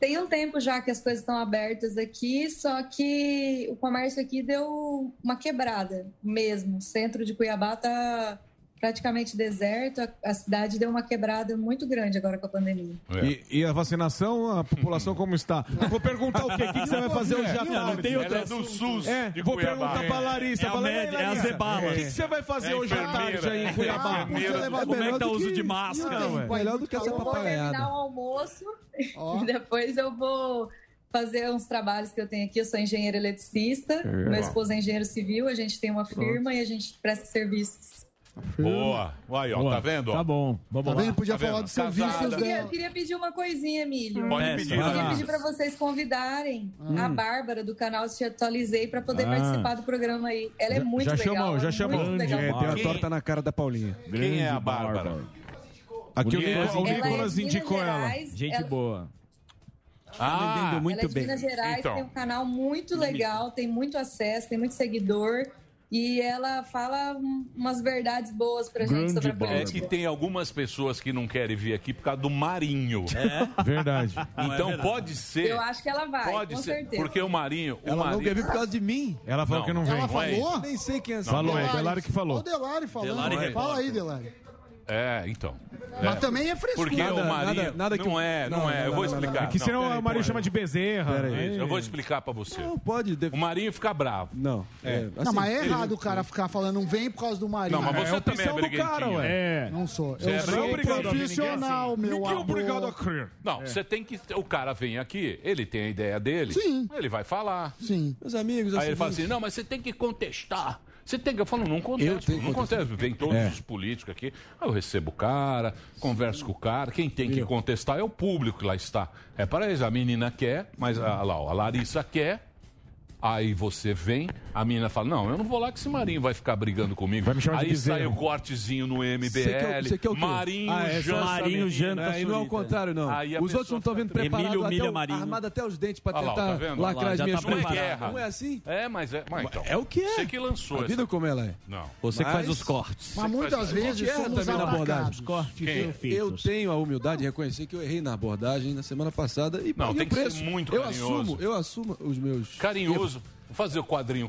[SPEAKER 21] Tem um tempo já que as coisas estão abertas aqui, só que o comércio aqui deu uma quebrada mesmo. O centro de Cuiabá tá praticamente deserto, a- a cidade deu uma quebrada muito grande agora com a pandemia.
[SPEAKER 9] É.
[SPEAKER 5] E, e a vacinação, a população como está? Vou perguntar o quê? O que, que você vai fazer hoje à
[SPEAKER 9] Não, não
[SPEAKER 5] tarde?
[SPEAKER 9] tem outro Ela é do assunto. SUS
[SPEAKER 5] É,
[SPEAKER 9] de
[SPEAKER 5] vou
[SPEAKER 9] Cuiabá.
[SPEAKER 5] perguntar pra
[SPEAKER 9] É.
[SPEAKER 5] Larissa.
[SPEAKER 9] É a
[SPEAKER 5] Fala, "Ei,
[SPEAKER 9] Med, é a
[SPEAKER 5] Larissa,
[SPEAKER 9] Zebala.
[SPEAKER 5] O que, que você vai fazer
[SPEAKER 9] É
[SPEAKER 5] hoje à
[SPEAKER 9] enfermeira.
[SPEAKER 5] tarde aí
[SPEAKER 9] É
[SPEAKER 5] em Cuiabá?
[SPEAKER 9] enfermeira do-
[SPEAKER 5] Como é que é tá
[SPEAKER 9] Melhor
[SPEAKER 5] o
[SPEAKER 9] do
[SPEAKER 5] uso
[SPEAKER 9] que-
[SPEAKER 5] de máscara,
[SPEAKER 9] Não,
[SPEAKER 5] ué?
[SPEAKER 11] Melhor do que essa
[SPEAKER 21] Eu vou terminar
[SPEAKER 11] papaiada.
[SPEAKER 21] o almoço *laughs* e depois eu vou fazer uns trabalhos que eu tenho aqui. Eu sou engenheira eletricista,
[SPEAKER 9] Legal.
[SPEAKER 21] meu esposo é engenheiro civil, a gente tem uma firma e a gente presta serviços.
[SPEAKER 9] Boa. Aí, ó,
[SPEAKER 10] Boa.
[SPEAKER 9] tá vendo?
[SPEAKER 10] Tá
[SPEAKER 5] bom. Vamos
[SPEAKER 10] Tá
[SPEAKER 9] lá.
[SPEAKER 10] vendo? Podia
[SPEAKER 9] Tá vendo?
[SPEAKER 10] falar de né?
[SPEAKER 9] Casada.
[SPEAKER 21] Eu queria, eu queria pedir uma coisinha, Emílio.
[SPEAKER 9] Pode
[SPEAKER 11] É,
[SPEAKER 21] Eu
[SPEAKER 9] pedir,
[SPEAKER 21] queria
[SPEAKER 9] Ana.
[SPEAKER 21] pedir para vocês convidarem a Bárbara do canal Se Atualizei para poder
[SPEAKER 11] Hum. Ah.
[SPEAKER 21] participar do programa aí. Ela é muito
[SPEAKER 11] já
[SPEAKER 21] legal.
[SPEAKER 11] chamou, já
[SPEAKER 21] é
[SPEAKER 11] chamou.
[SPEAKER 21] muito legal.
[SPEAKER 11] É, deu a
[SPEAKER 21] Quem-
[SPEAKER 9] tá
[SPEAKER 11] torta na cara da Paulinha.
[SPEAKER 9] Quem é a Bárbara?
[SPEAKER 5] Aqui o
[SPEAKER 9] Mulher.
[SPEAKER 5] Nicolas, o
[SPEAKER 21] Ela é
[SPEAKER 5] Nicolas
[SPEAKER 21] de Minas
[SPEAKER 5] indicou ela.
[SPEAKER 21] Gerais, Gente ela-
[SPEAKER 5] boa.
[SPEAKER 11] tá
[SPEAKER 9] Ah,
[SPEAKER 21] Ela
[SPEAKER 8] Então.
[SPEAKER 9] Então.
[SPEAKER 21] um é de Minas Gerais, tem um canal muito legal, tem muito acesso, tem muito seguidor. E E ela fala um- umas verdades boas pra gente sobre a
[SPEAKER 9] É
[SPEAKER 21] política.
[SPEAKER 9] que tem algumas pessoas que não querem vir aqui por causa do Marinho.
[SPEAKER 2] É? Verdade.
[SPEAKER 9] Então pode ser.
[SPEAKER 21] Eu acho que ela vai,
[SPEAKER 9] Pode
[SPEAKER 21] com
[SPEAKER 9] ser,
[SPEAKER 21] certeza.
[SPEAKER 9] porque o Marinho. O
[SPEAKER 11] Ela não
[SPEAKER 9] Marinho...
[SPEAKER 11] quer vir por causa de mim.
[SPEAKER 2] Ela falou que não vem.
[SPEAKER 11] Ela
[SPEAKER 9] Não é
[SPEAKER 11] falou?
[SPEAKER 9] isso.
[SPEAKER 11] Nem sei quem é essa
[SPEAKER 9] Falou,
[SPEAKER 11] mulher.
[SPEAKER 9] é o Delari que falou.
[SPEAKER 10] Olha o Delari falando.
[SPEAKER 9] Delari
[SPEAKER 10] Fala
[SPEAKER 9] repórter.
[SPEAKER 10] aí, Delari.
[SPEAKER 9] É, então.
[SPEAKER 10] Mas também é frescura.
[SPEAKER 9] Porque
[SPEAKER 10] Nada-
[SPEAKER 9] o Marinho.
[SPEAKER 10] nada- nada que
[SPEAKER 9] não
[SPEAKER 10] o-
[SPEAKER 9] é, não,
[SPEAKER 10] não,
[SPEAKER 9] é.
[SPEAKER 10] não,
[SPEAKER 9] eu vou
[SPEAKER 10] não, não,
[SPEAKER 9] explicar. É
[SPEAKER 2] É que senão o Marinho chama de bezerra.
[SPEAKER 9] Isso, Eu vou explicar pra você. Não,
[SPEAKER 11] pode.
[SPEAKER 9] O Marinho fica bravo.
[SPEAKER 11] Não.
[SPEAKER 9] É.
[SPEAKER 10] não, mas é errado o cara ficar falando, não vem por causa do marido.
[SPEAKER 9] Não, mas você também é briguentinho.
[SPEAKER 7] né?
[SPEAKER 10] Não sou.
[SPEAKER 9] Você
[SPEAKER 10] eu
[SPEAKER 9] é
[SPEAKER 10] sou
[SPEAKER 9] briguentinho.
[SPEAKER 10] profissional, meu amor.
[SPEAKER 2] crer.
[SPEAKER 9] Não, você tem que. O cara vem aqui, ele tem a ideia dele.
[SPEAKER 10] Sim.
[SPEAKER 9] Ele vai falar.
[SPEAKER 10] Sim.
[SPEAKER 11] Meus amigos, é o
[SPEAKER 9] Aí ele fala
[SPEAKER 11] seguinte.
[SPEAKER 9] assim: não, mas você tem que contestar. Você tem que. Eu falo, não contesta.
[SPEAKER 11] Eu tenho que
[SPEAKER 9] não contesta. Vem todos
[SPEAKER 11] É.
[SPEAKER 9] os políticos aqui. Aí eu recebo o cara, converso com o cara. Quem tem que contestar é o público que lá está. É para eles. A menina quer, mas a, lá, ó, a Larissa quer. Aí você vem, a menina fala: Não, eu não vou lá que esse Marinho vai ficar brigando comigo.
[SPEAKER 2] Vai me chamar de
[SPEAKER 9] Aí
[SPEAKER 2] bezerro.
[SPEAKER 9] sai o cortezinho no MBL.
[SPEAKER 11] Você quer, você quer é o quê? Ah,
[SPEAKER 9] Marinho janta. menina.
[SPEAKER 11] É, e não é o contrário, não.
[SPEAKER 9] Aí a
[SPEAKER 11] Os outros não estão vendo preparados,
[SPEAKER 9] Emílio
[SPEAKER 11] até
[SPEAKER 9] humilha
[SPEAKER 11] o-
[SPEAKER 9] Marinho.
[SPEAKER 11] armado até os dentes pra
[SPEAKER 9] Olha lá,
[SPEAKER 11] tentar
[SPEAKER 9] tá vendo? Olha
[SPEAKER 11] lacrar
[SPEAKER 9] lá,
[SPEAKER 11] as
[SPEAKER 9] já
[SPEAKER 11] minhas
[SPEAKER 9] tá preparado.
[SPEAKER 11] costas.
[SPEAKER 9] Guerra.
[SPEAKER 11] Não é assim?
[SPEAKER 9] É, mas é. Mas, então,
[SPEAKER 11] É o que é.
[SPEAKER 9] Você que lançou
[SPEAKER 11] A vida
[SPEAKER 9] essa-
[SPEAKER 11] como ela é.
[SPEAKER 9] Não.
[SPEAKER 11] Você que faz
[SPEAKER 9] Mas-
[SPEAKER 11] os cortes.
[SPEAKER 9] Você que faz os cortes.
[SPEAKER 11] Erra também na abordagem. Os cortes
[SPEAKER 9] Quem?
[SPEAKER 11] Eu tenho a humildade de reconhecer que eu errei na abordagem na semana passada e
[SPEAKER 9] Não,
[SPEAKER 11] paguei
[SPEAKER 9] tem
[SPEAKER 11] o
[SPEAKER 9] que ser
[SPEAKER 11] preço.
[SPEAKER 9] muito
[SPEAKER 11] eu
[SPEAKER 9] carinhoso.
[SPEAKER 11] assumo, eu assumo os meus
[SPEAKER 9] Carinhoso. Vou fazer o quadrinho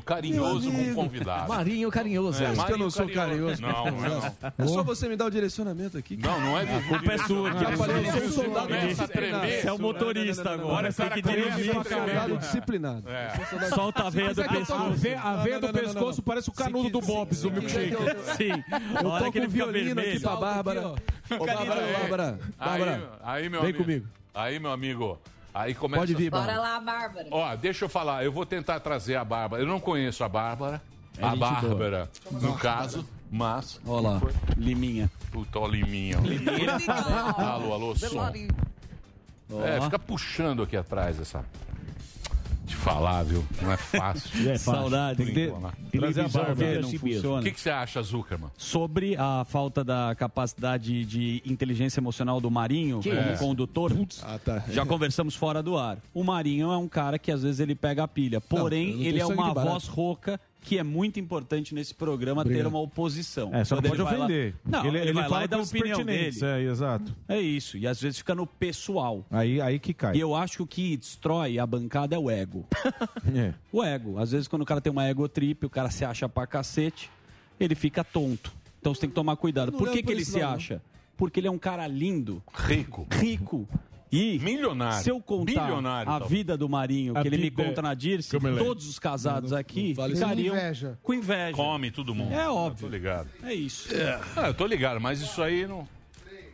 [SPEAKER 11] Meu
[SPEAKER 9] carinhoso com o
[SPEAKER 11] amigo.
[SPEAKER 9] convidado.
[SPEAKER 11] Marinho
[SPEAKER 9] carinhoso.
[SPEAKER 11] Você acha que eu não sou carinhoso?
[SPEAKER 9] Não, não é não.
[SPEAKER 11] É só você me dar o direcionamento aqui.
[SPEAKER 9] Não, não é de- A culpa é sua, que
[SPEAKER 11] Já falei,
[SPEAKER 9] você
[SPEAKER 11] eu sou um
[SPEAKER 9] não
[SPEAKER 11] soldado
[SPEAKER 9] começa a
[SPEAKER 11] disciplinado.
[SPEAKER 9] tremer. Você é o motorista
[SPEAKER 11] Não, não, não, não,
[SPEAKER 9] agora,
[SPEAKER 11] não,
[SPEAKER 9] você
[SPEAKER 11] não,
[SPEAKER 9] tem
[SPEAKER 11] não, não,
[SPEAKER 9] que
[SPEAKER 11] não,
[SPEAKER 9] dirigir
[SPEAKER 11] não,
[SPEAKER 9] pra
[SPEAKER 11] não, não, soldado
[SPEAKER 9] tremer.
[SPEAKER 11] disciplinado.
[SPEAKER 9] É.
[SPEAKER 11] Eu sou soldado
[SPEAKER 9] Solta a veia do
[SPEAKER 5] é
[SPEAKER 11] disciplinado. Não,
[SPEAKER 9] pescoço.
[SPEAKER 11] não, não, não,
[SPEAKER 2] A veia do
[SPEAKER 11] não, não, não, não,
[SPEAKER 2] pescoço
[SPEAKER 11] não.
[SPEAKER 2] parece o canudo do Bob's, do milkshake.
[SPEAKER 11] Sim. Eu
[SPEAKER 2] Olha que
[SPEAKER 11] toco
[SPEAKER 2] ele
[SPEAKER 11] um
[SPEAKER 2] fica
[SPEAKER 11] violino aqui
[SPEAKER 2] vermelho.
[SPEAKER 11] pra Bárbara. Ô, Bárbara, Bárbara,
[SPEAKER 9] Aí,
[SPEAKER 11] Bárbara.
[SPEAKER 9] aí, meu
[SPEAKER 11] Vem
[SPEAKER 9] amigo.
[SPEAKER 11] comigo.
[SPEAKER 9] Aí, meu amigo. Aí começa
[SPEAKER 11] Pode vir,
[SPEAKER 21] Bora lá, Bárbara.
[SPEAKER 9] tá? Ó, deixa eu falar, eu vou tentar trazer a Bárbara. Eu não conheço a Bárbara.
[SPEAKER 12] É
[SPEAKER 9] a
[SPEAKER 12] gente
[SPEAKER 9] Bárbara, no caso, mas.
[SPEAKER 12] Olha lá. Liminha.
[SPEAKER 9] Puta, ó, Liminha.
[SPEAKER 12] Liminha.
[SPEAKER 9] alô, alô, som.
[SPEAKER 12] Ó.
[SPEAKER 9] É, fica puxando aqui atrás essa. Te falar, viu? Não é fácil.
[SPEAKER 19] É fácil. Saudade.
[SPEAKER 9] Por
[SPEAKER 19] Tem que
[SPEAKER 9] enquanto.
[SPEAKER 19] ter- Trazer a Bárbara. Não funciona.
[SPEAKER 9] O que, que você acha, Zuckerman?
[SPEAKER 12] Sobre a falta da capacidade de inteligência emocional do Marinho
[SPEAKER 9] Que
[SPEAKER 12] como
[SPEAKER 9] isso?
[SPEAKER 12] condutor,
[SPEAKER 11] Ah, tá.
[SPEAKER 12] já conversamos fora do ar. O Marinho é um cara que às vezes ele pega a pilha,
[SPEAKER 19] eu
[SPEAKER 12] porém
[SPEAKER 19] não tenho
[SPEAKER 12] ele é
[SPEAKER 19] sangue
[SPEAKER 12] uma
[SPEAKER 19] de barato.
[SPEAKER 12] voz rouca que é muito importante nesse programa ter
[SPEAKER 2] Obrigado.
[SPEAKER 12] uma oposição.
[SPEAKER 2] É, só não
[SPEAKER 12] Quando
[SPEAKER 2] pode
[SPEAKER 12] ele vai lá-
[SPEAKER 2] ofender.
[SPEAKER 12] Não,
[SPEAKER 2] ele, ele
[SPEAKER 12] vai lá
[SPEAKER 2] fala
[SPEAKER 12] e dá a
[SPEAKER 2] dos
[SPEAKER 12] opinião
[SPEAKER 2] pertinentes,
[SPEAKER 12] dele.
[SPEAKER 2] É, exato.
[SPEAKER 12] É isso, e às vezes fica no pessoal.
[SPEAKER 2] Aí, aí que cai.
[SPEAKER 12] E eu acho que o que destrói a bancada é o ego.
[SPEAKER 2] É.
[SPEAKER 12] O ego. Às vezes, quando o cara tem uma ego trip, o cara se acha pra cacete, ele fica tonto. Então você tem que tomar cuidado.
[SPEAKER 2] é
[SPEAKER 11] não
[SPEAKER 12] Por que,
[SPEAKER 11] levo
[SPEAKER 12] que
[SPEAKER 11] por
[SPEAKER 12] ele
[SPEAKER 11] esse
[SPEAKER 12] se
[SPEAKER 2] né?
[SPEAKER 11] lado, não.
[SPEAKER 12] acha? Porque ele é um cara lindo.
[SPEAKER 9] Rico.
[SPEAKER 12] Rico. E
[SPEAKER 9] Milionário.
[SPEAKER 12] se eu contar
[SPEAKER 9] Bilionário,
[SPEAKER 12] a
[SPEAKER 9] talvez.
[SPEAKER 12] vida do Marinho,
[SPEAKER 9] A
[SPEAKER 12] que ele me
[SPEAKER 2] é
[SPEAKER 9] vida-
[SPEAKER 12] conta na Dirce,
[SPEAKER 9] que eu me lembro.
[SPEAKER 12] todos os casados aqui
[SPEAKER 9] fale isso.
[SPEAKER 12] ficariam
[SPEAKER 9] Com inveja.
[SPEAKER 12] com inveja.
[SPEAKER 9] Come todo mundo.
[SPEAKER 12] É óbvio.
[SPEAKER 9] Eu tô ligado.
[SPEAKER 12] É isso.
[SPEAKER 9] Ah, eu tô ligado, mas isso aí não.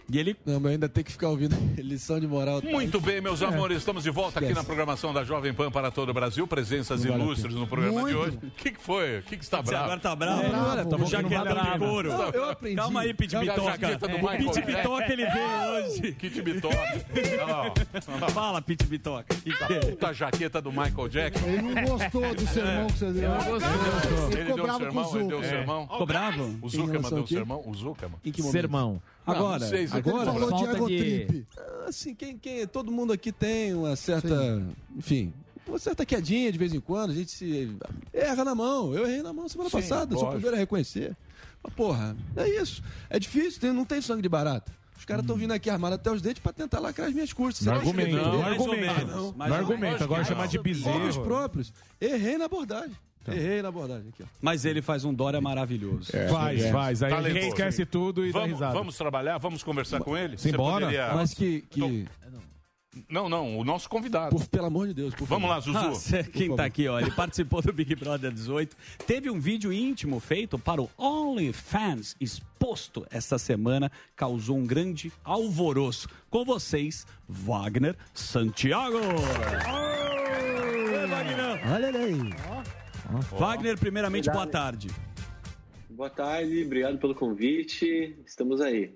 [SPEAKER 12] E ele.
[SPEAKER 11] Não, mas ainda tem que ficar ouvindo *laughs* lição de moral.
[SPEAKER 9] Muito bem, meus
[SPEAKER 11] É.
[SPEAKER 9] amores, estamos de volta aqui
[SPEAKER 11] Esquece.
[SPEAKER 9] na programação da Jovem Pan para todo o Brasil. Presenças
[SPEAKER 11] Não vale a
[SPEAKER 9] ilustres
[SPEAKER 11] pena.
[SPEAKER 9] no programa de
[SPEAKER 11] Muito.
[SPEAKER 9] hoje. O que, que foi? O que, que está
[SPEAKER 12] Você
[SPEAKER 9] bravo?
[SPEAKER 12] agora tá bravo?
[SPEAKER 9] É,
[SPEAKER 12] Não, olha,
[SPEAKER 9] tá
[SPEAKER 12] tomou
[SPEAKER 9] bom,
[SPEAKER 12] jaquetão
[SPEAKER 9] não vale a
[SPEAKER 12] de
[SPEAKER 9] pena.
[SPEAKER 12] couro.
[SPEAKER 9] Não,
[SPEAKER 12] Eu aprendi.
[SPEAKER 9] Calma aí, Pit
[SPEAKER 12] Calma,
[SPEAKER 9] Bitoca.
[SPEAKER 12] jaqueta do
[SPEAKER 9] É.
[SPEAKER 12] Michael
[SPEAKER 9] Pit
[SPEAKER 12] Jackson.
[SPEAKER 9] Bitoca ele veio hoje. Kit Bitoca. Olha lá, ó.
[SPEAKER 12] Fala, Pit Bitoca.
[SPEAKER 9] Essa Puta jaqueta do Michael Jackson.
[SPEAKER 10] Ele não gostou do sermão que você deu.
[SPEAKER 9] Ele não gostou.
[SPEAKER 10] Ele
[SPEAKER 9] Ele
[SPEAKER 10] ficou
[SPEAKER 9] deu um
[SPEAKER 10] bravo com
[SPEAKER 9] sermão,
[SPEAKER 10] o
[SPEAKER 9] ele deu um
[SPEAKER 5] É.
[SPEAKER 10] Zucca.
[SPEAKER 9] sermão.
[SPEAKER 12] Ficou bravo?
[SPEAKER 9] O
[SPEAKER 12] Em
[SPEAKER 9] Zuckerman
[SPEAKER 12] relação
[SPEAKER 9] deu
[SPEAKER 12] ao
[SPEAKER 9] um
[SPEAKER 12] quê?
[SPEAKER 9] sermão? O Zuckerman?
[SPEAKER 12] Em que momento? Sermão.
[SPEAKER 5] Ah,
[SPEAKER 9] Agora,
[SPEAKER 12] Agora,
[SPEAKER 11] Agora,
[SPEAKER 9] agora.
[SPEAKER 11] falta de-
[SPEAKER 12] egotrip.
[SPEAKER 11] Ah, Assim, quem, quem, todo mundo aqui tem uma certa, enfim, uma certa quedinha de vez em quando. A gente se erra na mão. Eu errei na mão semana
[SPEAKER 9] Sim,
[SPEAKER 11] passada. Sou o
[SPEAKER 9] lógico.
[SPEAKER 11] primeiro a reconhecer. Mas, porra, é isso. É difícil, tem- não tem sangue de barata. Os caras estão vindo aqui armados até os dentes pra tentar lacrar as minhas custas.
[SPEAKER 2] No
[SPEAKER 11] Você acha que
[SPEAKER 2] argumento,
[SPEAKER 11] eu
[SPEAKER 2] no
[SPEAKER 11] tenho?
[SPEAKER 2] argumento.
[SPEAKER 11] Ah, não.
[SPEAKER 2] No argumento,
[SPEAKER 11] Lógico
[SPEAKER 2] agora
[SPEAKER 11] que
[SPEAKER 2] chamar
[SPEAKER 11] não.
[SPEAKER 2] de bezerro.
[SPEAKER 11] Olhos próprios. Errei na abordagem. Errei na abordagem. Aqui, ó.
[SPEAKER 12] Mas ele faz um Dória maravilhoso.
[SPEAKER 2] É. Faz, faz. Aí ele
[SPEAKER 9] Talentoso.
[SPEAKER 2] esquece tudo e dá
[SPEAKER 9] Vamos,
[SPEAKER 2] risada.
[SPEAKER 9] vamos trabalhar, vamos conversar com ele? Você
[SPEAKER 2] Simbora.
[SPEAKER 9] poderia-
[SPEAKER 11] Mas que. que...
[SPEAKER 9] Não, não, o nosso convidado.
[SPEAKER 11] Por- pelo amor de Deus, por
[SPEAKER 9] Vamos
[SPEAKER 11] favor.
[SPEAKER 9] lá, Zuzu.
[SPEAKER 12] Ah, cê- quem tá aqui, ó, ele participou do Big Brother 18. Teve um vídeo íntimo feito para o OnlyFans exposto essa semana, causou um grande alvoroço. Com vocês, Wagner Santiago. Oi, Wagner.
[SPEAKER 10] Olha ele aí.
[SPEAKER 12] Wagner, primeiramente, boa
[SPEAKER 23] Obrigado.
[SPEAKER 12] tarde.
[SPEAKER 23] Boa tarde, obrigado pelo convite. Estamos aí.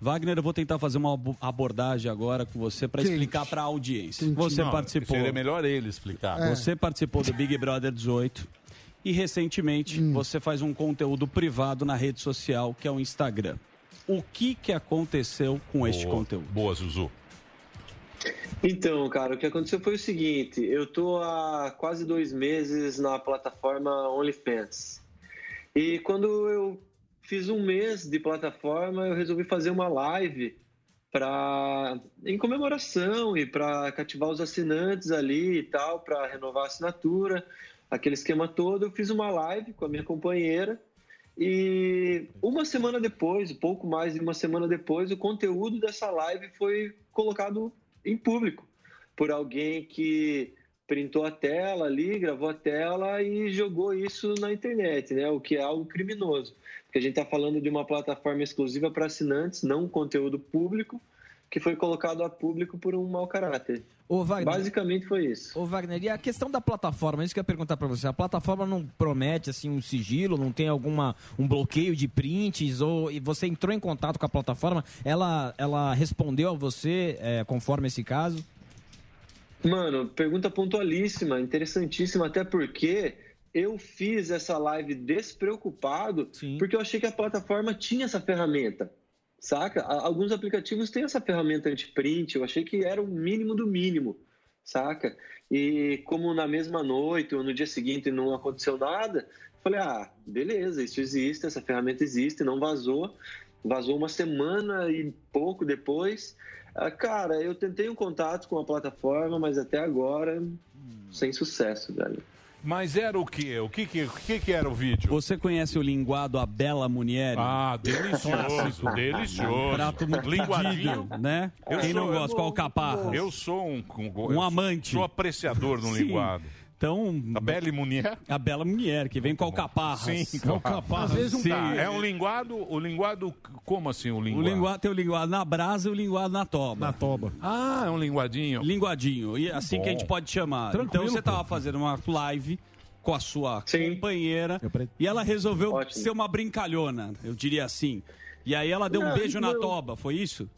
[SPEAKER 12] Wagner, eu vou tentar fazer uma abo- abordagem agora com você para explicar para a audiência. Você
[SPEAKER 9] Não,
[SPEAKER 12] participou.
[SPEAKER 9] Seria melhor ele explicar.
[SPEAKER 12] Você participou do Big Brother 18 e recentemente você faz um conteúdo privado na rede social que é o Instagram. O que que aconteceu com este conteúdo?
[SPEAKER 9] Boa, Zuzu.
[SPEAKER 23] Então, cara, o que aconteceu foi o seguinte: eu tô há quase dois meses na plataforma OnlyFans. E quando eu fiz um mês de plataforma, eu resolvi fazer uma live para em comemoração e para cativar os assinantes ali e tal, para renovar a assinatura, aquele esquema todo. Eu fiz uma live com a minha companheira e uma semana depois, um pouco mais de uma semana depois, o conteúdo dessa live foi colocado em público por alguém que printou a tela ali, gravou a tela e jogou isso na internet, né? O que é algo criminoso. Porque a gente está falando de uma plataforma exclusiva para assinantes, não um conteúdo público, que foi colocado a público por um mau caráter.
[SPEAKER 4] Ô, Wagner.
[SPEAKER 23] Basicamente foi isso.
[SPEAKER 4] Ô, Wagner, e a questão da plataforma, isso que eu ia perguntar pra você. A plataforma não promete, assim, um sigilo, não tem alguma, um bloqueio de prints, ou e você entrou em contato com a plataforma, ela, ela respondeu a você é, conforme esse caso?
[SPEAKER 23] Mano, pergunta pontualíssima, interessantíssima, até porque eu fiz essa live despreocupado, porque eu achei que a plataforma tinha essa ferramenta. Saca? A- Alguns aplicativos têm essa ferramenta anti-print, eu achei que era o mínimo do mínimo, saca? E como na mesma noite ou no dia seguinte não aconteceu nada, falei, ah, beleza, isso existe, essa ferramenta existe, não vazou. Vazou uma semana e pouco depois. Ah, cara, eu tentei um contato com a plataforma, mas até agora,
[SPEAKER 9] Hum.
[SPEAKER 23] sem sucesso, velho.
[SPEAKER 9] Mas era o quê? O que que, o que que era o vídeo?
[SPEAKER 12] Você conhece o linguado Abela Munieri?
[SPEAKER 9] Ah, delicioso,
[SPEAKER 12] Clássico.
[SPEAKER 9] delicioso.
[SPEAKER 12] Um prato muito
[SPEAKER 9] Linguadinho.
[SPEAKER 12] linguadinho, né? Quem não gosta, qual o caparra?
[SPEAKER 9] Eu sou um,
[SPEAKER 12] Um amante.
[SPEAKER 9] Sou apreciador de
[SPEAKER 12] *laughs*
[SPEAKER 9] um
[SPEAKER 12] Sim.
[SPEAKER 9] linguado.
[SPEAKER 12] Então, a
[SPEAKER 9] Bela Munier?
[SPEAKER 12] A Bela Munier, que vem com alcaparras.
[SPEAKER 9] Sim,
[SPEAKER 12] Com
[SPEAKER 9] claro.
[SPEAKER 12] alcaparras.
[SPEAKER 9] Sim. Tá, É um linguado, o linguado, como assim o
[SPEAKER 12] O
[SPEAKER 9] linguado?
[SPEAKER 12] linguado tem o linguado na brasa e o linguado na toba. Na
[SPEAKER 5] toba.
[SPEAKER 9] Ah, é um linguadinho.
[SPEAKER 12] Linguadinho. E assim
[SPEAKER 9] Bom.
[SPEAKER 12] que a gente pode chamar. então
[SPEAKER 9] Tranquilo,
[SPEAKER 12] você
[SPEAKER 9] pô.
[SPEAKER 12] tava fazendo uma live com a sua companheira e ela resolveu ser uma brincalhona, eu diria assim. E aí ela deu um
[SPEAKER 23] Não,
[SPEAKER 12] beijo na
[SPEAKER 23] não.
[SPEAKER 12] toba, foi isso?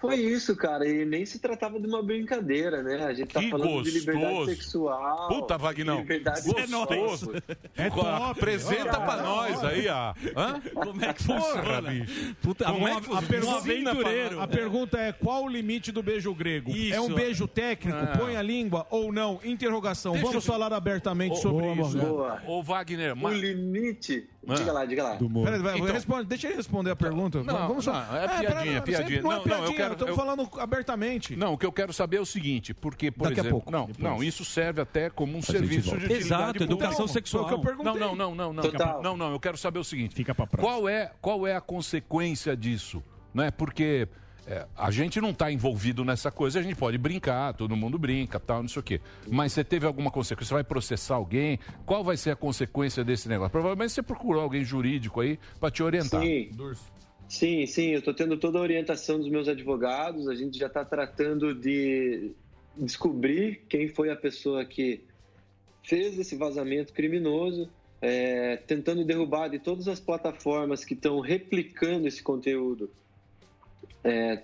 [SPEAKER 23] Foi isso, cara. E nem se tratava de uma brincadeira, né? A gente tá
[SPEAKER 9] Que
[SPEAKER 23] falando de liberdade
[SPEAKER 9] gostoso.
[SPEAKER 23] sexual.
[SPEAKER 9] Puta, Vagnão.
[SPEAKER 23] Liberdade
[SPEAKER 9] Gostoso.
[SPEAKER 23] sexual.
[SPEAKER 9] É top. Apresenta
[SPEAKER 23] Olha,
[SPEAKER 9] pra
[SPEAKER 23] olha,
[SPEAKER 9] nós
[SPEAKER 23] olha.
[SPEAKER 9] aí, ó. Hã?
[SPEAKER 12] Como é que
[SPEAKER 9] Porra,
[SPEAKER 12] funciona?
[SPEAKER 9] bicho.
[SPEAKER 12] Puta,
[SPEAKER 9] Como
[SPEAKER 5] um
[SPEAKER 12] a-
[SPEAKER 9] é que
[SPEAKER 12] a
[SPEAKER 9] funciona?
[SPEAKER 12] pergunta-
[SPEAKER 9] Ensina pra
[SPEAKER 12] aventureiro.
[SPEAKER 9] nós.
[SPEAKER 5] A pergunta é qual o limite do beijo grego?
[SPEAKER 12] Isso.
[SPEAKER 5] É um beijo técnico?
[SPEAKER 9] Ah.
[SPEAKER 5] Põe a língua ou não? Interrogação.
[SPEAKER 9] Deixa
[SPEAKER 5] Vamos
[SPEAKER 9] eu-
[SPEAKER 5] falar abertamente
[SPEAKER 9] Ô,
[SPEAKER 5] sobre
[SPEAKER 9] boa,
[SPEAKER 5] isso.
[SPEAKER 9] Morgado. Ô, Wagner,
[SPEAKER 23] O limite. Diga lá, diga lá.
[SPEAKER 5] Peraí, vai,
[SPEAKER 9] Então.
[SPEAKER 5] responde, deixa ele responder a pergunta.
[SPEAKER 9] Não,
[SPEAKER 5] Vamos só.
[SPEAKER 9] não, é piadinha,
[SPEAKER 5] pera-
[SPEAKER 9] piadinha.
[SPEAKER 5] Não,
[SPEAKER 9] Não,
[SPEAKER 5] é
[SPEAKER 9] não, eu
[SPEAKER 5] piadinha,
[SPEAKER 9] quero-
[SPEAKER 5] estamos
[SPEAKER 9] eu-
[SPEAKER 5] falando abertamente.
[SPEAKER 9] Não, o que eu quero saber é o seguinte, porque, por
[SPEAKER 5] Daqui a
[SPEAKER 9] exemplo...
[SPEAKER 5] pouco,
[SPEAKER 9] não,
[SPEAKER 5] depois.
[SPEAKER 9] não, isso serve até como um
[SPEAKER 5] gente
[SPEAKER 9] serviço
[SPEAKER 5] volta.
[SPEAKER 9] de utilidade
[SPEAKER 5] Exato,
[SPEAKER 9] pública.
[SPEAKER 5] educação
[SPEAKER 9] Não,
[SPEAKER 5] sexual.
[SPEAKER 9] foi o que eu perguntei. Não, não, não, não.
[SPEAKER 5] Fica pra-
[SPEAKER 9] Não, não, eu quero saber o seguinte.
[SPEAKER 5] Fica pra próxima.
[SPEAKER 9] Qual é, qual é a consequência disso? Né? Porque é, a gente não está envolvido nessa coisa, a gente pode brincar, todo mundo brinca, tal, não sei o quê. Mas você teve alguma consequência? Você vai processar alguém? Qual vai ser a consequência desse negócio? Provavelmente você procurou alguém jurídico aí para te orientar.
[SPEAKER 23] Sim. Sim, sim, eu estou tendo toda a orientação dos meus advogados. A gente já está tratando de descobrir quem foi a pessoa que fez esse vazamento criminoso, é, tentando derrubar de todas as plataformas que estão replicando esse conteúdo, é,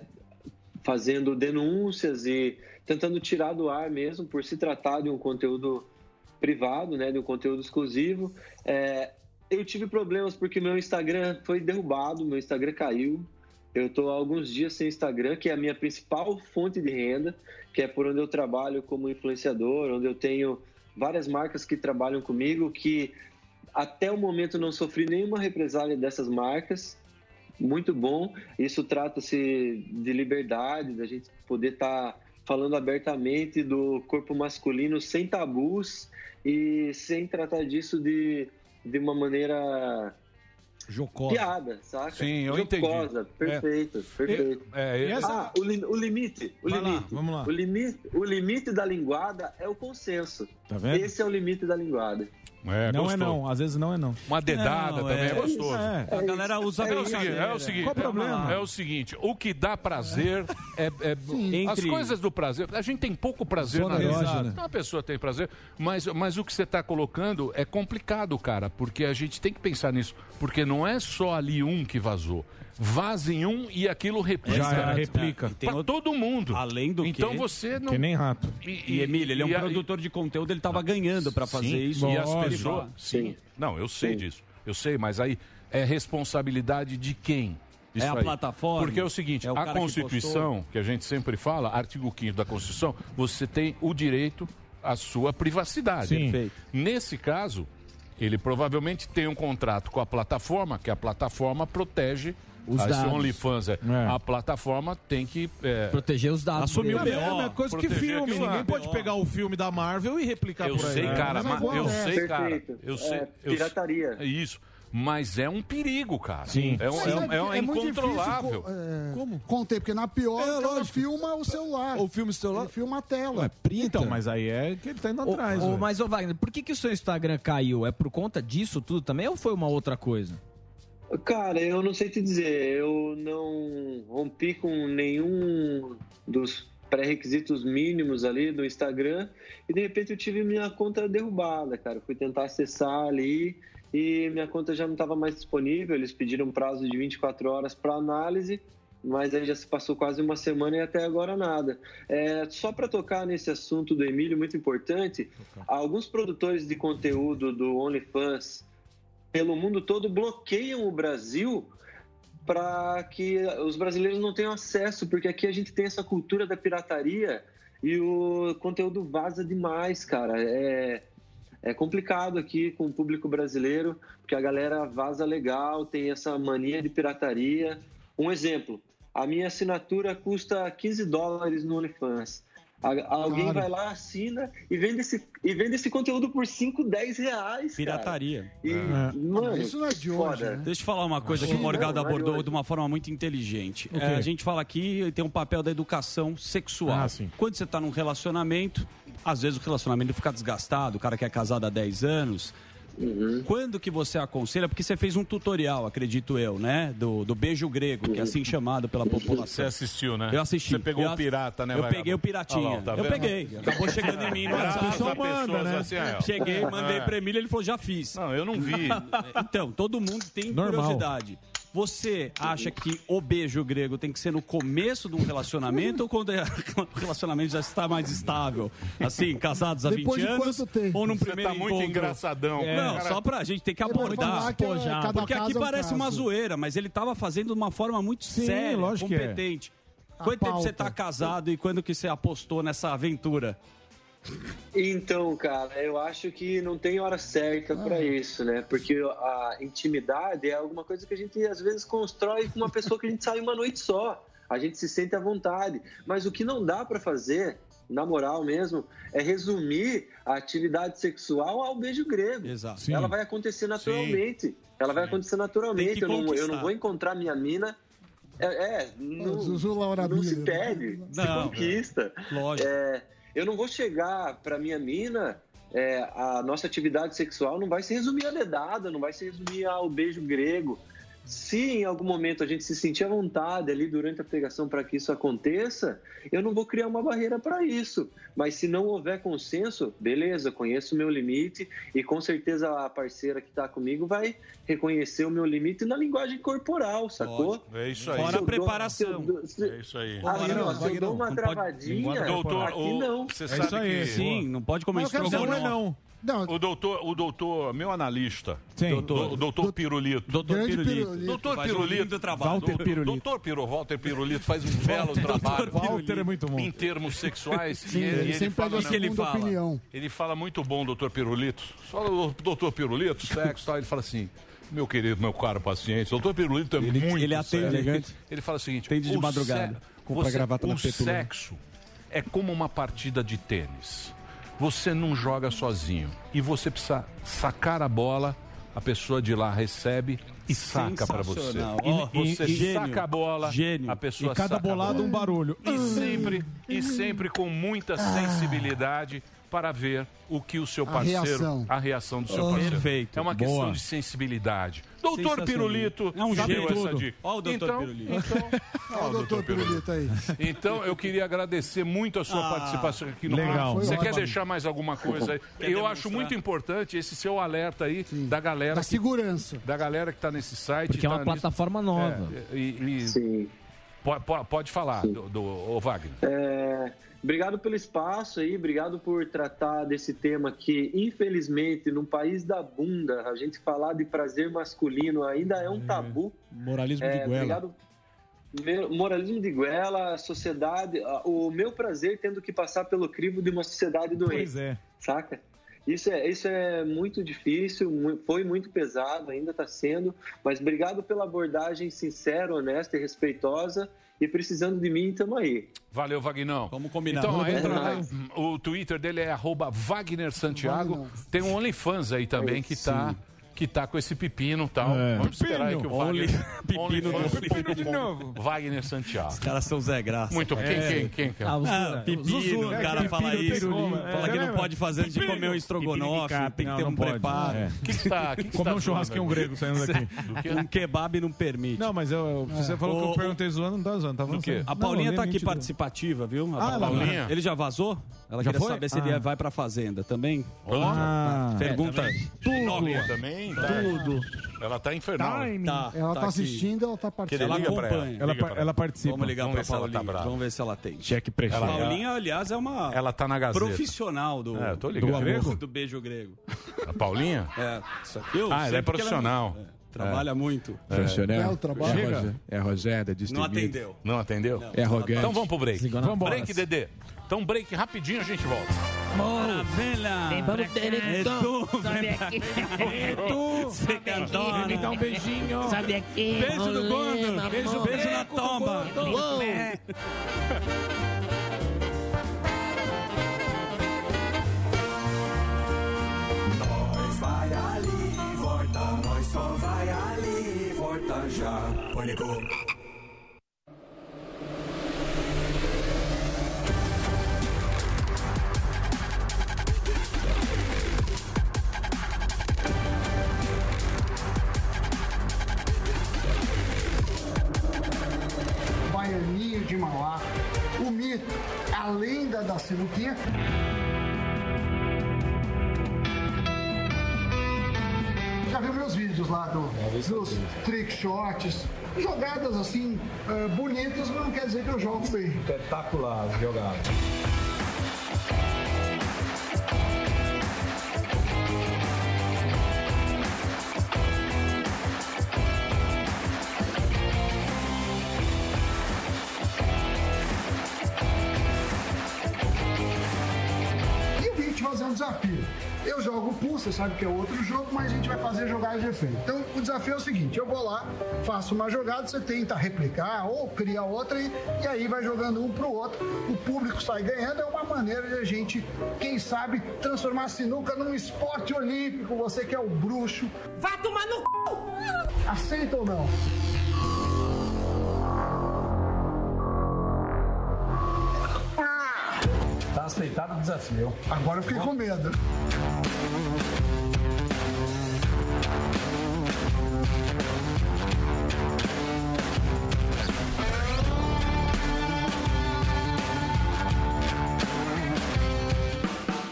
[SPEAKER 23] fazendo denúncias e tentando tirar do ar mesmo, por se tratar de um conteúdo privado, né, de um conteúdo exclusivo. É, eu tive problemas porque meu Instagram foi derrubado, meu Instagram caiu. Eu estou há alguns dias sem Instagram, que é a minha principal fonte de renda, que é por onde eu trabalho como influenciador, onde eu tenho várias marcas que trabalham comigo, que até o momento não sofri nenhuma represália dessas marcas. Muito bom. Isso trata-se de liberdade, da gente poder estar falando abertamente do corpo masculino sem tabus e sem tratar disso de, de uma maneira
[SPEAKER 5] Jocosa.
[SPEAKER 23] piada, saca?
[SPEAKER 9] Sim, eu
[SPEAKER 23] Jocosa,
[SPEAKER 9] entendi.
[SPEAKER 23] Perfeito, perfeito.
[SPEAKER 9] É, é,
[SPEAKER 23] Ah, o, li- o limite, o
[SPEAKER 9] Vai lá,
[SPEAKER 23] limite.
[SPEAKER 9] vamos lá.
[SPEAKER 23] O limite, o limite da linguada é o consenso.
[SPEAKER 5] Tá vendo?
[SPEAKER 23] Esse é o limite da linguada.
[SPEAKER 9] É,
[SPEAKER 5] não
[SPEAKER 9] gostou.
[SPEAKER 5] é não, às vezes não é não.
[SPEAKER 9] Uma dedada
[SPEAKER 5] Não,
[SPEAKER 9] também é,
[SPEAKER 5] é.
[SPEAKER 9] gostoso.
[SPEAKER 5] É. A galera usa
[SPEAKER 9] é o seguinte, é
[SPEAKER 5] brincadeira.
[SPEAKER 9] o seguinte,
[SPEAKER 5] Qual o
[SPEAKER 9] é-
[SPEAKER 5] problema?
[SPEAKER 9] É o seguinte, o que dá prazer é, é-
[SPEAKER 5] *laughs* Sim.
[SPEAKER 9] as
[SPEAKER 5] Entre- né?
[SPEAKER 9] coisas do prazer. A gente tem pouco prazer
[SPEAKER 5] Zona
[SPEAKER 9] na vida.
[SPEAKER 5] erógena.
[SPEAKER 9] Então a pessoa tem prazer, mas mas o que você está colocando é complicado, cara, porque a gente tem que pensar nisso, porque não é só ali um que vazou. Vazem um e aquilo replica.
[SPEAKER 5] Já era, replica.
[SPEAKER 9] Pra todo mundo. Além do Então você não
[SPEAKER 5] Que nem rato.
[SPEAKER 12] E, Emílio, ele é um
[SPEAKER 9] e a- Ah.
[SPEAKER 12] produtor de conteúdo, ele tava ganhando pra fazer
[SPEAKER 9] Sim,
[SPEAKER 12] isso.
[SPEAKER 9] E as
[SPEAKER 12] Lógico.
[SPEAKER 9] pessoas. Sim. Não, eu sei disso. Eu sei, mas aí é responsabilidade de quem?
[SPEAKER 12] É a plataforma?
[SPEAKER 9] Porque é o seguinte,
[SPEAKER 12] É o
[SPEAKER 9] a
[SPEAKER 12] cara que
[SPEAKER 9] Constituição, que, a gente sempre fala, artigo 5 da Constituição, você tem o direito à sua privacidade.
[SPEAKER 5] Sim. Perfeito.
[SPEAKER 9] Nesse caso, Ele provavelmente tem um contrato com a plataforma, que a plataforma protege
[SPEAKER 4] Os
[SPEAKER 9] a- esse
[SPEAKER 4] dados.
[SPEAKER 9] OnlyFans. é. A plataforma tem que. é,
[SPEAKER 4] Proteger os dados.
[SPEAKER 9] Assumir
[SPEAKER 4] dele.
[SPEAKER 9] o
[SPEAKER 5] É a mesma coisa que
[SPEAKER 9] proteger
[SPEAKER 5] filme.
[SPEAKER 9] aquilo lá.
[SPEAKER 5] Ninguém pode pegar o filme da Marvel e replicar
[SPEAKER 9] né? Eu
[SPEAKER 5] por aí.
[SPEAKER 9] sei,
[SPEAKER 5] né?
[SPEAKER 9] cara,
[SPEAKER 5] Mas é
[SPEAKER 9] mas
[SPEAKER 5] igual,
[SPEAKER 9] eu
[SPEAKER 5] né?
[SPEAKER 9] sei, cara. Eu sei, eu
[SPEAKER 23] É, pirataria.
[SPEAKER 9] É isso. Mas é um perigo, cara.
[SPEAKER 5] Sim.
[SPEAKER 9] É, um,
[SPEAKER 10] Mas
[SPEAKER 9] é um-
[SPEAKER 10] sabe
[SPEAKER 9] é
[SPEAKER 10] que
[SPEAKER 9] um
[SPEAKER 10] muito difícil
[SPEAKER 9] incontrolável.
[SPEAKER 10] co- é, Conter, porque na pior, o cara filma o celular. O
[SPEAKER 31] filme celular?
[SPEAKER 10] filma a tela.
[SPEAKER 5] Então, mas aí é que ele tá indo atrás.
[SPEAKER 4] Ô,
[SPEAKER 5] velho.
[SPEAKER 4] mas, ô Wagner, por que, que o seu Instagram caiu? É por conta disso tudo também ou foi uma outra coisa?
[SPEAKER 23] Cara, eu não sei te dizer. Eu não rompi com nenhum dos pré-requisitos mínimos ali do Instagram e de repente eu tive minha conta derrubada, cara. Eu Fui tentar acessar ali e minha conta já não estava mais disponível. Eles pediram um prazo de 24 horas para análise, mas aí já se passou quase uma semana e até agora nada. É, só para tocar nesse assunto do Emílio, muito importante, alguns produtores de conteúdo do OnlyFans pelo mundo todo bloqueiam o Brasil para que os brasileiros não tenham acesso, porque aqui a gente tem essa cultura da pirataria e o conteúdo vaza demais, cara. É, é complicado aqui com o público brasileiro, porque a galera vaza legal, tem essa mania de pirataria. Um exemplo, a minha assinatura custa 15 dólares no OnlyFans. A- Alguém
[SPEAKER 12] Claro.
[SPEAKER 23] vai lá, assina e vende esse, e vende esse conteúdo por 5, 10 reais.
[SPEAKER 12] Pirataria.
[SPEAKER 23] Cara. E, mano, isso não é de hoje,
[SPEAKER 9] né?
[SPEAKER 12] Deixa eu falar uma coisa que o
[SPEAKER 23] Sim,
[SPEAKER 12] Morgado
[SPEAKER 23] não, não é de
[SPEAKER 12] abordou
[SPEAKER 23] hoje.
[SPEAKER 12] de uma forma muito inteligente.
[SPEAKER 23] O quê?
[SPEAKER 12] É, a gente fala aqui tem um papel da educação sexual.
[SPEAKER 5] Ah, sim.
[SPEAKER 12] Quando você está num relacionamento, às vezes o relacionamento fica desgastado, o cara que é casado há 10 anos.
[SPEAKER 23] Uhum.
[SPEAKER 12] Quando que você aconselha? Porque você fez um tutorial, acredito eu, né? Do, do beijo grego, que é assim chamado pela população.
[SPEAKER 9] Você assistiu, né?
[SPEAKER 12] Eu assisti.
[SPEAKER 9] Você pegou
[SPEAKER 12] Eu
[SPEAKER 9] o
[SPEAKER 12] ass-
[SPEAKER 9] pirata, né?
[SPEAKER 12] Eu
[SPEAKER 9] vagabundo?
[SPEAKER 12] peguei o piratinha.
[SPEAKER 9] Olha lá, tá
[SPEAKER 12] eu
[SPEAKER 9] vendo?
[SPEAKER 12] peguei. Acabou chegando em mim no
[SPEAKER 9] Graças
[SPEAKER 12] WhatsApp.
[SPEAKER 9] a pessoas assim, ó.
[SPEAKER 12] né? Cheguei, mandei
[SPEAKER 9] É.
[SPEAKER 12] pra Emílio, ele falou, já fiz.
[SPEAKER 9] Não, eu não vi.
[SPEAKER 12] *laughs* então, todo mundo tem
[SPEAKER 9] Normal.
[SPEAKER 12] curiosidade. Você acha que o beijo grego tem que ser no começo de um relacionamento ou quando é- *laughs* o relacionamento já está mais estável? Assim, casados há
[SPEAKER 10] Depois
[SPEAKER 12] 20
[SPEAKER 10] de quanto
[SPEAKER 12] anos?
[SPEAKER 10] tempo?
[SPEAKER 12] Ou num
[SPEAKER 10] Você
[SPEAKER 12] primeiro
[SPEAKER 9] tá muito
[SPEAKER 12] encontro?
[SPEAKER 9] engraçadão,
[SPEAKER 12] É,
[SPEAKER 9] cara.
[SPEAKER 12] Não, só pra gente ter que
[SPEAKER 10] Ele vai
[SPEAKER 12] abordar.
[SPEAKER 10] falar que é- cada
[SPEAKER 12] Porque
[SPEAKER 10] caso
[SPEAKER 12] aqui
[SPEAKER 10] é um
[SPEAKER 12] parece uma
[SPEAKER 10] caso.
[SPEAKER 12] zoeira, mas ele tava fazendo de uma forma muito
[SPEAKER 5] Sim,
[SPEAKER 12] séria,
[SPEAKER 5] lógico que é.
[SPEAKER 12] competente.
[SPEAKER 5] A
[SPEAKER 12] Quanto tempo
[SPEAKER 5] pauta.
[SPEAKER 12] você tá casado e quando que você apostou nessa aventura?
[SPEAKER 23] Então, cara, eu acho que não tem hora certa pra isso, né? Porque a intimidade é alguma coisa que a gente às vezes constrói com uma pessoa que a gente sai uma noite só. A gente se sente à vontade. Mas o que não dá pra fazer, na moral mesmo, é resumir a atividade sexual ao beijo grego.
[SPEAKER 12] Exato.
[SPEAKER 23] Ela vai acontecer naturalmente. Ela vai acontecer
[SPEAKER 12] Tem
[SPEAKER 23] naturalmente.
[SPEAKER 12] que
[SPEAKER 23] Eu não, eu
[SPEAKER 12] conquistar.
[SPEAKER 23] não vou encontrar minha mina. É, é não,
[SPEAKER 10] Zuzu Laura
[SPEAKER 23] não se
[SPEAKER 10] Miller. né?
[SPEAKER 23] pede, se
[SPEAKER 10] Não.
[SPEAKER 23] conquista.
[SPEAKER 12] Lógico.
[SPEAKER 23] É, eu não vou chegar pra minha mina, é, a nossa atividade sexual não vai se resumir à dedada, não vai se resumir ao beijo grego. Se em algum momento a gente se sentir à vontade ali durante a pregação para que isso aconteça, eu não vou criar uma barreira para isso. Mas se não houver consenso, beleza, conheço o meu limite e com certeza a parceira que está comigo vai reconhecer o meu limite na linguagem corporal, sacou?
[SPEAKER 9] É isso aí.
[SPEAKER 23] Se eu dou- se eu dou-
[SPEAKER 9] É isso aí.
[SPEAKER 23] Ah, não, se eu dou uma travadinha,
[SPEAKER 9] Doutor,
[SPEAKER 23] aqui não.
[SPEAKER 9] o, você sabe que...
[SPEAKER 12] Sim, não pode comer
[SPEAKER 9] Mas eu quero saber-
[SPEAKER 12] estrogonofe.
[SPEAKER 9] O doutor, o doutor, meu analista, doutor, o doutor Pirulito.
[SPEAKER 12] Doutor Grande Pirulito. Pirulito.
[SPEAKER 9] Doutor
[SPEAKER 12] Faz um
[SPEAKER 9] Pirulito
[SPEAKER 12] lindo trabalho.
[SPEAKER 9] Walter
[SPEAKER 12] Doutor
[SPEAKER 9] Pirulito. Doutor Piru, Walter Pirulito faz um belo trabalho. Walter é muito bom. Em termos sexuais,
[SPEAKER 12] *laughs*
[SPEAKER 10] Sim,
[SPEAKER 9] e
[SPEAKER 10] ele
[SPEAKER 9] ele, e
[SPEAKER 10] sempre
[SPEAKER 9] ele
[SPEAKER 10] pega a
[SPEAKER 12] é
[SPEAKER 9] fala, não, ele
[SPEAKER 10] segunda
[SPEAKER 9] fala.
[SPEAKER 10] opinião.
[SPEAKER 9] Ele fala muito bom, doutor Pirulito. Só o
[SPEAKER 12] *laughs*
[SPEAKER 9] doutor Pirulito, sexo, tal, ele fala assim. Meu querido, meu caro paciente, doutor Pirulito é muito
[SPEAKER 12] ele atende-
[SPEAKER 9] sério.
[SPEAKER 12] elegante.
[SPEAKER 9] Ele fala o seguinte:
[SPEAKER 12] Atende de
[SPEAKER 9] o
[SPEAKER 12] madrugada.
[SPEAKER 9] sexo-
[SPEAKER 12] Compra
[SPEAKER 9] você-
[SPEAKER 12] gravata na
[SPEAKER 9] o
[SPEAKER 12] petulância.
[SPEAKER 9] sexo é como uma partida de tênis. Você não joga sozinho e você precisa sacar a bola, a pessoa de lá recebe e saca pra você.
[SPEAKER 12] Sensacional.
[SPEAKER 9] E-
[SPEAKER 12] Ó,
[SPEAKER 9] e- você
[SPEAKER 12] e- gênio.
[SPEAKER 9] saca a bola,
[SPEAKER 12] Gênio.
[SPEAKER 9] a pessoa
[SPEAKER 12] E cada
[SPEAKER 9] saca a
[SPEAKER 12] bolada
[SPEAKER 9] bola.
[SPEAKER 12] um barulho.
[SPEAKER 9] E sempre, e sempre com
[SPEAKER 12] Ah.
[SPEAKER 9] muita sensibilidade para ver o que o seu
[SPEAKER 10] A
[SPEAKER 9] parceiro, a reação,
[SPEAKER 10] reação.
[SPEAKER 9] do seu
[SPEAKER 12] Oh.
[SPEAKER 9] parceiro.
[SPEAKER 12] Perfeito.
[SPEAKER 9] É uma
[SPEAKER 12] Boa.
[SPEAKER 9] questão de sensibilidade. Doutor
[SPEAKER 12] Sensacional.
[SPEAKER 9] Pirulito,
[SPEAKER 12] É um
[SPEAKER 9] sabe
[SPEAKER 12] gênio.
[SPEAKER 9] essa
[SPEAKER 12] Tudo.
[SPEAKER 9] dica?
[SPEAKER 12] Ó o doutor
[SPEAKER 9] então,
[SPEAKER 12] Pirulito.
[SPEAKER 9] Então, ó o doutor Pirulito
[SPEAKER 10] aí.
[SPEAKER 9] *laughs* Então, eu queria agradecer muito a sua
[SPEAKER 12] Ah,
[SPEAKER 9] participação aqui no
[SPEAKER 12] legal.
[SPEAKER 9] programa.
[SPEAKER 12] Foi
[SPEAKER 9] Você quer
[SPEAKER 12] ótimo.
[SPEAKER 9] deixar mais alguma coisa aí?
[SPEAKER 12] Quer
[SPEAKER 9] Eu
[SPEAKER 12] demonstrar?
[SPEAKER 9] acho muito importante esse seu alerta aí da galera.
[SPEAKER 10] Da segurança.
[SPEAKER 9] Da galera que está nesse site.
[SPEAKER 4] Porque é
[SPEAKER 9] tá
[SPEAKER 4] uma
[SPEAKER 9] nisso.
[SPEAKER 4] plataforma nova.
[SPEAKER 9] É, e, e- Po- po- Pode, falar, do, do, ô Wagner.
[SPEAKER 23] É, obrigado pelo espaço aí, obrigado por tratar desse tema que, infelizmente, no país da bunda, a gente falar de prazer masculino ainda é um tabu.
[SPEAKER 12] Moralismo
[SPEAKER 23] É,
[SPEAKER 12] de goela.
[SPEAKER 23] obrigado. Meu- Moralismo de goela, a sociedade, a- o meu prazer tendo que passar pelo crivo de uma sociedade doente.
[SPEAKER 5] Pois é.
[SPEAKER 23] Saca? Isso é, isso é muito difícil, mu- foi muito pesado, ainda está sendo, mas obrigado pela abordagem sincera, honesta e respeitosa. E precisando de mim, estamos aí.
[SPEAKER 9] Valeu, Vagnão. Vamos
[SPEAKER 23] combinar.
[SPEAKER 9] Então,
[SPEAKER 23] Vamos
[SPEAKER 9] entra
[SPEAKER 23] combinar.
[SPEAKER 9] lá. O Twitter dele é arroba Wagner Santiago. Tem um OnlyFans aí também que tá, que tá com esse pepino e tal.
[SPEAKER 12] É.
[SPEAKER 9] Vamos esperar aí que o
[SPEAKER 12] Only-
[SPEAKER 9] *laughs* Wagner...
[SPEAKER 12] Pepino
[SPEAKER 9] OnlyFans
[SPEAKER 12] do- Pepino de
[SPEAKER 9] ponto
[SPEAKER 12] novo.
[SPEAKER 9] Wagner Santiago.
[SPEAKER 12] Os caras são Zé Graça.
[SPEAKER 9] Muito bem.
[SPEAKER 12] cara. É.
[SPEAKER 9] Quem, quem, quem, cara? Ah, os-
[SPEAKER 12] Ah,
[SPEAKER 9] Zuzu,
[SPEAKER 12] pepino, o
[SPEAKER 9] é,
[SPEAKER 12] cara
[SPEAKER 9] pepino
[SPEAKER 12] fala
[SPEAKER 9] tem
[SPEAKER 12] isso.
[SPEAKER 9] como, é.
[SPEAKER 12] Fala que não
[SPEAKER 9] Lembra?
[SPEAKER 12] pode fazer antes de
[SPEAKER 9] Pepino.
[SPEAKER 12] comer um
[SPEAKER 9] Pepino
[SPEAKER 12] estrogonofe,
[SPEAKER 9] de carne.
[SPEAKER 12] tem que
[SPEAKER 9] Não,
[SPEAKER 12] ter
[SPEAKER 9] não
[SPEAKER 12] um
[SPEAKER 9] pode.
[SPEAKER 12] preparo.
[SPEAKER 9] É. Que que está- que que
[SPEAKER 5] Comer um churrasquinho grego saindo daqui. Do quê?
[SPEAKER 12] um kebab não permite.
[SPEAKER 5] Não, mas eu, você
[SPEAKER 12] É.
[SPEAKER 5] falou que
[SPEAKER 12] O-
[SPEAKER 5] eu perguntei zoando, não tá zoando, tá
[SPEAKER 12] Do quê?
[SPEAKER 5] avançando.
[SPEAKER 12] A
[SPEAKER 5] Não,
[SPEAKER 12] Paulinha
[SPEAKER 5] nem
[SPEAKER 12] tá aqui
[SPEAKER 5] mentira.
[SPEAKER 12] participativa, viu?
[SPEAKER 5] Ah,
[SPEAKER 12] A
[SPEAKER 5] ela-
[SPEAKER 12] Paulinha.
[SPEAKER 5] Ah.
[SPEAKER 12] Ele já vazou? Ela
[SPEAKER 5] Já
[SPEAKER 12] queria
[SPEAKER 5] foi?
[SPEAKER 12] saber se ele
[SPEAKER 5] Ah.
[SPEAKER 12] vai pra fazenda também. Tá.
[SPEAKER 5] Ah.
[SPEAKER 12] Pergunta.
[SPEAKER 9] É, também. Nome também. tá?
[SPEAKER 12] Tudo.
[SPEAKER 9] Ela tá infernal. hein?
[SPEAKER 11] Ela tá,
[SPEAKER 12] tá aqui.
[SPEAKER 11] assistindo, ela tá participando.
[SPEAKER 12] Ela acompanha.
[SPEAKER 9] Ela par- ela participa.
[SPEAKER 12] Vamos ligar
[SPEAKER 9] Vamos
[SPEAKER 12] pra
[SPEAKER 9] ver se ela tá
[SPEAKER 12] Paulinha.
[SPEAKER 9] brava.
[SPEAKER 12] Vamos ver se ela tem.
[SPEAKER 9] Cheque
[SPEAKER 12] A
[SPEAKER 9] prefeito.
[SPEAKER 12] Paulinha, aliás, é uma
[SPEAKER 9] Ela tá na Gazeta.
[SPEAKER 12] profissional do,
[SPEAKER 9] É, eu tô
[SPEAKER 12] do
[SPEAKER 9] ligado.
[SPEAKER 12] amor,
[SPEAKER 9] Grego?
[SPEAKER 12] do beijo grego.
[SPEAKER 9] A Paulinha?
[SPEAKER 12] É, isso aqui eu
[SPEAKER 9] Ah, ela
[SPEAKER 12] sei
[SPEAKER 9] é
[SPEAKER 12] porque
[SPEAKER 9] profissional.
[SPEAKER 12] é, trabalha muito.
[SPEAKER 8] Profissional.
[SPEAKER 12] É o trabalho.
[SPEAKER 8] É
[SPEAKER 12] Chega.
[SPEAKER 8] Rogé- É Rogério, diz
[SPEAKER 9] Não atendeu. Não atendeu?
[SPEAKER 8] É arrogante.
[SPEAKER 9] Então vamos pro break.
[SPEAKER 8] Desligou na
[SPEAKER 9] Vamos
[SPEAKER 8] bola.
[SPEAKER 9] break, Dedê. Então break rapidinho, a gente volta.
[SPEAKER 12] Maravilha!
[SPEAKER 9] Vem pra cá.
[SPEAKER 12] É tu,
[SPEAKER 9] Sobe
[SPEAKER 12] vem pra
[SPEAKER 9] aqui.
[SPEAKER 12] cá.
[SPEAKER 9] *laughs* É
[SPEAKER 12] tu, você cantona.
[SPEAKER 9] Me dá um
[SPEAKER 12] beijinho.
[SPEAKER 9] Sobe
[SPEAKER 14] é
[SPEAKER 9] aqui.
[SPEAKER 12] Beijo no
[SPEAKER 9] Olê,
[SPEAKER 12] gordo.
[SPEAKER 9] mamão.
[SPEAKER 12] Beijo, beijo na
[SPEAKER 9] Beijo no
[SPEAKER 12] tomba.
[SPEAKER 9] gordo. Uou.
[SPEAKER 14] Nós vai ali e volta, nós só vai ali e volta já. Pânico.
[SPEAKER 10] Baianinho de Mauá, o mito, a lenda da sinuquinha. Já viu meus vídeos lá do, dos trick shots, jogadas assim eh, bonitas, mas não quer dizer que eu jogo bem. Espetacular jogada. E eu vim te fazer um desafio. Eu jogo pool, você sabe que é outro jogo, mas a gente vai fazer jogada de efeito. Então, o desafio é o seguinte: eu vou lá, faço uma jogada, você tenta replicar ou cria outra, e, e aí vai jogando um pro outro. O público sai ganhando. É uma maneira de a gente, quem sabe, transformar a sinuca num esporte olímpico. Você que é o bruxo. Vai tomar no c... Aceita ou não? Tá aceitado o desafio. Agora eu fiquei com medo.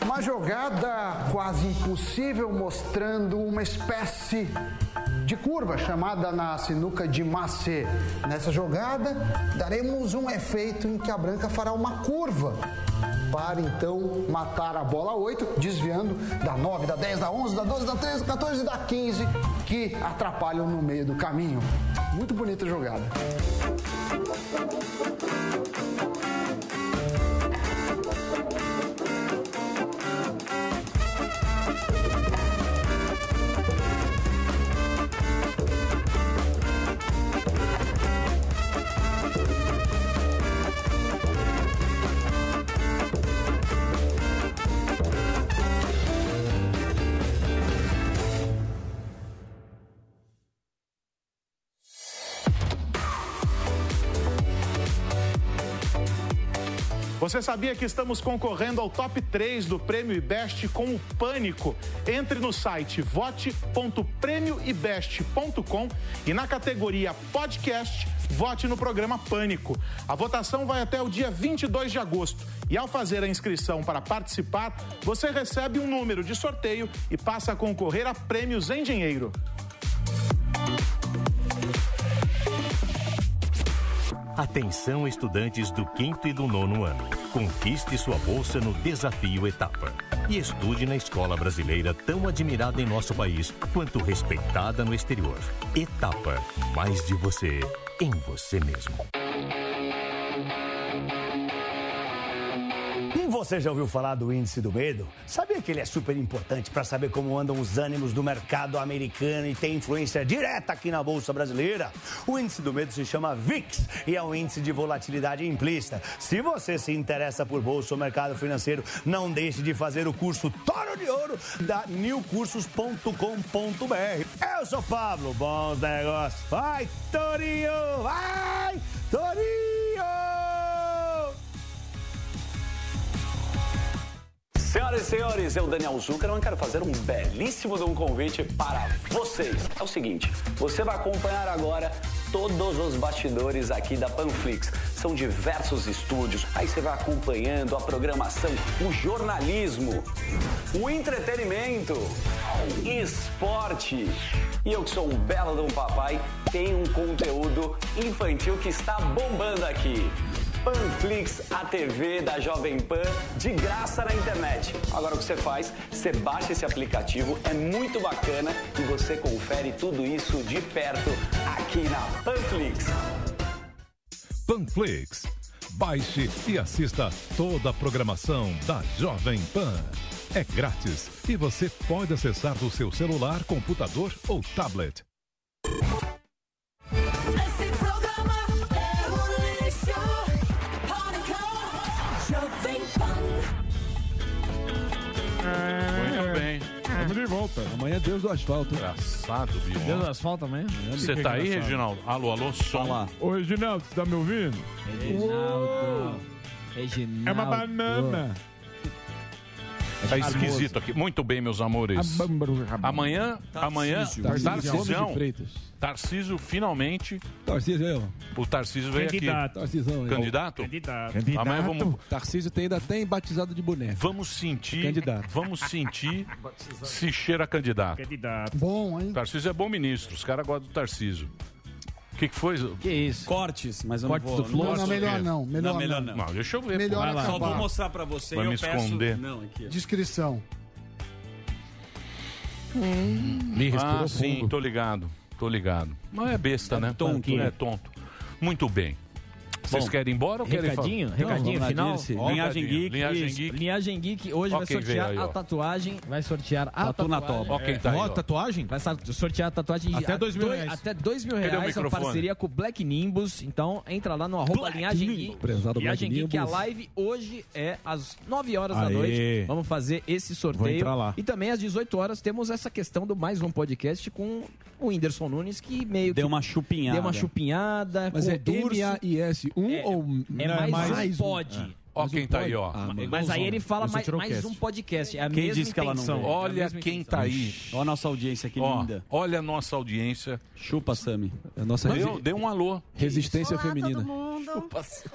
[SPEAKER 10] Uma jogada quase impossível mostrando uma espécie de curva chamada na sinuca de Macê. Nessa jogada, daremos um efeito em que a branca fará uma curva para então matar a bola 8, desviando da 9, da 10, da 11, da 12, da 13, da 14 e da 15 que atrapalham no meio do caminho. Muito bonita a jogada.
[SPEAKER 19] Você sabia que estamos concorrendo ao top 3 do Prêmio IBEST com o Pânico? Entre no site vote.prêmioibest.com e na categoria podcast, vote no programa Pânico. A votação vai até o dia 22 de agosto e ao fazer a inscrição para participar, você recebe um número de sorteio e passa a concorrer a prêmios em dinheiro.
[SPEAKER 32] Atenção, estudantes do quinto e do nono ano. Conquiste sua bolsa no Desafio Etapa. E estude na escola brasileira tão admirada em nosso país quanto respeitada no exterior. Etapa. Mais de você, em você mesmo.
[SPEAKER 33] Você já ouviu falar do índice do medo? Sabia que ele é super importante para saber como andam os ânimos do mercado americano e tem influência direta aqui na Bolsa Brasileira? O índice do medo se chama VIX e é um índice de volatilidade implícita. Se você se interessa por bolsa ou mercado financeiro, não deixe de fazer o curso Toro de Ouro da newcursos.com.br. Eu sou Pablo, bons negócios. Vai, Torinho! Vai, Torinho!
[SPEAKER 12] Senhoras e senhores, eu, Daniel Zuckerman, quero fazer um belíssimo de um convite para vocês. É o seguinte, você vai acompanhar agora todos os bastidores aqui da Panflix. São diversos estúdios, aí você vai acompanhando a programação, o jornalismo, o entretenimento, esporte. E eu que sou um belo de um papai, tenho um conteúdo infantil que está bombando aqui. Panflix, a TV da Jovem Pan, de graça na internet. Agora o que você faz? Você baixa esse aplicativo, é muito bacana e você confere tudo isso de perto aqui na Panflix.
[SPEAKER 34] Panflix. Baixe e assista toda a programação da Jovem Pan. É grátis e você pode acessar do seu celular, computador ou tablet.
[SPEAKER 14] Esse programa é um lixo. Pânico, Jovem Pan.
[SPEAKER 4] Ah.
[SPEAKER 9] Muito bem.
[SPEAKER 11] Estamos de volta. Amanhã é Deus do asfalto.
[SPEAKER 9] Engraçado, Bion.
[SPEAKER 4] Deus do asfalto também?
[SPEAKER 11] É,
[SPEAKER 9] Você tá aí, Reginaldo? Alô, alô, som.
[SPEAKER 4] Ô, Reginaldo, você tá me ouvindo?
[SPEAKER 5] É.
[SPEAKER 4] Reginaldo. Reginaldo.
[SPEAKER 9] É uma banana. Tá esquisito aqui. Muito bem, meus amores. Amanhã, amanhã,
[SPEAKER 11] Ah, Tarcísio. Gomes
[SPEAKER 9] Tarcisão.
[SPEAKER 11] de Freitas.
[SPEAKER 9] Tarcísio finalmente.
[SPEAKER 11] Tarcísio aí, ó.
[SPEAKER 9] O Tarcísio veio aqui.
[SPEAKER 11] Candidato. Tarcísio aí.
[SPEAKER 9] Candidato?
[SPEAKER 4] Ah,
[SPEAKER 9] Amanhã vamos,
[SPEAKER 11] Tarcísio tem, ainda tem batizado de boneco.
[SPEAKER 9] vamos sentir.
[SPEAKER 11] Candidato.
[SPEAKER 9] Vamos sentir se cheira candidato.
[SPEAKER 11] Candidato. Bom, hein?
[SPEAKER 9] Tarcísio é bom ministro. Os caras gostam do Tarcísio. O que, que foi? Que
[SPEAKER 4] isso?
[SPEAKER 9] Cortes, mas
[SPEAKER 5] eu não Cortes vou- do não Flow? gosto
[SPEAKER 9] Não,
[SPEAKER 5] mesmo.
[SPEAKER 9] Melhor não. Melhor não. deixa eu ver. pô.
[SPEAKER 5] Melhor
[SPEAKER 9] Vai lá.
[SPEAKER 5] Só vou mostrar pra você
[SPEAKER 9] Vai
[SPEAKER 5] e eu
[SPEAKER 9] me
[SPEAKER 5] peço...
[SPEAKER 9] esconder.
[SPEAKER 5] Não, aqui. ó.
[SPEAKER 10] Descrição.
[SPEAKER 9] Me ah, sim, tô ligado. Tô ligado. Não é besta, né?
[SPEAKER 5] tonto,
[SPEAKER 9] É
[SPEAKER 5] né?
[SPEAKER 9] tonto. Muito bem. Vocês
[SPEAKER 4] Bom,
[SPEAKER 9] querem ir embora ou querem falar?
[SPEAKER 4] recadinho, recadinho final.
[SPEAKER 9] Ó,
[SPEAKER 4] Linhagem
[SPEAKER 9] recadinho.
[SPEAKER 4] Geek,
[SPEAKER 9] Linhagem
[SPEAKER 4] isso.
[SPEAKER 9] Geek.
[SPEAKER 4] Linhagem Geek hoje
[SPEAKER 9] Ó
[SPEAKER 4] vai
[SPEAKER 9] quem
[SPEAKER 4] sortear
[SPEAKER 9] veio aí,
[SPEAKER 4] a
[SPEAKER 9] ó.
[SPEAKER 4] tatuagem, vai sortear a
[SPEAKER 2] Tatu na
[SPEAKER 4] tatuagem.
[SPEAKER 2] toba. Ó quem tá aí,
[SPEAKER 4] Ó,
[SPEAKER 2] ó.
[SPEAKER 4] tatuagem? Vai sa- sortear a tatuagem
[SPEAKER 2] Até
[SPEAKER 4] a
[SPEAKER 2] dois mil reais.
[SPEAKER 4] Até 2 mil
[SPEAKER 2] Cadê o
[SPEAKER 4] reais, uma
[SPEAKER 2] microfone?
[SPEAKER 4] parceria com o Black Nimbus. Então entra lá no arroba Linhagem Geek.
[SPEAKER 9] é
[SPEAKER 2] Prezado
[SPEAKER 4] Linhagem
[SPEAKER 2] Black
[SPEAKER 4] Geek, a
[SPEAKER 2] Nimbus.
[SPEAKER 4] live hoje é às 9 horas da
[SPEAKER 2] Aê.
[SPEAKER 4] noite. Vamos fazer esse
[SPEAKER 2] Vou
[SPEAKER 4] sorteio.
[SPEAKER 2] entrar lá.
[SPEAKER 4] E também às 18 horas temos essa questão do mais um podcast com o Whindersson Nunes, que meio deu que.
[SPEAKER 5] uma chupinhada.
[SPEAKER 4] Deu uma chupinhada.
[SPEAKER 5] Mas
[SPEAKER 4] com
[SPEAKER 5] é
[SPEAKER 4] o Durso.
[SPEAKER 11] M-A-I-S-1 ou...
[SPEAKER 4] É
[SPEAKER 11] Não,
[SPEAKER 4] mais,
[SPEAKER 11] mais
[SPEAKER 4] um pode. Ah,
[SPEAKER 9] Ó, quem tá aí, ó.
[SPEAKER 12] um?
[SPEAKER 4] Mas aí ele fala mais, mais um podcast. É a
[SPEAKER 5] Quem
[SPEAKER 4] mesma
[SPEAKER 5] disse que ela não
[SPEAKER 4] intenção.
[SPEAKER 5] veio?
[SPEAKER 4] É a
[SPEAKER 9] Olha
[SPEAKER 4] mesma
[SPEAKER 9] quem
[SPEAKER 4] intenção.
[SPEAKER 9] tá aí.
[SPEAKER 5] Olha a nossa audiência que
[SPEAKER 9] Ó,
[SPEAKER 5] linda.
[SPEAKER 9] Olha a nossa audiência.
[SPEAKER 5] Chupa, Sami.
[SPEAKER 11] A nossa
[SPEAKER 9] Deu-
[SPEAKER 11] resi-
[SPEAKER 9] deu um alô.
[SPEAKER 11] Resistência
[SPEAKER 18] Olá,
[SPEAKER 11] feminina.
[SPEAKER 9] *laughs*
[SPEAKER 18] todo mundo.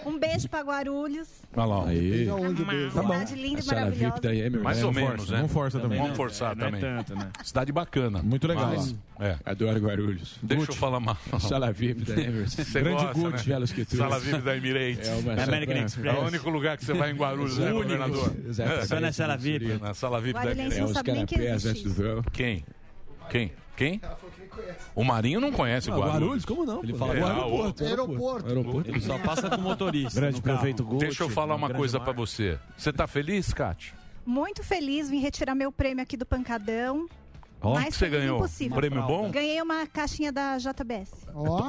[SPEAKER 18] Um beijo pra Guarulhos.
[SPEAKER 9] Olha lá.
[SPEAKER 11] Aí.
[SPEAKER 18] Uma cidade linda e
[SPEAKER 11] A senhora
[SPEAKER 18] maravilhosa.
[SPEAKER 11] VIP daí é meu
[SPEAKER 9] Mais
[SPEAKER 11] irmão.
[SPEAKER 9] ou
[SPEAKER 11] Não
[SPEAKER 9] menos,
[SPEAKER 11] força,
[SPEAKER 9] né?
[SPEAKER 11] não força também.
[SPEAKER 9] Vamos forçar
[SPEAKER 11] Não é
[SPEAKER 9] também.
[SPEAKER 11] tanto, né?
[SPEAKER 9] *laughs* Cidade bacana.
[SPEAKER 11] Muito legal
[SPEAKER 9] Mas- É.
[SPEAKER 11] Adoro Guarulhos.
[SPEAKER 9] Deixa eu falar mal.
[SPEAKER 11] *laughs* Sala VIP da Emirates.
[SPEAKER 9] Você
[SPEAKER 11] Grande
[SPEAKER 9] gosta,
[SPEAKER 11] Gucci,
[SPEAKER 9] né?
[SPEAKER 11] Velas que tu.
[SPEAKER 9] Sala VIP da Emirates.
[SPEAKER 11] É uma-
[SPEAKER 9] É o único lugar que você vai em Guarulhos, né,
[SPEAKER 11] *laughs* Único.
[SPEAKER 9] governador?
[SPEAKER 11] Exatamente. Só na sala VIP.
[SPEAKER 9] Na sala VIP da
[SPEAKER 18] Guarulhense
[SPEAKER 9] Emirates.
[SPEAKER 18] não É, os sabe nem que
[SPEAKER 11] canapés existe antes do
[SPEAKER 9] Quem? Quem? Quem? O Marinho não conhece
[SPEAKER 11] Ah, Guarulhos,
[SPEAKER 9] Guarulhos.
[SPEAKER 11] como não? Ele
[SPEAKER 9] É, ah, o-
[SPEAKER 10] Aeroporto.
[SPEAKER 5] Ele só passa com motorista.
[SPEAKER 11] Grande
[SPEAKER 5] no carro.
[SPEAKER 11] prefeito
[SPEAKER 9] Deixa eu falar uma coisa pra você. Você tá feliz, Kátia?
[SPEAKER 18] Muito feliz, vim retirar meu prêmio aqui do Pancadão.
[SPEAKER 9] Ó,
[SPEAKER 18] Mais
[SPEAKER 9] que você
[SPEAKER 18] feliz
[SPEAKER 9] ganhou?
[SPEAKER 18] impossível.
[SPEAKER 9] Um prêmio bom?
[SPEAKER 18] Ganhei uma caixinha da JBS.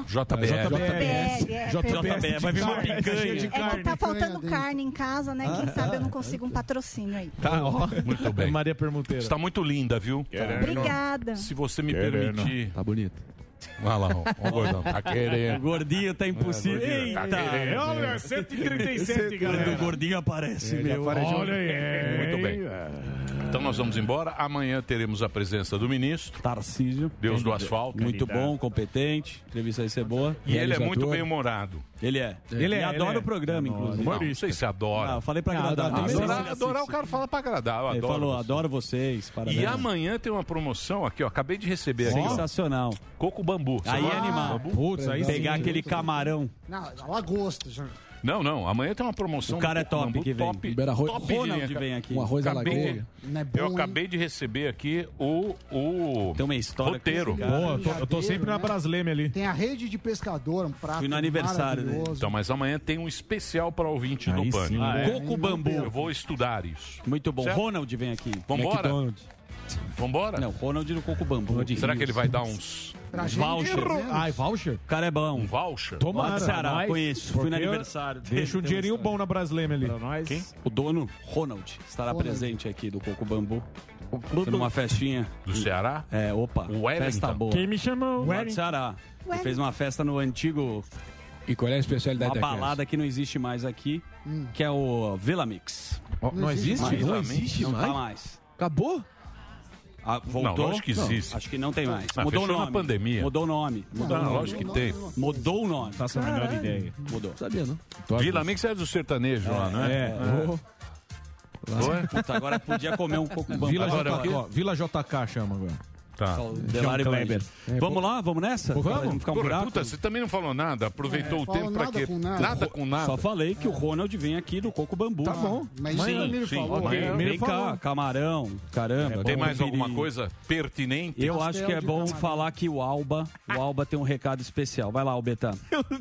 [SPEAKER 9] JBL. é,
[SPEAKER 18] JBL,
[SPEAKER 9] JBL, vai vir uma
[SPEAKER 18] É
[SPEAKER 9] picanha.
[SPEAKER 18] que tá faltando carne em casa, né? Quem sabe eu não consigo um patrocínio aí.
[SPEAKER 9] Tá, ó. Muito bem. Maria Permuteira. Está muito linda, viu?
[SPEAKER 18] Obrigada.
[SPEAKER 9] Se você me
[SPEAKER 11] Querendo.
[SPEAKER 9] permitir.
[SPEAKER 11] Tá bonito.
[SPEAKER 9] Olha lá, ó, o gordão. Tá querendo.
[SPEAKER 5] O gordinho tá impossível.
[SPEAKER 9] É, gordinho, tá
[SPEAKER 5] Eita!
[SPEAKER 9] querendo.
[SPEAKER 5] Olha,
[SPEAKER 9] 137,
[SPEAKER 5] Quando o gordinho aparece, meu.
[SPEAKER 9] Muito bem.
[SPEAKER 5] É.
[SPEAKER 9] Então nós vamos embora. Amanhã teremos a presença do ministro.
[SPEAKER 5] Tarcísio.
[SPEAKER 9] Deus do asfalto.
[SPEAKER 5] Muito bom, competente. A entrevista vai ser boa.
[SPEAKER 9] E ele é muito bem-humorado.
[SPEAKER 5] Ele é.
[SPEAKER 9] Ele é,
[SPEAKER 5] E adora
[SPEAKER 9] ele é.
[SPEAKER 5] o programa, inclusive.
[SPEAKER 9] Não, vocês se adoram.
[SPEAKER 5] Ah, eu falei pra agradar.
[SPEAKER 9] Ah,
[SPEAKER 5] também. né?
[SPEAKER 9] adorar, adorar o cara fala pra agradar. Eu
[SPEAKER 5] Ele
[SPEAKER 9] adoro
[SPEAKER 5] falou,
[SPEAKER 9] vocês.
[SPEAKER 5] adoro vocês. Parabéns.
[SPEAKER 9] E amanhã tem uma promoção aqui, ó. Acabei de receber aqui. ó.
[SPEAKER 5] Sensacional.
[SPEAKER 9] Coco bambu. Você
[SPEAKER 5] Aí é
[SPEAKER 9] gosta de
[SPEAKER 5] animal.
[SPEAKER 9] bambu?
[SPEAKER 5] Pegar aquele camarão.
[SPEAKER 10] Não, lagosta. já.
[SPEAKER 9] Não, não. Amanhã tem uma promoção.
[SPEAKER 5] O cara
[SPEAKER 9] do
[SPEAKER 5] é top
[SPEAKER 9] Pernambuco,
[SPEAKER 5] que vem.
[SPEAKER 9] Top,
[SPEAKER 5] Ribeira Ro-
[SPEAKER 9] top de
[SPEAKER 5] Ronald
[SPEAKER 12] Um
[SPEAKER 9] linha, cara.
[SPEAKER 5] vem aqui.
[SPEAKER 9] Acabei de-
[SPEAKER 10] não é bom.
[SPEAKER 9] Eu acabei de receber aqui o, o
[SPEAKER 12] Tem uma história com
[SPEAKER 9] roteiro.
[SPEAKER 12] esse cara. Boa, eu tô- eu tô sempre na
[SPEAKER 10] Brasleme ali. Tem a rede de pescador, um
[SPEAKER 12] Tá
[SPEAKER 10] prato
[SPEAKER 9] Fui no aniversário dele.
[SPEAKER 10] maravilhoso.
[SPEAKER 9] Então, mas amanhã tem um especial para ouvinte do Pânico.
[SPEAKER 12] Ah, é?
[SPEAKER 9] Coco Bambu. Eu vou estudar isso.
[SPEAKER 12] Muito bom.
[SPEAKER 9] Certo?
[SPEAKER 12] Ronald vem aqui.
[SPEAKER 9] Vambora?
[SPEAKER 12] McDonald's.
[SPEAKER 9] Vambora?
[SPEAKER 12] Não, Ronald no Coco Bambu.
[SPEAKER 9] Será que ele vai dar uns...
[SPEAKER 12] Pra gente, errou.
[SPEAKER 5] Ai, voucher?
[SPEAKER 12] O cara é bom. Um
[SPEAKER 9] voucher?
[SPEAKER 12] Lá
[SPEAKER 5] Tomara.
[SPEAKER 12] do Ceará,
[SPEAKER 5] Nós,
[SPEAKER 12] conheço. Fui no
[SPEAKER 5] porque
[SPEAKER 12] aniversário dele,
[SPEAKER 5] Deixa um
[SPEAKER 12] tem
[SPEAKER 5] dinheirinho
[SPEAKER 12] uma
[SPEAKER 5] bom na Brasleme ali.
[SPEAKER 12] Quem? O dono, Ronald, estará
[SPEAKER 5] Ronald.
[SPEAKER 12] presente aqui do Coco Bambu. Numa festinha.
[SPEAKER 9] Do Ceará?
[SPEAKER 12] É, opa.
[SPEAKER 9] Wellington.
[SPEAKER 12] Festa boa.
[SPEAKER 9] Quem
[SPEAKER 12] me chamou? Lá do
[SPEAKER 9] Wellington.
[SPEAKER 12] Ceará. Ele fez uma festa no antigo...
[SPEAKER 11] E qual é a especialidade
[SPEAKER 12] Uma
[SPEAKER 11] da casa?
[SPEAKER 12] balada que não existe mais aqui,
[SPEAKER 11] Hum.
[SPEAKER 12] que é o Vila Mix.
[SPEAKER 11] não existe mais? Não existe
[SPEAKER 12] Não tá
[SPEAKER 11] mais?
[SPEAKER 12] mais.
[SPEAKER 11] Acabou?
[SPEAKER 12] Ah, voltou?
[SPEAKER 9] Não, lógico que existe.
[SPEAKER 12] Não, acho que não tem mais.
[SPEAKER 9] Ah,
[SPEAKER 12] Mudou o
[SPEAKER 9] fechou
[SPEAKER 12] nome.
[SPEAKER 9] na pandemia.
[SPEAKER 12] Mudou o nome.
[SPEAKER 9] Não,
[SPEAKER 12] Mudou o nome.
[SPEAKER 9] lógico que tem.
[SPEAKER 12] Mudou o nome.
[SPEAKER 9] Faço a menor Caralho. ideia.
[SPEAKER 12] Mudou.
[SPEAKER 11] Sabia, não?
[SPEAKER 9] Vila Mix é do sertanejo lá, não é?
[SPEAKER 5] É.
[SPEAKER 9] Não é?
[SPEAKER 12] Puta, agora podia comer um pouco bambu.
[SPEAKER 5] Vila,
[SPEAKER 12] Agora,
[SPEAKER 5] JK,
[SPEAKER 12] ó,
[SPEAKER 5] ó, Vila JK chama agora.
[SPEAKER 9] Tá.
[SPEAKER 12] Delário Kleber.
[SPEAKER 9] É,
[SPEAKER 12] Vamos lá, vamos nessa? Pra não ficar um
[SPEAKER 9] Porra,
[SPEAKER 12] buraco.
[SPEAKER 9] puta, você também não falou nada, aproveitou
[SPEAKER 12] É,
[SPEAKER 9] o
[SPEAKER 12] falou
[SPEAKER 9] tempo pra
[SPEAKER 12] nada
[SPEAKER 9] quê?
[SPEAKER 12] com nada.
[SPEAKER 9] com nada.
[SPEAKER 12] Só falei que o Ronald vem aqui do Coco Bambu. Tá bom.
[SPEAKER 9] Mas Sim, o Miro sim. falou. Ok, o Miro
[SPEAKER 12] Vem cá,
[SPEAKER 9] falou.
[SPEAKER 12] camarão, caramba.
[SPEAKER 9] Tem
[SPEAKER 12] bom
[SPEAKER 9] mais
[SPEAKER 12] piriri.
[SPEAKER 9] alguma coisa pertinente?
[SPEAKER 12] Eu acho que é bom falar que o Alba, o Alba tem um recado especial. Vai lá, Albertão.
[SPEAKER 9] *laughs*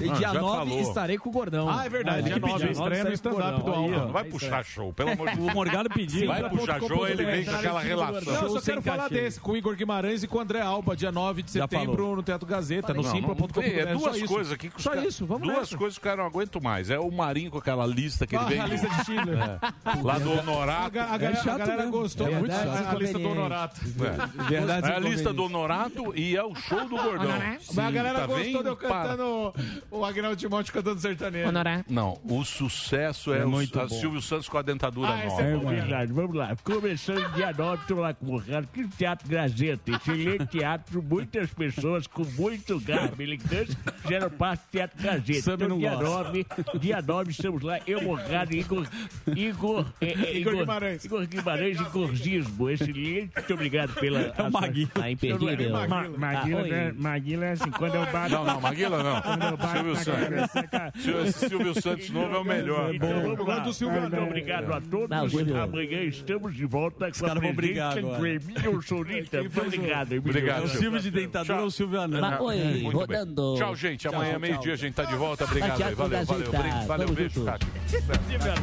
[SPEAKER 9] E Ah, dia já 9 falou.
[SPEAKER 12] estarei com o Gordão.
[SPEAKER 5] Ah, é verdade.
[SPEAKER 12] Dia
[SPEAKER 5] Dia
[SPEAKER 12] 9
[SPEAKER 5] 9 estreia no stand-up do Alba.
[SPEAKER 9] Não vai puxar Tá show,
[SPEAKER 5] *laughs*
[SPEAKER 9] pelo amor de Deus.
[SPEAKER 12] O Morgado pediu.
[SPEAKER 9] Vai puxar show, ele vem com aquela relação.
[SPEAKER 5] Não, eu só quero falar desse, com o Igor Guimarães e com o André Alba, dia 9 de
[SPEAKER 9] Já
[SPEAKER 5] setembro,
[SPEAKER 9] falou.
[SPEAKER 5] no Teatro Gazeta, Tá no
[SPEAKER 9] Não, não
[SPEAKER 5] simpla.com.br.
[SPEAKER 9] tem, É
[SPEAKER 5] só
[SPEAKER 9] duas
[SPEAKER 5] isso.
[SPEAKER 9] coisas aqui que os
[SPEAKER 5] Só
[SPEAKER 9] caras-
[SPEAKER 5] isso, vamos
[SPEAKER 9] Duas
[SPEAKER 5] nessa.
[SPEAKER 9] coisas que eu não aguento mais. É o Marinho com aquela lista que ele
[SPEAKER 5] Ah,
[SPEAKER 9] vem.
[SPEAKER 5] a lista de Schindler.
[SPEAKER 9] É. Lá
[SPEAKER 5] A,
[SPEAKER 9] do Honorato.
[SPEAKER 5] ga- a galera, a galera gostou
[SPEAKER 9] É
[SPEAKER 5] muito
[SPEAKER 9] verdade,
[SPEAKER 5] da a lista do Honorato.
[SPEAKER 9] É.
[SPEAKER 5] Verdade,
[SPEAKER 9] é a lista
[SPEAKER 5] inconveniente.
[SPEAKER 9] do Honorato e é o show do Gordão.
[SPEAKER 5] Mas a galera né?
[SPEAKER 9] Tá
[SPEAKER 5] gostou
[SPEAKER 9] vendo?
[SPEAKER 5] de eu
[SPEAKER 9] Para.
[SPEAKER 5] cantando o Agnaldo Timóteo cantando sertanejo.
[SPEAKER 9] Não, o sucesso é,
[SPEAKER 5] É
[SPEAKER 9] o
[SPEAKER 5] muito
[SPEAKER 9] a
[SPEAKER 5] bom.
[SPEAKER 9] Silvio Santos com a dentadura
[SPEAKER 8] Ah, esse
[SPEAKER 9] nova.
[SPEAKER 8] é bom. verdade, vamos lá. Começando dia 9, estou lá com o Ricardo, que teatro Gazeta, excelente teatro, muitas pessoas com muito garbo, elegância, fizeram parte do teatro Gazeta.
[SPEAKER 12] Sam
[SPEAKER 8] Então,
[SPEAKER 12] não
[SPEAKER 8] dia
[SPEAKER 12] gosta.
[SPEAKER 8] 9, dia 9 estamos lá, eu, Morgado, Igor, Igor, é, é,
[SPEAKER 12] Igor Guimarães.
[SPEAKER 8] Igor Guimarães e Gordismo, excelente, muito obrigado pela...
[SPEAKER 12] É o Maguila.
[SPEAKER 8] A
[SPEAKER 12] imperrível.
[SPEAKER 8] Ma- Maguila,
[SPEAKER 12] Ah, oi.
[SPEAKER 8] né? Maguila é assim, quando eu bato...
[SPEAKER 9] Não, não, Maguila não.
[SPEAKER 8] Quando eu bato
[SPEAKER 9] Silvio
[SPEAKER 8] na
[SPEAKER 9] Santos.
[SPEAKER 8] cabeça, cara.
[SPEAKER 9] Silvio- esse Silvio Santos novo é o melhor.
[SPEAKER 8] Então,
[SPEAKER 9] É bom.
[SPEAKER 8] vamos
[SPEAKER 9] Eu
[SPEAKER 8] lá.
[SPEAKER 9] gosto do Silvio
[SPEAKER 8] Muito
[SPEAKER 9] Anão.
[SPEAKER 8] obrigado a todos.
[SPEAKER 9] Não, Silvio.
[SPEAKER 8] Amanhã estamos de volta com a
[SPEAKER 12] caras vão brigar
[SPEAKER 8] presença do
[SPEAKER 12] agora.
[SPEAKER 8] Emílio Solita. Muito obrigado, Emílio.
[SPEAKER 9] Obrigado.
[SPEAKER 12] É o Silvio de dentadura ou o Silvio Anão?
[SPEAKER 9] Muito bem. Tchau, gente. Amanhã, meio-dia, a gente tá de volta. Obrigado aí. Valeu, valeu. Obrigado. Valeu, beijo, Cátia.
[SPEAKER 2] É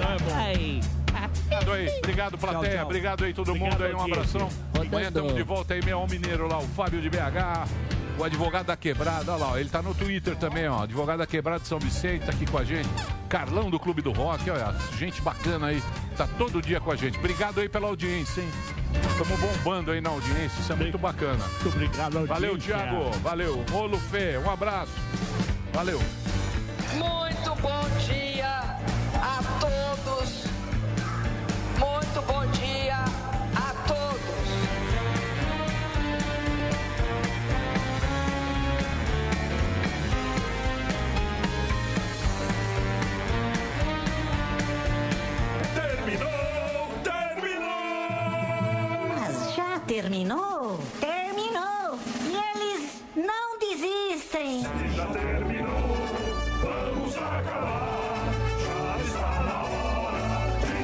[SPEAKER 9] Obrigado é aí. Obrigado, plateia.
[SPEAKER 26] tchau.
[SPEAKER 9] Obrigado aí, todo mundo. Aí, um abração. Amanhã estamos de volta aí, meu mineiro lá, o Fábio de BH. O advogado da quebrada, olha lá, ó, ele tá no Twitter também, ó. Advogado da quebrada de São Vicente, tá aqui com a gente. Carlão do Clube do Rock, olha, gente bacana aí, tá todo dia com a gente. Obrigado aí pela audiência, hein? Estamos bombando aí na audiência, isso é muito bacana. Muito
[SPEAKER 8] obrigado,
[SPEAKER 9] Valeu,
[SPEAKER 8] audiência.
[SPEAKER 9] Thiago. Valeu. Rolo Fê, um abraço. Valeu.
[SPEAKER 6] Muito bom dia a todos. Muito bom dia a todos.
[SPEAKER 26] Terminou, terminou!
[SPEAKER 18] Mas já terminou? Terminou! E eles não desistem!
[SPEAKER 26] Já terminou, vamos acabar. Já está na hora de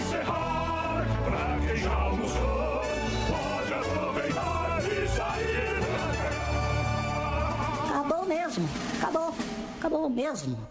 [SPEAKER 26] encerrar. Pra quem já almoçou, pode aproveitar e sair pra cá.
[SPEAKER 18] Acabou mesmo! Acabou! Acabou mesmo!